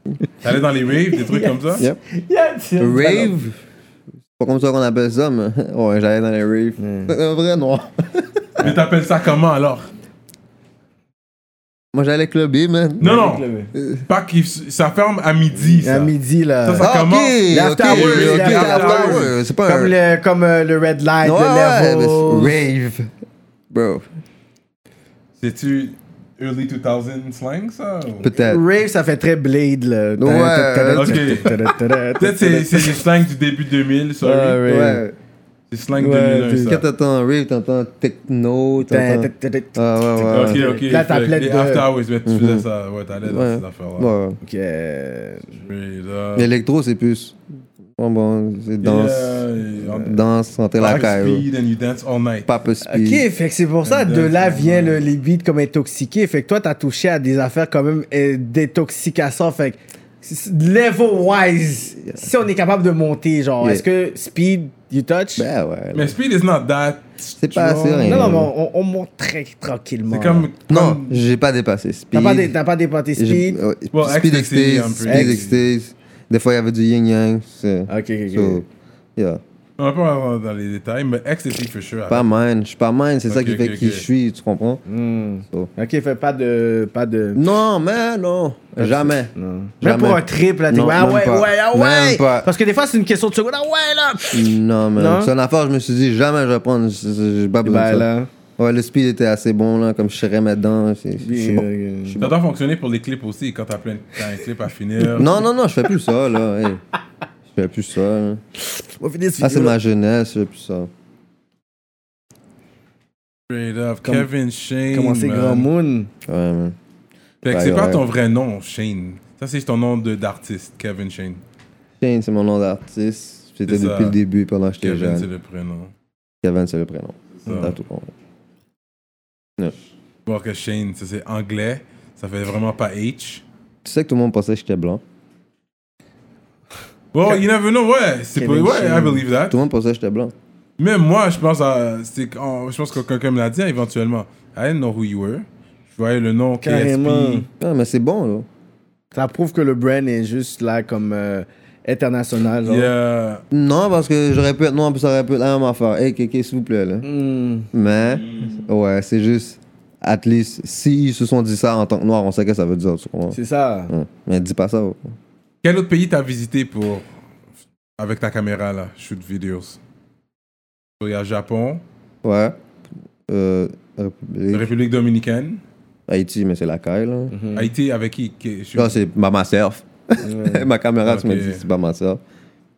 [SPEAKER 4] Mais,
[SPEAKER 5] [LAUGHS]
[SPEAKER 3] T'allais dans les raves, des trucs comme ça.
[SPEAKER 4] yep.
[SPEAKER 5] Yeah, tiens.
[SPEAKER 4] Rave, c'est pas comme ça qu'on appelle ça, mais [LAUGHS] ouais, j'allais dans les raves.
[SPEAKER 5] Hmm.
[SPEAKER 4] C'est un vrai noir.
[SPEAKER 3] Mais t'appelles ça comment alors
[SPEAKER 4] Moi, j'allais clubber, man.
[SPEAKER 3] Non, non. Pas qu'il ça ferme à midi.
[SPEAKER 5] À
[SPEAKER 3] Ça.
[SPEAKER 5] midi, là.
[SPEAKER 3] Ça, ça
[SPEAKER 4] Ah, ok,
[SPEAKER 3] commence.
[SPEAKER 4] ok,
[SPEAKER 5] L'after
[SPEAKER 4] ok,
[SPEAKER 5] hours,
[SPEAKER 4] ok,
[SPEAKER 5] l'after
[SPEAKER 4] l'after
[SPEAKER 3] hours.
[SPEAKER 4] hours, c'est pas
[SPEAKER 5] comme,
[SPEAKER 4] un...
[SPEAKER 5] le, comme euh, le red light,
[SPEAKER 4] Ouais,
[SPEAKER 5] le
[SPEAKER 4] ouais,
[SPEAKER 5] level.
[SPEAKER 4] mais c'est rave, bro,
[SPEAKER 3] C'est-tu early 2000 slang, ça ou-
[SPEAKER 4] peut-être.
[SPEAKER 5] Rave, ça fait très blade, là.
[SPEAKER 3] Ok. Peut-être c'est c'est les slang du début 2000, sorry.
[SPEAKER 5] Ouais,
[SPEAKER 4] Ouais,
[SPEAKER 3] C'est slang
[SPEAKER 5] Ouais,
[SPEAKER 3] 2001,
[SPEAKER 4] quand
[SPEAKER 3] ça.
[SPEAKER 4] t'entends un rave, t'entends techno, t'entends... Ah, ouais, ouais, ouais. Mhm.
[SPEAKER 3] Ok, ok.
[SPEAKER 5] Là, t'as
[SPEAKER 3] fait
[SPEAKER 5] plein
[SPEAKER 3] les
[SPEAKER 5] de-
[SPEAKER 3] after hours, mais tu faisais ça. Ouais, t'allais dans
[SPEAKER 4] Ouais.
[SPEAKER 3] ces affaires-là.
[SPEAKER 4] Ouais.
[SPEAKER 5] Ok. Euh,
[SPEAKER 3] Straight up.
[SPEAKER 4] Électro, c'est plus. Bon, bon, c'est danse.
[SPEAKER 3] Yeah, on-
[SPEAKER 4] Danse, santé la
[SPEAKER 3] Pop
[SPEAKER 4] caille.
[SPEAKER 3] euh, speed and you dance all night.
[SPEAKER 4] Pape
[SPEAKER 5] Ok,
[SPEAKER 4] speed.
[SPEAKER 5] fait que c'est pour ça,
[SPEAKER 3] Un
[SPEAKER 5] de
[SPEAKER 3] deuxième,
[SPEAKER 5] là vient
[SPEAKER 3] ouais.
[SPEAKER 5] le, les beats comme intoxiqués. Fait que toi, t'as touché à des affaires quand même euh, détoxication. Fait que c- level-wise, si on est capable de monter, genre,
[SPEAKER 4] Yeah.
[SPEAKER 5] est-ce que speed, you touch?
[SPEAKER 4] Ben ouais. là.
[SPEAKER 3] Mais speed is not that.
[SPEAKER 4] C'est pas assez rien.
[SPEAKER 5] non, non, mais on, on monte très tranquillement.
[SPEAKER 3] C'est comme.
[SPEAKER 4] Non,
[SPEAKER 3] comme-
[SPEAKER 4] j'ai pas dépassé speed. oh.
[SPEAKER 5] T'as pas, dé- t'as pas dépassé
[SPEAKER 4] J'ai-
[SPEAKER 5] speed?
[SPEAKER 4] ouais,
[SPEAKER 3] Well,
[SPEAKER 4] Speed
[SPEAKER 3] ecstasy, I'm
[SPEAKER 4] extase,
[SPEAKER 3] pretty-
[SPEAKER 4] speed extase. Des fois, il y avait du yin yang.
[SPEAKER 3] Ah,
[SPEAKER 4] Ok,
[SPEAKER 5] Ok, ok, ok.
[SPEAKER 4] So, yeah.
[SPEAKER 3] On va pas rentrer dans les détails, mais ecstasy for sure.
[SPEAKER 4] Pas mine, je suis pas mine, c'est ça
[SPEAKER 3] Ah. Ok,
[SPEAKER 4] qui fait
[SPEAKER 3] ok,
[SPEAKER 4] qui
[SPEAKER 3] ok. Mm.
[SPEAKER 4] je suis, tu comprends?
[SPEAKER 5] Hmm. Ok, fait pas de. Pas de...
[SPEAKER 4] Non, mais non, jamais.
[SPEAKER 5] Même
[SPEAKER 4] Jamais.
[SPEAKER 5] pour un trip, là, t'es
[SPEAKER 4] Non,
[SPEAKER 5] ouais, ah
[SPEAKER 4] même
[SPEAKER 5] ouais,
[SPEAKER 4] pas.
[SPEAKER 5] ouais, ah
[SPEAKER 4] Même
[SPEAKER 5] ouais.
[SPEAKER 4] pas.
[SPEAKER 5] Parce que des fois, c'est une question de seconde. Ah ouais, là. pff.
[SPEAKER 4] Non,
[SPEAKER 5] Non?
[SPEAKER 4] mais c'est une affaire, je me suis dit, jamais je vais prendre, c'est- c'est- j'ai pas besoin de
[SPEAKER 6] Ben
[SPEAKER 4] ça.
[SPEAKER 6] là.
[SPEAKER 4] Ouais, le speed était assez bon, là, comme je serais maintenant. c'est- je suis bon.
[SPEAKER 6] euh,
[SPEAKER 3] Ça doit fonctionner pour les clips aussi, quand t'as plein t'as un clip à finir.
[SPEAKER 4] Non, non, non, je fais plus ça, là. hey. Je fais plus ça. là.
[SPEAKER 5] On va finir ce
[SPEAKER 4] Ah, c'est
[SPEAKER 5] vidéo-là.
[SPEAKER 4] ma jeunesse, je fais plus ça.
[SPEAKER 3] Straight up.
[SPEAKER 6] Comme-
[SPEAKER 3] Kevin Shane.
[SPEAKER 6] Comment c'est
[SPEAKER 3] man.
[SPEAKER 6] Grand Moon?
[SPEAKER 4] Ouais, man.
[SPEAKER 3] Fait que c'est
[SPEAKER 4] Ouais,
[SPEAKER 3] pas
[SPEAKER 4] ouais.
[SPEAKER 3] ton vrai nom, Shane. Ça, c'est ton nom de- d'artiste, Kevin Shane.
[SPEAKER 4] Shane, c'est mon nom d'artiste. C'était
[SPEAKER 3] C'est ça.
[SPEAKER 4] depuis le début, pendant que j'étais
[SPEAKER 3] Kevin, c'est
[SPEAKER 4] jeune.
[SPEAKER 3] le prénom.
[SPEAKER 4] Kevin, c'est le prénom.
[SPEAKER 3] Ça.
[SPEAKER 4] T'as tout compris.
[SPEAKER 3] Voir que Shane, ça c'est anglais. Ça fait vraiment pas H.
[SPEAKER 4] Tu sais que tout le monde pensait que j'étais blanc.
[SPEAKER 3] Well, you never know, ouais. C'est pas,
[SPEAKER 5] Kevin
[SPEAKER 3] ouais, I
[SPEAKER 5] Shane.
[SPEAKER 3] believe that.
[SPEAKER 4] Tout le monde pensait que j'étais blanc.
[SPEAKER 3] Même moi, je pense à, c'est, qu- en- je pense que quelqu'un me l'a dit hein, éventuellement. I didn't know who you were. Je voyais le nom
[SPEAKER 5] Carrément.
[SPEAKER 3] KSP.
[SPEAKER 4] Ah, mais c'est bon, là.
[SPEAKER 5] Ça prouve que le brand est juste là comme euh, international. genre.
[SPEAKER 3] Yeah.
[SPEAKER 4] Non, parce que j'aurais pu être noir, puis ça aurait pu être la même affaire. Hey, Kéké, s'il vous plaît, là.
[SPEAKER 5] Hmm.
[SPEAKER 4] Mais, ouais, c'est juste. At least, s'ils se sont dit ça en tant que noir, on sait que ça veut dire, tu comprends?
[SPEAKER 5] C'est ça.
[SPEAKER 4] Ouais. Mais dis pas ça. ouais.
[SPEAKER 3] Quel autre pays t'as visité pour avec ta caméra là, shoot videos Il y a Japon,
[SPEAKER 4] Ouais. Euh, République.
[SPEAKER 3] République Dominicaine,
[SPEAKER 4] Haïti, mais c'est la caille, là.
[SPEAKER 3] Mm. Haïti avec qui, qui- je-
[SPEAKER 4] Là, Ah, c'est Mama Surf. [LAUGHS] ma caméra, tu
[SPEAKER 3] Ok.
[SPEAKER 4] me dis, c'est Mama Surf.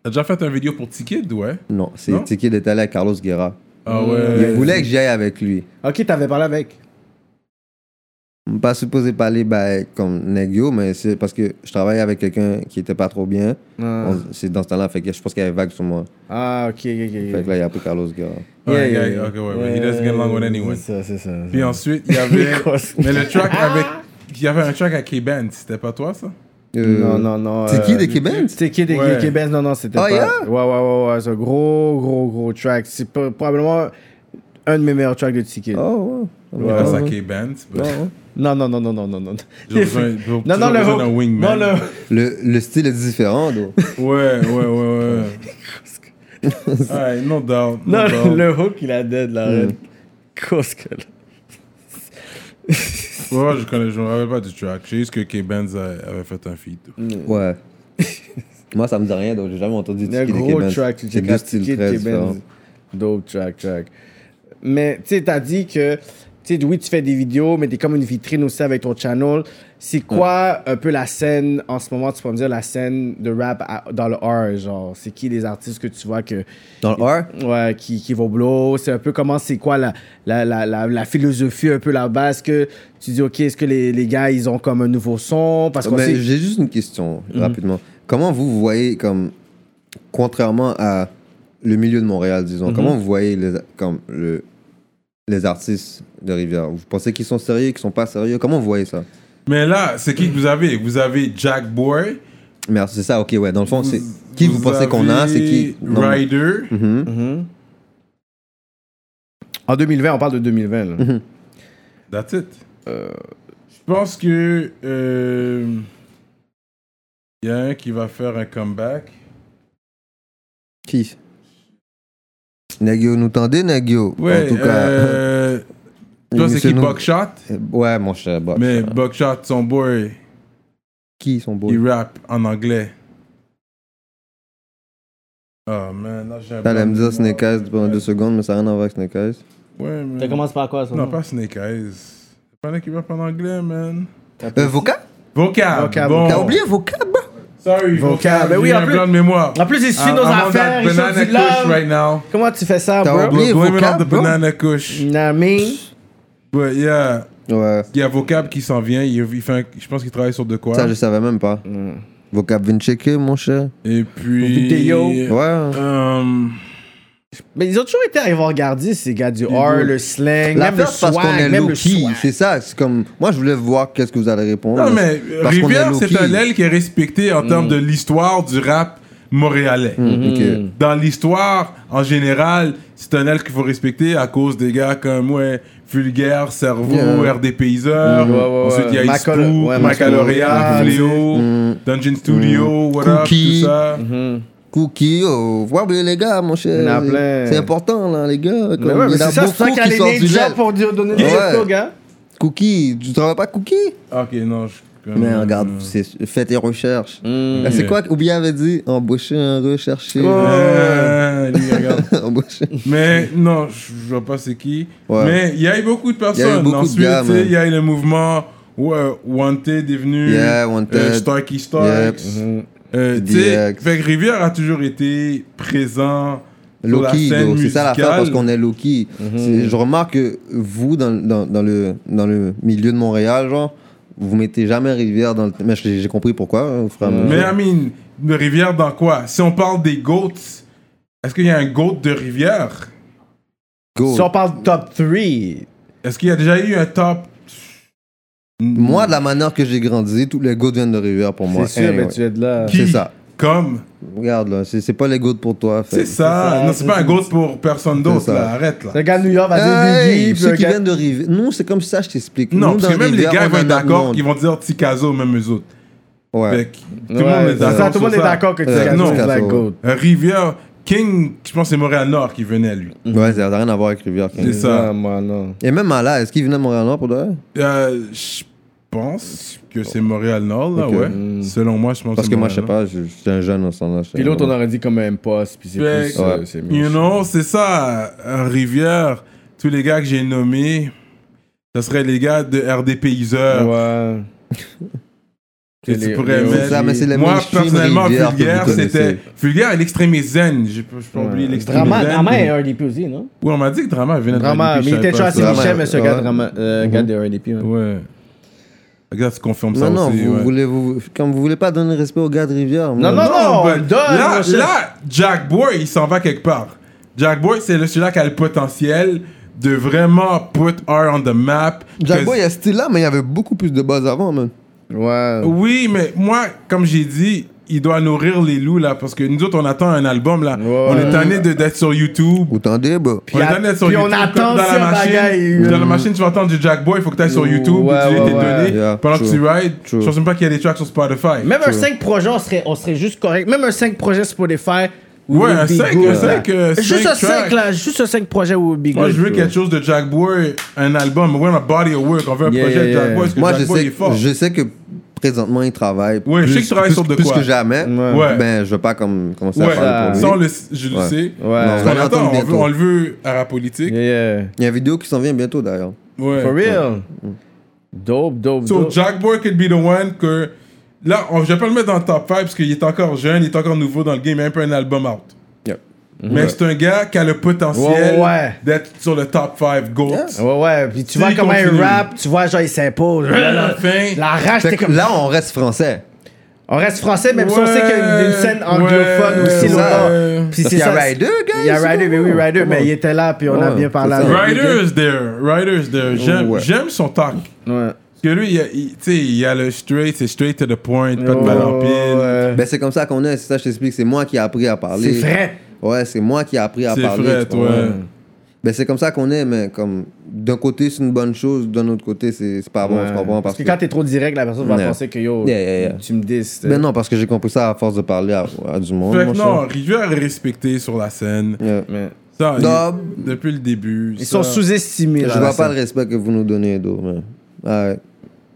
[SPEAKER 3] T'as déjà fait un vidéo pour Ticket, ouais
[SPEAKER 4] Non,
[SPEAKER 3] Non?
[SPEAKER 4] c'est Tiki d'être allé à Carlos Guerra.
[SPEAKER 3] Ah
[SPEAKER 4] Il
[SPEAKER 5] Euh,
[SPEAKER 3] ouais.
[SPEAKER 4] voulait que j'y aille avec lui.
[SPEAKER 5] Ok, t'avais parlé avec.
[SPEAKER 4] On n'est pas supposé parler bah, comme Negio, mais c'est parce que je travaillais avec quelqu'un qui était pas trop bien.
[SPEAKER 5] Ah,
[SPEAKER 4] On- C'est dans ce temps-là, fait que je pense qu'il y avait vague sur moi.
[SPEAKER 5] Ah, ok, ok,
[SPEAKER 4] Fait
[SPEAKER 5] ok.
[SPEAKER 4] que là, il a pris Carlos Guerra.
[SPEAKER 3] Ouais, Ah, yeah, yeah. Ok, ouais, ouais. He doesn't get along with anyone.
[SPEAKER 5] C'est ça, c'est ça.
[SPEAKER 3] Puis ensuite, il y avait
[SPEAKER 5] Grosse.
[SPEAKER 3] mais le track avec il y avait un track à K-Band, c'était pas toi ça
[SPEAKER 4] Euh,
[SPEAKER 5] Non, non, non.
[SPEAKER 4] C'est qui
[SPEAKER 5] euh,
[SPEAKER 4] de Québec?
[SPEAKER 5] C'est qui des
[SPEAKER 3] Ouais.
[SPEAKER 5] Québec? Non, non, c'était
[SPEAKER 4] Ah,
[SPEAKER 5] pas.
[SPEAKER 4] yeah?
[SPEAKER 5] Ouais, ouais, ouais, ouais. C'est un gros, gros, gros track. C'est pas- probablement un de mes meilleurs tracks de Ticket.
[SPEAKER 4] Oh, ouais.
[SPEAKER 3] Il reste à
[SPEAKER 4] Ouais.
[SPEAKER 3] K-Band. but-
[SPEAKER 5] Non, non, non, non, non, non, non.
[SPEAKER 3] [LAUGHS] J'ai besoin-
[SPEAKER 5] [LAUGHS]
[SPEAKER 3] j'ai
[SPEAKER 5] non, non,
[SPEAKER 3] toujours
[SPEAKER 5] le
[SPEAKER 3] besoin
[SPEAKER 5] hook.
[SPEAKER 3] d'un wingman.
[SPEAKER 5] Non,
[SPEAKER 4] Le, le style est
[SPEAKER 5] [LAUGHS]
[SPEAKER 4] différent, donc.
[SPEAKER 3] Ouais, ouais, ouais, ouais.
[SPEAKER 5] [LAUGHS]
[SPEAKER 3] Alright, no doubt. No
[SPEAKER 5] le, non,
[SPEAKER 3] doubt.
[SPEAKER 4] Hmm.
[SPEAKER 5] le hook, il a dead, la reine. Cause que là.
[SPEAKER 3] Ouais, je connais, je me rappelle pas du track. Je sais juste que K-Benz a- avait fait un feat.
[SPEAKER 5] Mm.
[SPEAKER 4] Ouais. Moi, ça me dit rien, donc j'ai jamais entendu
[SPEAKER 5] Un
[SPEAKER 4] de
[SPEAKER 5] gros track,
[SPEAKER 4] C'est
[SPEAKER 5] j'ai ben
[SPEAKER 4] deux styles
[SPEAKER 5] pratiqué
[SPEAKER 4] très
[SPEAKER 5] T-Benz.
[SPEAKER 4] différents.
[SPEAKER 5] Dope track, track. Mais tu sais, t'as dit que, tu sais, oui, tu fais des vidéos, mais t'es comme une vitrine aussi avec ton channel. C'est quoi un peu la scène en ce moment, tu peux me dire la scène de rap à- dans le R, genre, c'est qui les artistes que tu vois que,
[SPEAKER 4] Dans le R,
[SPEAKER 5] ouais, qui, qui vont blow, c'est un peu comment, c'est quoi la, la, la, la, la philosophie un peu là-bas, est-ce que tu dis, ok, est-ce que les, les gars, ils ont comme un nouveau son, parce qu'on
[SPEAKER 4] Mais
[SPEAKER 5] sait- Mhm.
[SPEAKER 4] j'ai juste une question, rapidement. Comment vous voyez, comme, contrairement à le milieu de Montréal,
[SPEAKER 5] Mhm.
[SPEAKER 4] disons, comment vous voyez les, comme, le, les artistes de Rivière Vous pensez qu'ils sont sérieux, qu'ils sont pas sérieux Comment vous voyez ça
[SPEAKER 3] Mais là, c'est qui que vous avez Vous avez Jack Boy.
[SPEAKER 4] Mais alors, c'est ça, ok, ouais. Dans le fond, c'est qui vous, pensez qu'on a C'est qui Non,
[SPEAKER 3] Ryder.
[SPEAKER 4] mhm.
[SPEAKER 5] En 2020, on parle de 2020, là.
[SPEAKER 3] That's it.
[SPEAKER 5] Euh,
[SPEAKER 3] Je pense que. euh, Il y a un qui va faire un comeback.
[SPEAKER 4] Qui Nagio, nous tendez, Nagio
[SPEAKER 3] Ouais,
[SPEAKER 4] En tout cas, [LAUGHS]
[SPEAKER 3] euh, toi, c'est
[SPEAKER 4] monsieur
[SPEAKER 3] qui
[SPEAKER 4] nous- Eh,
[SPEAKER 3] Buckshot
[SPEAKER 4] Ouais, mon cher, Buck.
[SPEAKER 3] Mais Buckshot, son boy,
[SPEAKER 4] Qui sont beaux
[SPEAKER 3] il rappe en anglais. Oh man, là j'ai un
[SPEAKER 4] T'allais
[SPEAKER 3] blanc
[SPEAKER 4] me
[SPEAKER 3] de
[SPEAKER 4] dire
[SPEAKER 3] mémoire.
[SPEAKER 4] Snake Eyes pendant deux secondes, mais ça n'a rien à voir avec Snake Eyes.
[SPEAKER 3] Ouais, man.
[SPEAKER 5] Ça commence par quoi, ça?
[SPEAKER 3] Non, pas Snake Eyes. C'est pas un qui rappe en anglais, man.
[SPEAKER 4] Euh, vocab
[SPEAKER 3] Vocab.
[SPEAKER 5] Vocab.
[SPEAKER 3] bon.
[SPEAKER 4] T'as oublié hein vocab
[SPEAKER 3] Sorry, vocab.
[SPEAKER 5] mais oui,
[SPEAKER 3] j'ai
[SPEAKER 5] en
[SPEAKER 3] un
[SPEAKER 5] plus-
[SPEAKER 3] blanc de mémoire.
[SPEAKER 5] En plus, il suit
[SPEAKER 3] I'm-
[SPEAKER 5] nos
[SPEAKER 3] I'm on that
[SPEAKER 5] affaires, il
[SPEAKER 3] Ah, banana
[SPEAKER 5] suit de
[SPEAKER 3] kush
[SPEAKER 5] là.
[SPEAKER 3] right now.
[SPEAKER 5] Comment tu fais ça,
[SPEAKER 4] T'as
[SPEAKER 5] bro?
[SPEAKER 4] oublié?
[SPEAKER 3] We're blaming on
[SPEAKER 4] vocab,
[SPEAKER 3] the
[SPEAKER 4] bro.
[SPEAKER 3] banana kush.
[SPEAKER 5] You know what I mean?
[SPEAKER 3] But yeah,
[SPEAKER 4] Ouais.
[SPEAKER 3] il y a vocab qui s'en vient. Il, il fait un- je pense qu'il travaille sur de quoi.
[SPEAKER 4] Ça, je savais même pas.
[SPEAKER 5] Mm.
[SPEAKER 4] Vocab vient checker, mon cher.
[SPEAKER 3] Et puis.
[SPEAKER 5] Vidéo.
[SPEAKER 4] Ouais.
[SPEAKER 3] Euh,
[SPEAKER 5] Mais ils ont toujours été avant-gardistes, ces gars du R, le slang,
[SPEAKER 4] La
[SPEAKER 5] même le
[SPEAKER 4] peur, c'est parce qu'on
[SPEAKER 5] swag,
[SPEAKER 4] est
[SPEAKER 5] même le
[SPEAKER 4] low-key.
[SPEAKER 5] swag.
[SPEAKER 4] C'est ça, c'est comme. Moi, je voulais voir qu'est-ce que vous allez répondre.
[SPEAKER 3] Non, mais
[SPEAKER 4] Parce qu'on
[SPEAKER 3] Rivière,
[SPEAKER 4] est
[SPEAKER 3] c'est
[SPEAKER 4] low-key.
[SPEAKER 3] un aile qui est respecté en termes de
[SPEAKER 5] Mm.
[SPEAKER 3] l'histoire du rap montréalais.
[SPEAKER 5] Mm-hmm.
[SPEAKER 4] ok.
[SPEAKER 3] Dans l'histoire, en général, c'est un aile qu'il faut respecter à cause des gars comme, ouais, Vulgaire, Cerveau,
[SPEAKER 4] Yeah.
[SPEAKER 3] RD Payseur.
[SPEAKER 5] Mm-hmm. ouais, ouais,
[SPEAKER 3] Ensuite, il y a
[SPEAKER 5] ouais.
[SPEAKER 3] Ispou,
[SPEAKER 5] Macalo- ouais,
[SPEAKER 3] Macaloria,
[SPEAKER 5] Macaloria,
[SPEAKER 3] Fléau, Dungeon Studio, What Up,
[SPEAKER 4] Mm. Cookie.
[SPEAKER 3] tout ça.
[SPEAKER 5] Mm-hmm.
[SPEAKER 4] Cookie, oh. Faut pas oublier les gars, mon cher.
[SPEAKER 5] Il y en a plein.
[SPEAKER 4] C'est important, là, les gars.
[SPEAKER 5] Mais ouais,
[SPEAKER 4] il y
[SPEAKER 5] mais
[SPEAKER 4] en a
[SPEAKER 5] c'est ça, c'est pour ça
[SPEAKER 4] beaucoup
[SPEAKER 5] qu'il y a
[SPEAKER 4] qui
[SPEAKER 5] les
[SPEAKER 4] sortent du
[SPEAKER 5] ninjas
[SPEAKER 4] gel.
[SPEAKER 5] pour dire- donner des
[SPEAKER 4] Ouais.
[SPEAKER 5] trucs aux gars.
[SPEAKER 4] Cookie, tu travailles pas Cookie
[SPEAKER 3] Ok, non, je.
[SPEAKER 5] Mm.
[SPEAKER 4] Mais regarde, c'est- fais tes recherches. Ah, C'est quoi qu'Oubien avait dit Embaucher un recherché.
[SPEAKER 3] Euh, lui, regarde.
[SPEAKER 4] [LAUGHS] Embaucher.
[SPEAKER 3] Mais non, je je vois pas c'est qui.
[SPEAKER 4] Ouais.
[SPEAKER 3] Mais il y a eu beaucoup de personnes.
[SPEAKER 4] Il y a eu beaucoup de
[SPEAKER 3] Ensuite,
[SPEAKER 4] gars,
[SPEAKER 3] tu sais,
[SPEAKER 4] man.
[SPEAKER 3] il y a eu le mouvement où euh, Wanted est venu.
[SPEAKER 4] Yeah, Wanted.
[SPEAKER 3] euh, Starkey Starks.
[SPEAKER 4] Yep.
[SPEAKER 3] Euh, tu sais,
[SPEAKER 4] DX.
[SPEAKER 3] fait que Rivière a toujours été présent sur la
[SPEAKER 4] Loki,
[SPEAKER 3] scène Mhm.
[SPEAKER 4] gros, c'est
[SPEAKER 3] musicale.
[SPEAKER 4] ça l'affaire parce qu'on est Loki. Je remarque que vous, dans, dans, dans le, dans le milieu de Montréal, genre, vous mettez jamais Rivière dans le. Mais j'ai j'ai compris pourquoi, hein, au fur et à mesure.
[SPEAKER 3] Mhm. Mais I mean, de Rivière dans quoi Si on parle des GOATs, est-ce qu'il y a un GOAT de Rivière
[SPEAKER 4] Go.
[SPEAKER 5] Si on parle de top 3,
[SPEAKER 3] Est-ce qu'il y a déjà eu un top
[SPEAKER 4] Moi, de la manière que j'ai grandi, tous les goûts viennent de Rivière pour moi.
[SPEAKER 5] c'est sûr,
[SPEAKER 4] Anyway.
[SPEAKER 5] mais tu es de là.
[SPEAKER 3] qui
[SPEAKER 4] C'est ça.
[SPEAKER 3] Comme
[SPEAKER 4] Regarde, là, c'est c'est pas les goûts pour toi. fait.
[SPEAKER 3] C'est ça.
[SPEAKER 5] ça,
[SPEAKER 3] Non, c'est
[SPEAKER 5] c'est-
[SPEAKER 3] pas un GOAT pour personne d'autre,
[SPEAKER 4] ça.
[SPEAKER 3] là. Arrête, là.
[SPEAKER 5] Un gars de New
[SPEAKER 3] Ah,
[SPEAKER 5] York va dire
[SPEAKER 4] Hey,
[SPEAKER 5] Biggie, puis
[SPEAKER 4] ceux
[SPEAKER 5] un
[SPEAKER 4] qui
[SPEAKER 5] gars-
[SPEAKER 4] viennent de Rivière. Non, c'est comme ça, je t'explique.
[SPEAKER 3] Non,
[SPEAKER 4] Nous,
[SPEAKER 3] parce que
[SPEAKER 4] dans
[SPEAKER 3] même les
[SPEAKER 4] Rivière,
[SPEAKER 3] gars
[SPEAKER 4] on
[SPEAKER 3] ils vont
[SPEAKER 4] a
[SPEAKER 3] être
[SPEAKER 4] notre
[SPEAKER 3] d'accord
[SPEAKER 4] monde.
[SPEAKER 3] qu'ils vont dire Tikazo, même eux autres.
[SPEAKER 4] Ouais.
[SPEAKER 3] Fait que tout le
[SPEAKER 5] Ouais,
[SPEAKER 3] monde est
[SPEAKER 5] c'est ça,
[SPEAKER 3] d'accord.
[SPEAKER 5] Tout le monde est
[SPEAKER 3] sur ça.
[SPEAKER 5] d'accord que tu
[SPEAKER 4] Euh,
[SPEAKER 5] es
[SPEAKER 3] non.
[SPEAKER 5] la
[SPEAKER 4] Ouais.
[SPEAKER 5] GOAT.
[SPEAKER 3] Euh, Rivière, King, je pense que c'est Montréal-Nord qui venait, lui.
[SPEAKER 4] Ouais, ça n'a rien à voir avec Rivière.
[SPEAKER 3] C'est ça.
[SPEAKER 5] Ah, moi, non.
[SPEAKER 4] Et même Mala, est-ce qu'il venait de Montréal-Nord pour de vrai
[SPEAKER 3] Euh, je pense que c'est Montréal-Nord, là,
[SPEAKER 4] Ok. Mm.
[SPEAKER 3] ouais. Selon moi, je pense
[SPEAKER 4] Parce
[SPEAKER 3] c'est
[SPEAKER 4] que moi, je sais
[SPEAKER 3] Montréal-Nord.
[SPEAKER 4] pas, je- j'étais un jeune en ce temps-là. je sais
[SPEAKER 5] Puis l'autre, on
[SPEAKER 4] pas.
[SPEAKER 5] aurait dit comme un poste, puis c'est
[SPEAKER 3] Fait
[SPEAKER 5] plus...
[SPEAKER 3] que,
[SPEAKER 5] euh, c'est mieux.
[SPEAKER 3] You know, c'est ça. euh, Rivière, tous les gars que j'ai nommés, ce serait les gars de RD Payseur.
[SPEAKER 5] Ouais.
[SPEAKER 3] Euh, [LAUGHS] que tu
[SPEAKER 5] Les-
[SPEAKER 3] pourrais
[SPEAKER 5] les-
[SPEAKER 3] mettre.
[SPEAKER 4] C'est ça, mais c'est le
[SPEAKER 3] Moi,
[SPEAKER 4] mainstream
[SPEAKER 3] personnellement,
[SPEAKER 4] Rivière que vous
[SPEAKER 3] Vulgaire,
[SPEAKER 4] connaissez.
[SPEAKER 3] c'était. Vulgaire et l'extrême est zen. Je peux je peux oublier l'extrême
[SPEAKER 8] Drama,
[SPEAKER 3] est zen.
[SPEAKER 8] Drama est un des plus aussi, non?
[SPEAKER 3] Oui, on m'a dit que Drama venait de
[SPEAKER 5] Drama,
[SPEAKER 3] RDP,
[SPEAKER 5] mais
[SPEAKER 3] je
[SPEAKER 5] il
[SPEAKER 3] savais
[SPEAKER 5] était chaud
[SPEAKER 3] pas
[SPEAKER 5] à
[SPEAKER 3] ça.
[SPEAKER 4] Drama,
[SPEAKER 5] Saint-Michel, mais c'est un
[SPEAKER 4] ouais.
[SPEAKER 5] gars de Drama- euh,
[SPEAKER 3] Mhm.
[SPEAKER 5] gars de RDP. ouais.
[SPEAKER 3] Ouais. Regarde, tu confirmes ça
[SPEAKER 4] Non, non,
[SPEAKER 3] aussi.
[SPEAKER 4] vous,
[SPEAKER 3] ouais.
[SPEAKER 4] voulez, vous, comme vous voulez pas donner respect aux gars de Rivière. moi,
[SPEAKER 5] Non, non, non,
[SPEAKER 3] but
[SPEAKER 5] on le donne,
[SPEAKER 3] là,
[SPEAKER 5] mon cher.
[SPEAKER 3] là, Jack Boy, il s'en va quelque part. Jack Boy, c'est le- celui-là qui a le potentiel de vraiment put R on the map.
[SPEAKER 4] Jack
[SPEAKER 3] Que-
[SPEAKER 4] Boy, il y a ce style-là, mais il y avait beaucoup plus de buzz avant, man.
[SPEAKER 5] Ouais.
[SPEAKER 3] Oui, mais moi, comme j'ai dit, il doit nourrir les loups, là, parce que nous autres, on attend un album, là. On est tanné de- d'être sur YouTube.
[SPEAKER 4] Vous tendez, bah.
[SPEAKER 3] on est
[SPEAKER 5] à-
[SPEAKER 3] tanné d'être sur
[SPEAKER 5] puis on
[SPEAKER 3] YouTube.
[SPEAKER 5] attend
[SPEAKER 3] comme dans la
[SPEAKER 5] ce
[SPEAKER 3] machine.
[SPEAKER 5] bagaille.
[SPEAKER 3] Dans la machine, tu vas entendre du Jack Boy, il faut que tu ailles sur YouTube,
[SPEAKER 5] Ouais,
[SPEAKER 3] tu
[SPEAKER 5] ouais,
[SPEAKER 3] t'es
[SPEAKER 5] ouais.
[SPEAKER 3] donné.
[SPEAKER 4] Yeah,
[SPEAKER 3] pendant que
[SPEAKER 4] true.
[SPEAKER 3] tu rides,
[SPEAKER 4] True.
[SPEAKER 3] je pense même pas qu'il y a des tracks sur Spotify.
[SPEAKER 8] Même un 5 projets, on serait, on serait juste correct. Même un 5 projets Spotify,
[SPEAKER 3] Ouais, un 5, un euh, 5,
[SPEAKER 9] Juste un 5, là. Juste un 5 projets où Big
[SPEAKER 3] Moi, je veux quelque chose de Jack Boy, un album. On veut un body of work. On veut un
[SPEAKER 5] Yeah,
[SPEAKER 3] projet
[SPEAKER 5] yeah,
[SPEAKER 3] de Jack
[SPEAKER 5] yeah.
[SPEAKER 3] Boy. Parce que
[SPEAKER 4] Moi,
[SPEAKER 3] Jack
[SPEAKER 4] je
[SPEAKER 3] Boy
[SPEAKER 4] sais,
[SPEAKER 3] est fort.
[SPEAKER 4] je sais que présentement, il travaille.
[SPEAKER 3] Ouais, je
[SPEAKER 4] plus,
[SPEAKER 3] sais qu'il travaille
[SPEAKER 4] plus-
[SPEAKER 3] sur de
[SPEAKER 4] plus
[SPEAKER 3] quoi.
[SPEAKER 4] que jamais.
[SPEAKER 3] Ouais.
[SPEAKER 4] Ben, je veux pas comme, commencer à
[SPEAKER 3] Ouais,
[SPEAKER 4] parler pour
[SPEAKER 3] ça, on
[SPEAKER 4] lui.
[SPEAKER 3] le, je le
[SPEAKER 4] Ouais.
[SPEAKER 3] sais.
[SPEAKER 5] Ouais.
[SPEAKER 3] Parce qu'on
[SPEAKER 4] On l'attend
[SPEAKER 3] attend, on, veut,
[SPEAKER 4] bientôt.
[SPEAKER 3] on le veut à la politique.
[SPEAKER 5] Yeah, yeah.
[SPEAKER 4] Il y a une vidéo qui s'en vient bientôt, d'ailleurs.
[SPEAKER 3] Ouais.
[SPEAKER 5] For real. Dope, dope,
[SPEAKER 3] So,
[SPEAKER 5] dope.
[SPEAKER 3] Jack Boy could be the one que. Là, on, je vais pas le mettre dans le top 5 parce qu'il est encore jeune, il est encore nouveau dans le game, il a un peu un album out.
[SPEAKER 4] Yeah.
[SPEAKER 3] Mais c'est un gars qui a le potentiel
[SPEAKER 5] Ouais, ouais.
[SPEAKER 3] d'être sur le top 5 GOAT.
[SPEAKER 5] Ouais, ouais. Puis
[SPEAKER 3] Si,
[SPEAKER 5] tu vois comment il
[SPEAKER 3] continue.
[SPEAKER 5] rap, tu vois, genre,
[SPEAKER 3] [LAUGHS]
[SPEAKER 5] il s'impose.
[SPEAKER 3] À la fin.
[SPEAKER 5] La rage,
[SPEAKER 4] Fait
[SPEAKER 5] t'es
[SPEAKER 4] que
[SPEAKER 5] comme.
[SPEAKER 4] là, on reste français.
[SPEAKER 5] On reste français, même si on sait qu'il y a une, une scène anglophone
[SPEAKER 3] Ouais,
[SPEAKER 5] aussi
[SPEAKER 3] ouais.
[SPEAKER 5] longtemps. Puis c'est
[SPEAKER 4] Parce qu'il y a
[SPEAKER 5] ça.
[SPEAKER 4] Ryder, guys,
[SPEAKER 5] Il y a
[SPEAKER 4] c'est
[SPEAKER 5] Ryder,
[SPEAKER 4] bon.
[SPEAKER 5] mais oui, Ryder,
[SPEAKER 4] Come on.
[SPEAKER 5] mais il était là, puis on a
[SPEAKER 4] Ouais,
[SPEAKER 5] bien parlé.
[SPEAKER 4] c'est ça.
[SPEAKER 5] avec lui.
[SPEAKER 3] Ryder's there, Ryder's there. J'aime
[SPEAKER 4] Ouais.
[SPEAKER 3] j'aime son talk.
[SPEAKER 5] Ouais.
[SPEAKER 3] Parce que lui, il y a- il- tu sais, il y a le straight, c'est straight to the point, pas de
[SPEAKER 5] Ouais,
[SPEAKER 3] valeur
[SPEAKER 5] ouais.
[SPEAKER 4] Ben, c'est comme ça qu'on est, c'est ça, je t'explique. C'est moi qui ai appris à parler.
[SPEAKER 5] C'est vrai.
[SPEAKER 4] Ouais, c'est moi qui ai appris à
[SPEAKER 3] C'est
[SPEAKER 4] parler.
[SPEAKER 3] vrai,
[SPEAKER 4] tu comprends?
[SPEAKER 3] ouais.
[SPEAKER 4] Ben, c'est comme ça qu'on est, mais comme d'un côté, c'est une bonne chose, d'un autre côté, c'est c'est pas bon, tu comprends?
[SPEAKER 5] Parce que quand t'es trop direct, la personne va
[SPEAKER 4] Yeah.
[SPEAKER 5] penser que yo,
[SPEAKER 4] Yeah, yeah, yeah.
[SPEAKER 5] tu me dis. c'est-
[SPEAKER 4] Ben non, parce que j'ai compris ça à force de parler à, à du monde.
[SPEAKER 3] Fait
[SPEAKER 4] mon
[SPEAKER 3] que
[SPEAKER 4] cher.
[SPEAKER 3] non, Rivière est respecté sur la scène.
[SPEAKER 4] Yeah.
[SPEAKER 5] Mais
[SPEAKER 3] Ça, il-
[SPEAKER 4] Non.
[SPEAKER 3] depuis le début.
[SPEAKER 5] Ils
[SPEAKER 3] ça-
[SPEAKER 5] sont sous-estimés.
[SPEAKER 4] Je
[SPEAKER 5] là,
[SPEAKER 4] vois
[SPEAKER 5] la
[SPEAKER 4] pas
[SPEAKER 5] scène.
[SPEAKER 4] le respect que vous nous donnez, d'eau, mais. Ouais.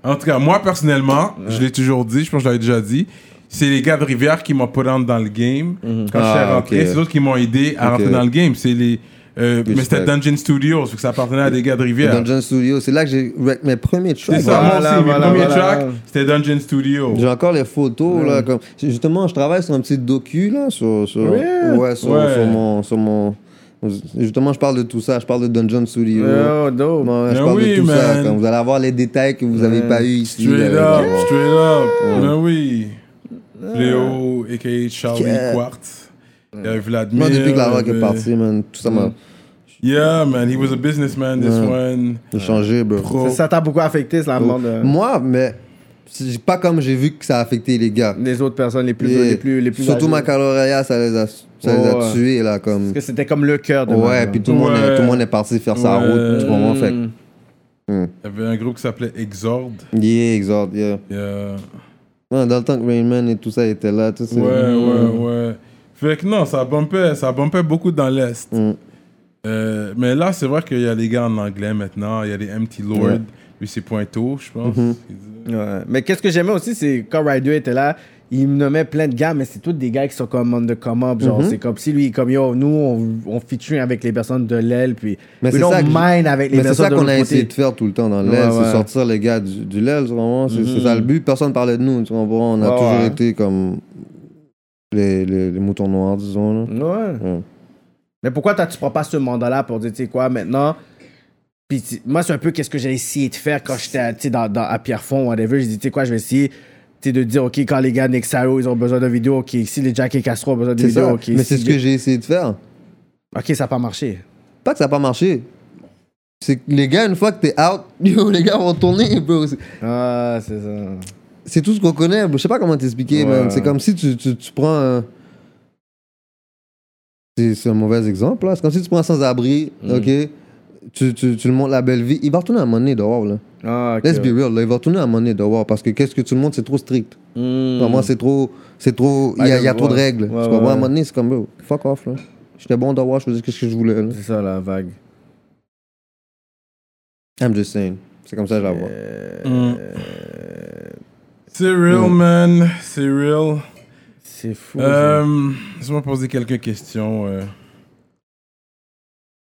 [SPEAKER 3] En tout cas, moi personnellement, je l'ai toujours dit, je pense que je l'avais déjà dit, c'est les gars de Rivière qui m'ont put on dans le game. Quand je suis
[SPEAKER 4] Ah,
[SPEAKER 3] rentré,
[SPEAKER 4] ok.
[SPEAKER 3] c'est eux autres qui m'ont aidé à
[SPEAKER 4] Ok.
[SPEAKER 3] rentrer dans le game. C'est les. euh, mais c'était
[SPEAKER 4] Respect.
[SPEAKER 3] Dungeon Studios, fait que ça appartenait à des gars de Rivière.
[SPEAKER 4] Dungeon Studio, c'est là que j'ai rec- mes premiers
[SPEAKER 3] C'est
[SPEAKER 4] tracks.
[SPEAKER 3] ça,
[SPEAKER 4] hein.
[SPEAKER 3] moi
[SPEAKER 5] Voilà,
[SPEAKER 3] aussi,
[SPEAKER 5] voilà,
[SPEAKER 3] mes premiers
[SPEAKER 5] voilà.
[SPEAKER 3] tracks, c'était Dungeon Studios.
[SPEAKER 4] J'ai encore les photos, là. Comme... Justement, je travaille sur un petit docu, là, sur, sur... Ouais, sur,
[SPEAKER 3] Ouais.
[SPEAKER 4] sur mon, sur mon... Justement, je parle de tout ça. Je parle de Dungeon Studio.
[SPEAKER 5] Yo, Oh, dope.
[SPEAKER 4] Bon, ouais, je
[SPEAKER 3] Ben
[SPEAKER 4] parle
[SPEAKER 3] oui,
[SPEAKER 4] de tout ça.
[SPEAKER 3] man.
[SPEAKER 4] Comme vous allez avoir les détails que vous n'avez pas eu ici.
[SPEAKER 3] Straight
[SPEAKER 4] là,
[SPEAKER 3] up,
[SPEAKER 4] vraiment.
[SPEAKER 3] straight up. Ben oui. Léo, a.k.a. Charlie
[SPEAKER 4] Yeah.
[SPEAKER 3] Quartz. Il y avait Vladimir.
[SPEAKER 4] Moi, depuis que la rock
[SPEAKER 3] il y
[SPEAKER 4] est
[SPEAKER 3] avait-
[SPEAKER 4] partie, man, tout ça m'a
[SPEAKER 3] Yeah, man, he was a businessman, this one.
[SPEAKER 4] j'ai changé, bro.
[SPEAKER 3] Pro.
[SPEAKER 5] Ça t'a beaucoup affecté, c'est la mort de-
[SPEAKER 4] Moi, mais c'est pas comme j'ai vu que ça a affecté les gars.
[SPEAKER 5] des autres personnes les plus.
[SPEAKER 4] Et
[SPEAKER 5] Les plus, les plus
[SPEAKER 4] surtout
[SPEAKER 5] âgées.
[SPEAKER 4] Macaloria, ça les a, ça les a
[SPEAKER 5] Ouais.
[SPEAKER 4] tués, là, comme...
[SPEAKER 5] Parce que c'était comme le cœur de
[SPEAKER 4] Ouais,
[SPEAKER 5] Manon.
[SPEAKER 4] puis tout, le monde
[SPEAKER 3] Ouais.
[SPEAKER 4] est, tout le monde est parti faire sa
[SPEAKER 3] Ouais.
[SPEAKER 4] route, tu comprends, fait
[SPEAKER 5] Mm.
[SPEAKER 3] Il y avait un groupe qui s'appelait Exord.
[SPEAKER 4] que- Yeah, exhort, yeah.
[SPEAKER 3] Yeah.
[SPEAKER 4] Ouais, dans le temps que Rainman et tout ça était là, tu sais.
[SPEAKER 3] Ouais, ouais, ouais. Fait que non, ça bumpait, ça bumpait beaucoup dans l'Est.
[SPEAKER 4] Mm.
[SPEAKER 3] Euh, mais là, c'est vrai qu'il y a les gars en anglais maintenant, il y a les MT Lord,
[SPEAKER 4] Ouais. Mm-hmm.
[SPEAKER 3] lui c'est Pointo, je pense.
[SPEAKER 5] Ouais. Mais qu'est-ce que j'aimais aussi, c'est quand Ryder était là, il me nommait plein de gars, mais c'est tous des gars qui sont comme on the come up.
[SPEAKER 4] Mhm.
[SPEAKER 5] Genre, c'est comme si lui, il est comme yo, nous, on, on featuring avec les personnes de l'aile, puis
[SPEAKER 4] Mais
[SPEAKER 5] we
[SPEAKER 4] c'est
[SPEAKER 5] don't
[SPEAKER 4] ça que-
[SPEAKER 5] mind avec les
[SPEAKER 4] Mais c'est
[SPEAKER 5] personnes
[SPEAKER 4] ça
[SPEAKER 5] de
[SPEAKER 4] qu'on a
[SPEAKER 5] l'autre
[SPEAKER 4] essayé
[SPEAKER 5] côté.
[SPEAKER 4] de faire tout le temps dans l'aile,
[SPEAKER 5] Ouais, ouais.
[SPEAKER 4] c'est sortir les gars du, E du l'aile, c'est vraiment, c'est
[SPEAKER 3] Mm-hmm.
[SPEAKER 4] c'est ça le but. Personne parlait de nous, tu comprends, on a
[SPEAKER 5] Ouais,
[SPEAKER 4] toujours
[SPEAKER 5] ouais.
[SPEAKER 4] été comme les, les, les moutons noirs, disons. Là.
[SPEAKER 5] Ouais.
[SPEAKER 4] Ouais.
[SPEAKER 5] Mais pourquoi t'as- tu prends pas ce mandat-là pour dire, tu sais quoi, maintenant. Puis tu- moi, c'est un peu qu'est-ce que j'ai essayé de faire quand j'étais à, tu sais, dans, dans- à Pierrefonds, whatever. J'ai dit, tu sais quoi, je vais essayer tu sais, de dire, OK, quand les gars de Nick Saro, ils ont besoin de vidéo, OK. Si les Jack et Castro ont besoin de
[SPEAKER 4] C'est ça,
[SPEAKER 5] vidéo, OK.
[SPEAKER 4] mais
[SPEAKER 5] si
[SPEAKER 4] c'est ce
[SPEAKER 5] les-
[SPEAKER 4] que j'ai essayé de faire.
[SPEAKER 5] OK, ça n'a pas marché.
[SPEAKER 4] Pas que ça n'a pas marché. C'est que les gars, une fois que t'es out, [LAUGHS] yo, les gars vont tourner, bro. C'est-
[SPEAKER 5] Ah, c'est ça.
[SPEAKER 4] C'est tout ce qu'on connaît, bro. Je sais pas comment t'expliquer,
[SPEAKER 5] Ouais.
[SPEAKER 4] man. C'est comme si tu, tu, tu prends un. C'est c'est un mauvais exemple, là. C'est comme si tu prends un sans-abri,
[SPEAKER 5] Mm.
[SPEAKER 4] ok? Tu, tu, tu le montres la belle vie. Il va retourner à un moment donné dehors, là.
[SPEAKER 5] Ah, ok.
[SPEAKER 4] Let's be real, là, il va retourner à un moment donné dehors parce que qu'est-ce que tout le monde, c'est trop strict.
[SPEAKER 5] Hmm.
[SPEAKER 4] Pour moi, c'est trop. C'est trop. Il y a, il y a
[SPEAKER 5] Ouais,
[SPEAKER 4] trop de
[SPEAKER 5] ouais.
[SPEAKER 4] règles.
[SPEAKER 5] Ouais,
[SPEAKER 4] tu
[SPEAKER 5] ouais,
[SPEAKER 4] comprends? À un
[SPEAKER 5] ouais.
[SPEAKER 4] moment donné, c'est comme, bro, fuck off, là. J'étais bon dehors, je faisais ce que je voulais, là.
[SPEAKER 5] C'est ça la vague.
[SPEAKER 4] I'm just saying. C'est comme ça que je la vois.
[SPEAKER 5] Euh,
[SPEAKER 3] Mm.
[SPEAKER 4] Euh,
[SPEAKER 3] C'est real, man, c'est real.
[SPEAKER 5] C'est fou.
[SPEAKER 3] Euh, Laisse-moi poser quelques questions euh,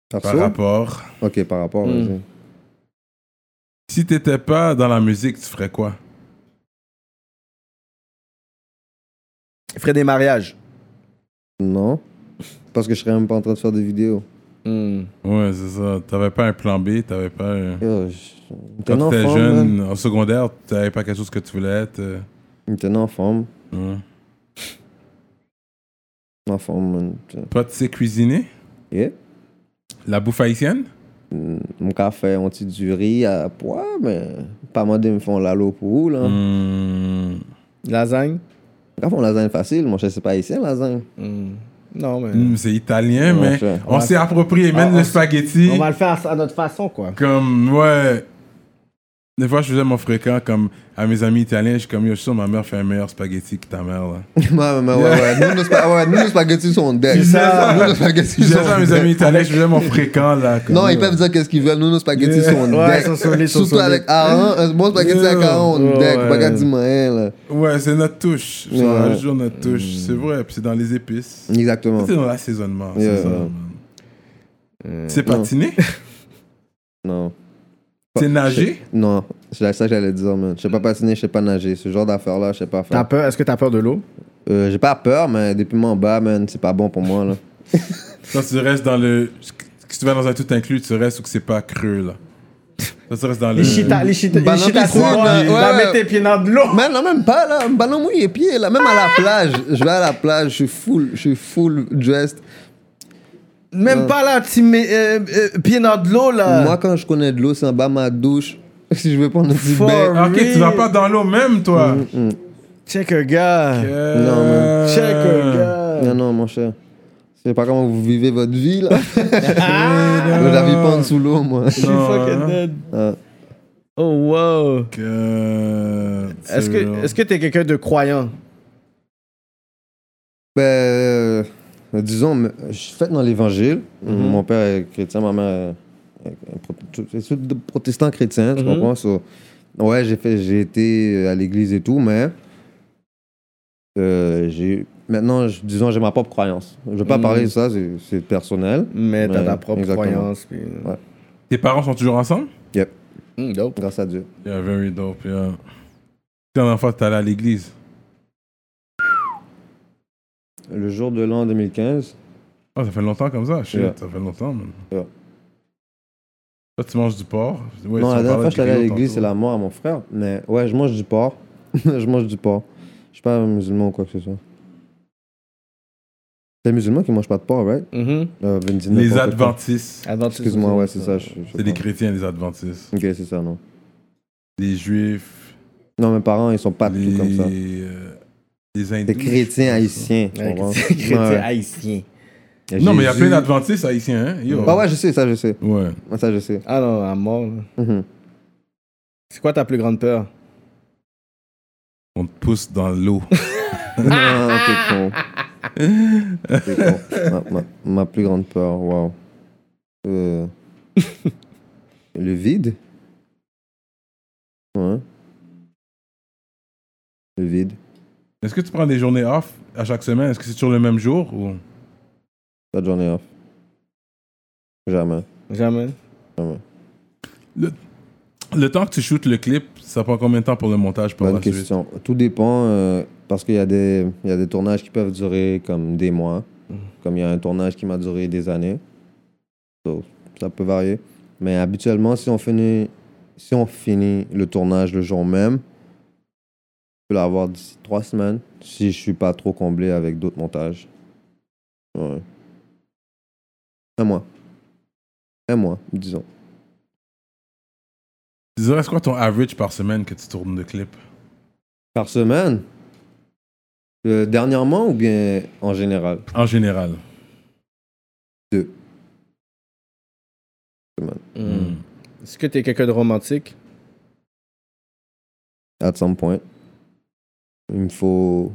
[SPEAKER 3] par
[SPEAKER 4] Perso?
[SPEAKER 3] rapport.
[SPEAKER 4] Ok, par rapport,
[SPEAKER 5] Mm.
[SPEAKER 4] vas-y.
[SPEAKER 3] Si t'étais pas dans la musique, tu ferais quoi
[SPEAKER 5] ça. Ferait des mariages.
[SPEAKER 4] Non. Parce que je serais même pas en train de faire des vidéos.
[SPEAKER 3] Ouais, c'est ça. T'avais pas un plan B, t'avais pas. un-
[SPEAKER 4] Yo, je- T'es
[SPEAKER 3] Quand
[SPEAKER 4] un
[SPEAKER 3] t'étais
[SPEAKER 4] enfant,
[SPEAKER 3] jeune,
[SPEAKER 4] man.
[SPEAKER 3] en secondaire, t'avais pas quelque chose que tu voulais être. euh,
[SPEAKER 4] T'es un enfant.
[SPEAKER 3] ouais.
[SPEAKER 4] Un enfant, man. T'es-
[SPEAKER 3] Toi, tu sais cuisiner
[SPEAKER 4] Yeah.
[SPEAKER 3] La bouffe haïtienne
[SPEAKER 4] Mon café, on tire du riz à poids, mais pas moi de me font l'alo pour vous, là.
[SPEAKER 3] Mm.
[SPEAKER 4] Mon
[SPEAKER 3] Hmm.
[SPEAKER 5] Lasagne.
[SPEAKER 4] Quand on lasagne facile, moi, je sais pas ici, lasagne. [LAUGHS]
[SPEAKER 5] Non, mais.
[SPEAKER 3] Hmm, c'est italien,
[SPEAKER 4] Ouais,
[SPEAKER 3] mais
[SPEAKER 4] ça.
[SPEAKER 3] on
[SPEAKER 5] Ouais.
[SPEAKER 3] s'est approprié, même
[SPEAKER 5] Ah,
[SPEAKER 3] le
[SPEAKER 5] on-
[SPEAKER 3] spaghetti.
[SPEAKER 5] On va le faire à notre façon, quoi.
[SPEAKER 3] Comme, ouais. Des fois, je faisais mon fréquent comme à mes amis italiens. Je suis comme, yo, je suis sûr, ma mère fait un meilleur spaghetti que ta mère, là.
[SPEAKER 4] Ouais, ouais, ouais,
[SPEAKER 3] [LAUGHS]
[SPEAKER 4] ouais. Nous, nos, spa- ouais, nous, nos spaghettis sont dead.
[SPEAKER 3] C'est ça.
[SPEAKER 4] Nous, nos spaghettis
[SPEAKER 3] Je disais
[SPEAKER 4] sont
[SPEAKER 3] ça à mes
[SPEAKER 4] dead.
[SPEAKER 3] amis italiens, je faisais mon fréquent, là. comme,
[SPEAKER 4] Non,
[SPEAKER 3] yo.
[SPEAKER 4] ils peuvent dire qu'est-ce qu'ils veulent. Nous, nos spaghettis hein. sont
[SPEAKER 5] Ouais,
[SPEAKER 4] dead.
[SPEAKER 5] sont solides, sont
[SPEAKER 4] Surtout
[SPEAKER 5] solides.
[SPEAKER 4] avec Aaron. Un bon spaghetti avec Aaron, on
[SPEAKER 5] Ouais,
[SPEAKER 4] deck.
[SPEAKER 5] ouais.
[SPEAKER 4] Pas dis-moi rien, là.
[SPEAKER 3] Ouais, c'est notre touche. C'est
[SPEAKER 4] Ouais.
[SPEAKER 3] un jour notre touche. C'est vrai, puis c'est dans les épices.
[SPEAKER 4] Exactement.
[SPEAKER 3] C'est dans l'assaisonnement,
[SPEAKER 4] Yeah.
[SPEAKER 3] c'est ça. man. C'est patiner?
[SPEAKER 4] Non.
[SPEAKER 3] C'est nager?
[SPEAKER 4] Non. C'est ça que j'allais dire, man. Je sais pas patiner, je sais pas nager. Ce genre d'affaires-là, je sais pas
[SPEAKER 5] T'as
[SPEAKER 4] faire.
[SPEAKER 5] peur? Est-ce que t'as peur de l'eau?
[SPEAKER 4] Euh, J'ai pas peur, mais depuis mon bas, man, c'est pas bon pour moi, là.
[SPEAKER 3] Quand tu restes dans le. Si tu vas dans un tout inclus, tu restes où que c'est pas creux, là. Ça, tu restes dans le.
[SPEAKER 5] Les chita, les chita,
[SPEAKER 4] Bah,
[SPEAKER 5] les
[SPEAKER 4] non,
[SPEAKER 5] chita
[SPEAKER 4] mais
[SPEAKER 5] trop
[SPEAKER 4] c'est-
[SPEAKER 5] loin.
[SPEAKER 4] ouais,
[SPEAKER 5] Va
[SPEAKER 4] ouais.
[SPEAKER 5] mettre tes pieds dans de l'eau.
[SPEAKER 4] [LAUGHS] Man, non, même pas là. Un ballon mouille les pieds là. Même à la plage. Je vais à la plage, je suis full, je suis full dressed.
[SPEAKER 5] Même pas là, tu mets euh, euh, pieds dans de l'eau là.
[SPEAKER 4] Ah. Moi, quand je connais de l'eau, c'est en bas de ma douche. [LAUGHS] Si je veux prendre un petit
[SPEAKER 5] For
[SPEAKER 4] bain.
[SPEAKER 3] Ok, tu vas pas dans l'eau même, toi.
[SPEAKER 4] Mm-hmm.
[SPEAKER 5] check un gars.
[SPEAKER 3] Euh,
[SPEAKER 5] Check
[SPEAKER 4] oh,
[SPEAKER 5] un gars.
[SPEAKER 4] [LAUGHS] Non, non, mon cher. Je sais pas comment vous vivez votre vie là.
[SPEAKER 3] Ah!
[SPEAKER 5] Ah,
[SPEAKER 4] Moi, la vie pendre sous l'eau,
[SPEAKER 5] [LAUGHS]
[SPEAKER 4] moi.
[SPEAKER 5] Je suis
[SPEAKER 3] Non,
[SPEAKER 5] fucking
[SPEAKER 3] hein.
[SPEAKER 5] dead.
[SPEAKER 4] Ah.
[SPEAKER 5] Oh wow.
[SPEAKER 3] Euh,
[SPEAKER 5] Est-ce que est-ce que t'es quelqu'un de croyant?
[SPEAKER 4] Ben, euh, disons, me- je suis fait dans l'évangile.
[SPEAKER 5] Mhm.
[SPEAKER 4] Mon père est chrétien, ma mère est, est pro- tout- c'est tout de protestant chrétien, tu
[SPEAKER 5] Mhm.
[SPEAKER 4] comprends? So, ouais, j'ai fait, j'ai été euh, à l'église et tout, mais euh, j'ai maintenant, je- disons, j'ai ma propre croyance. Je veux pas
[SPEAKER 5] Mhm.
[SPEAKER 4] parler de ça, c'est, c'est personnel.
[SPEAKER 5] Mais t'as
[SPEAKER 4] Ouais,
[SPEAKER 5] ta propre
[SPEAKER 4] exactement.
[SPEAKER 5] croyance. Puis... euh,
[SPEAKER 3] Tes parents sont toujours ensemble?
[SPEAKER 5] Hmm, dope.
[SPEAKER 4] Grâce à Dieu.
[SPEAKER 3] Yeah, very dope, yeah. Quand la dernière fois, t'es allé à l'église.
[SPEAKER 4] Le jour de l'an 2015,
[SPEAKER 3] Oh, ça fait longtemps comme ça, shit,
[SPEAKER 4] Yeah.
[SPEAKER 3] ça fait longtemps, man.
[SPEAKER 4] Yeah.
[SPEAKER 3] Toi, tu manges du porc? Ouais,
[SPEAKER 4] non,
[SPEAKER 3] tu en
[SPEAKER 4] la dernière
[SPEAKER 3] parlais
[SPEAKER 4] fois, je suis allé à
[SPEAKER 3] griot
[SPEAKER 4] l'église, c'est
[SPEAKER 3] tantôt.
[SPEAKER 4] la mort à mon frère. Mais ouais, je mange du porc. [LAUGHS] je mange du porc. Je suis pas musulman ou quoi que ce soit. C'est les musulmans qui mangent pas de porc, right?
[SPEAKER 5] Mhm.
[SPEAKER 4] Euh, ben, dis
[SPEAKER 3] Les
[SPEAKER 4] n'importe quoi.
[SPEAKER 3] adventistes.
[SPEAKER 5] Adventiste,
[SPEAKER 4] Excuse-moi,
[SPEAKER 5] ça,
[SPEAKER 4] ouais, c'est ça. je- je-
[SPEAKER 3] C'est des chrétiens, les adventistes.
[SPEAKER 4] Ok, c'est ça, non.
[SPEAKER 3] Les juifs.
[SPEAKER 4] Non, mes parents, ils sont pas du
[SPEAKER 3] les...
[SPEAKER 4] tout comme ça.
[SPEAKER 3] euh, les hindous.
[SPEAKER 4] Des chrétiens haïtiens. tu
[SPEAKER 5] Ouais, [LAUGHS]
[SPEAKER 4] comprends?
[SPEAKER 5] Chrétien
[SPEAKER 4] Ouais.
[SPEAKER 5] haïtien.
[SPEAKER 3] Non, mais il y a
[SPEAKER 4] Jésus.
[SPEAKER 3] plein d'adventistes haïtiens, hein? Yo.
[SPEAKER 4] Ah ouais, je sais, ça, je sais.
[SPEAKER 3] Ouais.
[SPEAKER 4] Ouais, Ça, je sais.
[SPEAKER 5] Ah non, à mort. là.
[SPEAKER 4] Mhm.
[SPEAKER 5] C'est quoi ta plus grande peur?
[SPEAKER 3] On te pousse dans l'eau.
[SPEAKER 4] Non, t'es con. T'es con. Ma, ma- ma plus grande peur, waouh. Euh, le vide Ouais. Le vide.
[SPEAKER 3] [LAUGHS] Est-ce que tu prends des journées off à chaque semaine? Est-ce que c'est toujours le même jour? Ou...
[SPEAKER 4] Pas de journée off. Jamais.
[SPEAKER 5] Jamais.
[SPEAKER 3] Le temps que tu shootes le clip, ça prend combien de temps pour le montage par
[SPEAKER 4] Bonne
[SPEAKER 3] la suite?
[SPEAKER 4] question. Tout dépend euh, parce qu'il y, a des- il y a des tournages qui peuvent durer comme des mois,
[SPEAKER 3] Mm.
[SPEAKER 4] comme il y a un tournage qui m'a duré des années. So, ça peut varier. Mais habituellement, si on finit, si on finit le tournage le jour même, je peux l'avoir d'ici trois semaines si je suis pas trop comblé avec d'autres montages. Ouais. Un mois. Un mois, disons.
[SPEAKER 3] Tu dirais, c'est quoi ton average par semaine que tu tournes de clip?
[SPEAKER 4] Par semaine Euh, Dernièrement ou bien en général
[SPEAKER 3] En général.
[SPEAKER 5] Hmm.
[SPEAKER 3] Mm.
[SPEAKER 5] Est-ce que t'es quelqu'un de romantique?
[SPEAKER 4] à some point. Il me faut.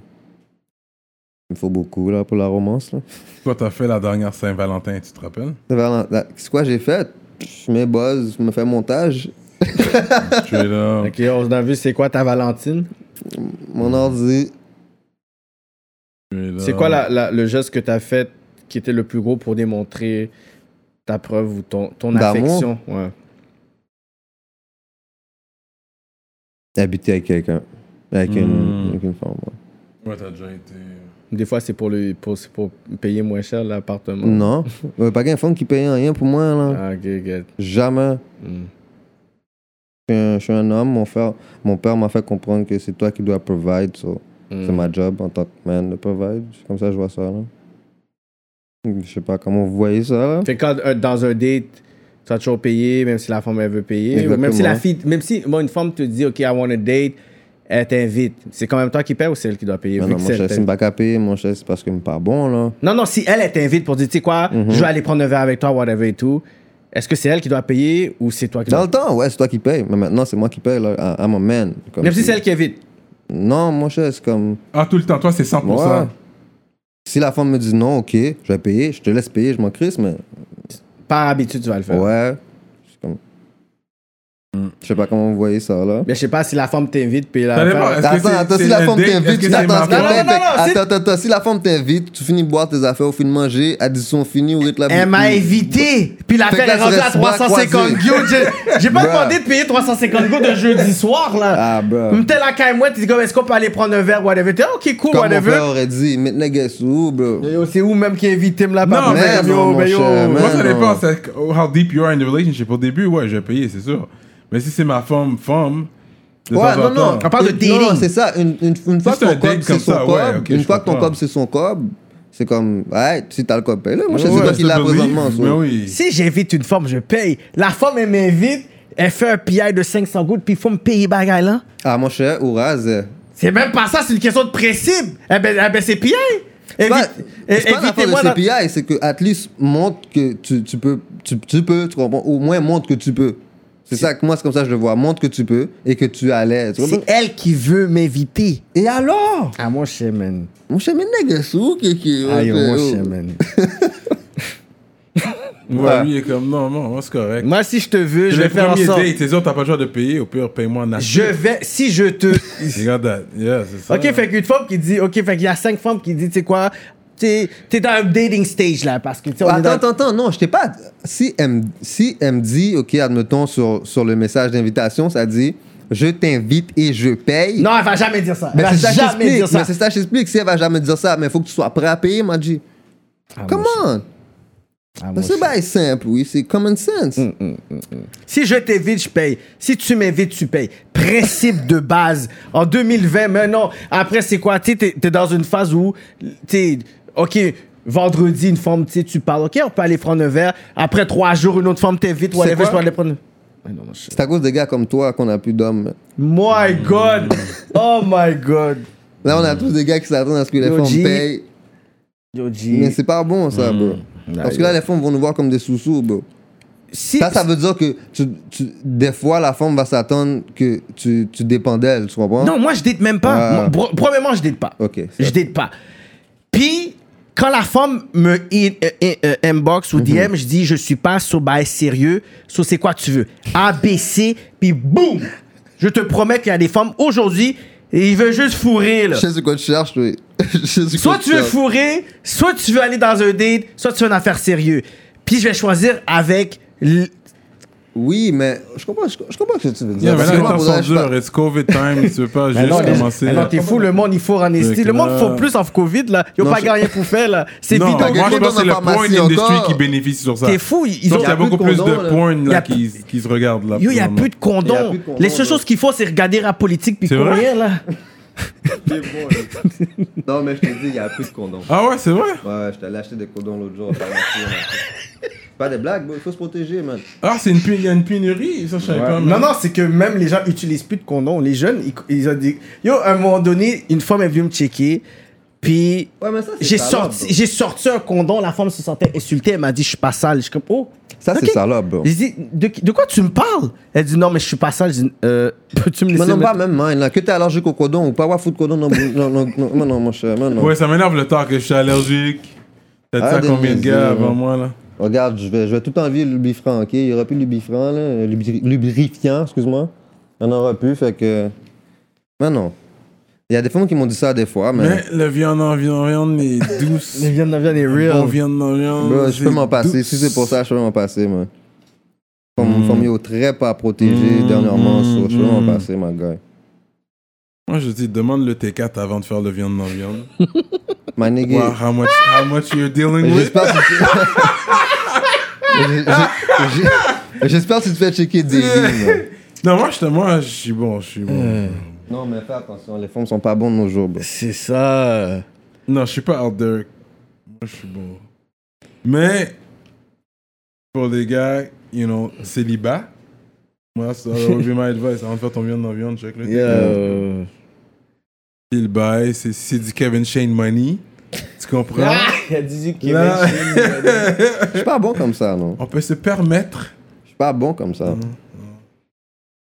[SPEAKER 4] Il me faut beaucoup là, pour la romance. Là.
[SPEAKER 3] Quoi t'as fait la dernière Saint-Valentin, tu te rappelles?
[SPEAKER 4] C'est vraiment- là, C'est quoi j'ai fait Je mets buzz, je me fais montage.
[SPEAKER 3] tu es
[SPEAKER 4] [LAUGHS]
[SPEAKER 3] là.
[SPEAKER 5] Ok, on a vu c'est quoi ta Valentine?
[SPEAKER 4] Mon ordi.
[SPEAKER 3] tu es là.
[SPEAKER 5] C'est quoi la- la- le geste que t'as fait qui était le plus gros pour démontrer ta preuve ou ton, ton
[SPEAKER 4] D'amour?
[SPEAKER 5] affection? Ouais.
[SPEAKER 4] Habiter avec quelqu'un. Avec,
[SPEAKER 3] Mm.
[SPEAKER 4] une, avec une femme. ouais.
[SPEAKER 3] Ouais, t'as déjà été.
[SPEAKER 5] Des fois, c'est pour, le, pour, c'est pour payer moins cher l'appartement.
[SPEAKER 4] Non. Euh, pas qu'un femme qui paye rien pour moi. Là.
[SPEAKER 5] Ah, ok, ok.
[SPEAKER 4] Jamais.
[SPEAKER 5] Hmm.
[SPEAKER 4] Je suis un- je suis un homme. Mon, frère, mon père m'a fait comprendre que c'est toi qui dois provide. so.
[SPEAKER 5] Hmm.
[SPEAKER 4] C'est ma job en tant que man de provide. C'est Comme ça, que je vois ça. Là. Je sais pas comment vous voyez ça. Là.
[SPEAKER 5] Fait que quand euh, dans un date, tu vas toujours payer, même si la femme elle veut payer. ou Même
[SPEAKER 4] Exactement.
[SPEAKER 5] si la fille, même si moi, une femme te dit, OK, I want a date, elle t'invite. C'est quand même toi qui paye ou c'est elle qui doit payer? vu
[SPEAKER 4] Mais Ah non,
[SPEAKER 5] que
[SPEAKER 4] mon
[SPEAKER 5] c'est
[SPEAKER 4] chef,
[SPEAKER 5] elle
[SPEAKER 4] c'est pas capé. Mon chef, c'est parce que je suis pas bon. là. Mm-hmm.
[SPEAKER 5] Non, non, si elle, elle t'invite pour dire, tu sais quoi, je vais aller prendre un verre avec toi, whatever et tout,
[SPEAKER 6] Est-ce que c'est elle qui doit payer ou c'est toi qui
[SPEAKER 4] Dans
[SPEAKER 6] dois
[SPEAKER 4] le temps, ouais, c'est toi qui paye. Mais maintenant, c'est moi qui paye, là. I- I'm a man. Comme
[SPEAKER 6] Même si
[SPEAKER 4] tu-
[SPEAKER 6] c'est elle qui évite.
[SPEAKER 4] Non, mon cher, c'est comme.
[SPEAKER 3] Ah, tout le temps, toi, c'est 100%.
[SPEAKER 4] Ouais. Si la femme me dit non, ok, je vais payer, je te laisse payer, je m'en crisse, mais.
[SPEAKER 6] Par habitude, tu vas le faire.
[SPEAKER 4] Ouais. C'est comme. Je sais pas comment vous voyez ça, là.
[SPEAKER 6] Hmm. Mais je sais pas si la femme t'invite, puis
[SPEAKER 3] Ça
[SPEAKER 6] la
[SPEAKER 3] dépend.
[SPEAKER 6] femme...
[SPEAKER 3] Est-ce que
[SPEAKER 4] Attends,
[SPEAKER 3] c'est-
[SPEAKER 4] attends,
[SPEAKER 3] c'est
[SPEAKER 4] si la
[SPEAKER 3] un
[SPEAKER 4] femme
[SPEAKER 3] date? Est-ce
[SPEAKER 4] t'invite,
[SPEAKER 3] que
[SPEAKER 4] tu
[SPEAKER 3] c'est
[SPEAKER 4] t'attends
[SPEAKER 3] ma
[SPEAKER 4] ce qu'elle
[SPEAKER 3] femme?
[SPEAKER 4] paye.
[SPEAKER 6] Non, non, non,
[SPEAKER 4] Attends, attends, attends, si la femme t'invite, tu finis de boire tes affaires, au fin de manger, elle dit son fini, au rythme la
[SPEAKER 5] Elle m'a
[SPEAKER 4] bouteille.
[SPEAKER 5] évité. Puis l'affaire
[SPEAKER 4] là,
[SPEAKER 5] est
[SPEAKER 4] tu
[SPEAKER 5] rendue à
[SPEAKER 4] restes bras
[SPEAKER 5] 350
[SPEAKER 4] croisés.
[SPEAKER 5] go. J'ai- J'ai pas
[SPEAKER 4] Bruh.
[SPEAKER 5] demandé de payer 350 go de jeudi soir, là.
[SPEAKER 4] Ah, bro.
[SPEAKER 5] Me t'es là, quand même, tu dis, comme, est-ce qu'on peut aller prendre un verre, whatever. T'es, ok, cool,
[SPEAKER 4] Comme mon frère
[SPEAKER 5] whatever.
[SPEAKER 4] aurait dit, maintenant, guess who, bro?
[SPEAKER 5] Yo, C'est où même qui est invité me là-bas?
[SPEAKER 3] Non, mais-
[SPEAKER 4] Merde, mon cher,
[SPEAKER 3] Moi,
[SPEAKER 4] man,
[SPEAKER 3] ça
[SPEAKER 4] non.
[SPEAKER 3] dépend. C'est how deep you are in the relationship. Au début, ouais, je vais payer, c'est sûr. Mais si c'est ma femme, femme. de
[SPEAKER 4] Ouais,
[SPEAKER 3] temps en
[SPEAKER 4] non, non.
[SPEAKER 3] temps-
[SPEAKER 5] On parle de
[SPEAKER 4] Une-
[SPEAKER 5] dating.
[SPEAKER 4] Non, c'est ça. Une, une, une fois que
[SPEAKER 3] c'est un
[SPEAKER 4] ton cob,
[SPEAKER 3] date
[SPEAKER 4] c'est
[SPEAKER 3] comme
[SPEAKER 4] son
[SPEAKER 3] ça,
[SPEAKER 4] cob.
[SPEAKER 3] ouais, ok,
[SPEAKER 4] une
[SPEAKER 3] je
[SPEAKER 4] fois que ton
[SPEAKER 3] comprends.
[SPEAKER 4] cob, c'est son cob, c'est comme, ouais, si t'as le cob, paye-le. Moi, je sais
[SPEAKER 3] Ouais,
[SPEAKER 4] pas qui l'a
[SPEAKER 3] te believe,
[SPEAKER 4] présentement.
[SPEAKER 3] Mais
[SPEAKER 4] so.
[SPEAKER 3] Ben oui.
[SPEAKER 5] Si j'invite une femme, je paye. La femme, elle m'invite, elle fait un PI de 500 gouttes, puis il faut me payer bagaille, là.
[SPEAKER 4] Ah, mon cher, Ouraz. euh,
[SPEAKER 5] C'est même pas ça, c'est une question de principe. Eh ben, eh ben c'est PI.
[SPEAKER 4] C'est pas,
[SPEAKER 5] Évi-
[SPEAKER 4] c'est
[SPEAKER 5] eh,
[SPEAKER 4] pas l'affaire de
[SPEAKER 5] Évitez-moi dans-
[SPEAKER 4] CPI, c'est que at least montre que tu, tu peux, tu, tu peux, tu comprends? Au moins montre que tu peux. C'est ça que moi, c'est comme ça que je le vois. Montre que tu peux et que tu as l'air. tu comprends?
[SPEAKER 5] C'est elle qui veut m'inviter.
[SPEAKER 4] Et alors?
[SPEAKER 6] Ah, moi, je sais, man.
[SPEAKER 4] Mon cher, mais nègre, c'est où qui- qui-
[SPEAKER 6] Ah, yo,
[SPEAKER 4] euh,
[SPEAKER 6] moi, je sais,
[SPEAKER 4] euh,
[SPEAKER 6] man.
[SPEAKER 3] Ouais, lui, il est comme, non, non, moi, c'est correct.
[SPEAKER 6] Moi, si je te veux, je
[SPEAKER 3] le
[SPEAKER 6] vais faire en
[SPEAKER 3] premier
[SPEAKER 6] sorte...
[SPEAKER 3] date, les autres, t'as pas le choix de payer. Au pire, paye-moi en
[SPEAKER 6] Je
[SPEAKER 3] acheter.
[SPEAKER 6] vais... Si je te...
[SPEAKER 3] Regarde that. Yeah, c'est ça.
[SPEAKER 5] OK, fait qu'une femme qui dit, OK, fait qu'il y a cinq femmes qui disent, tu sais quoi, t'es t'es dans un dating stage, là, parce que, tu sais, on est
[SPEAKER 4] Attends,
[SPEAKER 5] dans-
[SPEAKER 4] Bah, attends, attends, non, je t'ai pas. Si elle, me- si elle me dit, OK, admettons, sur, sur le message d'invitation, ça dit Je t'invite et je paye.
[SPEAKER 5] Non, elle va jamais dire ça. Elle
[SPEAKER 4] mais
[SPEAKER 5] va
[SPEAKER 4] c'est ça que
[SPEAKER 5] jamais
[SPEAKER 4] j'explique.
[SPEAKER 5] dire ça.
[SPEAKER 4] Mais c'est ça que j'explique. Si elle va jamais dire ça, mais il faut que tu sois prêt à payer, m'a dit. Come
[SPEAKER 5] Ah,
[SPEAKER 4] on.
[SPEAKER 6] Ah, moi,
[SPEAKER 4] Mais
[SPEAKER 6] je sais.
[SPEAKER 4] C'est pas simple, oui, c'est common sense.
[SPEAKER 5] Hmm. Si je t'évite, je paye. Si tu m'invites, tu payes. Principe de base. En 2020, mais non. Après, c'est quoi? Tu sais, t'es t'es dans une phase où, tu sais, OK, vendredi, une femme, tu sais, tu parles. OK, on peut aller prendre un verre. Après trois jours, une autre femme t'invite. Whatever,
[SPEAKER 4] quoi?
[SPEAKER 5] je peux aller prendre.
[SPEAKER 6] Ah, non, moi, je sais.
[SPEAKER 4] C'est à cause de gars comme toi qu'on a plus d'hommes.
[SPEAKER 5] My
[SPEAKER 4] [LAUGHS]
[SPEAKER 5] God! Oh my God!
[SPEAKER 4] Là, on a tous des gars qui s'attendent à ce que les
[SPEAKER 5] Hmm. Yo,
[SPEAKER 4] femmes
[SPEAKER 5] G.
[SPEAKER 4] payent.
[SPEAKER 5] Yo, G.
[SPEAKER 4] Mais c'est pas bon, ça, bro.
[SPEAKER 5] Hmm.
[SPEAKER 4] Parce que là, les femmes vont nous voir comme des sous-sous, bro.
[SPEAKER 5] Si-
[SPEAKER 4] Ça, ça veut dire que tu, tu- des fois, la femme va s'attendre que tu, tu dépends d'elle, tu comprends?
[SPEAKER 5] Non, moi, je date même pas.
[SPEAKER 4] Hein? Ah.
[SPEAKER 5] Moi, bro- premièrement, je date pas.
[SPEAKER 4] Ok, c'est
[SPEAKER 5] Je
[SPEAKER 4] vrai.
[SPEAKER 5] date pas. Puis, quand la femme me in- euh, in- euh, inbox
[SPEAKER 4] Mhm.
[SPEAKER 5] ou DM, je dis, je suis pas sur bail sérieux, sur c'est quoi tu veux. ABC, puis boum! Je te promets qu'il y a des femmes aujourd'hui, et ils veulent juste fourrer, là.
[SPEAKER 4] Je sais ce que tu cherches, oui. [LAUGHS] Je sais ce que
[SPEAKER 5] Soit tu veux
[SPEAKER 4] cherches.
[SPEAKER 5] fourrer, soit tu veux aller dans un date, soit tu veux une affaire sérieuse. Puis, je vais choisir avec. l-
[SPEAKER 4] Oui, mais je comprends, je, je comprends ce que tu veux dire.
[SPEAKER 3] Yeah, mais
[SPEAKER 4] Parce
[SPEAKER 3] là,
[SPEAKER 4] que
[SPEAKER 3] les
[SPEAKER 4] moi,
[SPEAKER 3] temps
[SPEAKER 4] pour
[SPEAKER 3] sont
[SPEAKER 4] vrai, je
[SPEAKER 3] durs.
[SPEAKER 4] par-
[SPEAKER 3] It's COVID time. Tu veux pas
[SPEAKER 6] Ah,
[SPEAKER 4] Oh,
[SPEAKER 3] juste
[SPEAKER 6] non, les-
[SPEAKER 3] commencer.
[SPEAKER 6] ah, non,
[SPEAKER 3] là.
[SPEAKER 6] t'es fou, le monde, il faut en esti.
[SPEAKER 3] Fait
[SPEAKER 6] Le
[SPEAKER 3] que
[SPEAKER 6] monde,
[SPEAKER 3] là-
[SPEAKER 6] il faut plus en Covid, là. Ils ont
[SPEAKER 4] Non,
[SPEAKER 6] pas
[SPEAKER 4] je-
[SPEAKER 6] gagné pour faire, là. C'est
[SPEAKER 3] Non,
[SPEAKER 6] vidéo.
[SPEAKER 4] T'as
[SPEAKER 3] moi, je pense
[SPEAKER 4] quelqu'un
[SPEAKER 3] que
[SPEAKER 4] dans
[SPEAKER 3] c'est
[SPEAKER 4] la
[SPEAKER 3] le porn
[SPEAKER 4] pharmacie
[SPEAKER 3] industry
[SPEAKER 4] encore.
[SPEAKER 3] qui bénéficie sur ça.
[SPEAKER 5] T'es fou, ils
[SPEAKER 3] Bah. Donc,
[SPEAKER 5] ont-
[SPEAKER 3] il y a beaucoup plus de
[SPEAKER 4] condoms, là.
[SPEAKER 3] porn
[SPEAKER 5] Y a
[SPEAKER 3] là,
[SPEAKER 5] plus-
[SPEAKER 3] qui s- qui se regardent là.
[SPEAKER 5] Yo, il n'y a
[SPEAKER 3] présentement.
[SPEAKER 5] plus de condoms.
[SPEAKER 4] Y a plus de condoms,
[SPEAKER 5] Les seules
[SPEAKER 4] là.
[SPEAKER 5] choses qu'il faut, c'est regarder la politique puis
[SPEAKER 3] C'est
[SPEAKER 5] pour
[SPEAKER 3] vrai?
[SPEAKER 5] rien, là.
[SPEAKER 4] [LAUGHS] Non, mais je te dis, il n'y a plus de condoms.
[SPEAKER 3] Ah ouais, c'est vrai?
[SPEAKER 4] Ouais, je t'allais acheter des condoms l'autre jour. par la fille, là. C'est Pas des blagues, bro, il faut se protéger, man.
[SPEAKER 3] Ah, c'est une, pu- il y a une pénurie, ça, je savais
[SPEAKER 6] Ouais.
[SPEAKER 3] pas.
[SPEAKER 6] Non,
[SPEAKER 3] man.
[SPEAKER 6] non, c'est que même les gens utilisent plus de condoms. Les jeunes, ils, ils ont dit. Yo, à un moment donné, une femme est venue me checker. Puis.
[SPEAKER 4] Ouais, mais ça, c'est
[SPEAKER 5] J'ai
[SPEAKER 4] salope,
[SPEAKER 5] sorti,
[SPEAKER 4] bro.
[SPEAKER 5] j'ai sorti un condom, la femme se sentait insultée, elle m'a dit je suis pas sale. Je suis comme oh.
[SPEAKER 4] Ça, c'est
[SPEAKER 5] ok.
[SPEAKER 4] salope, bro.
[SPEAKER 5] Je dis de, qui- de quoi tu me parles Elle dit non mais je suis pas sale. Je dis Euh, [LAUGHS] peux-tu me
[SPEAKER 4] Mais
[SPEAKER 5] laisser
[SPEAKER 4] non,
[SPEAKER 5] mettre-
[SPEAKER 4] pas même, man. Là, que t'es allergique au condom ou pas, ouais, foutre condom, non, non, non, non, non, non, mon cher, man, non.
[SPEAKER 3] Ouais, ça m'énerve le temps que je suis allergique. T'as dit
[SPEAKER 4] Ah,
[SPEAKER 3] ça à
[SPEAKER 4] des
[SPEAKER 3] combien de
[SPEAKER 4] mesures,
[SPEAKER 3] gars
[SPEAKER 4] hein.
[SPEAKER 3] avant moi, là?
[SPEAKER 4] Regarde, je vais, je vais tout enlever le lubifran, ok? Il n'y aura plus de lubifran, là. euh, lubri- Lubrifiant, excuse-moi. Il n'y en aura plus, fait que. Mais non. Il y a des femmes qui m'ont dit ça des fois, mais.
[SPEAKER 3] Mais la viande en viande, en viande
[SPEAKER 4] [LAUGHS]
[SPEAKER 3] est douce.
[SPEAKER 6] Les viandes, les viandes, les
[SPEAKER 3] On
[SPEAKER 6] real.
[SPEAKER 3] viande en viande.
[SPEAKER 4] Bro, je peux
[SPEAKER 3] euh, c'est
[SPEAKER 4] m'en passer.
[SPEAKER 3] douce.
[SPEAKER 4] Si c'est pour ça, je peux m'en passer, man.
[SPEAKER 3] Hmm.
[SPEAKER 4] Femme femme yo, très pas protégée dernièrement, so, je peux m'en passer, ma guy.
[SPEAKER 3] Moi, je dis, demande le T4 avant de faire le viande en
[SPEAKER 4] [LAUGHS]
[SPEAKER 3] viande.
[SPEAKER 4] Ma
[SPEAKER 3] Wow,
[SPEAKER 4] nigga.
[SPEAKER 3] how much, how much you're dealing with?
[SPEAKER 4] J'espère que tu. [LAUGHS] J'ai- j'ai- j'ai- J'espère que tu te fais checker des lignes, man.
[SPEAKER 3] Non, moi, je, te- moi, je suis bon, je suis bon.
[SPEAKER 4] Euh. Non, mais fais attention, les femmes sont pas bonnes nos jours, bro.
[SPEAKER 6] C'est ça.
[SPEAKER 3] Non, je suis pas out there. Moi, je suis bon. Mais, pour les gars, you know, célibat, moi, ça
[SPEAKER 4] [LAUGHS]
[SPEAKER 3] would be my advice. Avant de faire ton viande en viande, check le
[SPEAKER 5] Euh.
[SPEAKER 6] Yo.
[SPEAKER 3] Puis le bail, c'est c'est du Kevin Shane Money. Tu comprends?
[SPEAKER 4] Ah,
[SPEAKER 5] Ah, Il a 18 Québec.
[SPEAKER 3] Là,
[SPEAKER 4] Je suis pas bon comme ça, non.
[SPEAKER 3] on peut se permettre.
[SPEAKER 4] Je suis pas bon comme
[SPEAKER 3] Mhm.
[SPEAKER 4] ça.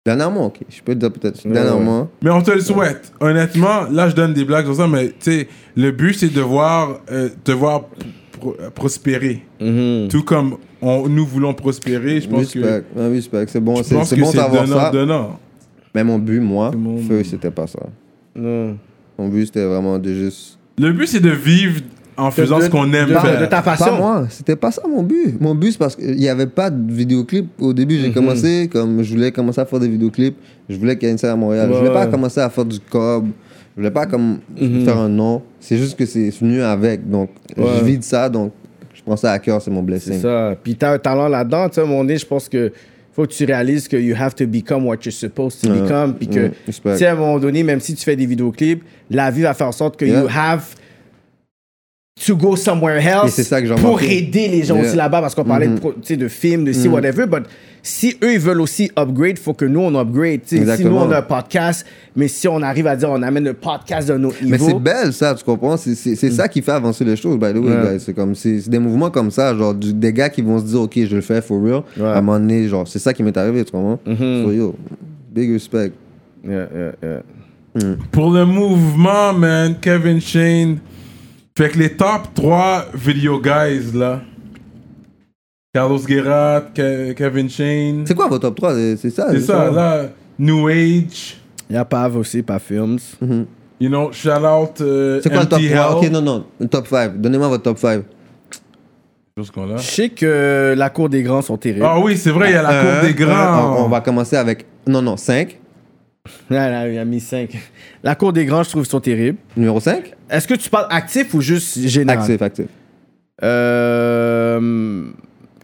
[SPEAKER 4] Dernièrement, ok. Je peux te dire peut-être. Dernièrement.
[SPEAKER 3] Mais on te le souhaite. Honnêtement, là, je donne des blagues sur ça, mais tu sais, le but, c'est de voir, euh, te voir pro- pro- prospérer. Tout comme on, nous voulons prospérer, je pense que.
[SPEAKER 4] Mm-hmm. Respect. Ah, respect. C'est bon,
[SPEAKER 3] Je
[SPEAKER 4] c'est
[SPEAKER 3] pense
[SPEAKER 4] c'est
[SPEAKER 3] que
[SPEAKER 4] bon
[SPEAKER 3] c'est
[SPEAKER 4] d'avoir
[SPEAKER 3] donnant,
[SPEAKER 4] ça.
[SPEAKER 3] donnant.
[SPEAKER 4] Mais mon but, moi,
[SPEAKER 3] mon-
[SPEAKER 4] feu, c'était pas ça.
[SPEAKER 5] Non.
[SPEAKER 4] Mon but, c'était vraiment de juste.
[SPEAKER 3] Le but, c'est de vivre en faisant
[SPEAKER 5] de-
[SPEAKER 3] ce qu'on aime
[SPEAKER 5] de-
[SPEAKER 3] faire.
[SPEAKER 5] de ta façon.
[SPEAKER 4] Pas moi, c'était pas ça mon but. Mon but, c'est parce qu'il n'y avait pas de vidéoclip. Au début,
[SPEAKER 5] Mhm.
[SPEAKER 4] j'ai commencé, comme je voulais commencer à faire des vidéoclips, je voulais qu'il y ait une scène à Montréal. Je voulais pas commencer à faire du cob, je voulais pas comme
[SPEAKER 5] Mhm.
[SPEAKER 4] faire un nom. C'est juste que c'est venu avec. Donc, je vis de ça, donc je prends ça à cœur, c'est mon
[SPEAKER 5] C'est
[SPEAKER 4] blessing.
[SPEAKER 5] ça. Puis t'as un talent là-dedans. Tu sais, à un moment donné, je pense que faut que tu réalises que you have to become what you're supposed to
[SPEAKER 4] Ouais.
[SPEAKER 5] become. Puis que,
[SPEAKER 4] Mm, respect.
[SPEAKER 5] tu sais, à un moment donné, même si tu fais des vidéoclips, la vie va faire en sorte que
[SPEAKER 4] Yeah.
[SPEAKER 5] you have to go somewhere
[SPEAKER 4] Et
[SPEAKER 5] else
[SPEAKER 4] c'est ça que j'ai
[SPEAKER 5] pour
[SPEAKER 4] remarqué.
[SPEAKER 5] aider les gens
[SPEAKER 4] Yeah. Mm-hmm.
[SPEAKER 5] aussi là-bas. Parce qu'on parlait de, pro- tu sais, de films, de si, whatever. But si eux, ils veulent aussi upgrade, faut que nous, on upgrade. tu sais. Si nous,
[SPEAKER 4] Exactement.
[SPEAKER 5] on a un podcast, mais si on arrive à dire, on amène le podcast de notre niveau.
[SPEAKER 4] Mais c'est belle ça, tu comprends? C'est- C'est c'est ça qui fait avancer les choses, by the way,
[SPEAKER 5] Ouais.
[SPEAKER 4] guys. C'est comme, c'est c'est des mouvements comme ça, genre du- des gars qui vont se dire, ok, je le fais for real.
[SPEAKER 5] Ouais. Mhm.
[SPEAKER 4] À un moment donné, genre, c'est ça qui m'est arrivé, tu comprends? So, yo, big respect.
[SPEAKER 5] Yeah, yeah, yeah.
[SPEAKER 3] Pour le mouvement, man, Kevin Shane. Fait que les top 3 video guys, là. Carlos Guerra, Ke- Kevin Shane.
[SPEAKER 4] C'est quoi votre top 3? C'est ça?
[SPEAKER 3] C'est ça, là. New Age.
[SPEAKER 5] Il y a Pav aussi, Pav Films.
[SPEAKER 4] Mm-hmm.
[SPEAKER 3] You know, shout out euh,
[SPEAKER 4] C'est quoi le top
[SPEAKER 3] Empty
[SPEAKER 4] 3?
[SPEAKER 3] Hell.
[SPEAKER 4] Ok, non, non, le top 5. Donnez-moi votre top 5.
[SPEAKER 3] Chose qu'on a.
[SPEAKER 5] Je sais que la cour des grands sont terribles.
[SPEAKER 3] Ah oui, c'est vrai, il y a la
[SPEAKER 5] Euh,
[SPEAKER 3] cour des grands.
[SPEAKER 4] Euh, Ah, On, on va commencer avec, non, non, 5.
[SPEAKER 5] Là, là, il a mis 5. La cour des grands, je trouve, sont terribles.
[SPEAKER 4] Numéro 5?
[SPEAKER 5] Est-ce que tu parles actif ou juste général?
[SPEAKER 4] Actif, actif.
[SPEAKER 5] Euh,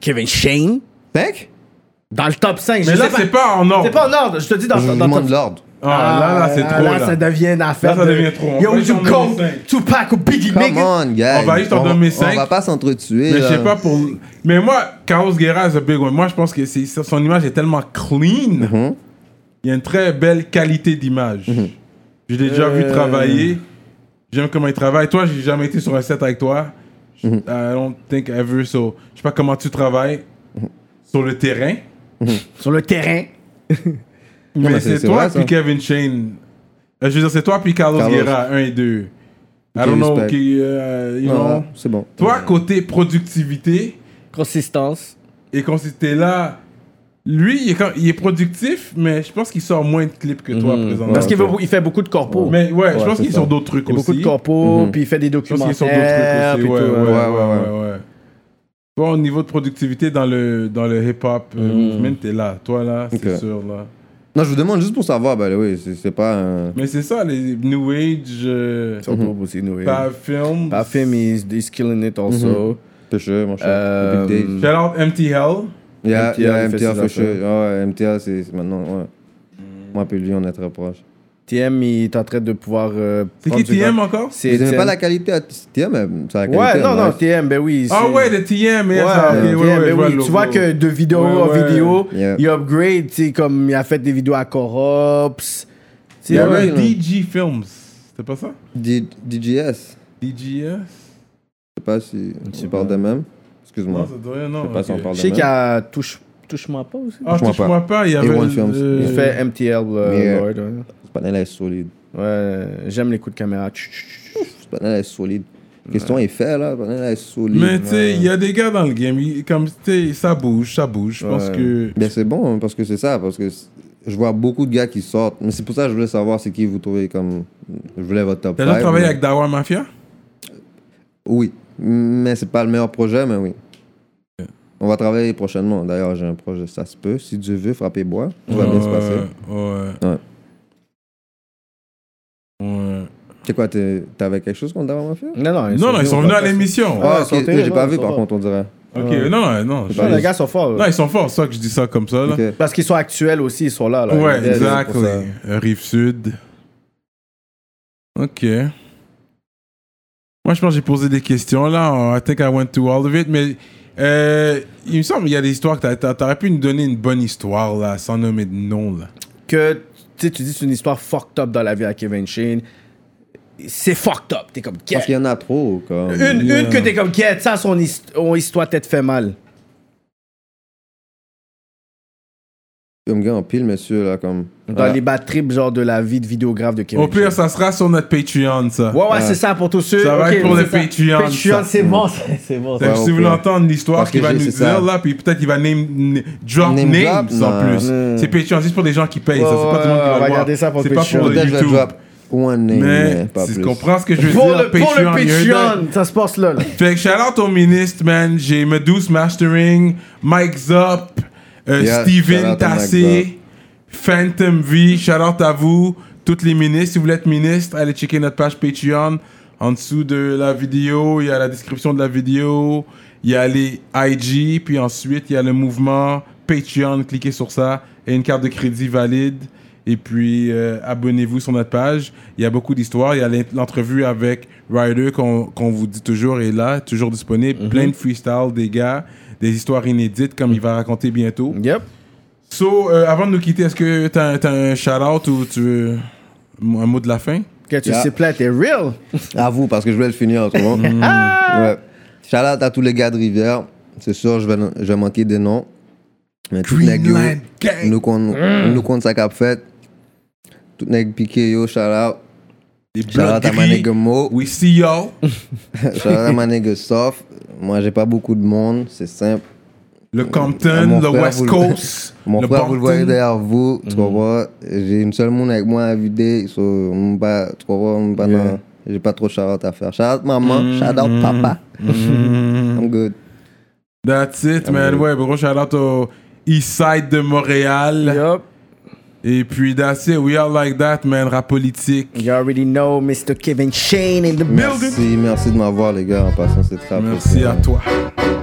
[SPEAKER 5] Kevin Shane.
[SPEAKER 4] 5?
[SPEAKER 5] Dans le top 5.
[SPEAKER 3] Mais là, c'est pas en
[SPEAKER 5] C'est
[SPEAKER 3] ordre.
[SPEAKER 5] pas en ordre. Je te dis dans,
[SPEAKER 4] Je vous
[SPEAKER 5] dans le top
[SPEAKER 4] demande l'ordre.
[SPEAKER 3] Ah, là, là, c'est trop.
[SPEAKER 5] Là, ça
[SPEAKER 3] Là,
[SPEAKER 5] devient une affaire.
[SPEAKER 3] Là, ça
[SPEAKER 5] de-
[SPEAKER 3] devient trop. On
[SPEAKER 5] Yo,
[SPEAKER 3] va être
[SPEAKER 5] you
[SPEAKER 3] en
[SPEAKER 5] go,
[SPEAKER 3] numéro cinq.
[SPEAKER 5] Tupac ou Biggie,
[SPEAKER 4] Come
[SPEAKER 5] nigga.
[SPEAKER 4] on, guys.
[SPEAKER 3] On va juste en donner cinq.
[SPEAKER 4] On va pas s'entretuer.
[SPEAKER 3] Mais je sais
[SPEAKER 4] là.
[SPEAKER 3] pas pour. Mais moi, Carlos Guerra, c'est big one. Moi, je pense que c'est- son image est tellement clean.
[SPEAKER 4] Hum?
[SPEAKER 3] Il y a une très belle qualité d'image.
[SPEAKER 4] Mhm.
[SPEAKER 3] Je l'ai déjà
[SPEAKER 4] Euh.
[SPEAKER 3] vu travailler. J'aime comment il travaille. Toi, j'ai jamais été sur un set avec toi. Je-
[SPEAKER 4] Mhm.
[SPEAKER 3] I don't think ever. So, je sais pas comment tu travailles
[SPEAKER 4] Mhm.
[SPEAKER 3] sur le terrain.
[SPEAKER 5] Sur le terrain.
[SPEAKER 3] mais
[SPEAKER 4] mais
[SPEAKER 3] c'est
[SPEAKER 4] c'est- c'est
[SPEAKER 3] toi
[SPEAKER 4] vrai, ça.
[SPEAKER 3] puis Kevin Shane. Euh, je veux dire, c'est toi puis Carlos,
[SPEAKER 4] Carlos.
[SPEAKER 3] Guerra, 1 et 2. I
[SPEAKER 4] Ok,
[SPEAKER 3] don't know.
[SPEAKER 4] respect.
[SPEAKER 3] qui, euh, you
[SPEAKER 4] Non,
[SPEAKER 3] know.
[SPEAKER 4] là, c'est bon.
[SPEAKER 3] Toi, côté productivité,
[SPEAKER 5] Consistance.
[SPEAKER 3] et quand c'était là, lui, il est, quand- il est productif, mais je pense qu'il sort moins de clips que toi présentement.
[SPEAKER 5] Parce
[SPEAKER 4] Ouais,
[SPEAKER 5] qu'il
[SPEAKER 4] ok.
[SPEAKER 5] veut- il fait beaucoup de corpo.
[SPEAKER 3] Mais ouais, je pense
[SPEAKER 4] c'est
[SPEAKER 3] qu'il est
[SPEAKER 4] ça.
[SPEAKER 3] sur d'autres trucs
[SPEAKER 5] Il fait beaucoup
[SPEAKER 3] aussi.
[SPEAKER 5] de corpo,
[SPEAKER 4] Mhm.
[SPEAKER 5] puis il fait des
[SPEAKER 3] Je pense qu'il est
[SPEAKER 5] documentaires.
[SPEAKER 3] sur d'autres trucs aussi.
[SPEAKER 5] puis
[SPEAKER 3] Ouais,
[SPEAKER 5] tout,
[SPEAKER 3] ouais,
[SPEAKER 5] ouais.
[SPEAKER 3] ouais,
[SPEAKER 4] ouais,
[SPEAKER 3] ouais, ouais. Toi, au niveau de productivité dans le, dans le hip-hop euh, movement, t'es là. Toi, là, c'est
[SPEAKER 4] Ok.
[SPEAKER 3] sûr, là.
[SPEAKER 4] Non, je vous demande juste pour savoir, bah oui, c'est c'est pas un.
[SPEAKER 3] Mais c'est ça, les New Age, euh,
[SPEAKER 5] Ils sont pauvres aussi, nous, oui.
[SPEAKER 3] pas film.
[SPEAKER 5] Parfum is, is killing it also.
[SPEAKER 4] For sure, mon cher.
[SPEAKER 5] Euh,
[SPEAKER 4] Big days.
[SPEAKER 3] Shout out Empty Hell.
[SPEAKER 4] Yeah,
[SPEAKER 5] MTA,
[SPEAKER 4] yeah,
[SPEAKER 5] il fait
[SPEAKER 4] MTA,
[SPEAKER 5] ses
[SPEAKER 4] for sure.
[SPEAKER 5] affaires.
[SPEAKER 4] Ah
[SPEAKER 5] Hmm.
[SPEAKER 4] Ouais, MTA, c'est c'est maintenant, ouais. Moi puis lui, on est très proches.
[SPEAKER 5] TM, il est en train de pouvoir. euh,
[SPEAKER 3] C'est
[SPEAKER 5] prendre
[SPEAKER 3] qui
[SPEAKER 5] du
[SPEAKER 3] TM
[SPEAKER 5] gars.
[SPEAKER 3] encore
[SPEAKER 5] C'est
[SPEAKER 4] Vous aimez
[SPEAKER 5] TM.
[SPEAKER 4] pas la qualité à TM, mais c'est la qualité.
[SPEAKER 5] Ouais, non,
[SPEAKER 4] hein,
[SPEAKER 5] non,
[SPEAKER 4] nice.
[SPEAKER 5] TM, ben oui.
[SPEAKER 3] Ah
[SPEAKER 5] c'est-
[SPEAKER 3] ouais, le TM, yeah,
[SPEAKER 5] Ouais,
[SPEAKER 3] ça, ok, ouais,
[SPEAKER 5] TM,
[SPEAKER 3] ouais, je
[SPEAKER 5] ben
[SPEAKER 3] vois
[SPEAKER 5] oui.
[SPEAKER 3] le
[SPEAKER 5] Tu vois
[SPEAKER 3] logo.
[SPEAKER 5] que de vidéo
[SPEAKER 3] Ouais,
[SPEAKER 5] en
[SPEAKER 3] ouais.
[SPEAKER 5] vidéo,
[SPEAKER 4] Yeah.
[SPEAKER 5] il upgrade, tu sais, comme il a fait des vidéos à Corrops.
[SPEAKER 3] Il
[SPEAKER 5] Tu
[SPEAKER 3] y
[SPEAKER 5] sais,
[SPEAKER 3] avait
[SPEAKER 4] ouais.
[SPEAKER 3] DG Films. C'était pas ça
[SPEAKER 4] D- DGS,
[SPEAKER 3] DGS
[SPEAKER 4] je sais pas si tu parles de même.
[SPEAKER 3] Non,
[SPEAKER 4] Excuse-moi.
[SPEAKER 3] ça doit rien,
[SPEAKER 4] Je
[SPEAKER 3] non.
[SPEAKER 4] sais pas si
[SPEAKER 3] ok.
[SPEAKER 4] on parle
[SPEAKER 5] Je
[SPEAKER 4] de
[SPEAKER 5] sais
[SPEAKER 4] même.
[SPEAKER 5] qu'il y a Touche- Touche-moi pas aussi.
[SPEAKER 3] Ah,
[SPEAKER 4] Touche-moi
[SPEAKER 3] touche-moi pas. il y avait.
[SPEAKER 4] One
[SPEAKER 3] le-
[SPEAKER 4] Films.
[SPEAKER 3] le-
[SPEAKER 5] Il fait MTL, euh,
[SPEAKER 4] Yeah.
[SPEAKER 5] Lord, ouais.
[SPEAKER 4] Ce panel est solide.
[SPEAKER 5] Ouais, j'aime les coups de caméra. Tch, tch, tch.
[SPEAKER 4] Ce panel est solide. Question est faite, là. Ce panel est solide.
[SPEAKER 3] Mais tu sais, il y a des gars dans le game. il- Comme tu sais, ça bouge, ça bouge. Je pense
[SPEAKER 5] Ouais.
[SPEAKER 3] que.
[SPEAKER 4] Ben, c'est bon, hein, parce que c'est ça. Parce que c'est- je vois beaucoup de gars qui sortent. Mais c'est pour ça que je voulais savoir c'est qui vous trouvez comme. Je voulais votre top.
[SPEAKER 3] T'as déjà
[SPEAKER 4] five,
[SPEAKER 3] travaillé
[SPEAKER 4] mais-
[SPEAKER 3] avec Dawa Mafia
[SPEAKER 4] Oui, mais c'est pas le meilleur projet, mais oui. On va travailler prochainement. D'ailleurs, j'ai un projet, ça se peut. Si Dieu veut, frapper bois, tout va bien se passer.
[SPEAKER 3] Ouais.
[SPEAKER 4] Ouais.
[SPEAKER 3] Ouais.
[SPEAKER 4] C'est quoi, t'es- t'avais quelque chose qu'on t'a vraiment fait
[SPEAKER 5] Non, non,
[SPEAKER 3] Non, non, ils sont venus à l'émission.
[SPEAKER 5] Ah,
[SPEAKER 4] Ah,
[SPEAKER 5] ils
[SPEAKER 4] ok,
[SPEAKER 5] sont télé,
[SPEAKER 4] j'ai
[SPEAKER 5] non,
[SPEAKER 4] pas
[SPEAKER 5] ils
[SPEAKER 4] vu
[SPEAKER 5] sont
[SPEAKER 4] par
[SPEAKER 5] pas.
[SPEAKER 4] contre, on dirait.
[SPEAKER 3] Ok, non, non, non.
[SPEAKER 5] Non,
[SPEAKER 3] je-
[SPEAKER 5] les gars sont forts.
[SPEAKER 3] Non, ils sont forts, ça que je dis ça comme ça. là.
[SPEAKER 4] Ok.
[SPEAKER 5] Parce qu'ils sont actuels aussi, ils sont là. là.
[SPEAKER 3] Ouais,
[SPEAKER 5] Ils aident
[SPEAKER 3] exact.
[SPEAKER 5] pour ça.
[SPEAKER 3] Rive Sud. Ok. Moi, je pense que j'ai posé des questions là. I think I went through all of it. Mais euh, il me semble qu'il y a des histoires que t'as- t'as- t'aurais pu nous donner une bonne histoire là, sans nommer de nom là.
[SPEAKER 5] que tu sais, tu dis c'est une histoire fucked up dans la vie à Kevin Shane.
[SPEAKER 6] c'est fucked up. T'es comme,
[SPEAKER 4] Parce
[SPEAKER 6] quête.
[SPEAKER 4] qu'il y en a trop, comme.
[SPEAKER 6] Une, une que t'es comme, quête, ça, son hist- on- histoire tête fait mal.
[SPEAKER 4] Comme gars, on pile, monsieur, là,
[SPEAKER 6] Dans
[SPEAKER 4] comme.
[SPEAKER 3] Ah.
[SPEAKER 4] Voilà.
[SPEAKER 6] les bad trips, genre de la vie de vidéographe de Kevin.
[SPEAKER 3] Au pire, ça sera sur notre Patreon, ça.
[SPEAKER 6] Ouais, ouais, c'est ça pour tous ceux.
[SPEAKER 3] Ça va
[SPEAKER 6] Ok,
[SPEAKER 3] être pour
[SPEAKER 6] c'est
[SPEAKER 3] le
[SPEAKER 6] ça.
[SPEAKER 3] Patreon,
[SPEAKER 5] Patreon,
[SPEAKER 3] ça.
[SPEAKER 5] c'est bon, c'est c'est bon.
[SPEAKER 3] Fait que
[SPEAKER 4] Ouais,
[SPEAKER 3] si vous
[SPEAKER 4] ok.
[SPEAKER 3] voulez entendre l'histoire
[SPEAKER 4] Parce
[SPEAKER 3] qu'il
[SPEAKER 4] que
[SPEAKER 3] va
[SPEAKER 4] j'ai-
[SPEAKER 3] nous
[SPEAKER 4] c'est ça.
[SPEAKER 3] dire là, puis peut-être qu'il va name, n- drop
[SPEAKER 4] Name
[SPEAKER 3] names
[SPEAKER 4] drop?
[SPEAKER 3] en
[SPEAKER 4] Non.
[SPEAKER 3] plus. C'est Patreon, c'est pour les gens qui payent, ça. C'est pas
[SPEAKER 6] Ouais,
[SPEAKER 3] tout le monde qui va
[SPEAKER 6] on va
[SPEAKER 3] le voir.
[SPEAKER 6] garder ça pour
[SPEAKER 3] C'est pas
[SPEAKER 6] Patreon.
[SPEAKER 3] pour le
[SPEAKER 4] Peut-être je vais
[SPEAKER 3] YouTube.
[SPEAKER 4] drop one name, mais,
[SPEAKER 3] Mais
[SPEAKER 4] pas
[SPEAKER 3] tu
[SPEAKER 4] plus.
[SPEAKER 3] comprends ce que je veux
[SPEAKER 6] Pour
[SPEAKER 3] dire?
[SPEAKER 6] le, pour le
[SPEAKER 3] il y a eu de-
[SPEAKER 6] Patreon, ça se passe là. là.
[SPEAKER 3] Fait que shout out au ministre, man. J'ai Medusa Mastering, Mike Zop, euh,
[SPEAKER 4] Yeah, shout
[SPEAKER 3] Steven
[SPEAKER 4] out à Mike
[SPEAKER 3] Tassé, Phantom V. Shout out à vous, toutes les ministres. Si vous voulez être ministre, allez checker notre page Patreon. En dessous de la vidéo, il y a la description de la vidéo, il y a les IG, puis ensuite il y a le mouvement Patreon. Cliquez sur ça et une carte de crédit valide. Et puis, euh, abonnez-vous sur notre page. Il y a beaucoup d'histoires. Il y a l'in- l'entrevue avec Ryder qu'on qu'on vous dit toujours est là, toujours disponible. Plein de freestyle des gars, des histoires inédites comme il va raconter bientôt.
[SPEAKER 6] Yep.
[SPEAKER 3] So, euh, avant de nous quitter, est-ce que tu as, un shout-out ou tu veux un mot de la fin?
[SPEAKER 6] Que tu
[SPEAKER 4] Yeah.
[SPEAKER 6] sais plein, t'es real.
[SPEAKER 4] À vous, parce que je voulais le finir
[SPEAKER 3] [LAUGHS]
[SPEAKER 4] autrement.
[SPEAKER 3] Hmm.
[SPEAKER 4] [LAUGHS] ouais. Shout out à tous les gars de Rivière. C'est sûr, je vais, je vais manquer des noms. Mais toutes les
[SPEAKER 3] Greenland
[SPEAKER 4] gars,
[SPEAKER 3] Gang. Hmm.
[SPEAKER 4] nous compte nous compte sa cap fête. Toutes les piqué, yo, shout out.
[SPEAKER 3] Des
[SPEAKER 4] Shout out à ma nigga Mo. [LAUGHS]
[SPEAKER 3] We see y'all.
[SPEAKER 4] Shout out à ma nigga Soft. Moi, j'ai pas beaucoup de monde, c'est simple.
[SPEAKER 3] Le
[SPEAKER 4] À
[SPEAKER 3] Compton,
[SPEAKER 4] mon
[SPEAKER 3] le
[SPEAKER 4] frère,
[SPEAKER 3] West
[SPEAKER 4] vous le-
[SPEAKER 3] Coast.
[SPEAKER 4] Mon
[SPEAKER 3] le
[SPEAKER 4] frère, vous le voyez
[SPEAKER 3] Brompton.
[SPEAKER 4] derrière vous, tu comprends? J'ai une seule monde avec moi à vider, so, on me pas- tu comprends? on me pas dans- J'ai pas trop de shout out à faire. Shout out maman, shout out papa. I'm good.
[SPEAKER 3] Mm-hmm. That's
[SPEAKER 4] Ah,
[SPEAKER 3] it, man. Ouais, gros shout-out au Eastside de Montréal.
[SPEAKER 6] Yup.
[SPEAKER 3] Et puis, that's it. We are like that, man. Rap politique.
[SPEAKER 6] You already know Mr. Kevin Shane in the building.
[SPEAKER 4] Merci, merci de m'avoir, les gars, en passant cette trappe.
[SPEAKER 3] Merci hein. à toi.
[SPEAKER 4] Merci.